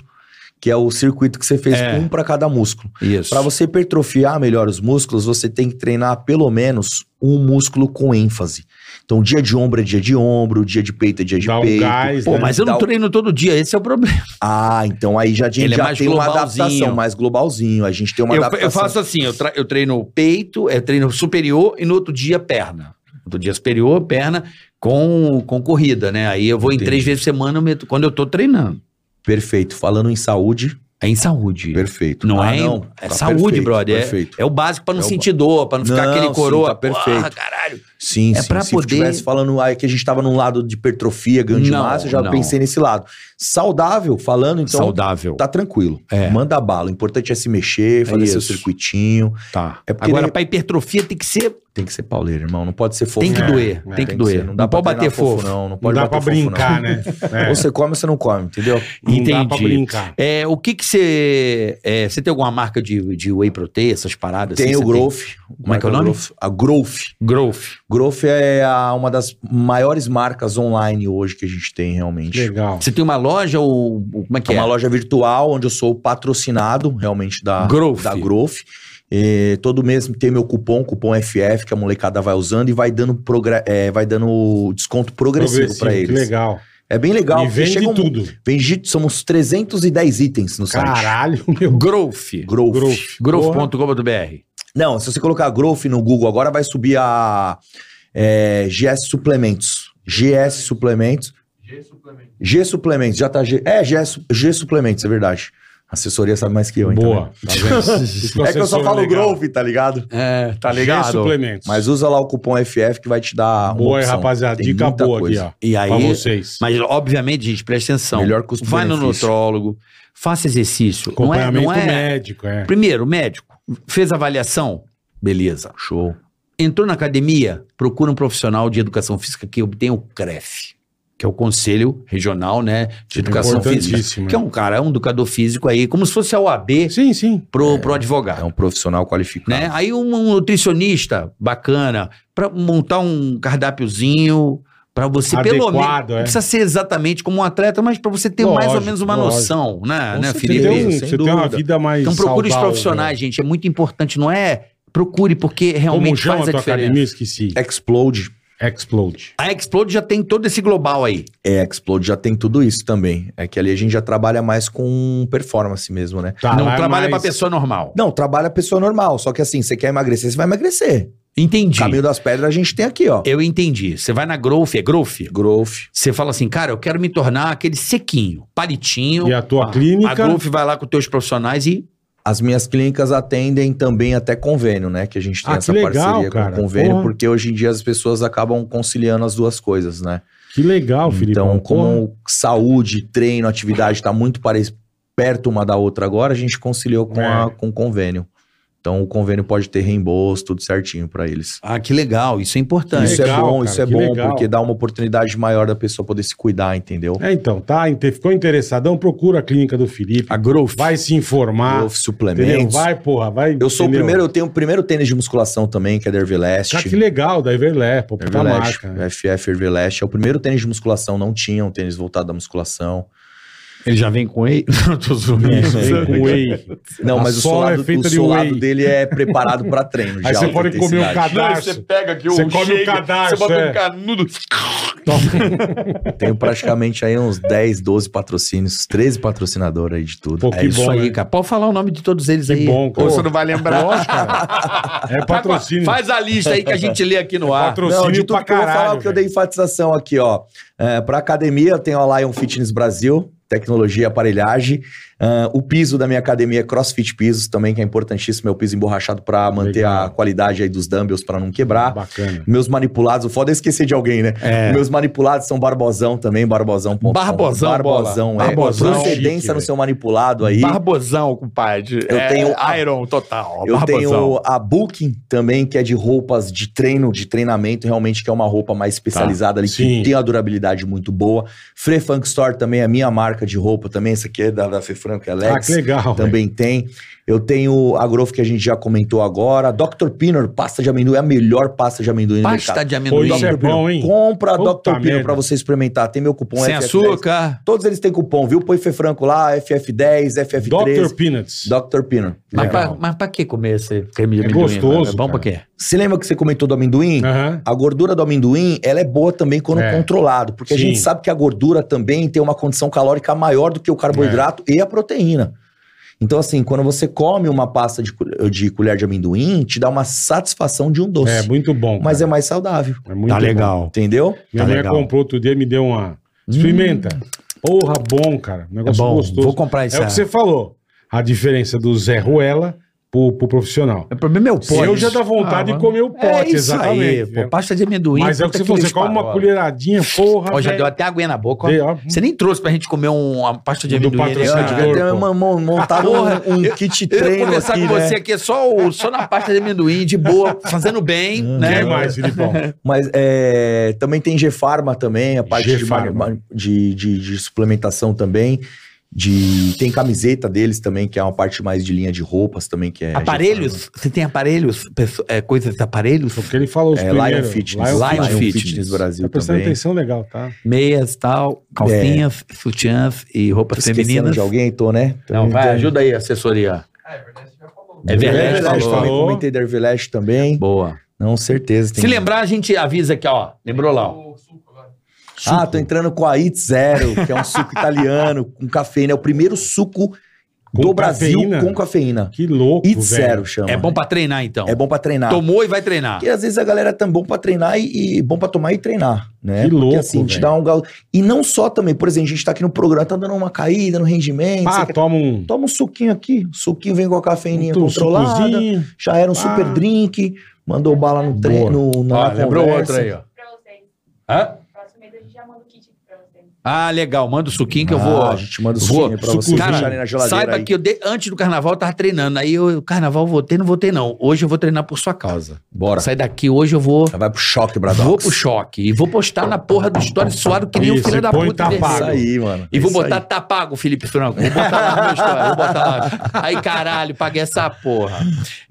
[SPEAKER 4] que é o circuito que você fez
[SPEAKER 3] É.
[SPEAKER 4] um para cada músculo.
[SPEAKER 3] Isso.
[SPEAKER 4] Para você hipertrofiar melhor os músculos, você tem que treinar pelo menos um músculo com ênfase. Então, dia de ombro é dia de ombro, dia de peito é dia de
[SPEAKER 2] Dá um
[SPEAKER 4] peito.
[SPEAKER 2] gás,
[SPEAKER 3] Pô, mas eu não
[SPEAKER 4] Dá o-
[SPEAKER 3] treino todo dia, esse é o problema.
[SPEAKER 4] Ah, então aí já, a gente
[SPEAKER 3] um Ele é
[SPEAKER 4] já
[SPEAKER 3] mais
[SPEAKER 4] tem uma
[SPEAKER 3] globalzinho.
[SPEAKER 4] adaptação mais globalzinho. A gente tem uma
[SPEAKER 3] Eu, eu
[SPEAKER 4] adaptação.
[SPEAKER 3] faço assim, eu, tra- eu treino o peito, eu treino superior e no outro dia perna. Outro dia superior, perna com, com corrida, né? Aí eu vou em
[SPEAKER 4] Entendi.
[SPEAKER 3] três vezes por semana eu meto- quando eu tô treinando.
[SPEAKER 4] Perfeito. Falando em saúde,
[SPEAKER 3] É em saúde.
[SPEAKER 4] perfeito.
[SPEAKER 3] Não
[SPEAKER 4] Ah,
[SPEAKER 3] é, em-
[SPEAKER 4] não.
[SPEAKER 3] é
[SPEAKER 4] Tá
[SPEAKER 3] saúde,
[SPEAKER 4] perfeito,
[SPEAKER 3] brother. É-
[SPEAKER 4] Perfeito.
[SPEAKER 3] É, o básico pra não
[SPEAKER 4] É o
[SPEAKER 3] sentir dor, pra não, ficar
[SPEAKER 4] Não,
[SPEAKER 3] aquele
[SPEAKER 4] sim,
[SPEAKER 3] coroa.
[SPEAKER 4] tá perfeito.
[SPEAKER 3] Porra, caralho.
[SPEAKER 4] Sim,
[SPEAKER 3] É
[SPEAKER 4] sim.
[SPEAKER 3] pra
[SPEAKER 4] Se
[SPEAKER 3] poder-
[SPEAKER 4] estivesse falando aí que a gente tava num lado de hipertrofia, ganho de
[SPEAKER 3] Não,
[SPEAKER 4] massa, eu já
[SPEAKER 3] não.
[SPEAKER 4] pensei nesse lado. Saudável, falando, então,
[SPEAKER 3] Saudável.
[SPEAKER 4] tá tranquilo.
[SPEAKER 3] É.
[SPEAKER 4] Manda bala. O importante é se mexer, fazer seu
[SPEAKER 3] isso.
[SPEAKER 4] circuitinho.
[SPEAKER 3] Tá.
[SPEAKER 4] É porque
[SPEAKER 3] Agora,
[SPEAKER 4] ele-
[SPEAKER 3] pra hipertrofia tem que ser.
[SPEAKER 4] Tem que ser pauleiro, irmão. Não pode ser fofo.
[SPEAKER 3] tem que
[SPEAKER 4] não.
[SPEAKER 3] doer.
[SPEAKER 2] é,
[SPEAKER 3] tem que
[SPEAKER 4] Tem
[SPEAKER 3] doer.
[SPEAKER 4] ser,
[SPEAKER 3] não,
[SPEAKER 4] dá
[SPEAKER 3] pode
[SPEAKER 4] pra
[SPEAKER 3] bater
[SPEAKER 4] treinar
[SPEAKER 3] fofo.
[SPEAKER 4] não. Não
[SPEAKER 2] Não
[SPEAKER 4] pode
[SPEAKER 2] dá pra
[SPEAKER 4] bater fofo,
[SPEAKER 2] brincar, né?
[SPEAKER 4] não.
[SPEAKER 2] É,
[SPEAKER 4] Ou você come ou você não come, entendeu?
[SPEAKER 2] Não dá pra
[SPEAKER 3] Entendi.
[SPEAKER 2] brincar.
[SPEAKER 3] É, o que que você. é, você tem alguma marca de, de whey protein, essas paradas?
[SPEAKER 4] Tem
[SPEAKER 3] assim,
[SPEAKER 4] o
[SPEAKER 3] você
[SPEAKER 4] Growth.
[SPEAKER 3] Como é que é o nome?
[SPEAKER 4] Growth. A Growth.
[SPEAKER 3] Growth.
[SPEAKER 4] Growth é a- uma das maiores marcas online hoje que a gente tem, realmente.
[SPEAKER 2] Legal.
[SPEAKER 3] Você tem uma loja ou. ou Como é que
[SPEAKER 4] É
[SPEAKER 3] é?
[SPEAKER 4] uma loja virtual onde eu sou patrocinado realmente da
[SPEAKER 3] Growth.
[SPEAKER 4] da Growth. E todo mês tem meu cupom, cupom FF, que a molecada vai usando e vai dando, progra- é, vai dando desconto progressivo, pra
[SPEAKER 2] que
[SPEAKER 4] eles.
[SPEAKER 2] legal.
[SPEAKER 4] É bem legal.
[SPEAKER 2] E
[SPEAKER 4] porque
[SPEAKER 2] vende
[SPEAKER 4] chega um-
[SPEAKER 2] tudo.
[SPEAKER 4] Vem de- são uns 310 itens no site.
[SPEAKER 2] Caralho, meu
[SPEAKER 3] Growth.
[SPEAKER 4] Growth.
[SPEAKER 2] Growth.
[SPEAKER 3] Growth.com.br.
[SPEAKER 4] Não, se você colocar Growth no Google agora, vai subir a é, GS Suplementos. GS Suplementos. G Suplementos. Já tá G. É, GS, G Suplementos, é verdade. A assessoria sabe mais que eu, então.
[SPEAKER 2] Boa. Tá vendo?
[SPEAKER 4] É que eu só falo Growth, tá ligado?
[SPEAKER 3] É, tá
[SPEAKER 2] G suplementos.
[SPEAKER 4] Mas usa lá o cupom FF que vai te dar uma
[SPEAKER 2] boa, aí,
[SPEAKER 4] opção.
[SPEAKER 2] rapaziada.
[SPEAKER 4] Tem
[SPEAKER 2] Dica
[SPEAKER 4] muita
[SPEAKER 2] boa
[SPEAKER 4] coisa.
[SPEAKER 2] aqui, ó.
[SPEAKER 3] E
[SPEAKER 2] Pra
[SPEAKER 3] aí, é-
[SPEAKER 2] vocês.
[SPEAKER 3] mas obviamente, gente, presta atenção.
[SPEAKER 4] Melhor custo-benefício.
[SPEAKER 3] Vai no nutrólogo, faça exercício. Não é,
[SPEAKER 2] Acompanhamento
[SPEAKER 3] não é.
[SPEAKER 2] médico, é.
[SPEAKER 3] Primeiro, médico, fez avaliação, beleza. Show. Entrou na academia, procura um profissional de educação física que obtenha o CREF, que é o Conselho Regional, né, de Educação
[SPEAKER 2] Importantíssimo,
[SPEAKER 3] Física.
[SPEAKER 2] né?
[SPEAKER 3] Que é um cara, é um educador físico aí, como se fosse a OAB
[SPEAKER 2] Sim, sim.
[SPEAKER 3] pro, pro
[SPEAKER 4] É
[SPEAKER 3] advogado.
[SPEAKER 4] um profissional qualificado.
[SPEAKER 3] Né? Aí um, um nutricionista bacana para montar um cardápiozinho para você pelo menos
[SPEAKER 2] Adequado, é.
[SPEAKER 3] não precisa ser exatamente como um atleta, mas para você ter mais ou
[SPEAKER 2] Lógico,
[SPEAKER 3] menos uma
[SPEAKER 2] lógico.
[SPEAKER 3] noção, né,
[SPEAKER 4] Com
[SPEAKER 3] né
[SPEAKER 4] certeza.
[SPEAKER 2] Você,
[SPEAKER 3] Felipe?
[SPEAKER 2] tem, um-
[SPEAKER 4] sem
[SPEAKER 2] você tem uma
[SPEAKER 4] dúvida.
[SPEAKER 2] vida mais
[SPEAKER 3] Então procure os
[SPEAKER 2] saudável. né?
[SPEAKER 3] profissionais, gente. É muito importante. Não é procure, porque
[SPEAKER 2] Como
[SPEAKER 3] realmente
[SPEAKER 2] chama
[SPEAKER 3] faz
[SPEAKER 2] a
[SPEAKER 3] a
[SPEAKER 2] tua
[SPEAKER 3] diferença.
[SPEAKER 2] academia? Esqueci.
[SPEAKER 4] Explode.
[SPEAKER 2] Explode.
[SPEAKER 3] A Explode já tem todo esse global aí.
[SPEAKER 4] É, Explode já tem tudo isso também. É que ali a gente já trabalha mais com performance mesmo, né?
[SPEAKER 2] Tá,
[SPEAKER 3] não
[SPEAKER 2] lá é
[SPEAKER 3] trabalha
[SPEAKER 2] mais-
[SPEAKER 3] pra pessoa normal.
[SPEAKER 4] Não, trabalha a pessoa normal, só que assim, você quer emagrecer, você vai emagrecer.
[SPEAKER 3] Entendi.
[SPEAKER 4] Caminho das Pedras a gente tem aqui, ó.
[SPEAKER 3] Eu entendi. Você vai na Growth, é Growth?
[SPEAKER 4] Growth.
[SPEAKER 3] Você fala assim, cara, eu quero me tornar aquele sequinho, palitinho.
[SPEAKER 2] E a tua
[SPEAKER 3] A
[SPEAKER 2] clínica.
[SPEAKER 3] Growth vai lá com teus profissionais e
[SPEAKER 4] As minhas clínicas atendem também até convênio, né? Que a gente tem
[SPEAKER 2] Ah,
[SPEAKER 4] essa
[SPEAKER 2] que legal,
[SPEAKER 4] parceria
[SPEAKER 2] cara.
[SPEAKER 4] com convênio,
[SPEAKER 2] Porra.
[SPEAKER 4] porque hoje em dia as pessoas acabam conciliando as duas coisas, né?
[SPEAKER 2] Que legal, Felipe.
[SPEAKER 4] então, como saúde, treino, atividade tá muito pare- perto uma da outra agora, a gente conciliou com,
[SPEAKER 2] É.
[SPEAKER 4] a, com o convênio. Então, o convênio pode ter reembolso, tudo certinho pra eles.
[SPEAKER 3] ah, que legal, isso é importante.
[SPEAKER 4] isso
[SPEAKER 2] Tá, legal,
[SPEAKER 4] é bom,
[SPEAKER 2] cara,
[SPEAKER 4] isso é
[SPEAKER 2] que
[SPEAKER 4] bom,
[SPEAKER 2] legal.
[SPEAKER 4] porque dá uma oportunidade maior da pessoa poder se cuidar, entendeu?
[SPEAKER 2] É, então, tá? Inte- Ficou interessadão? Procura a clínica do Felipe.
[SPEAKER 3] A Growth.
[SPEAKER 2] Vai se informar. Ah,
[SPEAKER 4] Novo
[SPEAKER 2] Entendeu?
[SPEAKER 4] suplementos.
[SPEAKER 2] Vai, porra, vai.
[SPEAKER 4] Eu sou
[SPEAKER 2] entendeu?
[SPEAKER 4] o primeiro, eu tenho o primeiro tênis de musculação também, que é da Hervelest.
[SPEAKER 2] Cara, que legal, da Everlé, pô, puta
[SPEAKER 4] Hervelest,
[SPEAKER 2] marca. né?
[SPEAKER 4] FF Hervelest. É o primeiro tênis de musculação, não tinha um tênis voltado à musculação.
[SPEAKER 3] Ele já vem com ele. Não, tô zoando.
[SPEAKER 2] Isso, É, vem com whey.
[SPEAKER 4] Não,
[SPEAKER 2] A
[SPEAKER 4] mas o
[SPEAKER 2] sola é
[SPEAKER 4] solado,
[SPEAKER 2] feita
[SPEAKER 4] o
[SPEAKER 2] de
[SPEAKER 4] solado
[SPEAKER 2] whey.
[SPEAKER 4] dele é preparado pra treino. de
[SPEAKER 2] Aí você
[SPEAKER 4] alta
[SPEAKER 2] pode comer um o
[SPEAKER 4] intensidade.
[SPEAKER 2] cadarço.
[SPEAKER 3] pega aqui
[SPEAKER 2] Você come o cadarço, é.
[SPEAKER 3] um canudo.
[SPEAKER 4] Tenho praticamente aí uns 10, 12 patrocínios, 13 patrocinadores aí de tudo.
[SPEAKER 2] Pô,
[SPEAKER 4] É,
[SPEAKER 2] que
[SPEAKER 3] isso
[SPEAKER 2] bom,
[SPEAKER 3] aí,
[SPEAKER 2] né?
[SPEAKER 3] cara. Pode falar o nome de todos eles aí.
[SPEAKER 2] Que bom, cara.
[SPEAKER 3] Ou você não vai lembrar.
[SPEAKER 2] Lógico, cara. É patrocínio.
[SPEAKER 3] Faz a lista aí que a gente lê aqui no ar.
[SPEAKER 2] Patrocínio
[SPEAKER 4] Não, de
[SPEAKER 2] pra
[SPEAKER 4] tudo que eu vou falar,
[SPEAKER 2] caralho,
[SPEAKER 4] o que eu dei enfatização aqui, ó. É, pra academia, eu tenho a Lion Fitness Brasil, tecnologia e aparelhagem. Ah, o piso da minha academia é CrossFit Pisos também, que é importantíssimo. É o piso emborrachado pra manter
[SPEAKER 2] Legal.
[SPEAKER 4] a qualidade aí dos dumbbells pra não quebrar.
[SPEAKER 2] Bacana.
[SPEAKER 4] Meus manipulados, o foda é esquecer de alguém, né?
[SPEAKER 3] É.
[SPEAKER 4] Meus manipulados são Barbosão também, barbosão.com.
[SPEAKER 3] Barbosão,
[SPEAKER 4] Barbosão,
[SPEAKER 3] bola.
[SPEAKER 4] é.
[SPEAKER 3] Barbosão,
[SPEAKER 4] Procedência
[SPEAKER 2] chique,
[SPEAKER 4] no
[SPEAKER 2] velho.
[SPEAKER 4] seu manipulado aí.
[SPEAKER 3] Um Barbosão, compadre. É
[SPEAKER 4] Eu tenho a-
[SPEAKER 3] Iron total. um
[SPEAKER 4] Eu
[SPEAKER 3] Barbosão.
[SPEAKER 4] tenho a Booking também, que é de roupas de treino, de treinamento, realmente que é uma roupa mais especializada ali,
[SPEAKER 2] Tá. Sim.
[SPEAKER 4] que tem uma durabilidade muito boa. Free Funk Store também é a minha marca de roupa também, essa aqui é da, da Frefran, que é
[SPEAKER 2] Ah,
[SPEAKER 4] Alex.
[SPEAKER 2] que legal. velho.
[SPEAKER 4] também tem. Eu tenho a Growth que a gente já comentou agora. Dr. Pinner, pasta de amendoim, é a melhor pasta de amendoim do mercado.
[SPEAKER 3] Pasta de
[SPEAKER 2] Pô,
[SPEAKER 3] amendoim.
[SPEAKER 2] isso é bom, hein?
[SPEAKER 4] Compra a
[SPEAKER 2] Puta
[SPEAKER 4] Dr. Pinner
[SPEAKER 2] merda.
[SPEAKER 4] pra você experimentar. Tem meu cupom
[SPEAKER 3] Sem
[SPEAKER 4] FF10.
[SPEAKER 3] açúcar.
[SPEAKER 4] Todos eles têm cupom, viu? Põe Fê Franco lá, FF10, FF13.
[SPEAKER 2] Dr. Peanuts.
[SPEAKER 4] Dr. Pinner.
[SPEAKER 3] Mas
[SPEAKER 2] Legal.
[SPEAKER 3] pra, mas pra que comer esse creme de
[SPEAKER 2] É
[SPEAKER 3] amendoim?
[SPEAKER 2] gostoso,
[SPEAKER 3] É bom pra
[SPEAKER 2] cara.
[SPEAKER 3] quê?
[SPEAKER 4] Você lembra que você comentou do amendoim?
[SPEAKER 2] Aham.
[SPEAKER 4] A gordura do amendoim, ela é boa também quando
[SPEAKER 2] É.
[SPEAKER 4] controlado, porque a
[SPEAKER 2] Sim.
[SPEAKER 4] gente sabe que a gordura também tem uma condição calórica maior do que o carboidrato e a proteína. Então, assim, quando você come uma pasta de, col- de colher de amendoim, te dá uma satisfação de um doce.
[SPEAKER 2] É muito bom.
[SPEAKER 4] mas é Tá
[SPEAKER 2] cara.
[SPEAKER 4] mais saudável,
[SPEAKER 2] é muito
[SPEAKER 3] Tá legal.
[SPEAKER 4] entendeu?
[SPEAKER 2] Minha
[SPEAKER 3] Tá
[SPEAKER 2] mulher
[SPEAKER 3] legal.
[SPEAKER 2] comprou outro dia e me deu uma. Experimenta.
[SPEAKER 4] Hum.
[SPEAKER 2] Porra, bom, cara. Um
[SPEAKER 3] É
[SPEAKER 2] negócio
[SPEAKER 3] bom.
[SPEAKER 2] gostoso.
[SPEAKER 3] Vou comprar isso.
[SPEAKER 2] É o que você falou. A diferença do Zé Ruela pro, pro profissional.
[SPEAKER 3] O problema é o pote. Ah,
[SPEAKER 2] eu já dá vontade de comer o pote,
[SPEAKER 3] é isso
[SPEAKER 2] exatamente.
[SPEAKER 3] Aí,
[SPEAKER 2] né?
[SPEAKER 3] pô, pasta de amendoim.
[SPEAKER 2] Mas é o que
[SPEAKER 3] puta
[SPEAKER 2] você falou. Você
[SPEAKER 3] eles
[SPEAKER 2] come uma
[SPEAKER 3] parolam.
[SPEAKER 2] colheradinha, porra.
[SPEAKER 3] Ó, já
[SPEAKER 2] velho.
[SPEAKER 3] deu até aguinha na boca. ó.
[SPEAKER 2] Dei,
[SPEAKER 4] Né,
[SPEAKER 2] ó.
[SPEAKER 3] Você nem trouxe pra gente comer um- uma pasta de
[SPEAKER 2] Do
[SPEAKER 3] amendoim. né,
[SPEAKER 4] Eu
[SPEAKER 2] patrocinador.
[SPEAKER 3] cara?
[SPEAKER 4] devia ter
[SPEAKER 2] pô.
[SPEAKER 4] uma mon- montado
[SPEAKER 3] Porra,
[SPEAKER 4] um, um kit
[SPEAKER 3] Eu ia
[SPEAKER 4] treino
[SPEAKER 3] conversar
[SPEAKER 4] aqui,
[SPEAKER 3] com
[SPEAKER 4] né?
[SPEAKER 3] você aqui só, o- só na pasta de amendoim, de boa, fazendo bem, né?
[SPEAKER 2] Quer Hum, mais, Filipão?
[SPEAKER 4] Mas é, também tem G-Farma também, a parte de,
[SPEAKER 2] Gefarma.
[SPEAKER 4] ma- ma- de, de- de suplementação também. De, tem camiseta deles também, que é uma parte mais de linha de roupas também, que é. Gefarma.
[SPEAKER 3] Aparelhos? Você tem aparelhos? Pesso- é, coisas de aparelhos?
[SPEAKER 2] Porque ele falou os
[SPEAKER 4] É, Lion
[SPEAKER 2] primeiros.
[SPEAKER 4] Fitness.
[SPEAKER 2] Lion
[SPEAKER 3] Lion
[SPEAKER 2] Fitness.
[SPEAKER 3] Fitness.
[SPEAKER 4] Brasil
[SPEAKER 2] Tá prestando
[SPEAKER 4] também.
[SPEAKER 2] atenção legal, tá?
[SPEAKER 3] Meias, tal, calcinhas, sutiãs e roupas
[SPEAKER 4] Esquecendo
[SPEAKER 3] femininas.
[SPEAKER 4] É. de alguém, tô, né?
[SPEAKER 3] Não, vai,
[SPEAKER 4] Então,
[SPEAKER 3] ajuda aí, assessoria. É
[SPEAKER 4] Everlast
[SPEAKER 3] verdade,
[SPEAKER 2] Everlast
[SPEAKER 3] falou.
[SPEAKER 4] também,
[SPEAKER 2] falou.
[SPEAKER 4] comentei da Everlast também.
[SPEAKER 3] Boa.
[SPEAKER 4] Não, certeza. tem-
[SPEAKER 3] Se lembrar, a gente avisa aqui, ó. Lembrou lá, ó.
[SPEAKER 4] Ah, tô entrando com a It Zero, que é um suco italiano com cafeína. É o primeiro suco
[SPEAKER 2] Com
[SPEAKER 4] do Brasil
[SPEAKER 2] cafeína?
[SPEAKER 4] com cafeína.
[SPEAKER 2] Que louco,
[SPEAKER 4] It
[SPEAKER 2] velho.
[SPEAKER 4] Zero chama.
[SPEAKER 3] É bom pra treinar, então.
[SPEAKER 4] É bom pra treinar.
[SPEAKER 3] Tomou e vai treinar.
[SPEAKER 4] Porque às vezes a galera é tão bom pra treinar e, e bom pra tomar e treinar, né?
[SPEAKER 2] Que louco,
[SPEAKER 4] Porque assim, te
[SPEAKER 2] velho.
[SPEAKER 4] dá um galo. E não só também, por exemplo, a gente tá aqui no programa, tá dando uma caída no rendimento,
[SPEAKER 2] Pá,
[SPEAKER 4] você quer-
[SPEAKER 2] toma um...
[SPEAKER 4] toma um suquinho aqui, suquinho vem com a cafeininha
[SPEAKER 2] um
[SPEAKER 4] controlada,
[SPEAKER 2] sucozinho.
[SPEAKER 4] já era um
[SPEAKER 2] pá.
[SPEAKER 4] super drink, mandou bala no treino, na
[SPEAKER 3] Ó, Ah, lembrou
[SPEAKER 4] conversa.
[SPEAKER 3] outra aí, ó.
[SPEAKER 8] pra vocês.
[SPEAKER 3] Hã?
[SPEAKER 8] Próximo mês a gente já manda o kit pra vocês.
[SPEAKER 3] Ah, legal. Manda o suquinho que eu
[SPEAKER 4] Ah,
[SPEAKER 3] vou.
[SPEAKER 4] a gente manda o
[SPEAKER 3] vou-
[SPEAKER 4] suquinho pra vocês
[SPEAKER 3] Cara,
[SPEAKER 4] deixarem na geladeira
[SPEAKER 3] Saiba
[SPEAKER 4] aí.
[SPEAKER 3] que eu dei- antes do carnaval eu tava treinando. Aí eu, carnaval, votei, não votei, não. Hoje eu vou treinar por sua causa.
[SPEAKER 4] Bora.
[SPEAKER 3] Sai daqui, hoje eu vou.
[SPEAKER 4] Já vai pro choque, Bradox.
[SPEAKER 3] Vou pro choque. E vou postar na porra do story suado que nem
[SPEAKER 2] Isso,
[SPEAKER 3] o filho da
[SPEAKER 2] põe
[SPEAKER 3] puta.
[SPEAKER 2] tá
[SPEAKER 3] desse.
[SPEAKER 2] pago.
[SPEAKER 4] Isso aí, mano.
[SPEAKER 3] E vou
[SPEAKER 4] Isso
[SPEAKER 3] botar tá pago, Felipe Franco. Vou botar lá no meu story. Vou botar lá. Aí, caralho, paguei essa porra.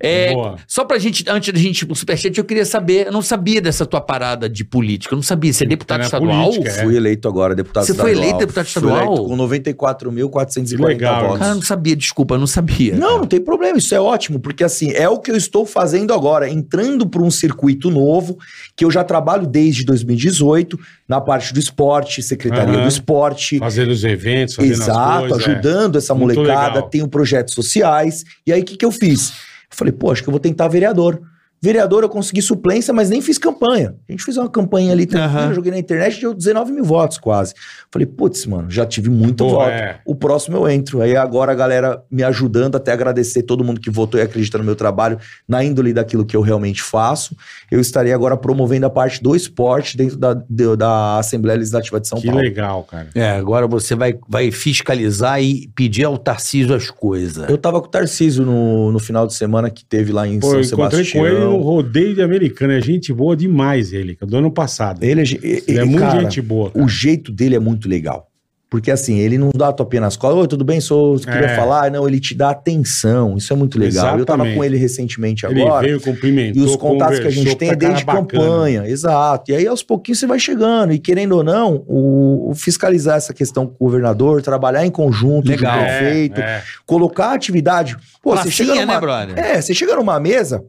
[SPEAKER 3] É,
[SPEAKER 2] Boa.
[SPEAKER 3] só pra gente, antes da gente ir pro Superchat, eu queria saber, eu não sabia dessa tua parada de política. Eu não sabia. Você é
[SPEAKER 2] Tá
[SPEAKER 3] deputado
[SPEAKER 2] na
[SPEAKER 3] estadual?
[SPEAKER 2] política, é.
[SPEAKER 4] aí. Fui eleito agora deputado
[SPEAKER 3] Você foi
[SPEAKER 4] estadual.
[SPEAKER 3] eleito deputado
[SPEAKER 4] Fui
[SPEAKER 3] estadual?
[SPEAKER 4] eleito com 94.440
[SPEAKER 2] Legal,
[SPEAKER 4] votos.
[SPEAKER 3] Cara, eu não sabia, desculpa, eu não sabia.
[SPEAKER 4] Não, não tem problema, isso é ótimo, porque assim, é o que eu estou fazendo agora, entrando para um circuito novo, que eu já trabalho desde 2018, na parte do esporte, Secretaria
[SPEAKER 2] Aham.
[SPEAKER 4] do Esporte,
[SPEAKER 2] Fazendo os eventos, fazendo as
[SPEAKER 4] exato,
[SPEAKER 2] coisas. é.
[SPEAKER 4] ajudando essa
[SPEAKER 2] Muito
[SPEAKER 4] molecada,
[SPEAKER 2] legal.
[SPEAKER 4] tenho projetos sociais, e aí o que, que eu fiz? Eu falei, pô, acho que eu vou tentar vereador. Vereador, eu consegui suplência, mas nem fiz campanha. A gente fez uma campanha ali tranquila,
[SPEAKER 3] Aham.
[SPEAKER 4] joguei na internet, deu 19 mil votos quase. Falei, putz, mano, já tive muito
[SPEAKER 2] Pô,
[SPEAKER 4] voto.
[SPEAKER 2] é.
[SPEAKER 4] O próximo eu entro. Aí agora a galera me ajudando, até agradecer todo mundo que votou e acredita no meu trabalho, na índole daquilo que eu realmente faço. Eu estarei agora promovendo a parte do esporte dentro da, do- da Assembleia Legislativa de São
[SPEAKER 2] Que
[SPEAKER 4] Paulo.
[SPEAKER 2] legal, cara.
[SPEAKER 3] É, agora você vai, vai fiscalizar e pedir ao Tarcísio as coisas.
[SPEAKER 4] Eu tava com o Tarcísio no, no final de semana que teve lá em
[SPEAKER 2] Pô, eu
[SPEAKER 4] São
[SPEAKER 2] encontrei
[SPEAKER 4] Sebastião.
[SPEAKER 2] com ele no rodeio de americano. É gente boa demais, ele. que é Do ano passado.
[SPEAKER 4] Ele é ge- e-
[SPEAKER 2] Ele é
[SPEAKER 4] e-
[SPEAKER 2] muito
[SPEAKER 4] cara,
[SPEAKER 2] gente boa. cara.
[SPEAKER 4] O jeito dele é muito legal. Porque assim, ele não dá a topinha nas costas, oi, tudo bem? Sou, queria
[SPEAKER 2] É.
[SPEAKER 4] falar. Não, ele te dá atenção. Isso é muito legal. Eu tava
[SPEAKER 2] Exatamente.
[SPEAKER 4] com ele recentemente
[SPEAKER 2] Ele
[SPEAKER 4] agora.
[SPEAKER 2] veio,
[SPEAKER 4] E
[SPEAKER 2] cumprimentou,
[SPEAKER 4] os contatos que a gente
[SPEAKER 2] conversou,
[SPEAKER 4] tem é
[SPEAKER 2] puta cara
[SPEAKER 4] desde
[SPEAKER 2] bacana.
[SPEAKER 4] campanha, exato. E aí, aos pouquinhos, você vai chegando. E querendo ou não, o, o fiscalizar essa questão com o governador, trabalhar em conjunto
[SPEAKER 3] Legal.
[SPEAKER 4] com o
[SPEAKER 2] É,
[SPEAKER 4] prefeito,
[SPEAKER 2] é.
[SPEAKER 4] colocar a atividade. Pô, você chega numa,
[SPEAKER 3] né, brother?
[SPEAKER 4] é, você chega numa mesa,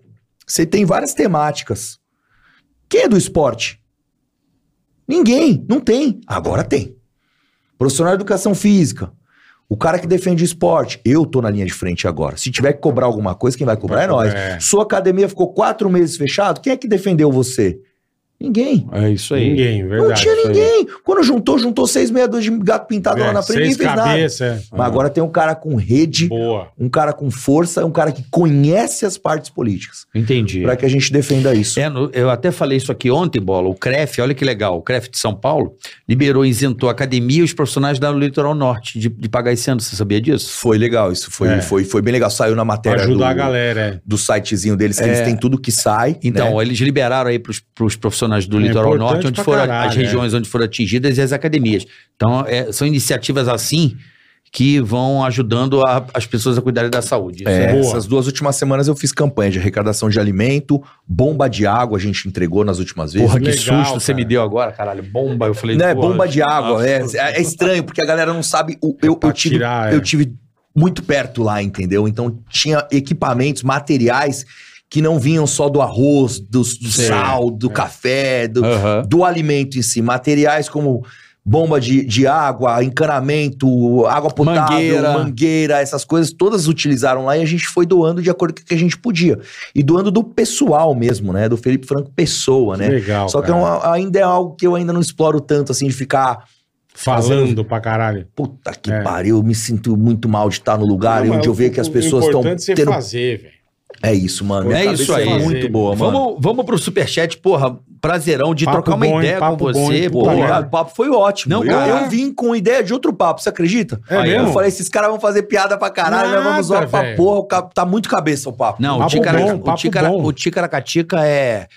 [SPEAKER 4] você tem várias temáticas. Quem é do esporte? Ninguém, não tem. Agora tem. Profissional de educação física. O cara que defende o esporte, eu tô na linha de frente agora. Se tiver que cobrar alguma coisa, quem vai cobrar é nós.
[SPEAKER 2] É.
[SPEAKER 4] Sua academia ficou quatro meses fechado, quem é que defendeu você? Ninguém.
[SPEAKER 3] É isso
[SPEAKER 2] Ninguém, verdade.
[SPEAKER 4] não tinha
[SPEAKER 2] isso aí.
[SPEAKER 4] ninguém. Quando juntou, juntou seis meia dúzia de gato pintado lá
[SPEAKER 2] É,
[SPEAKER 4] na frente,
[SPEAKER 2] seis
[SPEAKER 4] ninguém fez nada.
[SPEAKER 2] cabeça. é.
[SPEAKER 4] Mas agora tem um cara com rede,
[SPEAKER 2] Boa.
[SPEAKER 4] um cara com força, um cara que conhece as partes políticas
[SPEAKER 3] Entendi.
[SPEAKER 4] para que a gente defenda isso.
[SPEAKER 3] É, no- eu até falei isso aqui ontem, Bola. O CREF, olha que legal, o CREF de São Paulo liberou, isentou a academia e os profissionais da Litoral Norte de, de pagar esse ano. Você sabia disso?
[SPEAKER 4] Foi legal, isso foi,
[SPEAKER 2] É.
[SPEAKER 4] foi, foi bem legal. Saiu
[SPEAKER 2] Pra
[SPEAKER 4] na matéria do,
[SPEAKER 2] ajudar a galera. é.
[SPEAKER 4] do sitezinho deles, que eles têm tudo que sai.
[SPEAKER 3] Então,
[SPEAKER 4] né?
[SPEAKER 3] eles liberaram aí pros, pros profissionais do
[SPEAKER 2] É
[SPEAKER 3] Litoral
[SPEAKER 2] importante
[SPEAKER 3] Norte, onde
[SPEAKER 2] pra
[SPEAKER 3] foram
[SPEAKER 2] caralho,
[SPEAKER 3] as
[SPEAKER 2] é.
[SPEAKER 3] regiões onde foram atingidas e as academias. Então, é, são iniciativas assim que vão ajudando a- as pessoas a cuidarem da saúde. Isso
[SPEAKER 4] É,
[SPEAKER 2] Boa.
[SPEAKER 4] essas duas últimas semanas eu fiz campanha de arrecadação de alimento, bomba de água a gente entregou nas últimas vezes.
[SPEAKER 3] Porra, que
[SPEAKER 2] Legal,
[SPEAKER 3] susto você
[SPEAKER 2] cara.
[SPEAKER 3] me deu agora, caralho. Bomba, eu falei.
[SPEAKER 4] Né,
[SPEAKER 3] pô,
[SPEAKER 4] bomba de água.
[SPEAKER 3] nossa.
[SPEAKER 4] É, é- é estranho, porque a galera não sabe. o- eu,
[SPEAKER 2] pra
[SPEAKER 4] eu tive,
[SPEAKER 2] tirar, é.
[SPEAKER 4] eu tive muito perto lá, entendeu? Então tinha equipamentos, materiais que não vinham só do arroz, do, do
[SPEAKER 3] Sei.
[SPEAKER 4] sal, do café, do,
[SPEAKER 3] Aham.
[SPEAKER 4] do alimento em si. Materiais como bomba de, de água, encanamento, água potável,
[SPEAKER 3] Mangueira.
[SPEAKER 4] mangueira. essas coisas todas utilizaram lá e a gente foi doando de acordo com o que a gente podia. E doando do pessoal mesmo, né? Do Felipe Franco Pessoa, né?
[SPEAKER 2] Legal.
[SPEAKER 4] Só que é
[SPEAKER 2] cara.
[SPEAKER 4] uma- ainda é algo que eu ainda não exploro tanto, assim, de ficar.
[SPEAKER 2] Falando pra caralho.
[SPEAKER 4] Puta que
[SPEAKER 2] É.
[SPEAKER 4] pariu, eu me sinto muito mal de estar no lugar
[SPEAKER 2] Não,
[SPEAKER 4] onde eu
[SPEAKER 2] mas
[SPEAKER 4] vejo que as
[SPEAKER 2] o-
[SPEAKER 4] pessoas
[SPEAKER 2] O
[SPEAKER 4] estão
[SPEAKER 2] importante é você
[SPEAKER 4] tendo.
[SPEAKER 2] fazer, velho.
[SPEAKER 4] É isso, mano.
[SPEAKER 3] É
[SPEAKER 4] Minha
[SPEAKER 3] isso
[SPEAKER 4] cabeça
[SPEAKER 3] aí.
[SPEAKER 4] É muito boa, mano.
[SPEAKER 3] Vamos, vamos pro superchat, porra. Prazerão de
[SPEAKER 2] Papo
[SPEAKER 3] trocar uma
[SPEAKER 2] bom, hein?
[SPEAKER 3] ideia
[SPEAKER 2] Papo
[SPEAKER 3] com
[SPEAKER 2] bom,
[SPEAKER 3] você,
[SPEAKER 2] hein?
[SPEAKER 3] porra.
[SPEAKER 2] Puta
[SPEAKER 4] Obrigado, Tá o papo foi ótimo.
[SPEAKER 3] Não,
[SPEAKER 4] eu,
[SPEAKER 3] cara.
[SPEAKER 4] eu vim com ideia de outro papo, você acredita?
[SPEAKER 2] É
[SPEAKER 3] Aí,
[SPEAKER 2] mesmo?
[SPEAKER 4] Eu falei, esses caras vão fazer piada pra caralho, nós vamos
[SPEAKER 2] Nada,
[SPEAKER 4] zoar pra
[SPEAKER 2] velho.
[SPEAKER 4] porra, o ca- tá muito cabeça o papo.
[SPEAKER 3] Não, o
[SPEAKER 2] Papo
[SPEAKER 3] Ticara,
[SPEAKER 2] bom,
[SPEAKER 3] o
[SPEAKER 2] papo
[SPEAKER 3] Ticara,
[SPEAKER 2] bom.
[SPEAKER 3] o Ticaracatica é.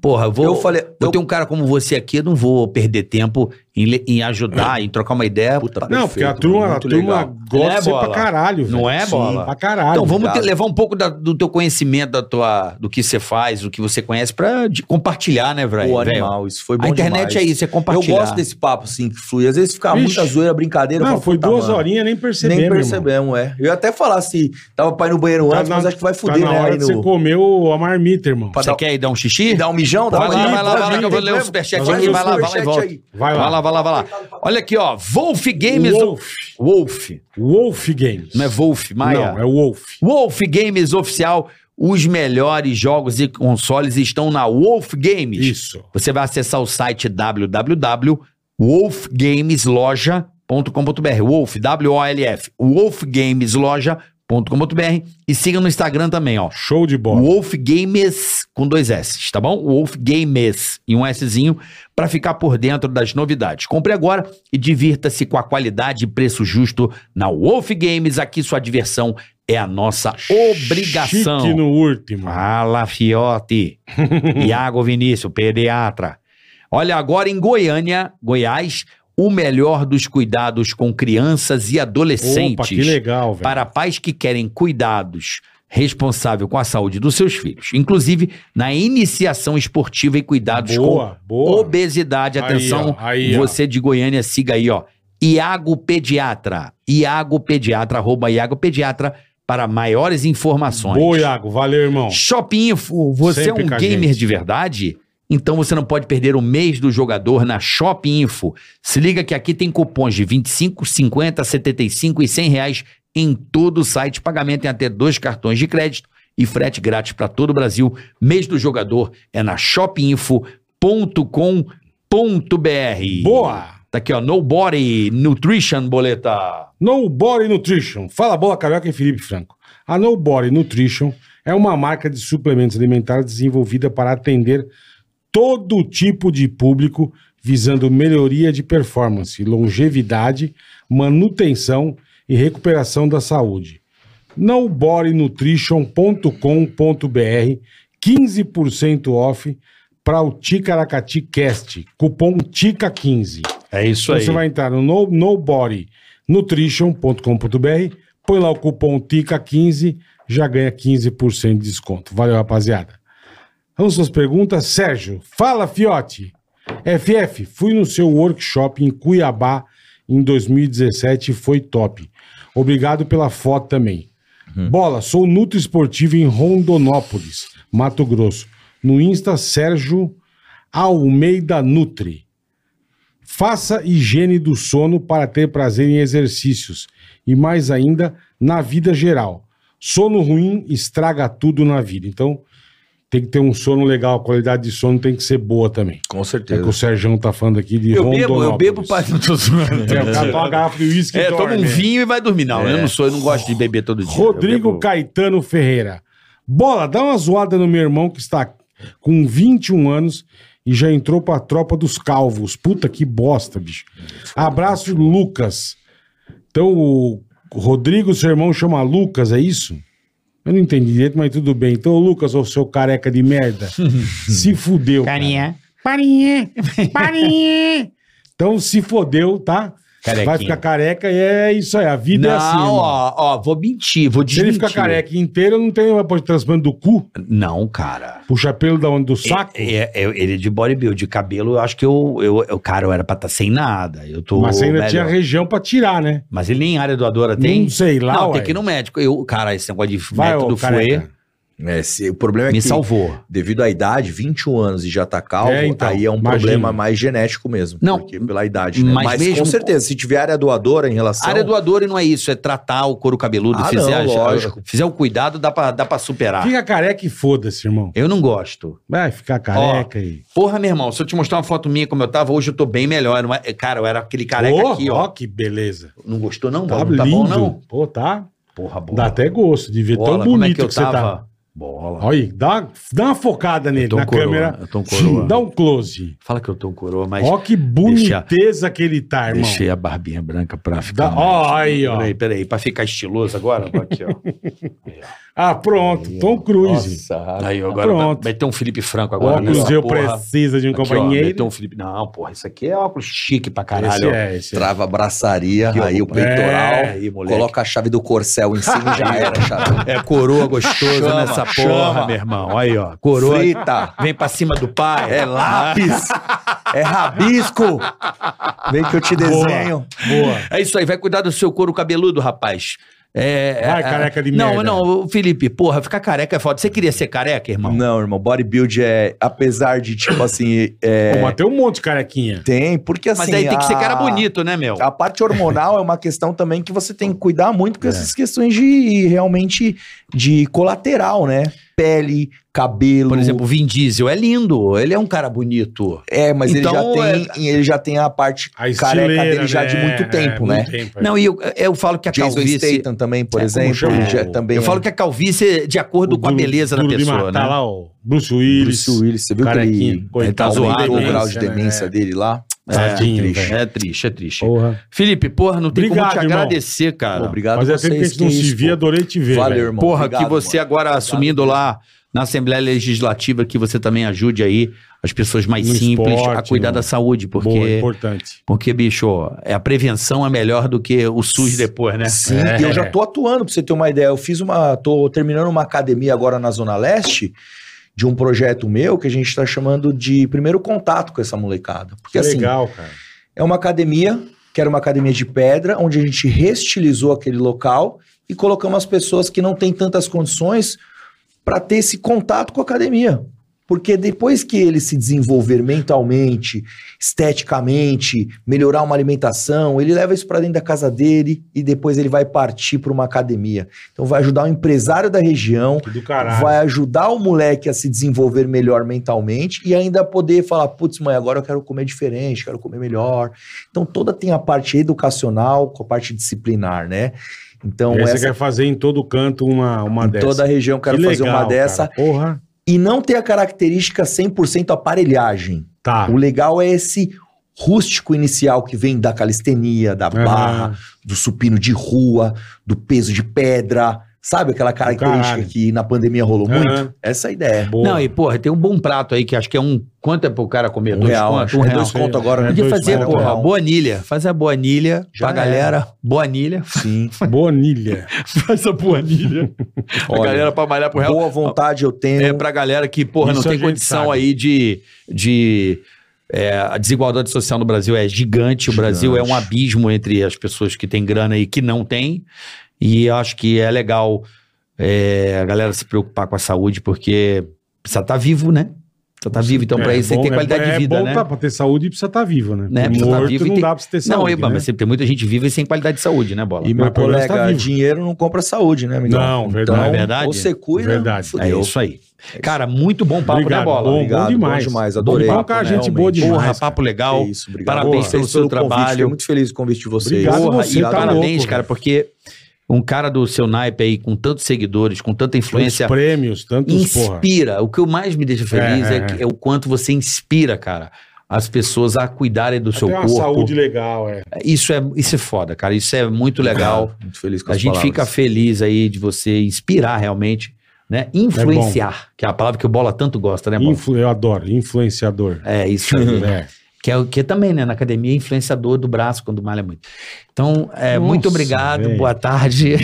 [SPEAKER 3] Porra, eu vou.
[SPEAKER 4] eu falei,
[SPEAKER 3] eu
[SPEAKER 4] eu,
[SPEAKER 3] tenho um cara como você aqui, eu não vou perder tempo em, le- em ajudar, em trocar uma ideia. Puta,
[SPEAKER 2] Não,
[SPEAKER 4] Perfeito,
[SPEAKER 2] porque a turma, a
[SPEAKER 4] muito
[SPEAKER 2] turma
[SPEAKER 4] legal.
[SPEAKER 2] gosta
[SPEAKER 3] Não é
[SPEAKER 2] de ser pra
[SPEAKER 3] bola?
[SPEAKER 2] caralho, velho.
[SPEAKER 3] Não é
[SPEAKER 2] Sim,
[SPEAKER 3] bola?
[SPEAKER 2] Pra caralho.
[SPEAKER 3] então vamos
[SPEAKER 4] obrigado.
[SPEAKER 3] ter- levar um pouco da- do teu conhecimento, da tua, do que você faz, do que você conhece, pra de- compartilhar, né, velho?
[SPEAKER 4] pô,
[SPEAKER 3] Velho,
[SPEAKER 4] animal, isso foi bom
[SPEAKER 3] A internet
[SPEAKER 4] demais.
[SPEAKER 3] é isso, é
[SPEAKER 4] Eu
[SPEAKER 3] compartilhar.
[SPEAKER 4] gosto desse papo, assim, que flui. Às vezes fica
[SPEAKER 2] Vixe.
[SPEAKER 4] muita zoeira, brincadeira. eu
[SPEAKER 2] Não,
[SPEAKER 4] falo,
[SPEAKER 2] foi
[SPEAKER 4] puta,
[SPEAKER 2] duas
[SPEAKER 4] mano,
[SPEAKER 2] horinhas, nem percebemos.
[SPEAKER 4] Nem
[SPEAKER 2] irmão.
[SPEAKER 4] percebemos, é. Eu ia até falar se tava pra ir no banheiro
[SPEAKER 2] Tá
[SPEAKER 4] antes,
[SPEAKER 2] na-
[SPEAKER 4] mas acho que vai
[SPEAKER 2] Tá
[SPEAKER 4] fuder,
[SPEAKER 2] na
[SPEAKER 4] né?
[SPEAKER 2] hora
[SPEAKER 4] Aí
[SPEAKER 2] de você
[SPEAKER 4] no...
[SPEAKER 2] comer o, a marmita, irmão.
[SPEAKER 4] Pra
[SPEAKER 3] Você
[SPEAKER 4] dar-
[SPEAKER 3] quer ir dar um xixi?
[SPEAKER 4] Dar um mijão? Dá
[SPEAKER 3] Vai
[SPEAKER 4] pra
[SPEAKER 2] lá,
[SPEAKER 4] ir?
[SPEAKER 2] vai lá,
[SPEAKER 4] Pode
[SPEAKER 2] vai lá,
[SPEAKER 4] ir,
[SPEAKER 2] que eu
[SPEAKER 3] vou ler o
[SPEAKER 4] tem
[SPEAKER 3] superchat
[SPEAKER 4] problema?
[SPEAKER 2] aqui, vai lá,
[SPEAKER 4] Faz
[SPEAKER 3] vai lá e
[SPEAKER 4] o
[SPEAKER 3] volta.
[SPEAKER 4] superchat aí.
[SPEAKER 2] Vai lá.
[SPEAKER 3] Vai lá, vai lá, vai lá. Olha aqui, ó. Wolf Games.
[SPEAKER 2] Wolf.
[SPEAKER 3] Wolf.
[SPEAKER 2] Wolf Games.
[SPEAKER 3] Não é Wolf, Maia?
[SPEAKER 2] Não, é Wolf.
[SPEAKER 3] Wolf Games Oficial. Os melhores jogos e consoles estão na Wolf Games.
[SPEAKER 2] Isso.
[SPEAKER 3] Você vai acessar o site www.wolfgamesloja.com.br. Wolf, W-O-L-F. Wolfgamesloja.com.br. E siga no Instagram também, ó.
[SPEAKER 2] Show de bola.
[SPEAKER 3] Wolf Games com dois S, tá bom? Wolf Games e um Szinho pra ficar por dentro das novidades. Compre agora e divirta-se com a qualidade e preço justo na Wolf Games. Aqui sua diversão é a nossa obrigação. Ah,
[SPEAKER 2] Chique no último.
[SPEAKER 3] Fala, Fiote. Iago Vinícius, pediatra. Olha, agora em Goiânia, Goiás, o melhor dos cuidados com crianças e adolescentes.
[SPEAKER 2] Opa, que legal, velho.
[SPEAKER 3] Para pais que querem cuidados responsável com a saúde dos seus filhos, inclusive na iniciação esportiva e cuidados
[SPEAKER 2] Boa,
[SPEAKER 3] com
[SPEAKER 2] boa.
[SPEAKER 3] obesidade.
[SPEAKER 2] Aí,
[SPEAKER 3] Atenção,
[SPEAKER 2] ó, aí, ó.
[SPEAKER 3] você de Goiânia, siga aí, ó. Iago Pediatra. Iago Pediatra, arroba Iago Pediatra, para maiores informações.
[SPEAKER 2] Boa, Iago. Valeu, irmão.
[SPEAKER 3] Shopping Info, você
[SPEAKER 2] Sempre
[SPEAKER 3] é um
[SPEAKER 2] com a
[SPEAKER 3] gamer
[SPEAKER 2] gente.
[SPEAKER 3] de verdade? Então você não pode perder o mês do jogador na Shopping Info. Se liga que aqui tem cupons de 25, 50, 75 e 100 reais em todo o site. Pagamento em até dois cartões de crédito e frete grátis para todo o Brasil. Mês do jogador é na shopinfo.com.br.
[SPEAKER 2] Boa.
[SPEAKER 3] Tá aqui, ó. Nobody Nutrition Boleta.
[SPEAKER 2] No Body Nutrition. Fala bola, Carioca e Felipe Franco. A No Body Nutrition é uma marca de suplementos alimentares desenvolvida para atender todo tipo de público, visando melhoria de performance, longevidade, manutenção e recuperação da saúde. NoBodyNutrition.com.br 15% off para o Ticaracati Cast, cupom TICA15.
[SPEAKER 3] É isso
[SPEAKER 2] Então você vai entrar no no- nobodynutrition.com.br, põe lá o cupom TICA15, já ganha 15% de desconto. Valeu, rapaziada. Vamos às suas perguntas. Sérgio, fala, fiote. FF, fui no seu workshop em Cuiabá em 2017 e foi top. Obrigado pela foto também. Bola, sou nutri esportivo em Rondonópolis, Mato Grosso. No Insta, Sérgio Almeida Nutri. Faça higiene do sono para ter prazer em exercícios e mais ainda na vida geral. Sono ruim estraga tudo na vida. Então, tem que ter um sono legal, a qualidade de sono tem que ser boa também.
[SPEAKER 4] Com
[SPEAKER 2] É que o
[SPEAKER 4] certeza.
[SPEAKER 2] Sérgio tá falando aqui de
[SPEAKER 3] Eu bebo, eu bebo pra...
[SPEAKER 2] Rondonópolis.
[SPEAKER 3] Não tô zoando.
[SPEAKER 2] É, o cara toma uma garrafa de uísque e
[SPEAKER 3] É, toma um
[SPEAKER 2] dorme. É.
[SPEAKER 3] vinho e vai dormir. Não, eu não sou, eu não gosto de beber todo dia.
[SPEAKER 2] Rodrigo
[SPEAKER 3] Eu bebo-
[SPEAKER 2] Caetano Ferreira. Bola, dá uma zoada no meu irmão que está com 21 anos e já entrou pra tropa dos calvos. Puta que bosta, bicho. Abraço, Lucas. Então, o Rodrigo, seu irmão, chama Lucas, é isso? Eu não entendi direito, mas tudo bem. Então, Lucas, ô seu careca de merda, se fudeu. Carinha. Parinha. Parinha. Então, se fodeu, tá? Vai
[SPEAKER 3] Carequinha.
[SPEAKER 2] ficar careca e é isso aí. A vida
[SPEAKER 3] Não,
[SPEAKER 2] é assim. irmão.
[SPEAKER 3] ó, ó, vou mentir, vou
[SPEAKER 2] Se ele
[SPEAKER 3] desmentir.
[SPEAKER 2] ficar careca inteiro, não tem uma transplante do cu,
[SPEAKER 3] Não, cara.
[SPEAKER 2] puxa pelo da onde do saco.
[SPEAKER 3] É, é, ele é de bodybuild, de cabelo, eu acho que eu, eu, eu cara, eu era pra estar sem nada. Eu tô
[SPEAKER 2] mas você ainda
[SPEAKER 3] velho.
[SPEAKER 2] tinha região pra tirar, né?
[SPEAKER 3] Mas ele nem área doadora tem?
[SPEAKER 2] Não sei lá,
[SPEAKER 3] Não,
[SPEAKER 2] ué.
[SPEAKER 3] tem que ir no médico. Eu, cara, esse negócio de
[SPEAKER 2] Vai, ô,
[SPEAKER 3] método foi
[SPEAKER 2] careca.
[SPEAKER 4] É, se- o problema é
[SPEAKER 3] me
[SPEAKER 4] que,
[SPEAKER 3] salvou.
[SPEAKER 4] devido à idade, 21 anos e já tá calvo,
[SPEAKER 2] É, então,
[SPEAKER 4] aí é um
[SPEAKER 2] imagina.
[SPEAKER 4] problema mais genético mesmo.
[SPEAKER 3] Não,
[SPEAKER 4] Porque pela idade, né?
[SPEAKER 3] mas
[SPEAKER 4] Mas,
[SPEAKER 3] mesmo-
[SPEAKER 4] com certeza, se tiver área doadora em relação...
[SPEAKER 3] Área doadora e não é isso, é tratar o couro cabeludo,
[SPEAKER 4] Ah,
[SPEAKER 3] fizer,
[SPEAKER 4] não,
[SPEAKER 3] a-
[SPEAKER 4] lógico.
[SPEAKER 3] fizer o cuidado, dá pra, dá pra superar.
[SPEAKER 2] Fica careca e foda-se, irmão.
[SPEAKER 3] Eu não gosto.
[SPEAKER 2] Vai ficar careca e.
[SPEAKER 3] Porra, meu irmão, se eu te mostrar uma foto minha como eu tava, hoje eu tô bem melhor. Eu não é- Cara, eu era aquele careca
[SPEAKER 2] Ô,
[SPEAKER 3] aqui, ó.
[SPEAKER 2] que beleza.
[SPEAKER 3] Não gostou, não?
[SPEAKER 2] Tá,
[SPEAKER 3] Bola?
[SPEAKER 2] lindo.
[SPEAKER 3] não tá bom, não?
[SPEAKER 2] Pô, tá.
[SPEAKER 3] Porra, bola.
[SPEAKER 2] Dá até gosto de ver
[SPEAKER 3] bola,
[SPEAKER 2] tão
[SPEAKER 3] como é
[SPEAKER 2] bonito
[SPEAKER 3] que
[SPEAKER 2] que,
[SPEAKER 3] eu
[SPEAKER 2] você
[SPEAKER 3] tava?
[SPEAKER 2] tá.
[SPEAKER 3] Bola.
[SPEAKER 2] Olha aí, dá, dá uma focada nele,
[SPEAKER 3] tô um
[SPEAKER 2] na
[SPEAKER 3] coroa,
[SPEAKER 2] câmera.
[SPEAKER 3] eu tô um coroa.
[SPEAKER 2] Dá um close.
[SPEAKER 3] Fala que eu tô um coroa, mas
[SPEAKER 2] Ó, que
[SPEAKER 3] deixa-
[SPEAKER 2] boniteza que ele tá, irmão.
[SPEAKER 3] deixei a barbinha branca pra ficar.
[SPEAKER 2] Dá- ó, aí, ó.
[SPEAKER 3] Peraí, peraí, pra ficar estiloso agora? Tô Aqui, ó.
[SPEAKER 2] Ah, pronto. Tom Cruise.
[SPEAKER 3] Nossa, aí, ó, agora
[SPEAKER 2] Pronto.
[SPEAKER 3] vai ter um Felipe Franco agora.
[SPEAKER 2] Óculos
[SPEAKER 3] nessa
[SPEAKER 2] eu
[SPEAKER 3] porra.
[SPEAKER 2] precisa de um
[SPEAKER 3] Aqui, ó,
[SPEAKER 2] companheiro.
[SPEAKER 3] meteu um Felipe... Não, porra, isso aqui é óculos chique pra
[SPEAKER 2] Esse
[SPEAKER 3] caralho. ó.
[SPEAKER 2] é, esse é.
[SPEAKER 4] Trava a braçaria, aí o peitoral,
[SPEAKER 2] É,
[SPEAKER 3] aí, moleque.
[SPEAKER 4] coloca a chave do corcel em cima e já era, chave.
[SPEAKER 3] É coroa gostosa
[SPEAKER 4] Chama,
[SPEAKER 3] nessa porra,
[SPEAKER 4] chama.
[SPEAKER 3] meu irmão. Aí, ó. Coroa.
[SPEAKER 4] Frita,
[SPEAKER 3] Vem pra cima do pai.
[SPEAKER 4] é lápis, é rabisco. Vem que eu te desenho.
[SPEAKER 2] Boa.
[SPEAKER 3] É isso aí, vai cuidar do seu couro cabeludo, rapaz. É,
[SPEAKER 2] Vai,
[SPEAKER 3] é,
[SPEAKER 2] careca de
[SPEAKER 3] não,
[SPEAKER 2] merda.
[SPEAKER 3] Não, Felipe, porra, ficar careca é foda. Você queria ser careca, irmão?
[SPEAKER 4] Não, irmão, bodybuild é, apesar de, tipo assim, é,
[SPEAKER 2] Pô, mas tem um monte de carequinha.
[SPEAKER 4] tem, porque assim...
[SPEAKER 3] Mas aí tem que ser
[SPEAKER 4] a-
[SPEAKER 3] cara bonito, né, meu?
[SPEAKER 4] A parte hormonal é uma questão também que você tem que cuidar muito
[SPEAKER 2] É.
[SPEAKER 4] com essas questões de, realmente, de colateral, né? Pele, cabelo...
[SPEAKER 3] Por exemplo, o Vin Diesel é lindo, ele é um cara bonito.
[SPEAKER 4] É, mas
[SPEAKER 3] Então,
[SPEAKER 4] ele, já tem, ele já tem a parte
[SPEAKER 2] A
[SPEAKER 4] é careca
[SPEAKER 2] estileira,
[SPEAKER 4] dele já de
[SPEAKER 2] né?
[SPEAKER 4] muito tempo,
[SPEAKER 2] É,
[SPEAKER 4] né?
[SPEAKER 2] muito tempo, é.
[SPEAKER 3] Não, e eu, eu falo que a
[SPEAKER 4] Jason
[SPEAKER 3] calvície.
[SPEAKER 4] Statham também, por
[SPEAKER 3] É, como
[SPEAKER 4] exemplo.
[SPEAKER 2] chama
[SPEAKER 4] ele já
[SPEAKER 2] o-
[SPEAKER 4] também
[SPEAKER 3] Eu falo
[SPEAKER 4] é-
[SPEAKER 3] que a calvície é de acordo com a
[SPEAKER 2] Duro-
[SPEAKER 3] beleza
[SPEAKER 2] Duro
[SPEAKER 3] da
[SPEAKER 2] de
[SPEAKER 3] pessoa,
[SPEAKER 2] Matar
[SPEAKER 3] né?
[SPEAKER 2] lá, ó. Bruce Willis.
[SPEAKER 4] Bruce Willis, você viu que ele
[SPEAKER 2] Carequinha. Coitado,
[SPEAKER 3] tá zoado,
[SPEAKER 4] aumentou
[SPEAKER 3] né?
[SPEAKER 4] o grau de demência dele lá?
[SPEAKER 2] É, Tadinho,
[SPEAKER 4] triste.
[SPEAKER 2] velho.
[SPEAKER 3] É triste, é triste.
[SPEAKER 2] Porra.
[SPEAKER 3] Felipe, porra, não tem como
[SPEAKER 2] Obrigado,
[SPEAKER 3] te
[SPEAKER 2] irmão.
[SPEAKER 3] agradecer, cara.
[SPEAKER 4] Obrigado
[SPEAKER 2] Mas é sempre que a
[SPEAKER 4] vocês,
[SPEAKER 2] gente não
[SPEAKER 4] que
[SPEAKER 2] se
[SPEAKER 4] isso,
[SPEAKER 2] via,
[SPEAKER 4] pô.
[SPEAKER 2] adorei te ver.
[SPEAKER 4] Valeu,
[SPEAKER 2] velho.
[SPEAKER 4] irmão.
[SPEAKER 3] Porra, que
[SPEAKER 4] Obrigado,
[SPEAKER 3] você
[SPEAKER 4] mano.
[SPEAKER 3] agora assumindo lá na Assembleia Legislativa, que você também ajude aí as pessoas mais
[SPEAKER 2] No
[SPEAKER 3] simples a
[SPEAKER 2] esporte,
[SPEAKER 3] cuidar
[SPEAKER 2] no-
[SPEAKER 3] da saúde, porque,
[SPEAKER 2] Boa,
[SPEAKER 4] é
[SPEAKER 2] importante.
[SPEAKER 3] porque bicho, é, a prevenção é melhor do que o SUS depois, né?
[SPEAKER 4] Sim,
[SPEAKER 2] É.
[SPEAKER 4] e eu já tô atuando, pra você ter uma ideia. Eu fiz uma. tô terminando uma academia agora na Zona Leste de um projeto meu que a gente tá chamando de primeiro contato com essa molecada. Porque assim,
[SPEAKER 2] Legal, cara.
[SPEAKER 4] É uma academia, que era uma academia de pedra, onde a gente reestilizou aquele local e colocamos as pessoas que não têm tantas condições para ter esse contato com a academia. Porque depois que ele se desenvolver mentalmente, esteticamente, melhorar uma alimentação, ele leva isso para dentro da casa dele e depois ele vai partir para uma academia. Então vai ajudar o empresário da região,
[SPEAKER 2] Que do caralho.
[SPEAKER 4] vai ajudar o moleque a se desenvolver melhor mentalmente e ainda poder falar, putz, mãe, agora eu quero comer diferente, quero comer melhor. Então toda tem a parte educacional com a parte disciplinar, né? Então
[SPEAKER 2] E aí você
[SPEAKER 4] essa
[SPEAKER 2] quer fazer em todo canto uma, é uma
[SPEAKER 4] em
[SPEAKER 2] dessa.
[SPEAKER 4] toda a região eu quero
[SPEAKER 2] Que
[SPEAKER 4] fazer
[SPEAKER 2] legal,
[SPEAKER 4] uma dessa
[SPEAKER 2] cara. Porra.
[SPEAKER 4] e não ter a característica 100% aparelhagem.
[SPEAKER 2] Tá.
[SPEAKER 4] O legal é esse rústico inicial que vem da calistenia, da barra,
[SPEAKER 2] Aham.
[SPEAKER 4] do supino de rua, do peso de pedra, sabe aquela característica
[SPEAKER 2] caralho.
[SPEAKER 4] que na pandemia rolou
[SPEAKER 2] Aham.
[SPEAKER 4] muito? Essa é a ideia.
[SPEAKER 2] Boa.
[SPEAKER 3] Não, e porra, tem um bom prato aí que acho que é um. Quanto é pro cara comer?
[SPEAKER 4] Um
[SPEAKER 3] dois
[SPEAKER 4] real,
[SPEAKER 3] conto?
[SPEAKER 4] acho
[SPEAKER 3] Um
[SPEAKER 4] que é
[SPEAKER 3] real.
[SPEAKER 4] dois conto agora, né?
[SPEAKER 3] Podia
[SPEAKER 2] Dois
[SPEAKER 3] fazer,
[SPEAKER 2] conto,
[SPEAKER 3] porra,
[SPEAKER 4] real.
[SPEAKER 3] boa anilha. Faz a boa anilha
[SPEAKER 4] Já
[SPEAKER 3] pra
[SPEAKER 4] era.
[SPEAKER 3] galera. Boa anilha.
[SPEAKER 4] Sim.
[SPEAKER 2] Bonilha.
[SPEAKER 3] Faz a boa anilha. a
[SPEAKER 4] Olha,
[SPEAKER 3] galera pra malhar pro real.
[SPEAKER 4] Boa vontade eu tenho.
[SPEAKER 3] É pra galera que, porra,
[SPEAKER 2] Isso
[SPEAKER 3] não
[SPEAKER 2] a
[SPEAKER 3] tem
[SPEAKER 2] gente
[SPEAKER 3] condição
[SPEAKER 2] sabe.
[SPEAKER 3] aí de. de é, a desigualdade social no Brasil é gigante. O Brasil é um abismo entre as pessoas que têm grana e que não têm. E eu acho que é legal é, a galera se preocupar com a saúde, porque precisa estar vivo, né? Precisa estar vivo. Então, pra
[SPEAKER 2] É
[SPEAKER 3] isso, tem que
[SPEAKER 2] bom-
[SPEAKER 3] ter qualidade
[SPEAKER 2] é,
[SPEAKER 3] de vida,
[SPEAKER 2] É bom
[SPEAKER 3] né?
[SPEAKER 2] tá, pra ter saúde precisa estar vivo, né?
[SPEAKER 3] Né,
[SPEAKER 2] Porque
[SPEAKER 3] precisa tá
[SPEAKER 2] morto
[SPEAKER 3] vivo e
[SPEAKER 2] não
[SPEAKER 3] tem-
[SPEAKER 2] dá pra você ter
[SPEAKER 3] não,
[SPEAKER 2] saúde,
[SPEAKER 3] Eba,
[SPEAKER 2] né?
[SPEAKER 3] mas sempre tem muita gente viva e sem qualidade de saúde, né, Bola?
[SPEAKER 4] E
[SPEAKER 2] Mas
[SPEAKER 4] meu
[SPEAKER 2] pelo menos
[SPEAKER 4] colega,
[SPEAKER 2] tá vivo.
[SPEAKER 4] dinheiro não compra saúde, né, amigão?
[SPEAKER 2] Não, verdade.
[SPEAKER 4] Então,
[SPEAKER 3] Não é verdade?
[SPEAKER 4] Ou você cuida.
[SPEAKER 2] Verdade.
[SPEAKER 3] É
[SPEAKER 4] fudeu.
[SPEAKER 3] isso aí. Cara, muito bom papo,
[SPEAKER 2] Obrigado,
[SPEAKER 3] né, Bola?
[SPEAKER 2] bom,
[SPEAKER 4] Obrigado,
[SPEAKER 2] bom demais.
[SPEAKER 4] bom demais, adorei.
[SPEAKER 2] Bom papo,
[SPEAKER 4] Papo,
[SPEAKER 2] cara,
[SPEAKER 4] né,
[SPEAKER 2] gente boa
[SPEAKER 4] realmente.
[SPEAKER 2] demais.
[SPEAKER 3] Porra,
[SPEAKER 2] cara. É
[SPEAKER 3] papo legal.
[SPEAKER 4] Que É isso, obrigado.
[SPEAKER 3] Parabéns
[SPEAKER 4] Vocês
[SPEAKER 3] pelo seu
[SPEAKER 4] convite, Fiquei
[SPEAKER 3] trabalho.
[SPEAKER 4] muito feliz com o convite de vocês.
[SPEAKER 2] Obrigado,
[SPEAKER 3] Porra,
[SPEAKER 2] você
[SPEAKER 3] e
[SPEAKER 2] tá
[SPEAKER 3] parabéns,
[SPEAKER 2] louco,
[SPEAKER 3] cara,
[SPEAKER 2] velho.
[SPEAKER 3] porque um cara do seu naipe aí, com tantos seguidores, com tanta influência,
[SPEAKER 2] Os prêmios, tantos, porra.
[SPEAKER 3] inspira. O que eu mais me deixa feliz
[SPEAKER 2] É,
[SPEAKER 3] é,
[SPEAKER 2] é,
[SPEAKER 3] que- é o quanto você inspira, cara, as pessoas a cuidarem do seu
[SPEAKER 2] Tem uma
[SPEAKER 3] corpo.
[SPEAKER 2] saúde legal, é.
[SPEAKER 3] Isso, é, isso é foda, cara. Isso é muito legal.
[SPEAKER 4] Obrigado, Muito feliz com
[SPEAKER 3] A
[SPEAKER 4] as
[SPEAKER 3] gente fica
[SPEAKER 4] palavras.
[SPEAKER 3] feliz aí de você inspirar realmente, né? Influenciar, que é a palavra que o Bola tanto gosta, né, Bola?
[SPEAKER 2] Influ- eu adoro, influenciador.
[SPEAKER 3] É, isso aí.
[SPEAKER 2] É.
[SPEAKER 3] Que é o que também, né? Na academia, é influenciador do braço quando malha muito. Então, é, muito
[SPEAKER 2] Nossa,
[SPEAKER 3] obrigado,
[SPEAKER 2] velho.
[SPEAKER 3] boa tarde.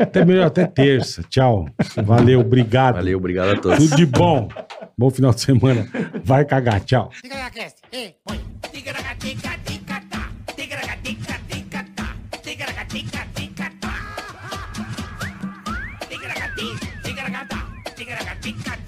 [SPEAKER 2] Até melhor, até terça. Tchau. Valeu, obrigado.
[SPEAKER 4] Valeu, obrigado a todos.
[SPEAKER 2] Tudo de bom. Bom final de semana. Vai cagar, tchau.
[SPEAKER 1] Ticaracast, eh, põe. Ticaracatica, ticatá. Ticaracatica, ticatá. Ticaracatica, ticatá. Ticaracati, ticaracatá. Ticaracatica,